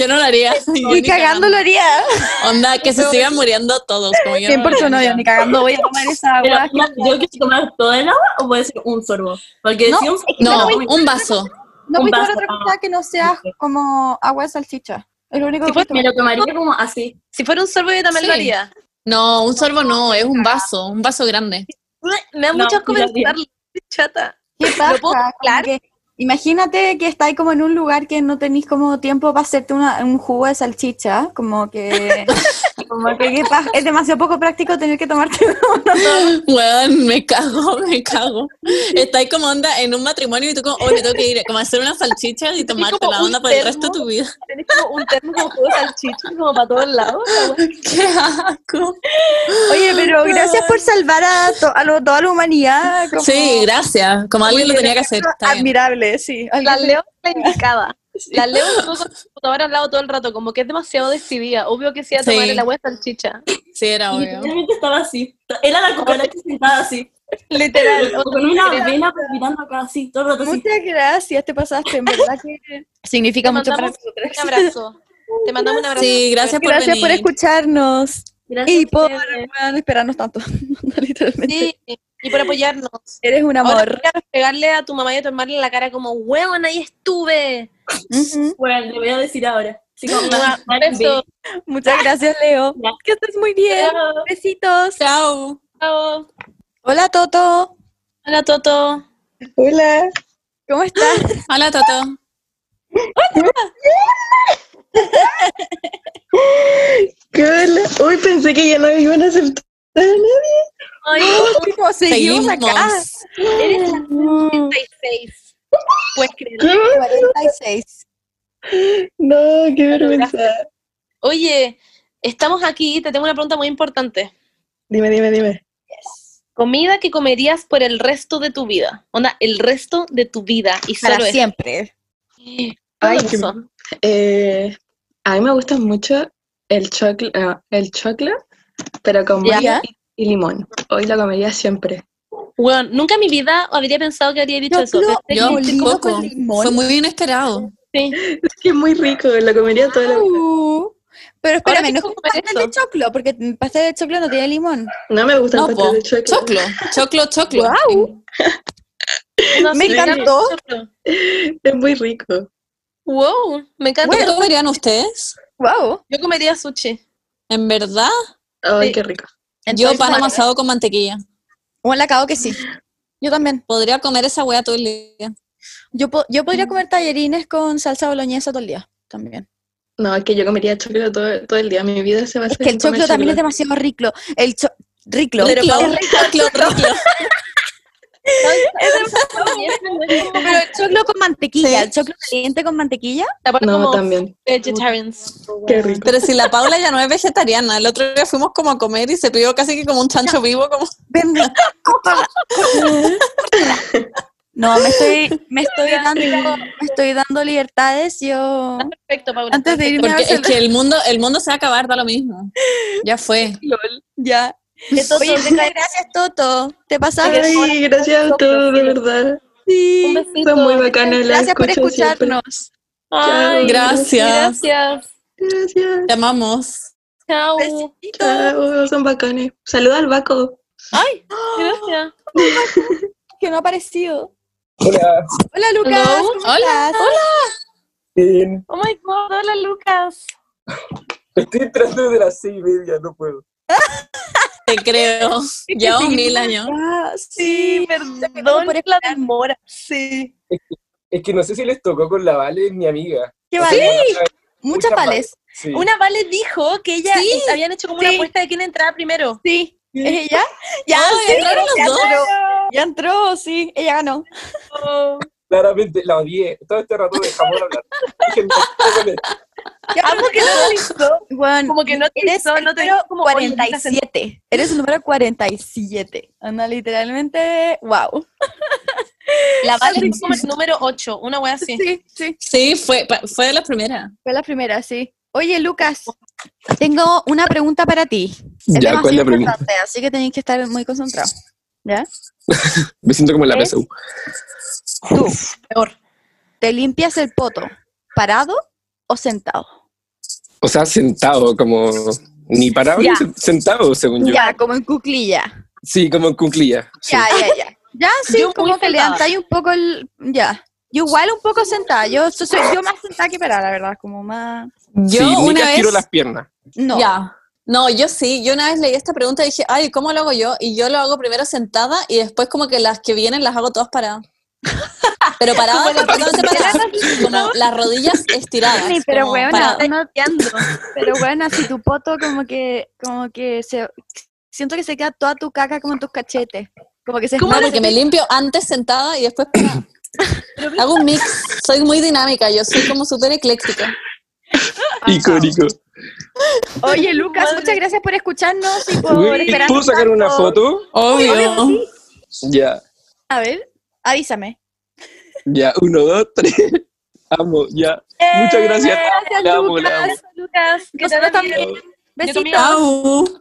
[SPEAKER 1] Yo no lo haría. Yo
[SPEAKER 4] Ni cagando lo haría.
[SPEAKER 1] Onda, que se sigan muriendo todos. Como yo no lo
[SPEAKER 4] 100%
[SPEAKER 1] haría.
[SPEAKER 4] no, yo ni cagando voy a tomar esa
[SPEAKER 13] Pero,
[SPEAKER 4] agua.
[SPEAKER 13] ¿Yo quiero tomar todo el agua o puede ser un sorbo? Porque
[SPEAKER 4] No,
[SPEAKER 13] si un
[SPEAKER 4] es que no voy-
[SPEAKER 1] un vaso.
[SPEAKER 4] No
[SPEAKER 13] Un
[SPEAKER 4] puedo tomar
[SPEAKER 13] vaso,
[SPEAKER 4] otra cosa que no sea como agua de salchicha. Es lo único que
[SPEAKER 13] pues, me lo tomaría como así.
[SPEAKER 3] Si fuera un sorbo, yo también lo
[SPEAKER 1] Sí.
[SPEAKER 3] haría.
[SPEAKER 1] No, un sorbo no, es un vaso, un vaso grande.
[SPEAKER 3] Me da
[SPEAKER 1] No,
[SPEAKER 3] mucho
[SPEAKER 1] sí lo haría.
[SPEAKER 3] comenzar, chata.
[SPEAKER 4] ¿Qué pasa?
[SPEAKER 3] puedo
[SPEAKER 4] Como que imagínate que estáis como en un lugar que no tenéis como tiempo para hacerte una- un jugo de salchicha, como que, como que ¿qué pasa? es demasiado poco práctico tener que tomarte uno.
[SPEAKER 1] Weón, me cago, me cago. Estáis como onda en un matrimonio y tú como, oh, me tengo que ir, como a hacer una salchicha y tomarte la
[SPEAKER 3] un
[SPEAKER 1] onda por el
[SPEAKER 3] termo.
[SPEAKER 1] resto de tu vida.
[SPEAKER 3] Tenés como un termo como todo salchicha, como para todos lados.
[SPEAKER 1] ¡Qué asco!
[SPEAKER 4] Oye, pero gracias por salvar a, to- a lo- toda la humanidad. como-
[SPEAKER 1] Sí, gracias. Como alguien lo
[SPEAKER 4] Oye,
[SPEAKER 1] tenía que hacer. está bien.
[SPEAKER 4] Admirable, sí.
[SPEAKER 3] La leo la indicada. La leo estuvo con su computadora al lado todo el rato, como que es demasiado decidida. Obvio que sí a tomar
[SPEAKER 1] Sí.
[SPEAKER 3] el agua de salchicha.
[SPEAKER 1] Sí, era
[SPEAKER 3] Y
[SPEAKER 1] obvio.
[SPEAKER 3] literalmente estaba así. Era la cucaracha sentada así.
[SPEAKER 4] Literal.
[SPEAKER 3] Con una vena mirando acá así, todo el rato así.
[SPEAKER 4] Muchas gracias, te pasaste, en verdad que significa mucho para nosotros.
[SPEAKER 31] Un abrazo. Te mandamos un abrazo.
[SPEAKER 1] Sí, gracias por
[SPEAKER 4] Gracias por
[SPEAKER 1] venir.
[SPEAKER 4] escucharnos.
[SPEAKER 3] Gracias
[SPEAKER 4] y por
[SPEAKER 31] ustedes.
[SPEAKER 4] weón, esperarnos tanto. Literalmente.
[SPEAKER 31] Y por apoyarnos.
[SPEAKER 4] Eres un
[SPEAKER 31] Ahora
[SPEAKER 4] amor.
[SPEAKER 31] quiero pegarle a tu mamá y a tu hermana en la cara como, huevón, ahí estuve.
[SPEAKER 3] Bueno, le voy a decir ahora. Así como,
[SPEAKER 4] Mua,
[SPEAKER 3] "Mamá,
[SPEAKER 4] beso. Muchas gracias, Leo. Que estés muy bien.
[SPEAKER 3] Chao.
[SPEAKER 4] Besitos.
[SPEAKER 1] Chao.
[SPEAKER 3] Chao.
[SPEAKER 4] Hola, Toto.
[SPEAKER 3] Hola, Toto.
[SPEAKER 4] Hola. ¿Cómo estás?
[SPEAKER 7] Ah,
[SPEAKER 1] Hola, Toto.
[SPEAKER 31] ¡Qué hola! Uy, pensé que ya no iban a aceptar a nadie.
[SPEAKER 4] Ay, ¿cómo seguimos acá? Eres la 46. Puedes creerlo.
[SPEAKER 31] 46. No, qué vergüenza.
[SPEAKER 3] Oye, estamos aquí, te tengo una pregunta muy importante.
[SPEAKER 31] Dime, dime, dime.
[SPEAKER 3] Comida que comerías por el resto de tu vida. Onda, el resto de tu vida y
[SPEAKER 31] Para
[SPEAKER 3] solo
[SPEAKER 4] siempre.
[SPEAKER 3] Ay,
[SPEAKER 7] Ay,
[SPEAKER 3] qué...
[SPEAKER 7] qué- Eh, a mí me gusta mucho el chocolate, el choclo, pero con
[SPEAKER 3] Ya.
[SPEAKER 7] mora y, y limón. Hoy lo comería siempre.
[SPEAKER 3] Bueno, nunca en mi vida habría pensado que habría dicho eso. Pensé
[SPEAKER 1] Yo
[SPEAKER 3] que-
[SPEAKER 1] tampoco. Fue muy inesperado.
[SPEAKER 3] Sí.
[SPEAKER 7] Es que es muy rico, lo comería toda la
[SPEAKER 4] vida. Uh, Pero espérame,
[SPEAKER 7] Ahora
[SPEAKER 4] no es un pastel de choclo, porque el pastel de choclo no tiene limón.
[SPEAKER 7] No me gusta
[SPEAKER 4] No,
[SPEAKER 7] el pastel
[SPEAKER 4] po.
[SPEAKER 7] de choclo.
[SPEAKER 1] Choclo, choclo, choclo.
[SPEAKER 4] ¡Wow! Me
[SPEAKER 7] sí.
[SPEAKER 4] encantó.
[SPEAKER 7] Es muy rico.
[SPEAKER 3] Wow, me encanta.
[SPEAKER 1] ¿Qué comerían ustedes?
[SPEAKER 4] Wow.
[SPEAKER 3] Yo comería sushi.
[SPEAKER 1] ¿En verdad?
[SPEAKER 7] Ay,
[SPEAKER 1] Sí.
[SPEAKER 7] qué rico.
[SPEAKER 1] Yo pan amasado con mantequilla.
[SPEAKER 4] O la que sí. Yo también.
[SPEAKER 1] Podría comer esa hueá todo el día.
[SPEAKER 4] Yo, po- yo podría comer tallerines con salsa boloñesa todo el día también.
[SPEAKER 7] No, es que yo comería choclo todo, todo el día. Mi vida se va a
[SPEAKER 4] Es que el choclo también es demasiado rico. El cho riclo.
[SPEAKER 7] Riclo,
[SPEAKER 4] Es
[SPEAKER 1] riclo, riclo.
[SPEAKER 4] Pero el choclo con mantequilla, el choclo caliente con mantequilla.
[SPEAKER 7] No, como también.
[SPEAKER 3] Vegetarians.
[SPEAKER 7] Qué rico.
[SPEAKER 1] Pero si la Paula ya no es vegetariana, el otro día fuimos como a comer y se pidió casi que como un chancho vivo, como
[SPEAKER 4] No, me estoy, me estoy dando, me estoy dando libertades. Yo
[SPEAKER 7] Ah,
[SPEAKER 3] perfecto, Paula.
[SPEAKER 4] Antes de irme a
[SPEAKER 1] porque es
[SPEAKER 4] Barcelona-
[SPEAKER 1] que el mundo, el mundo se va a acabar, da lo mismo. Ya fue.
[SPEAKER 4] Ya. Oye, muchas gracias, Toto. Te pasaste.
[SPEAKER 7] Ay, gracias a todos, de verdad.
[SPEAKER 4] Sí.
[SPEAKER 7] Un besito. Son muy bacanas. las
[SPEAKER 4] Gracias por
[SPEAKER 7] escucho siempre.
[SPEAKER 4] escucharnos.
[SPEAKER 7] Ay,
[SPEAKER 1] gracias.
[SPEAKER 3] Gracias.
[SPEAKER 7] Gracias.
[SPEAKER 1] Te amamos.
[SPEAKER 3] Chao.
[SPEAKER 7] Chao, son bacanes. Saluda al Baco.
[SPEAKER 3] Ay, gracias.
[SPEAKER 4] ¡Ah! que no ha aparecido.
[SPEAKER 9] Hola.
[SPEAKER 4] Hola, Lucas.
[SPEAKER 3] Hello.
[SPEAKER 4] ¿cómo
[SPEAKER 3] Hola.
[SPEAKER 4] estás?
[SPEAKER 9] Bien.
[SPEAKER 3] Oh my god, hola Lucas.
[SPEAKER 9] Estoy entrando desde las seis y media, no puedo.
[SPEAKER 1] Te creo.
[SPEAKER 9] que
[SPEAKER 1] Llevamos
[SPEAKER 9] sí,
[SPEAKER 1] mil años.
[SPEAKER 4] Ah, sí, perdón por la demora. Sí.
[SPEAKER 9] Es que no sé si les tocó con la Vale, es mi amiga.
[SPEAKER 4] ¿Qué
[SPEAKER 9] O sea,
[SPEAKER 4] Vale?
[SPEAKER 9] una-
[SPEAKER 4] Muchas vales.
[SPEAKER 9] Sí.
[SPEAKER 3] Una Vale dijo que ella
[SPEAKER 4] Sí,
[SPEAKER 3] habían hecho como una
[SPEAKER 4] sí.
[SPEAKER 3] apuesta de quién entraba primero.
[SPEAKER 4] Sí. ¿Es ella? Oh, Ya,
[SPEAKER 3] Ay,
[SPEAKER 4] sí,
[SPEAKER 3] entraron los
[SPEAKER 4] ya
[SPEAKER 3] dos.
[SPEAKER 4] entró. Ya entró, sí. Ella ganó. Ah,
[SPEAKER 9] Claramente, la odié. Todo este rato dejamos de hablar. Dije, no, no, no, no.
[SPEAKER 4] Ah, porque no como que no eres el
[SPEAKER 3] no te
[SPEAKER 4] número
[SPEAKER 3] dijo como, oye, nunca
[SPEAKER 4] 47. Eres el número 47. Ana, literalmente, wow.
[SPEAKER 3] La Vale fue como el número 8, una wea así.
[SPEAKER 4] Sí, sí.
[SPEAKER 1] Sí, fue, pa- fue de las primeras.
[SPEAKER 4] Fue la primera, sí. Oye, Lucas, tengo una pregunta para ti.
[SPEAKER 9] Ya,
[SPEAKER 4] Es demasiado
[SPEAKER 9] ¿cuál es la pregunta?
[SPEAKER 4] importante, Así que tenéis que estar muy concentrado. ¿Ya?
[SPEAKER 9] Me siento como en la
[SPEAKER 4] ¿Es?
[SPEAKER 9] PSU.
[SPEAKER 4] Tú, peor. ¿Te limpias el poto parado o sentado?
[SPEAKER 9] O sea, sentado, como ni parado
[SPEAKER 4] Ya.
[SPEAKER 9] ni sen- sentado, según yo.
[SPEAKER 4] Ya, como en cuclilla.
[SPEAKER 9] Sí, como en cuclilla. Sí.
[SPEAKER 4] Ya, ya, ya. Ya, sí, como que
[SPEAKER 3] sentada.
[SPEAKER 4] levantáis un poco el. Ya. Yo igual un poco sentada. Yo, yo soy yo más sentada que parada, la verdad. Como más.
[SPEAKER 1] Yo
[SPEAKER 9] sí, ni
[SPEAKER 1] una
[SPEAKER 9] que
[SPEAKER 1] vez-
[SPEAKER 9] estiro las piernas.
[SPEAKER 4] No.
[SPEAKER 1] Ya. No, yo sí. Yo una vez leí esta pregunta y dije, ay, ¿cómo lo hago yo? Y yo lo hago primero sentada y después como que las que vienen las hago todas paradas. Pero paradas,
[SPEAKER 4] Como la
[SPEAKER 1] completamente
[SPEAKER 4] primera.
[SPEAKER 1] paradas. Como las rodillas estiradas.
[SPEAKER 4] Sí, pero
[SPEAKER 1] como
[SPEAKER 4] bueno,
[SPEAKER 1] paradas.
[SPEAKER 4] pero bueno, si tu poto como que, como que se, siento que se queda toda tu caca como en tus cachetes, como que se.
[SPEAKER 1] No, porque me limpio antes sentada y después parada. Hago un mix. Soy muy dinámica. Yo soy como súper ecléctica.
[SPEAKER 9] Icónico.
[SPEAKER 4] Oye, Lucas, muchas gracias por escucharnos y por
[SPEAKER 9] Uy,
[SPEAKER 4] esperarnos
[SPEAKER 9] ¿Puedo sacar una
[SPEAKER 4] tanto.
[SPEAKER 9] foto?
[SPEAKER 1] Obvio.
[SPEAKER 9] Ya,
[SPEAKER 4] A ver, avísame.
[SPEAKER 9] ya. Uno, dos, tres. Amo, ya. Muchas gracias.
[SPEAKER 4] Gracias,
[SPEAKER 9] La amo, la amo.
[SPEAKER 4] Lucas. Lucas, que te vaya bien.
[SPEAKER 3] Yo también.
[SPEAKER 4] Besitos.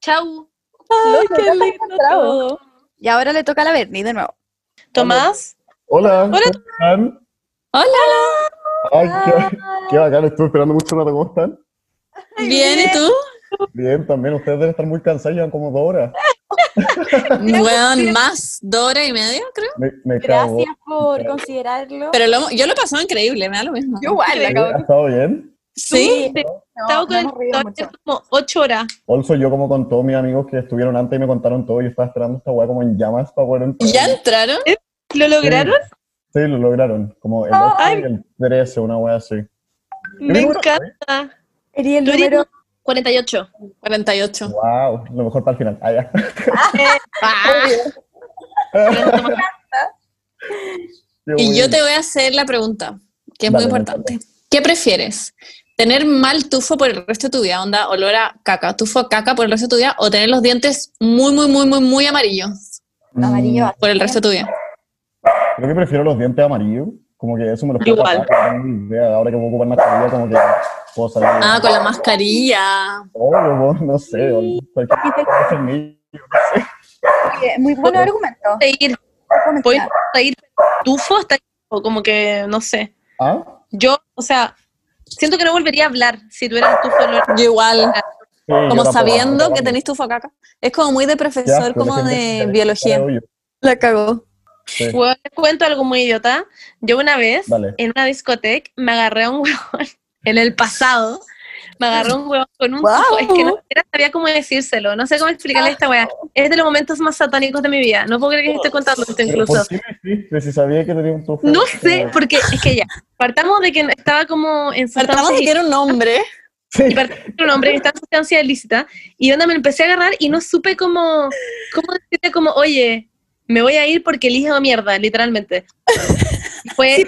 [SPEAKER 4] Chau.
[SPEAKER 3] Ay, qué lindo todo.
[SPEAKER 4] Y ahora le toca a la Bernie de nuevo.
[SPEAKER 3] Tomás.
[SPEAKER 18] Hola. Hola. ¿cómo están?
[SPEAKER 3] Hola.
[SPEAKER 18] Ay, qué, qué bacán, estuve esperando mucho rato. ¿Cómo están?
[SPEAKER 1] Bien, ¿y tú?
[SPEAKER 18] Bien, también ustedes deben estar muy cansados, llevan como dos horas.
[SPEAKER 1] Weón, más dos horas y media, creo.
[SPEAKER 18] Me, me cago.
[SPEAKER 4] Gracias por considerarlo.
[SPEAKER 1] Pero lo- yo lo he pasado increíble, me da lo mismo.
[SPEAKER 4] Yo igual, la
[SPEAKER 18] ¿Sí? ¿Ha estado bien?
[SPEAKER 1] Sí.
[SPEAKER 3] Estaba con el doctor como ocho horas.
[SPEAKER 18] Olso, yo como con todos mis amigos que estuvieron antes y me contaron todo, yo estaba esperando esta weá como en llamas para poder entrar.
[SPEAKER 1] ¿Ya entraron?
[SPEAKER 3] ¿Eh? ¿Lo lograron?
[SPEAKER 18] Sí, lo lograron. Como el 8 y el 13, una weá así.
[SPEAKER 3] Me encanta.
[SPEAKER 4] Sería el
[SPEAKER 3] número 48.
[SPEAKER 1] 48.
[SPEAKER 18] Wow, lo mejor para el final. Ah, ya. Qué
[SPEAKER 1] Y yo
[SPEAKER 18] bueno.
[SPEAKER 1] te voy a hacer la pregunta, que es
[SPEAKER 18] Dale,
[SPEAKER 1] muy
[SPEAKER 18] me
[SPEAKER 1] importante. ¿Qué prefieres? ¿Tener mal tufo por el resto de tu vida? Onda, olor a caca, tufo a caca por el resto de tu vida, o tener los dientes muy, muy, muy, muy, muy amarillos
[SPEAKER 18] Amarillo.
[SPEAKER 1] por el resto de tu vida.
[SPEAKER 18] Creo que prefiero los dientes amarillos. Como que eso me los
[SPEAKER 1] Igual.
[SPEAKER 18] tapar, no tengo ni idea. Ahora que voy a ocupar mascarilla, como que puedo salir.
[SPEAKER 1] Ah, con la mascarilla.
[SPEAKER 18] Obvio, vos, no sé. o cualquier cosa es el mío.
[SPEAKER 4] Muy buen argumento.
[SPEAKER 3] Reír. Voy a reír. Tufo hasta o como que, no sé.
[SPEAKER 18] ¿Ah?
[SPEAKER 3] Yo, o sea, siento que no volvería a hablar si tuviera tufo. olor-
[SPEAKER 1] Yo igual.
[SPEAKER 18] Sí, yo
[SPEAKER 1] como
[SPEAKER 18] tampoco,
[SPEAKER 1] sabiendo
[SPEAKER 18] tampoco.
[SPEAKER 1] que tenéis tufo a caca. Es como muy de
[SPEAKER 18] Qué asco,
[SPEAKER 1] profesor,
[SPEAKER 18] lo
[SPEAKER 1] como
[SPEAKER 18] siento,
[SPEAKER 1] de
[SPEAKER 18] ya- ya
[SPEAKER 1] biología.
[SPEAKER 18] lo oyo.
[SPEAKER 1] La cagó.
[SPEAKER 18] Sí.
[SPEAKER 3] Bueno, les cuento algo muy idiota. Yo una vez,
[SPEAKER 18] Dale.
[SPEAKER 3] en una discoteca, me agarré a un huevón, en el pasado, me agarré a un huevón con un
[SPEAKER 4] Guau.
[SPEAKER 3] tufo. Es que no siquiera sabía cómo decírselo, no sé cómo explicarle a esta weá. Es de los momentos más satánicos de mi vida. No puedo creer que esté contando esto
[SPEAKER 18] Pero
[SPEAKER 3] incluso.
[SPEAKER 18] ¿Por qué me hiciste si sabía que tenía un tufo?
[SPEAKER 3] No sé, porque es que ya, partamos de que estaba como en Partamos de que
[SPEAKER 1] era un hombre.
[SPEAKER 3] Y partamos de que era un hombre que estaba en sustancia ilícita. Y onda, me empecé a agarrar y no supe cómo, cómo decirle como, oye, me voy a ir porque el hijo de mierda, literalmente. Fue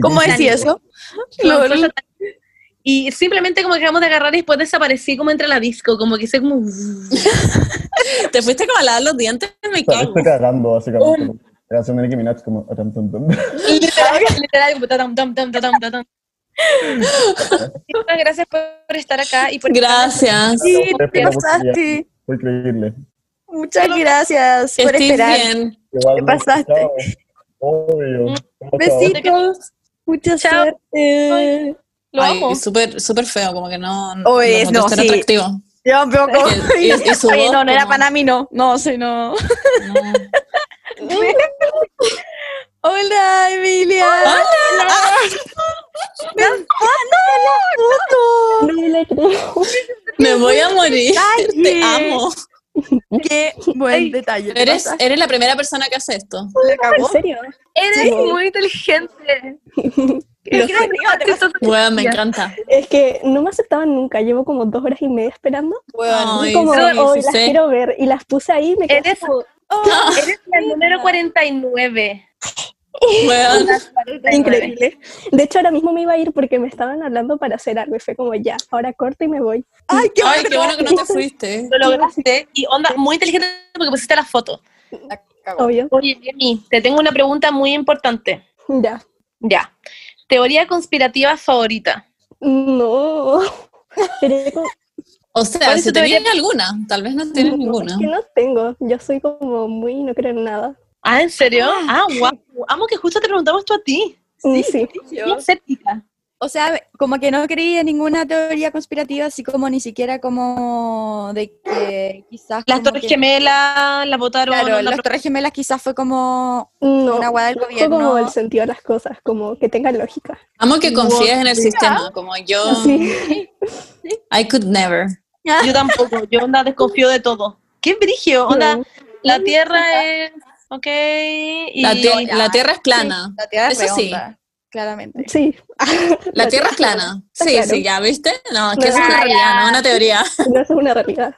[SPEAKER 4] ¿Cómo decía
[SPEAKER 3] satánico.
[SPEAKER 4] eso?
[SPEAKER 3] No, fue satánico. Y simplemente como que acabamos de agarrar y después desaparecí como entre la disco, como que hice como...
[SPEAKER 1] Te fuiste como a lavar los dientes, me
[SPEAKER 18] Te estoy cagando, básicamente. La canción de Nicki Minaj como... tum, tum, tum.
[SPEAKER 3] literal, literal, como tam, tam, tam, tam, tam, tam. Muchas gracias por estar
[SPEAKER 4] Ah,
[SPEAKER 3] acá y por
[SPEAKER 1] Gracias.
[SPEAKER 4] Sí,
[SPEAKER 18] Te
[SPEAKER 4] te
[SPEAKER 18] espero porque
[SPEAKER 4] pasaste.
[SPEAKER 18] ya- Fue increíble.
[SPEAKER 4] Muchas gracias por esperar.
[SPEAKER 18] Igual,
[SPEAKER 4] Te
[SPEAKER 18] no,
[SPEAKER 4] pasaste.
[SPEAKER 18] chao. Obvio. Chao, chao.
[SPEAKER 4] Besitos. Mucha suerte.
[SPEAKER 1] Lo amo. Súper súper feo, como que no.
[SPEAKER 4] Oye,
[SPEAKER 1] lo
[SPEAKER 4] Pues, no,
[SPEAKER 1] encontré
[SPEAKER 4] sí.
[SPEAKER 1] atractivo.
[SPEAKER 4] Yo un poco.
[SPEAKER 1] Y- y- y su
[SPEAKER 4] Oye,
[SPEAKER 1] voz
[SPEAKER 4] no, no era
[SPEAKER 1] como-
[SPEAKER 4] para mí, no. No, sí, no. Hola, Emilia.
[SPEAKER 14] Hola.
[SPEAKER 4] Me no,
[SPEAKER 14] No le creo.
[SPEAKER 1] Me voy a morir.
[SPEAKER 4] Detalle.
[SPEAKER 1] Te amo.
[SPEAKER 4] Qué buen detalle.
[SPEAKER 1] Eres, eres la primera persona que hace esto.
[SPEAKER 4] cagó. ¿En
[SPEAKER 1] serio?
[SPEAKER 3] Eres
[SPEAKER 1] Sí.
[SPEAKER 3] muy inteligente.
[SPEAKER 1] Lo sé. Bueno, me
[SPEAKER 3] Ya.
[SPEAKER 1] encanta.
[SPEAKER 14] Es que no me aceptaban nunca, llevo como dos horas y media esperando.
[SPEAKER 1] Bueno,
[SPEAKER 14] Y como,
[SPEAKER 1] sí,
[SPEAKER 14] hoy
[SPEAKER 1] sí
[SPEAKER 14] las
[SPEAKER 1] sé.
[SPEAKER 14] quiero ver, y las puse ahí, me quedé
[SPEAKER 3] Eres,
[SPEAKER 14] como, "Oh".
[SPEAKER 3] eres la número 49.
[SPEAKER 1] Bueno.
[SPEAKER 14] Increíble. De hecho, ahora mismo me iba a ir porque me estaban hablando para hacer algo, y fue como, ya, ahora corto y me voy.
[SPEAKER 4] ¡Ay,
[SPEAKER 1] qué Ay, qué bueno que no te fuiste.
[SPEAKER 3] Lo lograste. Y onda, muy inteligente porque pusiste la foto.
[SPEAKER 14] Obvio.
[SPEAKER 3] Oye, Emi, te tengo una pregunta muy importante.
[SPEAKER 14] Ya.
[SPEAKER 3] Ya. Teoría conspirativa favorita.
[SPEAKER 14] No. Teoría con-
[SPEAKER 1] O sea,
[SPEAKER 14] ¿Cuál es
[SPEAKER 1] si
[SPEAKER 14] tu teoría?
[SPEAKER 1] tenías alguna, tal vez no tienes ninguna.
[SPEAKER 14] Es que no tengo, yo soy como muy, no creo en nada.
[SPEAKER 3] Ah, ¿en serio? Ah, wow. Amo que justo te preguntamos esto a ti.
[SPEAKER 14] Sí, sí.
[SPEAKER 3] Bien escéptica.
[SPEAKER 4] O sea, como que no creí en ninguna teoría conspirativa, así como ni siquiera como de que quizás...
[SPEAKER 3] Las
[SPEAKER 4] como
[SPEAKER 3] Torres
[SPEAKER 4] que-
[SPEAKER 3] Gemelas, la votaron.
[SPEAKER 4] Claro,
[SPEAKER 3] la-
[SPEAKER 4] las Torres Gemelas quizás fue como
[SPEAKER 14] No,
[SPEAKER 4] una guada del
[SPEAKER 14] busco como el
[SPEAKER 4] gobierno.
[SPEAKER 14] sentido de las cosas, como que tenga lógica.
[SPEAKER 1] Amo que confíes en el
[SPEAKER 14] Sí.
[SPEAKER 4] Ah.
[SPEAKER 1] sistema, como yo. I could never.
[SPEAKER 3] Yo tampoco. Yo onda desconfío de todo. Qué brigio. Onda, la Tierra es... Ok. y-
[SPEAKER 1] La, tie- la tierra es plana.
[SPEAKER 4] La tierra es
[SPEAKER 1] Eso sí.
[SPEAKER 4] redonda, claramente.
[SPEAKER 14] Sí.
[SPEAKER 1] La tierra es plana. Sí,
[SPEAKER 14] Claro.
[SPEAKER 1] sí, ya, ¿viste? No, es que eso es
[SPEAKER 4] Ah,
[SPEAKER 1] una
[SPEAKER 4] ya.
[SPEAKER 1] realidad, no una teoría.
[SPEAKER 14] No eso es una realidad.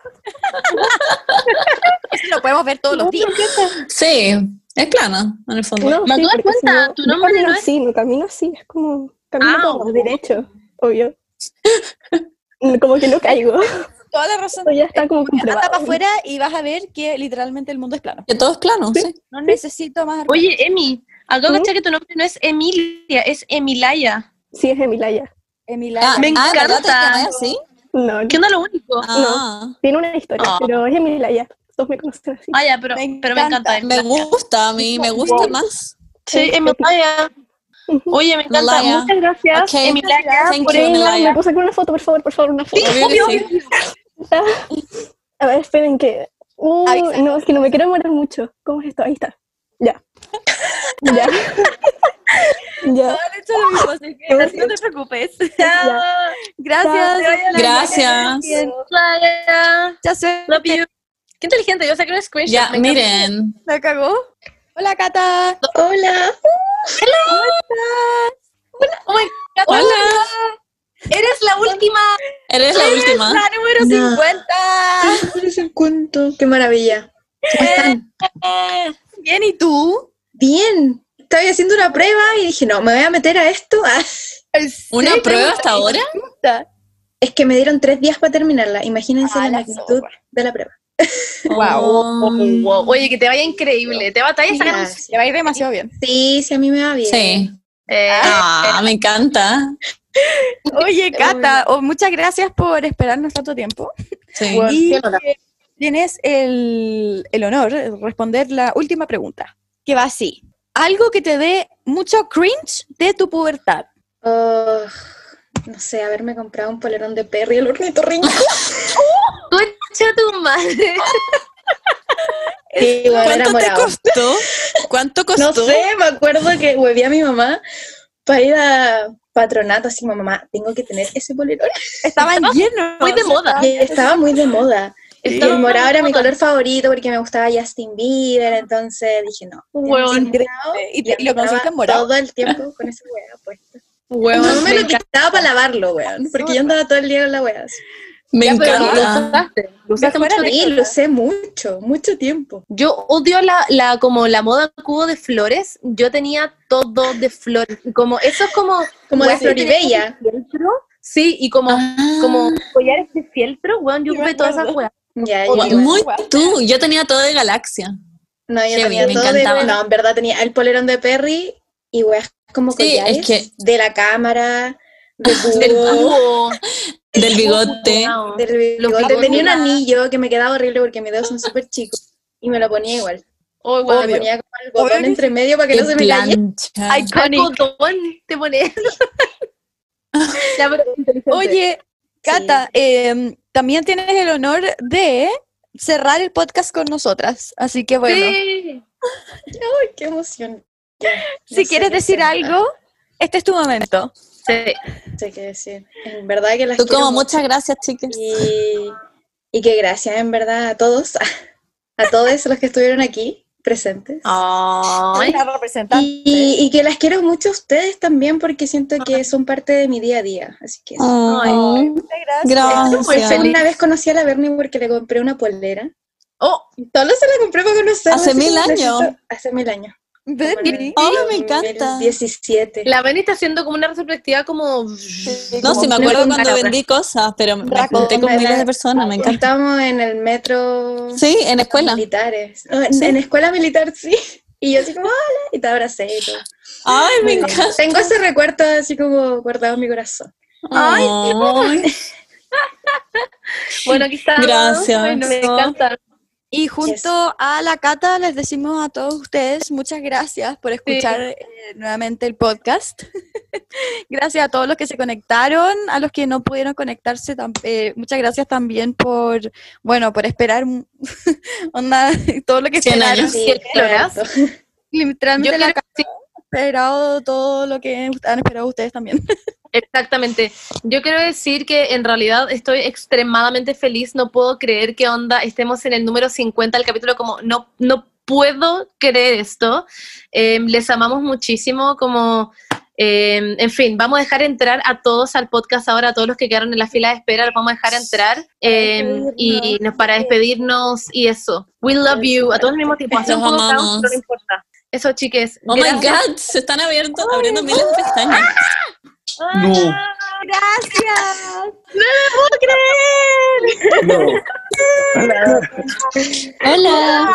[SPEAKER 4] Eso lo podemos ver todos los días.
[SPEAKER 1] Sí, es plana, en el fondo.
[SPEAKER 14] No, sí, porque si no- yo camino
[SPEAKER 1] es-
[SPEAKER 14] así, no camino así, es como camino
[SPEAKER 1] Ah,
[SPEAKER 14] como derecho, obvio. como que no caigo.
[SPEAKER 4] Toda la razón.
[SPEAKER 14] Esto
[SPEAKER 3] Pues
[SPEAKER 14] ya está como comprobado.
[SPEAKER 4] Anda para afuera y vas a ver que literalmente el mundo es plano.
[SPEAKER 1] Que todo es plano, sí.
[SPEAKER 4] No necesito más argumentos.
[SPEAKER 3] Oye, Emi, acabo de cachar que tu nombre no es Emilia, es Emilaya.
[SPEAKER 14] Sí, es Emilaya.
[SPEAKER 4] Emilaya.
[SPEAKER 1] Ah,
[SPEAKER 3] Me
[SPEAKER 1] ah, ¿verdad?
[SPEAKER 3] encanta.
[SPEAKER 1] ¿Te llamas así?
[SPEAKER 32] No, no.
[SPEAKER 3] ¿Qué onda lo único?
[SPEAKER 32] No, tiene una historia,
[SPEAKER 3] Ah.
[SPEAKER 32] pero es Emilia ya. Todos me conocen así.
[SPEAKER 3] Ah, ya, pero me, pero me encanta.
[SPEAKER 1] Me gusta a mí, me gusta más.
[SPEAKER 3] Sí, Emilia. Oye, me encanta.
[SPEAKER 1] Emilia.
[SPEAKER 3] Muchas gracias,
[SPEAKER 1] Ok.
[SPEAKER 3] Emilia,
[SPEAKER 1] Thank
[SPEAKER 3] por
[SPEAKER 1] you,
[SPEAKER 3] el-
[SPEAKER 1] Emilia.
[SPEAKER 32] ¿Me puedo sacar una foto, por favor? Por favor, una foto.
[SPEAKER 1] Sí, obvio que
[SPEAKER 32] A ver, esperen que... Uh, no, es que no me quiero demorar mucho. ¿Cómo es esto? Ahí está. Ya. ya. ya.
[SPEAKER 3] Pues
[SPEAKER 7] Así no te preocupes. Chao. Gracias.
[SPEAKER 1] Gracias.
[SPEAKER 3] Playa.
[SPEAKER 7] Ya sé.
[SPEAKER 3] Love you. Qué inteligente, yo saqué un screenshot.
[SPEAKER 1] Ya,
[SPEAKER 3] me encanta.
[SPEAKER 1] miren.
[SPEAKER 7] ¿Me cagó? Hola, Cata.
[SPEAKER 3] Hola.
[SPEAKER 7] ¿Cómo
[SPEAKER 3] Hola. Oh my God.
[SPEAKER 1] Hola.
[SPEAKER 3] Eres la última.
[SPEAKER 1] Eres la última.
[SPEAKER 7] La número
[SPEAKER 1] No.
[SPEAKER 7] 50.
[SPEAKER 4] Número 50. Qué maravilla. ¿Cómo están?
[SPEAKER 7] Bien, ¿y tú?
[SPEAKER 4] Bien. Estaba haciendo una prueba y dije, no, me voy a meter a esto.
[SPEAKER 1] ¿Una prueba
[SPEAKER 4] Sí, tengo
[SPEAKER 1] hasta
[SPEAKER 4] una
[SPEAKER 1] ahora?
[SPEAKER 4] pregunta. Es que me dieron tres días para terminarla.
[SPEAKER 7] Ah,
[SPEAKER 4] Imagínense la magnitud de la prueba.
[SPEAKER 7] Wow.
[SPEAKER 1] Oh.
[SPEAKER 3] Oye, que te vaya increíble. Te va, te vaya a sacar un-
[SPEAKER 4] Gracias.
[SPEAKER 7] Te va a ir demasiado bien.
[SPEAKER 4] Sí, sí, a mí me va bien.
[SPEAKER 1] Sí.
[SPEAKER 3] Eh,
[SPEAKER 1] Ah, me encanta.
[SPEAKER 7] Oye, Cata, oh, muchas gracias por esperarnos tanto tiempo.
[SPEAKER 1] Sí.
[SPEAKER 7] Y eh, tienes el, el honor de responder la última pregunta, que va así. Algo que te dé mucho cringe de tu pubertad.
[SPEAKER 4] Ugh, no sé, haberme comprado un polerón de Perry, el ornitorrinco.
[SPEAKER 3] Concha tu madre.
[SPEAKER 4] Sí, bueno, era
[SPEAKER 1] ¿Cuánto te
[SPEAKER 4] morado.
[SPEAKER 1] costó? ¿Cuánto
[SPEAKER 4] No
[SPEAKER 1] costó?
[SPEAKER 4] sé, me acuerdo que hueví a mi mamá para ir a patronato, así, mamá, tengo que tener ese polerón.
[SPEAKER 7] Estaban llenos.
[SPEAKER 3] muy de moda.
[SPEAKER 4] Y estaba muy de moda. Y
[SPEAKER 3] Estaba
[SPEAKER 4] el morado
[SPEAKER 3] muy de
[SPEAKER 4] era mi
[SPEAKER 3] moda.
[SPEAKER 4] color favorito porque me gustaba Justin Bieber, entonces dije, no. tengo que ser
[SPEAKER 3] Hueón.
[SPEAKER 4] morado.
[SPEAKER 7] Y, te- y lo
[SPEAKER 4] Estaba
[SPEAKER 7] conseguiste en morado.
[SPEAKER 4] Todo el tiempo con esa hueá puesta.
[SPEAKER 3] Hueón,
[SPEAKER 4] no me
[SPEAKER 3] me
[SPEAKER 4] lo quitaba para lavarlo, weón, porque yo andaba todo el día con la hueá. así.
[SPEAKER 1] Me
[SPEAKER 3] Ya, pero lo
[SPEAKER 1] encanta.
[SPEAKER 3] usaste. Lo usaste mucho
[SPEAKER 4] Sí,
[SPEAKER 3] tiempo.
[SPEAKER 4] lo usé mucho, mucho tiempo.
[SPEAKER 3] Yo odio la, la, como la moda cubo de flores. Yo tenía todo de flores. Y Como, eso es como.
[SPEAKER 4] Como de
[SPEAKER 3] weas que tenían
[SPEAKER 4] Floribella.
[SPEAKER 3] de fieltro. Sí, y como,
[SPEAKER 1] Ah.
[SPEAKER 3] como collares de fieltro, weón, yo
[SPEAKER 4] Sí, me
[SPEAKER 3] ocupé todas esas
[SPEAKER 4] acuerdo.
[SPEAKER 3] weas.
[SPEAKER 4] Ya,
[SPEAKER 1] Gua-
[SPEAKER 4] yo igual.
[SPEAKER 1] Muy tú. Yo tenía todo de galaxia.
[SPEAKER 4] No, yo
[SPEAKER 1] Qué bien,
[SPEAKER 4] tenía
[SPEAKER 1] me
[SPEAKER 4] todo de.
[SPEAKER 1] encantaba.
[SPEAKER 4] No, en verdad tenía el polerón de Perry y weas como
[SPEAKER 1] Sí, es
[SPEAKER 4] collares
[SPEAKER 1] que-
[SPEAKER 4] de la cámara, de
[SPEAKER 3] Del
[SPEAKER 4] búho,
[SPEAKER 3] cubo.
[SPEAKER 1] Del bigote.
[SPEAKER 4] del
[SPEAKER 3] Los
[SPEAKER 4] bigote.
[SPEAKER 3] bigotes.
[SPEAKER 4] Tenía un anillo que me quedaba horrible porque mis dedos son súper chicos y me lo ponía igual.
[SPEAKER 3] Oh,
[SPEAKER 4] Me
[SPEAKER 3] weón.
[SPEAKER 4] ponía como algodón
[SPEAKER 7] Obvio que
[SPEAKER 4] entre medio para que
[SPEAKER 1] Qué
[SPEAKER 4] no se me cayera.
[SPEAKER 1] plancha.
[SPEAKER 3] Algodón te pones. Ya, pero inteligente.
[SPEAKER 7] Oye, Cata, eh, también tienes el honor de cerrar el podcast con nosotras. Así que bueno,
[SPEAKER 3] Sí.
[SPEAKER 4] Ay, qué emoción. Ya,
[SPEAKER 7] si
[SPEAKER 4] no sé
[SPEAKER 7] quieres
[SPEAKER 4] qué
[SPEAKER 7] decir
[SPEAKER 4] hacer.
[SPEAKER 7] algo, este es tu momento.
[SPEAKER 3] Sí.
[SPEAKER 4] No sé qué decir. En verdad que las
[SPEAKER 1] Tú
[SPEAKER 4] quiero
[SPEAKER 1] como,
[SPEAKER 4] mucho
[SPEAKER 1] muchas gracias, chicas.
[SPEAKER 4] y, y que gracias en verdad a todos, a todos los que estuvieron aquí presentes.
[SPEAKER 3] Ay.
[SPEAKER 7] Una representante.
[SPEAKER 4] Y, y que las quiero mucho a ustedes también porque siento que son parte de mi día a día. Así que eso.
[SPEAKER 1] Ay,
[SPEAKER 7] Muchas gracias.
[SPEAKER 4] Estoy muy
[SPEAKER 1] gracias.
[SPEAKER 4] feliz. Una vez conocí a la Bernie porque le compré una polera.
[SPEAKER 3] Oh,
[SPEAKER 4] Y Solo se la compré para conocerla.
[SPEAKER 1] Hace
[SPEAKER 4] así
[SPEAKER 1] mil
[SPEAKER 4] como
[SPEAKER 1] años.
[SPEAKER 4] necesito- Hace mil años.
[SPEAKER 7] Bernie.
[SPEAKER 1] Oh, me encanta.
[SPEAKER 4] 17.
[SPEAKER 3] la Benny está haciendo como una retrospectiva como.
[SPEAKER 1] No, sí, me
[SPEAKER 3] Una
[SPEAKER 1] acuerdo
[SPEAKER 3] compra.
[SPEAKER 1] cuando vendí cosas, pero me
[SPEAKER 4] Raco,
[SPEAKER 1] junté con
[SPEAKER 4] me
[SPEAKER 1] miles
[SPEAKER 4] da-
[SPEAKER 1] de personas, me encanta.
[SPEAKER 4] Estamos en el metro.
[SPEAKER 1] Sí, en escuela.
[SPEAKER 4] Militares. No, en, en escuela militar, sí. Y yo así como, hola, y te abracé y todo.
[SPEAKER 1] Ay, me
[SPEAKER 4] Muy bien.
[SPEAKER 1] encanta.
[SPEAKER 4] Tengo ese recuerdo así como guardado en mi corazón.
[SPEAKER 1] Ay,
[SPEAKER 3] Bueno, aquí está.
[SPEAKER 1] Gracias.
[SPEAKER 3] Bueno, me encanta.
[SPEAKER 7] Y junto a la Cata les decimos a todos ustedes muchas gracias por escuchar eh, nuevamente el podcast. gracias a todos los que se conectaron, a los que no pudieron conectarse. tam- eh, muchas gracias también por, bueno, por esperar un- onda, todo lo que
[SPEAKER 1] Cien
[SPEAKER 7] esperaron.
[SPEAKER 1] años.
[SPEAKER 4] Sí,
[SPEAKER 3] ¿Qué
[SPEAKER 4] claro.
[SPEAKER 7] Literalmente
[SPEAKER 3] Yo
[SPEAKER 7] la
[SPEAKER 3] quiero
[SPEAKER 7] Cata
[SPEAKER 3] decir-
[SPEAKER 7] ha esperado todo lo que han esperado ustedes también.
[SPEAKER 3] Exactamente. Yo quiero decir que en realidad estoy extremadamente feliz. No puedo creer que onda estemos en el número 50 del capítulo. Como no, no puedo creer esto. Eh, les amamos muchísimo. Como, eh, en fin, vamos a dejar entrar a todos al podcast ahora, a todos los que quedaron en la fila de espera, los vamos a dejar entrar. eh, y nos, para despedirnos y eso. We love you. A todos al mismo tiempo.
[SPEAKER 1] Los
[SPEAKER 3] Hacemos un countdown,
[SPEAKER 1] amamos.
[SPEAKER 3] pero no importa. Eso, chiques.
[SPEAKER 1] Oh my
[SPEAKER 3] gracias.
[SPEAKER 1] god, se están abierto, abriendo miles de pestañas.
[SPEAKER 21] No,
[SPEAKER 7] Gracias.
[SPEAKER 3] ¡No me puedo creer!
[SPEAKER 21] no.
[SPEAKER 7] Hola.
[SPEAKER 21] Hola.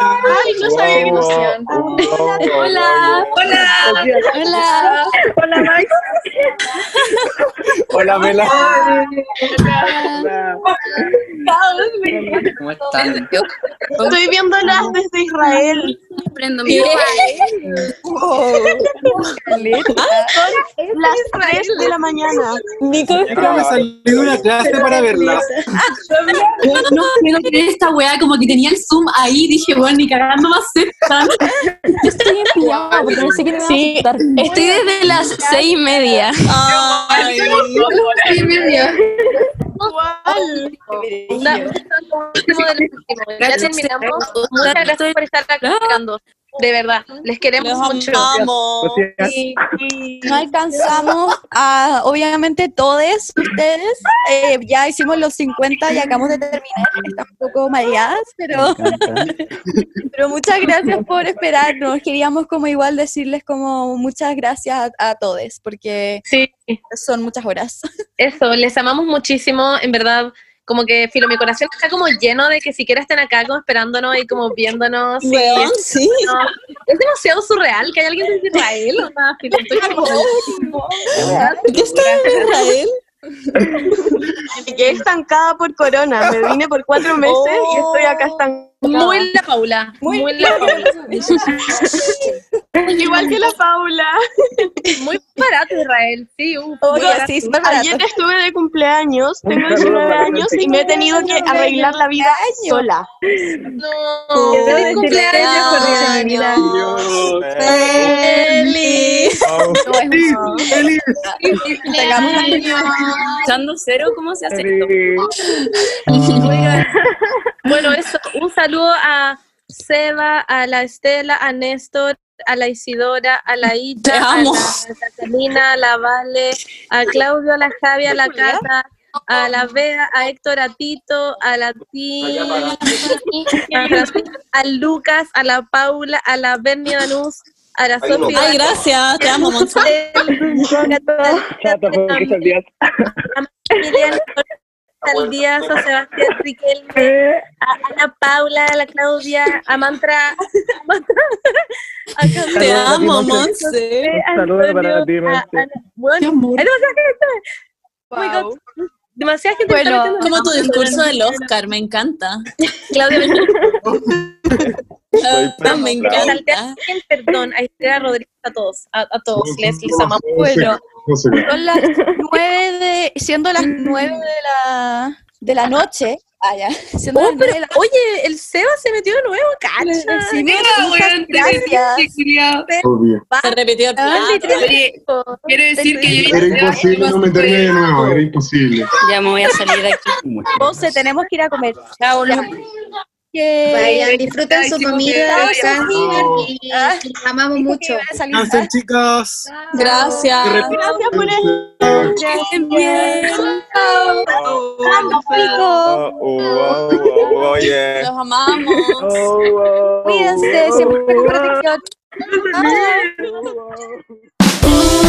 [SPEAKER 7] Ay, no sabía que emoción. Hola. Hola. Hola. Hola, Max.
[SPEAKER 9] Hola, Mela.
[SPEAKER 7] ¿Cómo están? Estoy viéndolas desde Israel. Prendo mi Oh. Ah, Son las 3 de la mañana. Nico,
[SPEAKER 9] Ahora me salí de una clase para verla.
[SPEAKER 7] Yo no quiero creer esta weá, como que tenía el Zoom ahí, dije, bueno, ni cagando me aceptan. Yo estoy empillada, porque no sé quién me
[SPEAKER 3] Sí, estoy desde las seis y media.
[SPEAKER 7] Ay,
[SPEAKER 3] seis y media.
[SPEAKER 7] Ya terminamos.
[SPEAKER 3] Muchas gracias por estar acompañando. De verdad, les queremos mucho.
[SPEAKER 4] Sí, sí. No alcanzamos a, obviamente, todos ustedes. eh, ya hicimos los 50 y acabamos de terminar. Estamos un poco mareadas, pero, pero muchas gracias por esperarnos. Queríamos como igual decirles como muchas gracias a, a todos, porque son muchas horas.
[SPEAKER 3] Eso, les amamos muchísimo, en verdad. Como que, filo, mi corazón está como lleno de que siquiera estén acá como esperándonos y como viéndonos. y
[SPEAKER 7] Weón, sí.
[SPEAKER 3] escuchándonos. Es demasiado surreal que hay alguien desde Israel. o sea, filo, estoy como-
[SPEAKER 7] ¿Qué está en Israel? Me quedé estancada por corona. Me vine por cuatro meses y estoy acá estancada.
[SPEAKER 3] Muy la Paula. Muy, la Paula.
[SPEAKER 7] Igual que la Paula.
[SPEAKER 3] Muy barato Israel, sí. Uh,
[SPEAKER 7] Oye,
[SPEAKER 3] barato.
[SPEAKER 7] sí, súper barato. Ayer estuve de cumpleaños, tengo 19 años y me he tenido que arreglar la vida sola.
[SPEAKER 3] No,
[SPEAKER 7] feliz cumpleaños, Corina, mi vida. ¡Feliz! ¡Feliz!
[SPEAKER 3] Tengamos la
[SPEAKER 7] Echando cero, ¿cómo se hace
[SPEAKER 3] Oigan, bueno, eso, un saludo a Seba, a la Estela, a Néstor, a la Isidora, a la Ita,
[SPEAKER 7] Te amo.
[SPEAKER 3] a la Catalina, a la Vale, a Claudio, a la Javi, a la Cata, a la Bea, a Héctor, a Tito, a la Ti, a, Francisco, a Lucas, a la Paula, a la Berni Danús, a la
[SPEAKER 7] Ay, no.
[SPEAKER 3] Sofía.
[SPEAKER 7] Ay, gracias, te amo, Monza. Chata, porque estás bien.
[SPEAKER 3] Miriam al día, a Sebastián Riquelme, a Ana Paula, a la Claudia, a Mantra, a Mantra, a Camila,
[SPEAKER 7] Te amo,
[SPEAKER 3] José,
[SPEAKER 7] Monse.
[SPEAKER 3] a
[SPEAKER 7] Saludos para
[SPEAKER 3] Antonio,
[SPEAKER 7] ti,
[SPEAKER 3] a
[SPEAKER 7] Monse.
[SPEAKER 3] Ana- bueno, hay demasiada gente. Oh my God. Demasiada gente me está
[SPEAKER 1] Bueno,
[SPEAKER 3] metiendo en
[SPEAKER 1] como tu
[SPEAKER 3] el-
[SPEAKER 1] discurso del Oscar, me encanta.
[SPEAKER 3] Claudia, me-
[SPEAKER 1] Ah, me encanta.
[SPEAKER 3] Salté a alguien, Perdón, a Estela Rodríguez, a todos, a, a todos, les, les amamos.
[SPEAKER 4] Bueno,
[SPEAKER 7] Música.
[SPEAKER 4] son las nueve de, siendo las nueve de la, de la noche. Ah, ya. Siendo las nueve de la
[SPEAKER 3] Oye, el Seba se metió de nuevo, cacha.
[SPEAKER 4] Sí, mira, weón, te metiste,
[SPEAKER 7] Obvio.
[SPEAKER 1] Se repitió el ¿eh?
[SPEAKER 3] Quiero
[SPEAKER 7] decir que yo ya- ya Era imposible no meterme de nuevo, era imposible.
[SPEAKER 3] Ya me voy a salir de aquí.
[SPEAKER 4] José, tenemos que ir a comer. Chao,
[SPEAKER 7] Vayan, disfruten su comida, descansen
[SPEAKER 4] y
[SPEAKER 7] los amamos mucho.
[SPEAKER 9] Gracias, chicas.
[SPEAKER 7] Gracias.
[SPEAKER 9] Que repito.
[SPEAKER 7] Gracias por el.
[SPEAKER 14] Oye.
[SPEAKER 1] Los amamos.
[SPEAKER 4] Cuídense, siempre con protección.
[SPEAKER 3] Oh,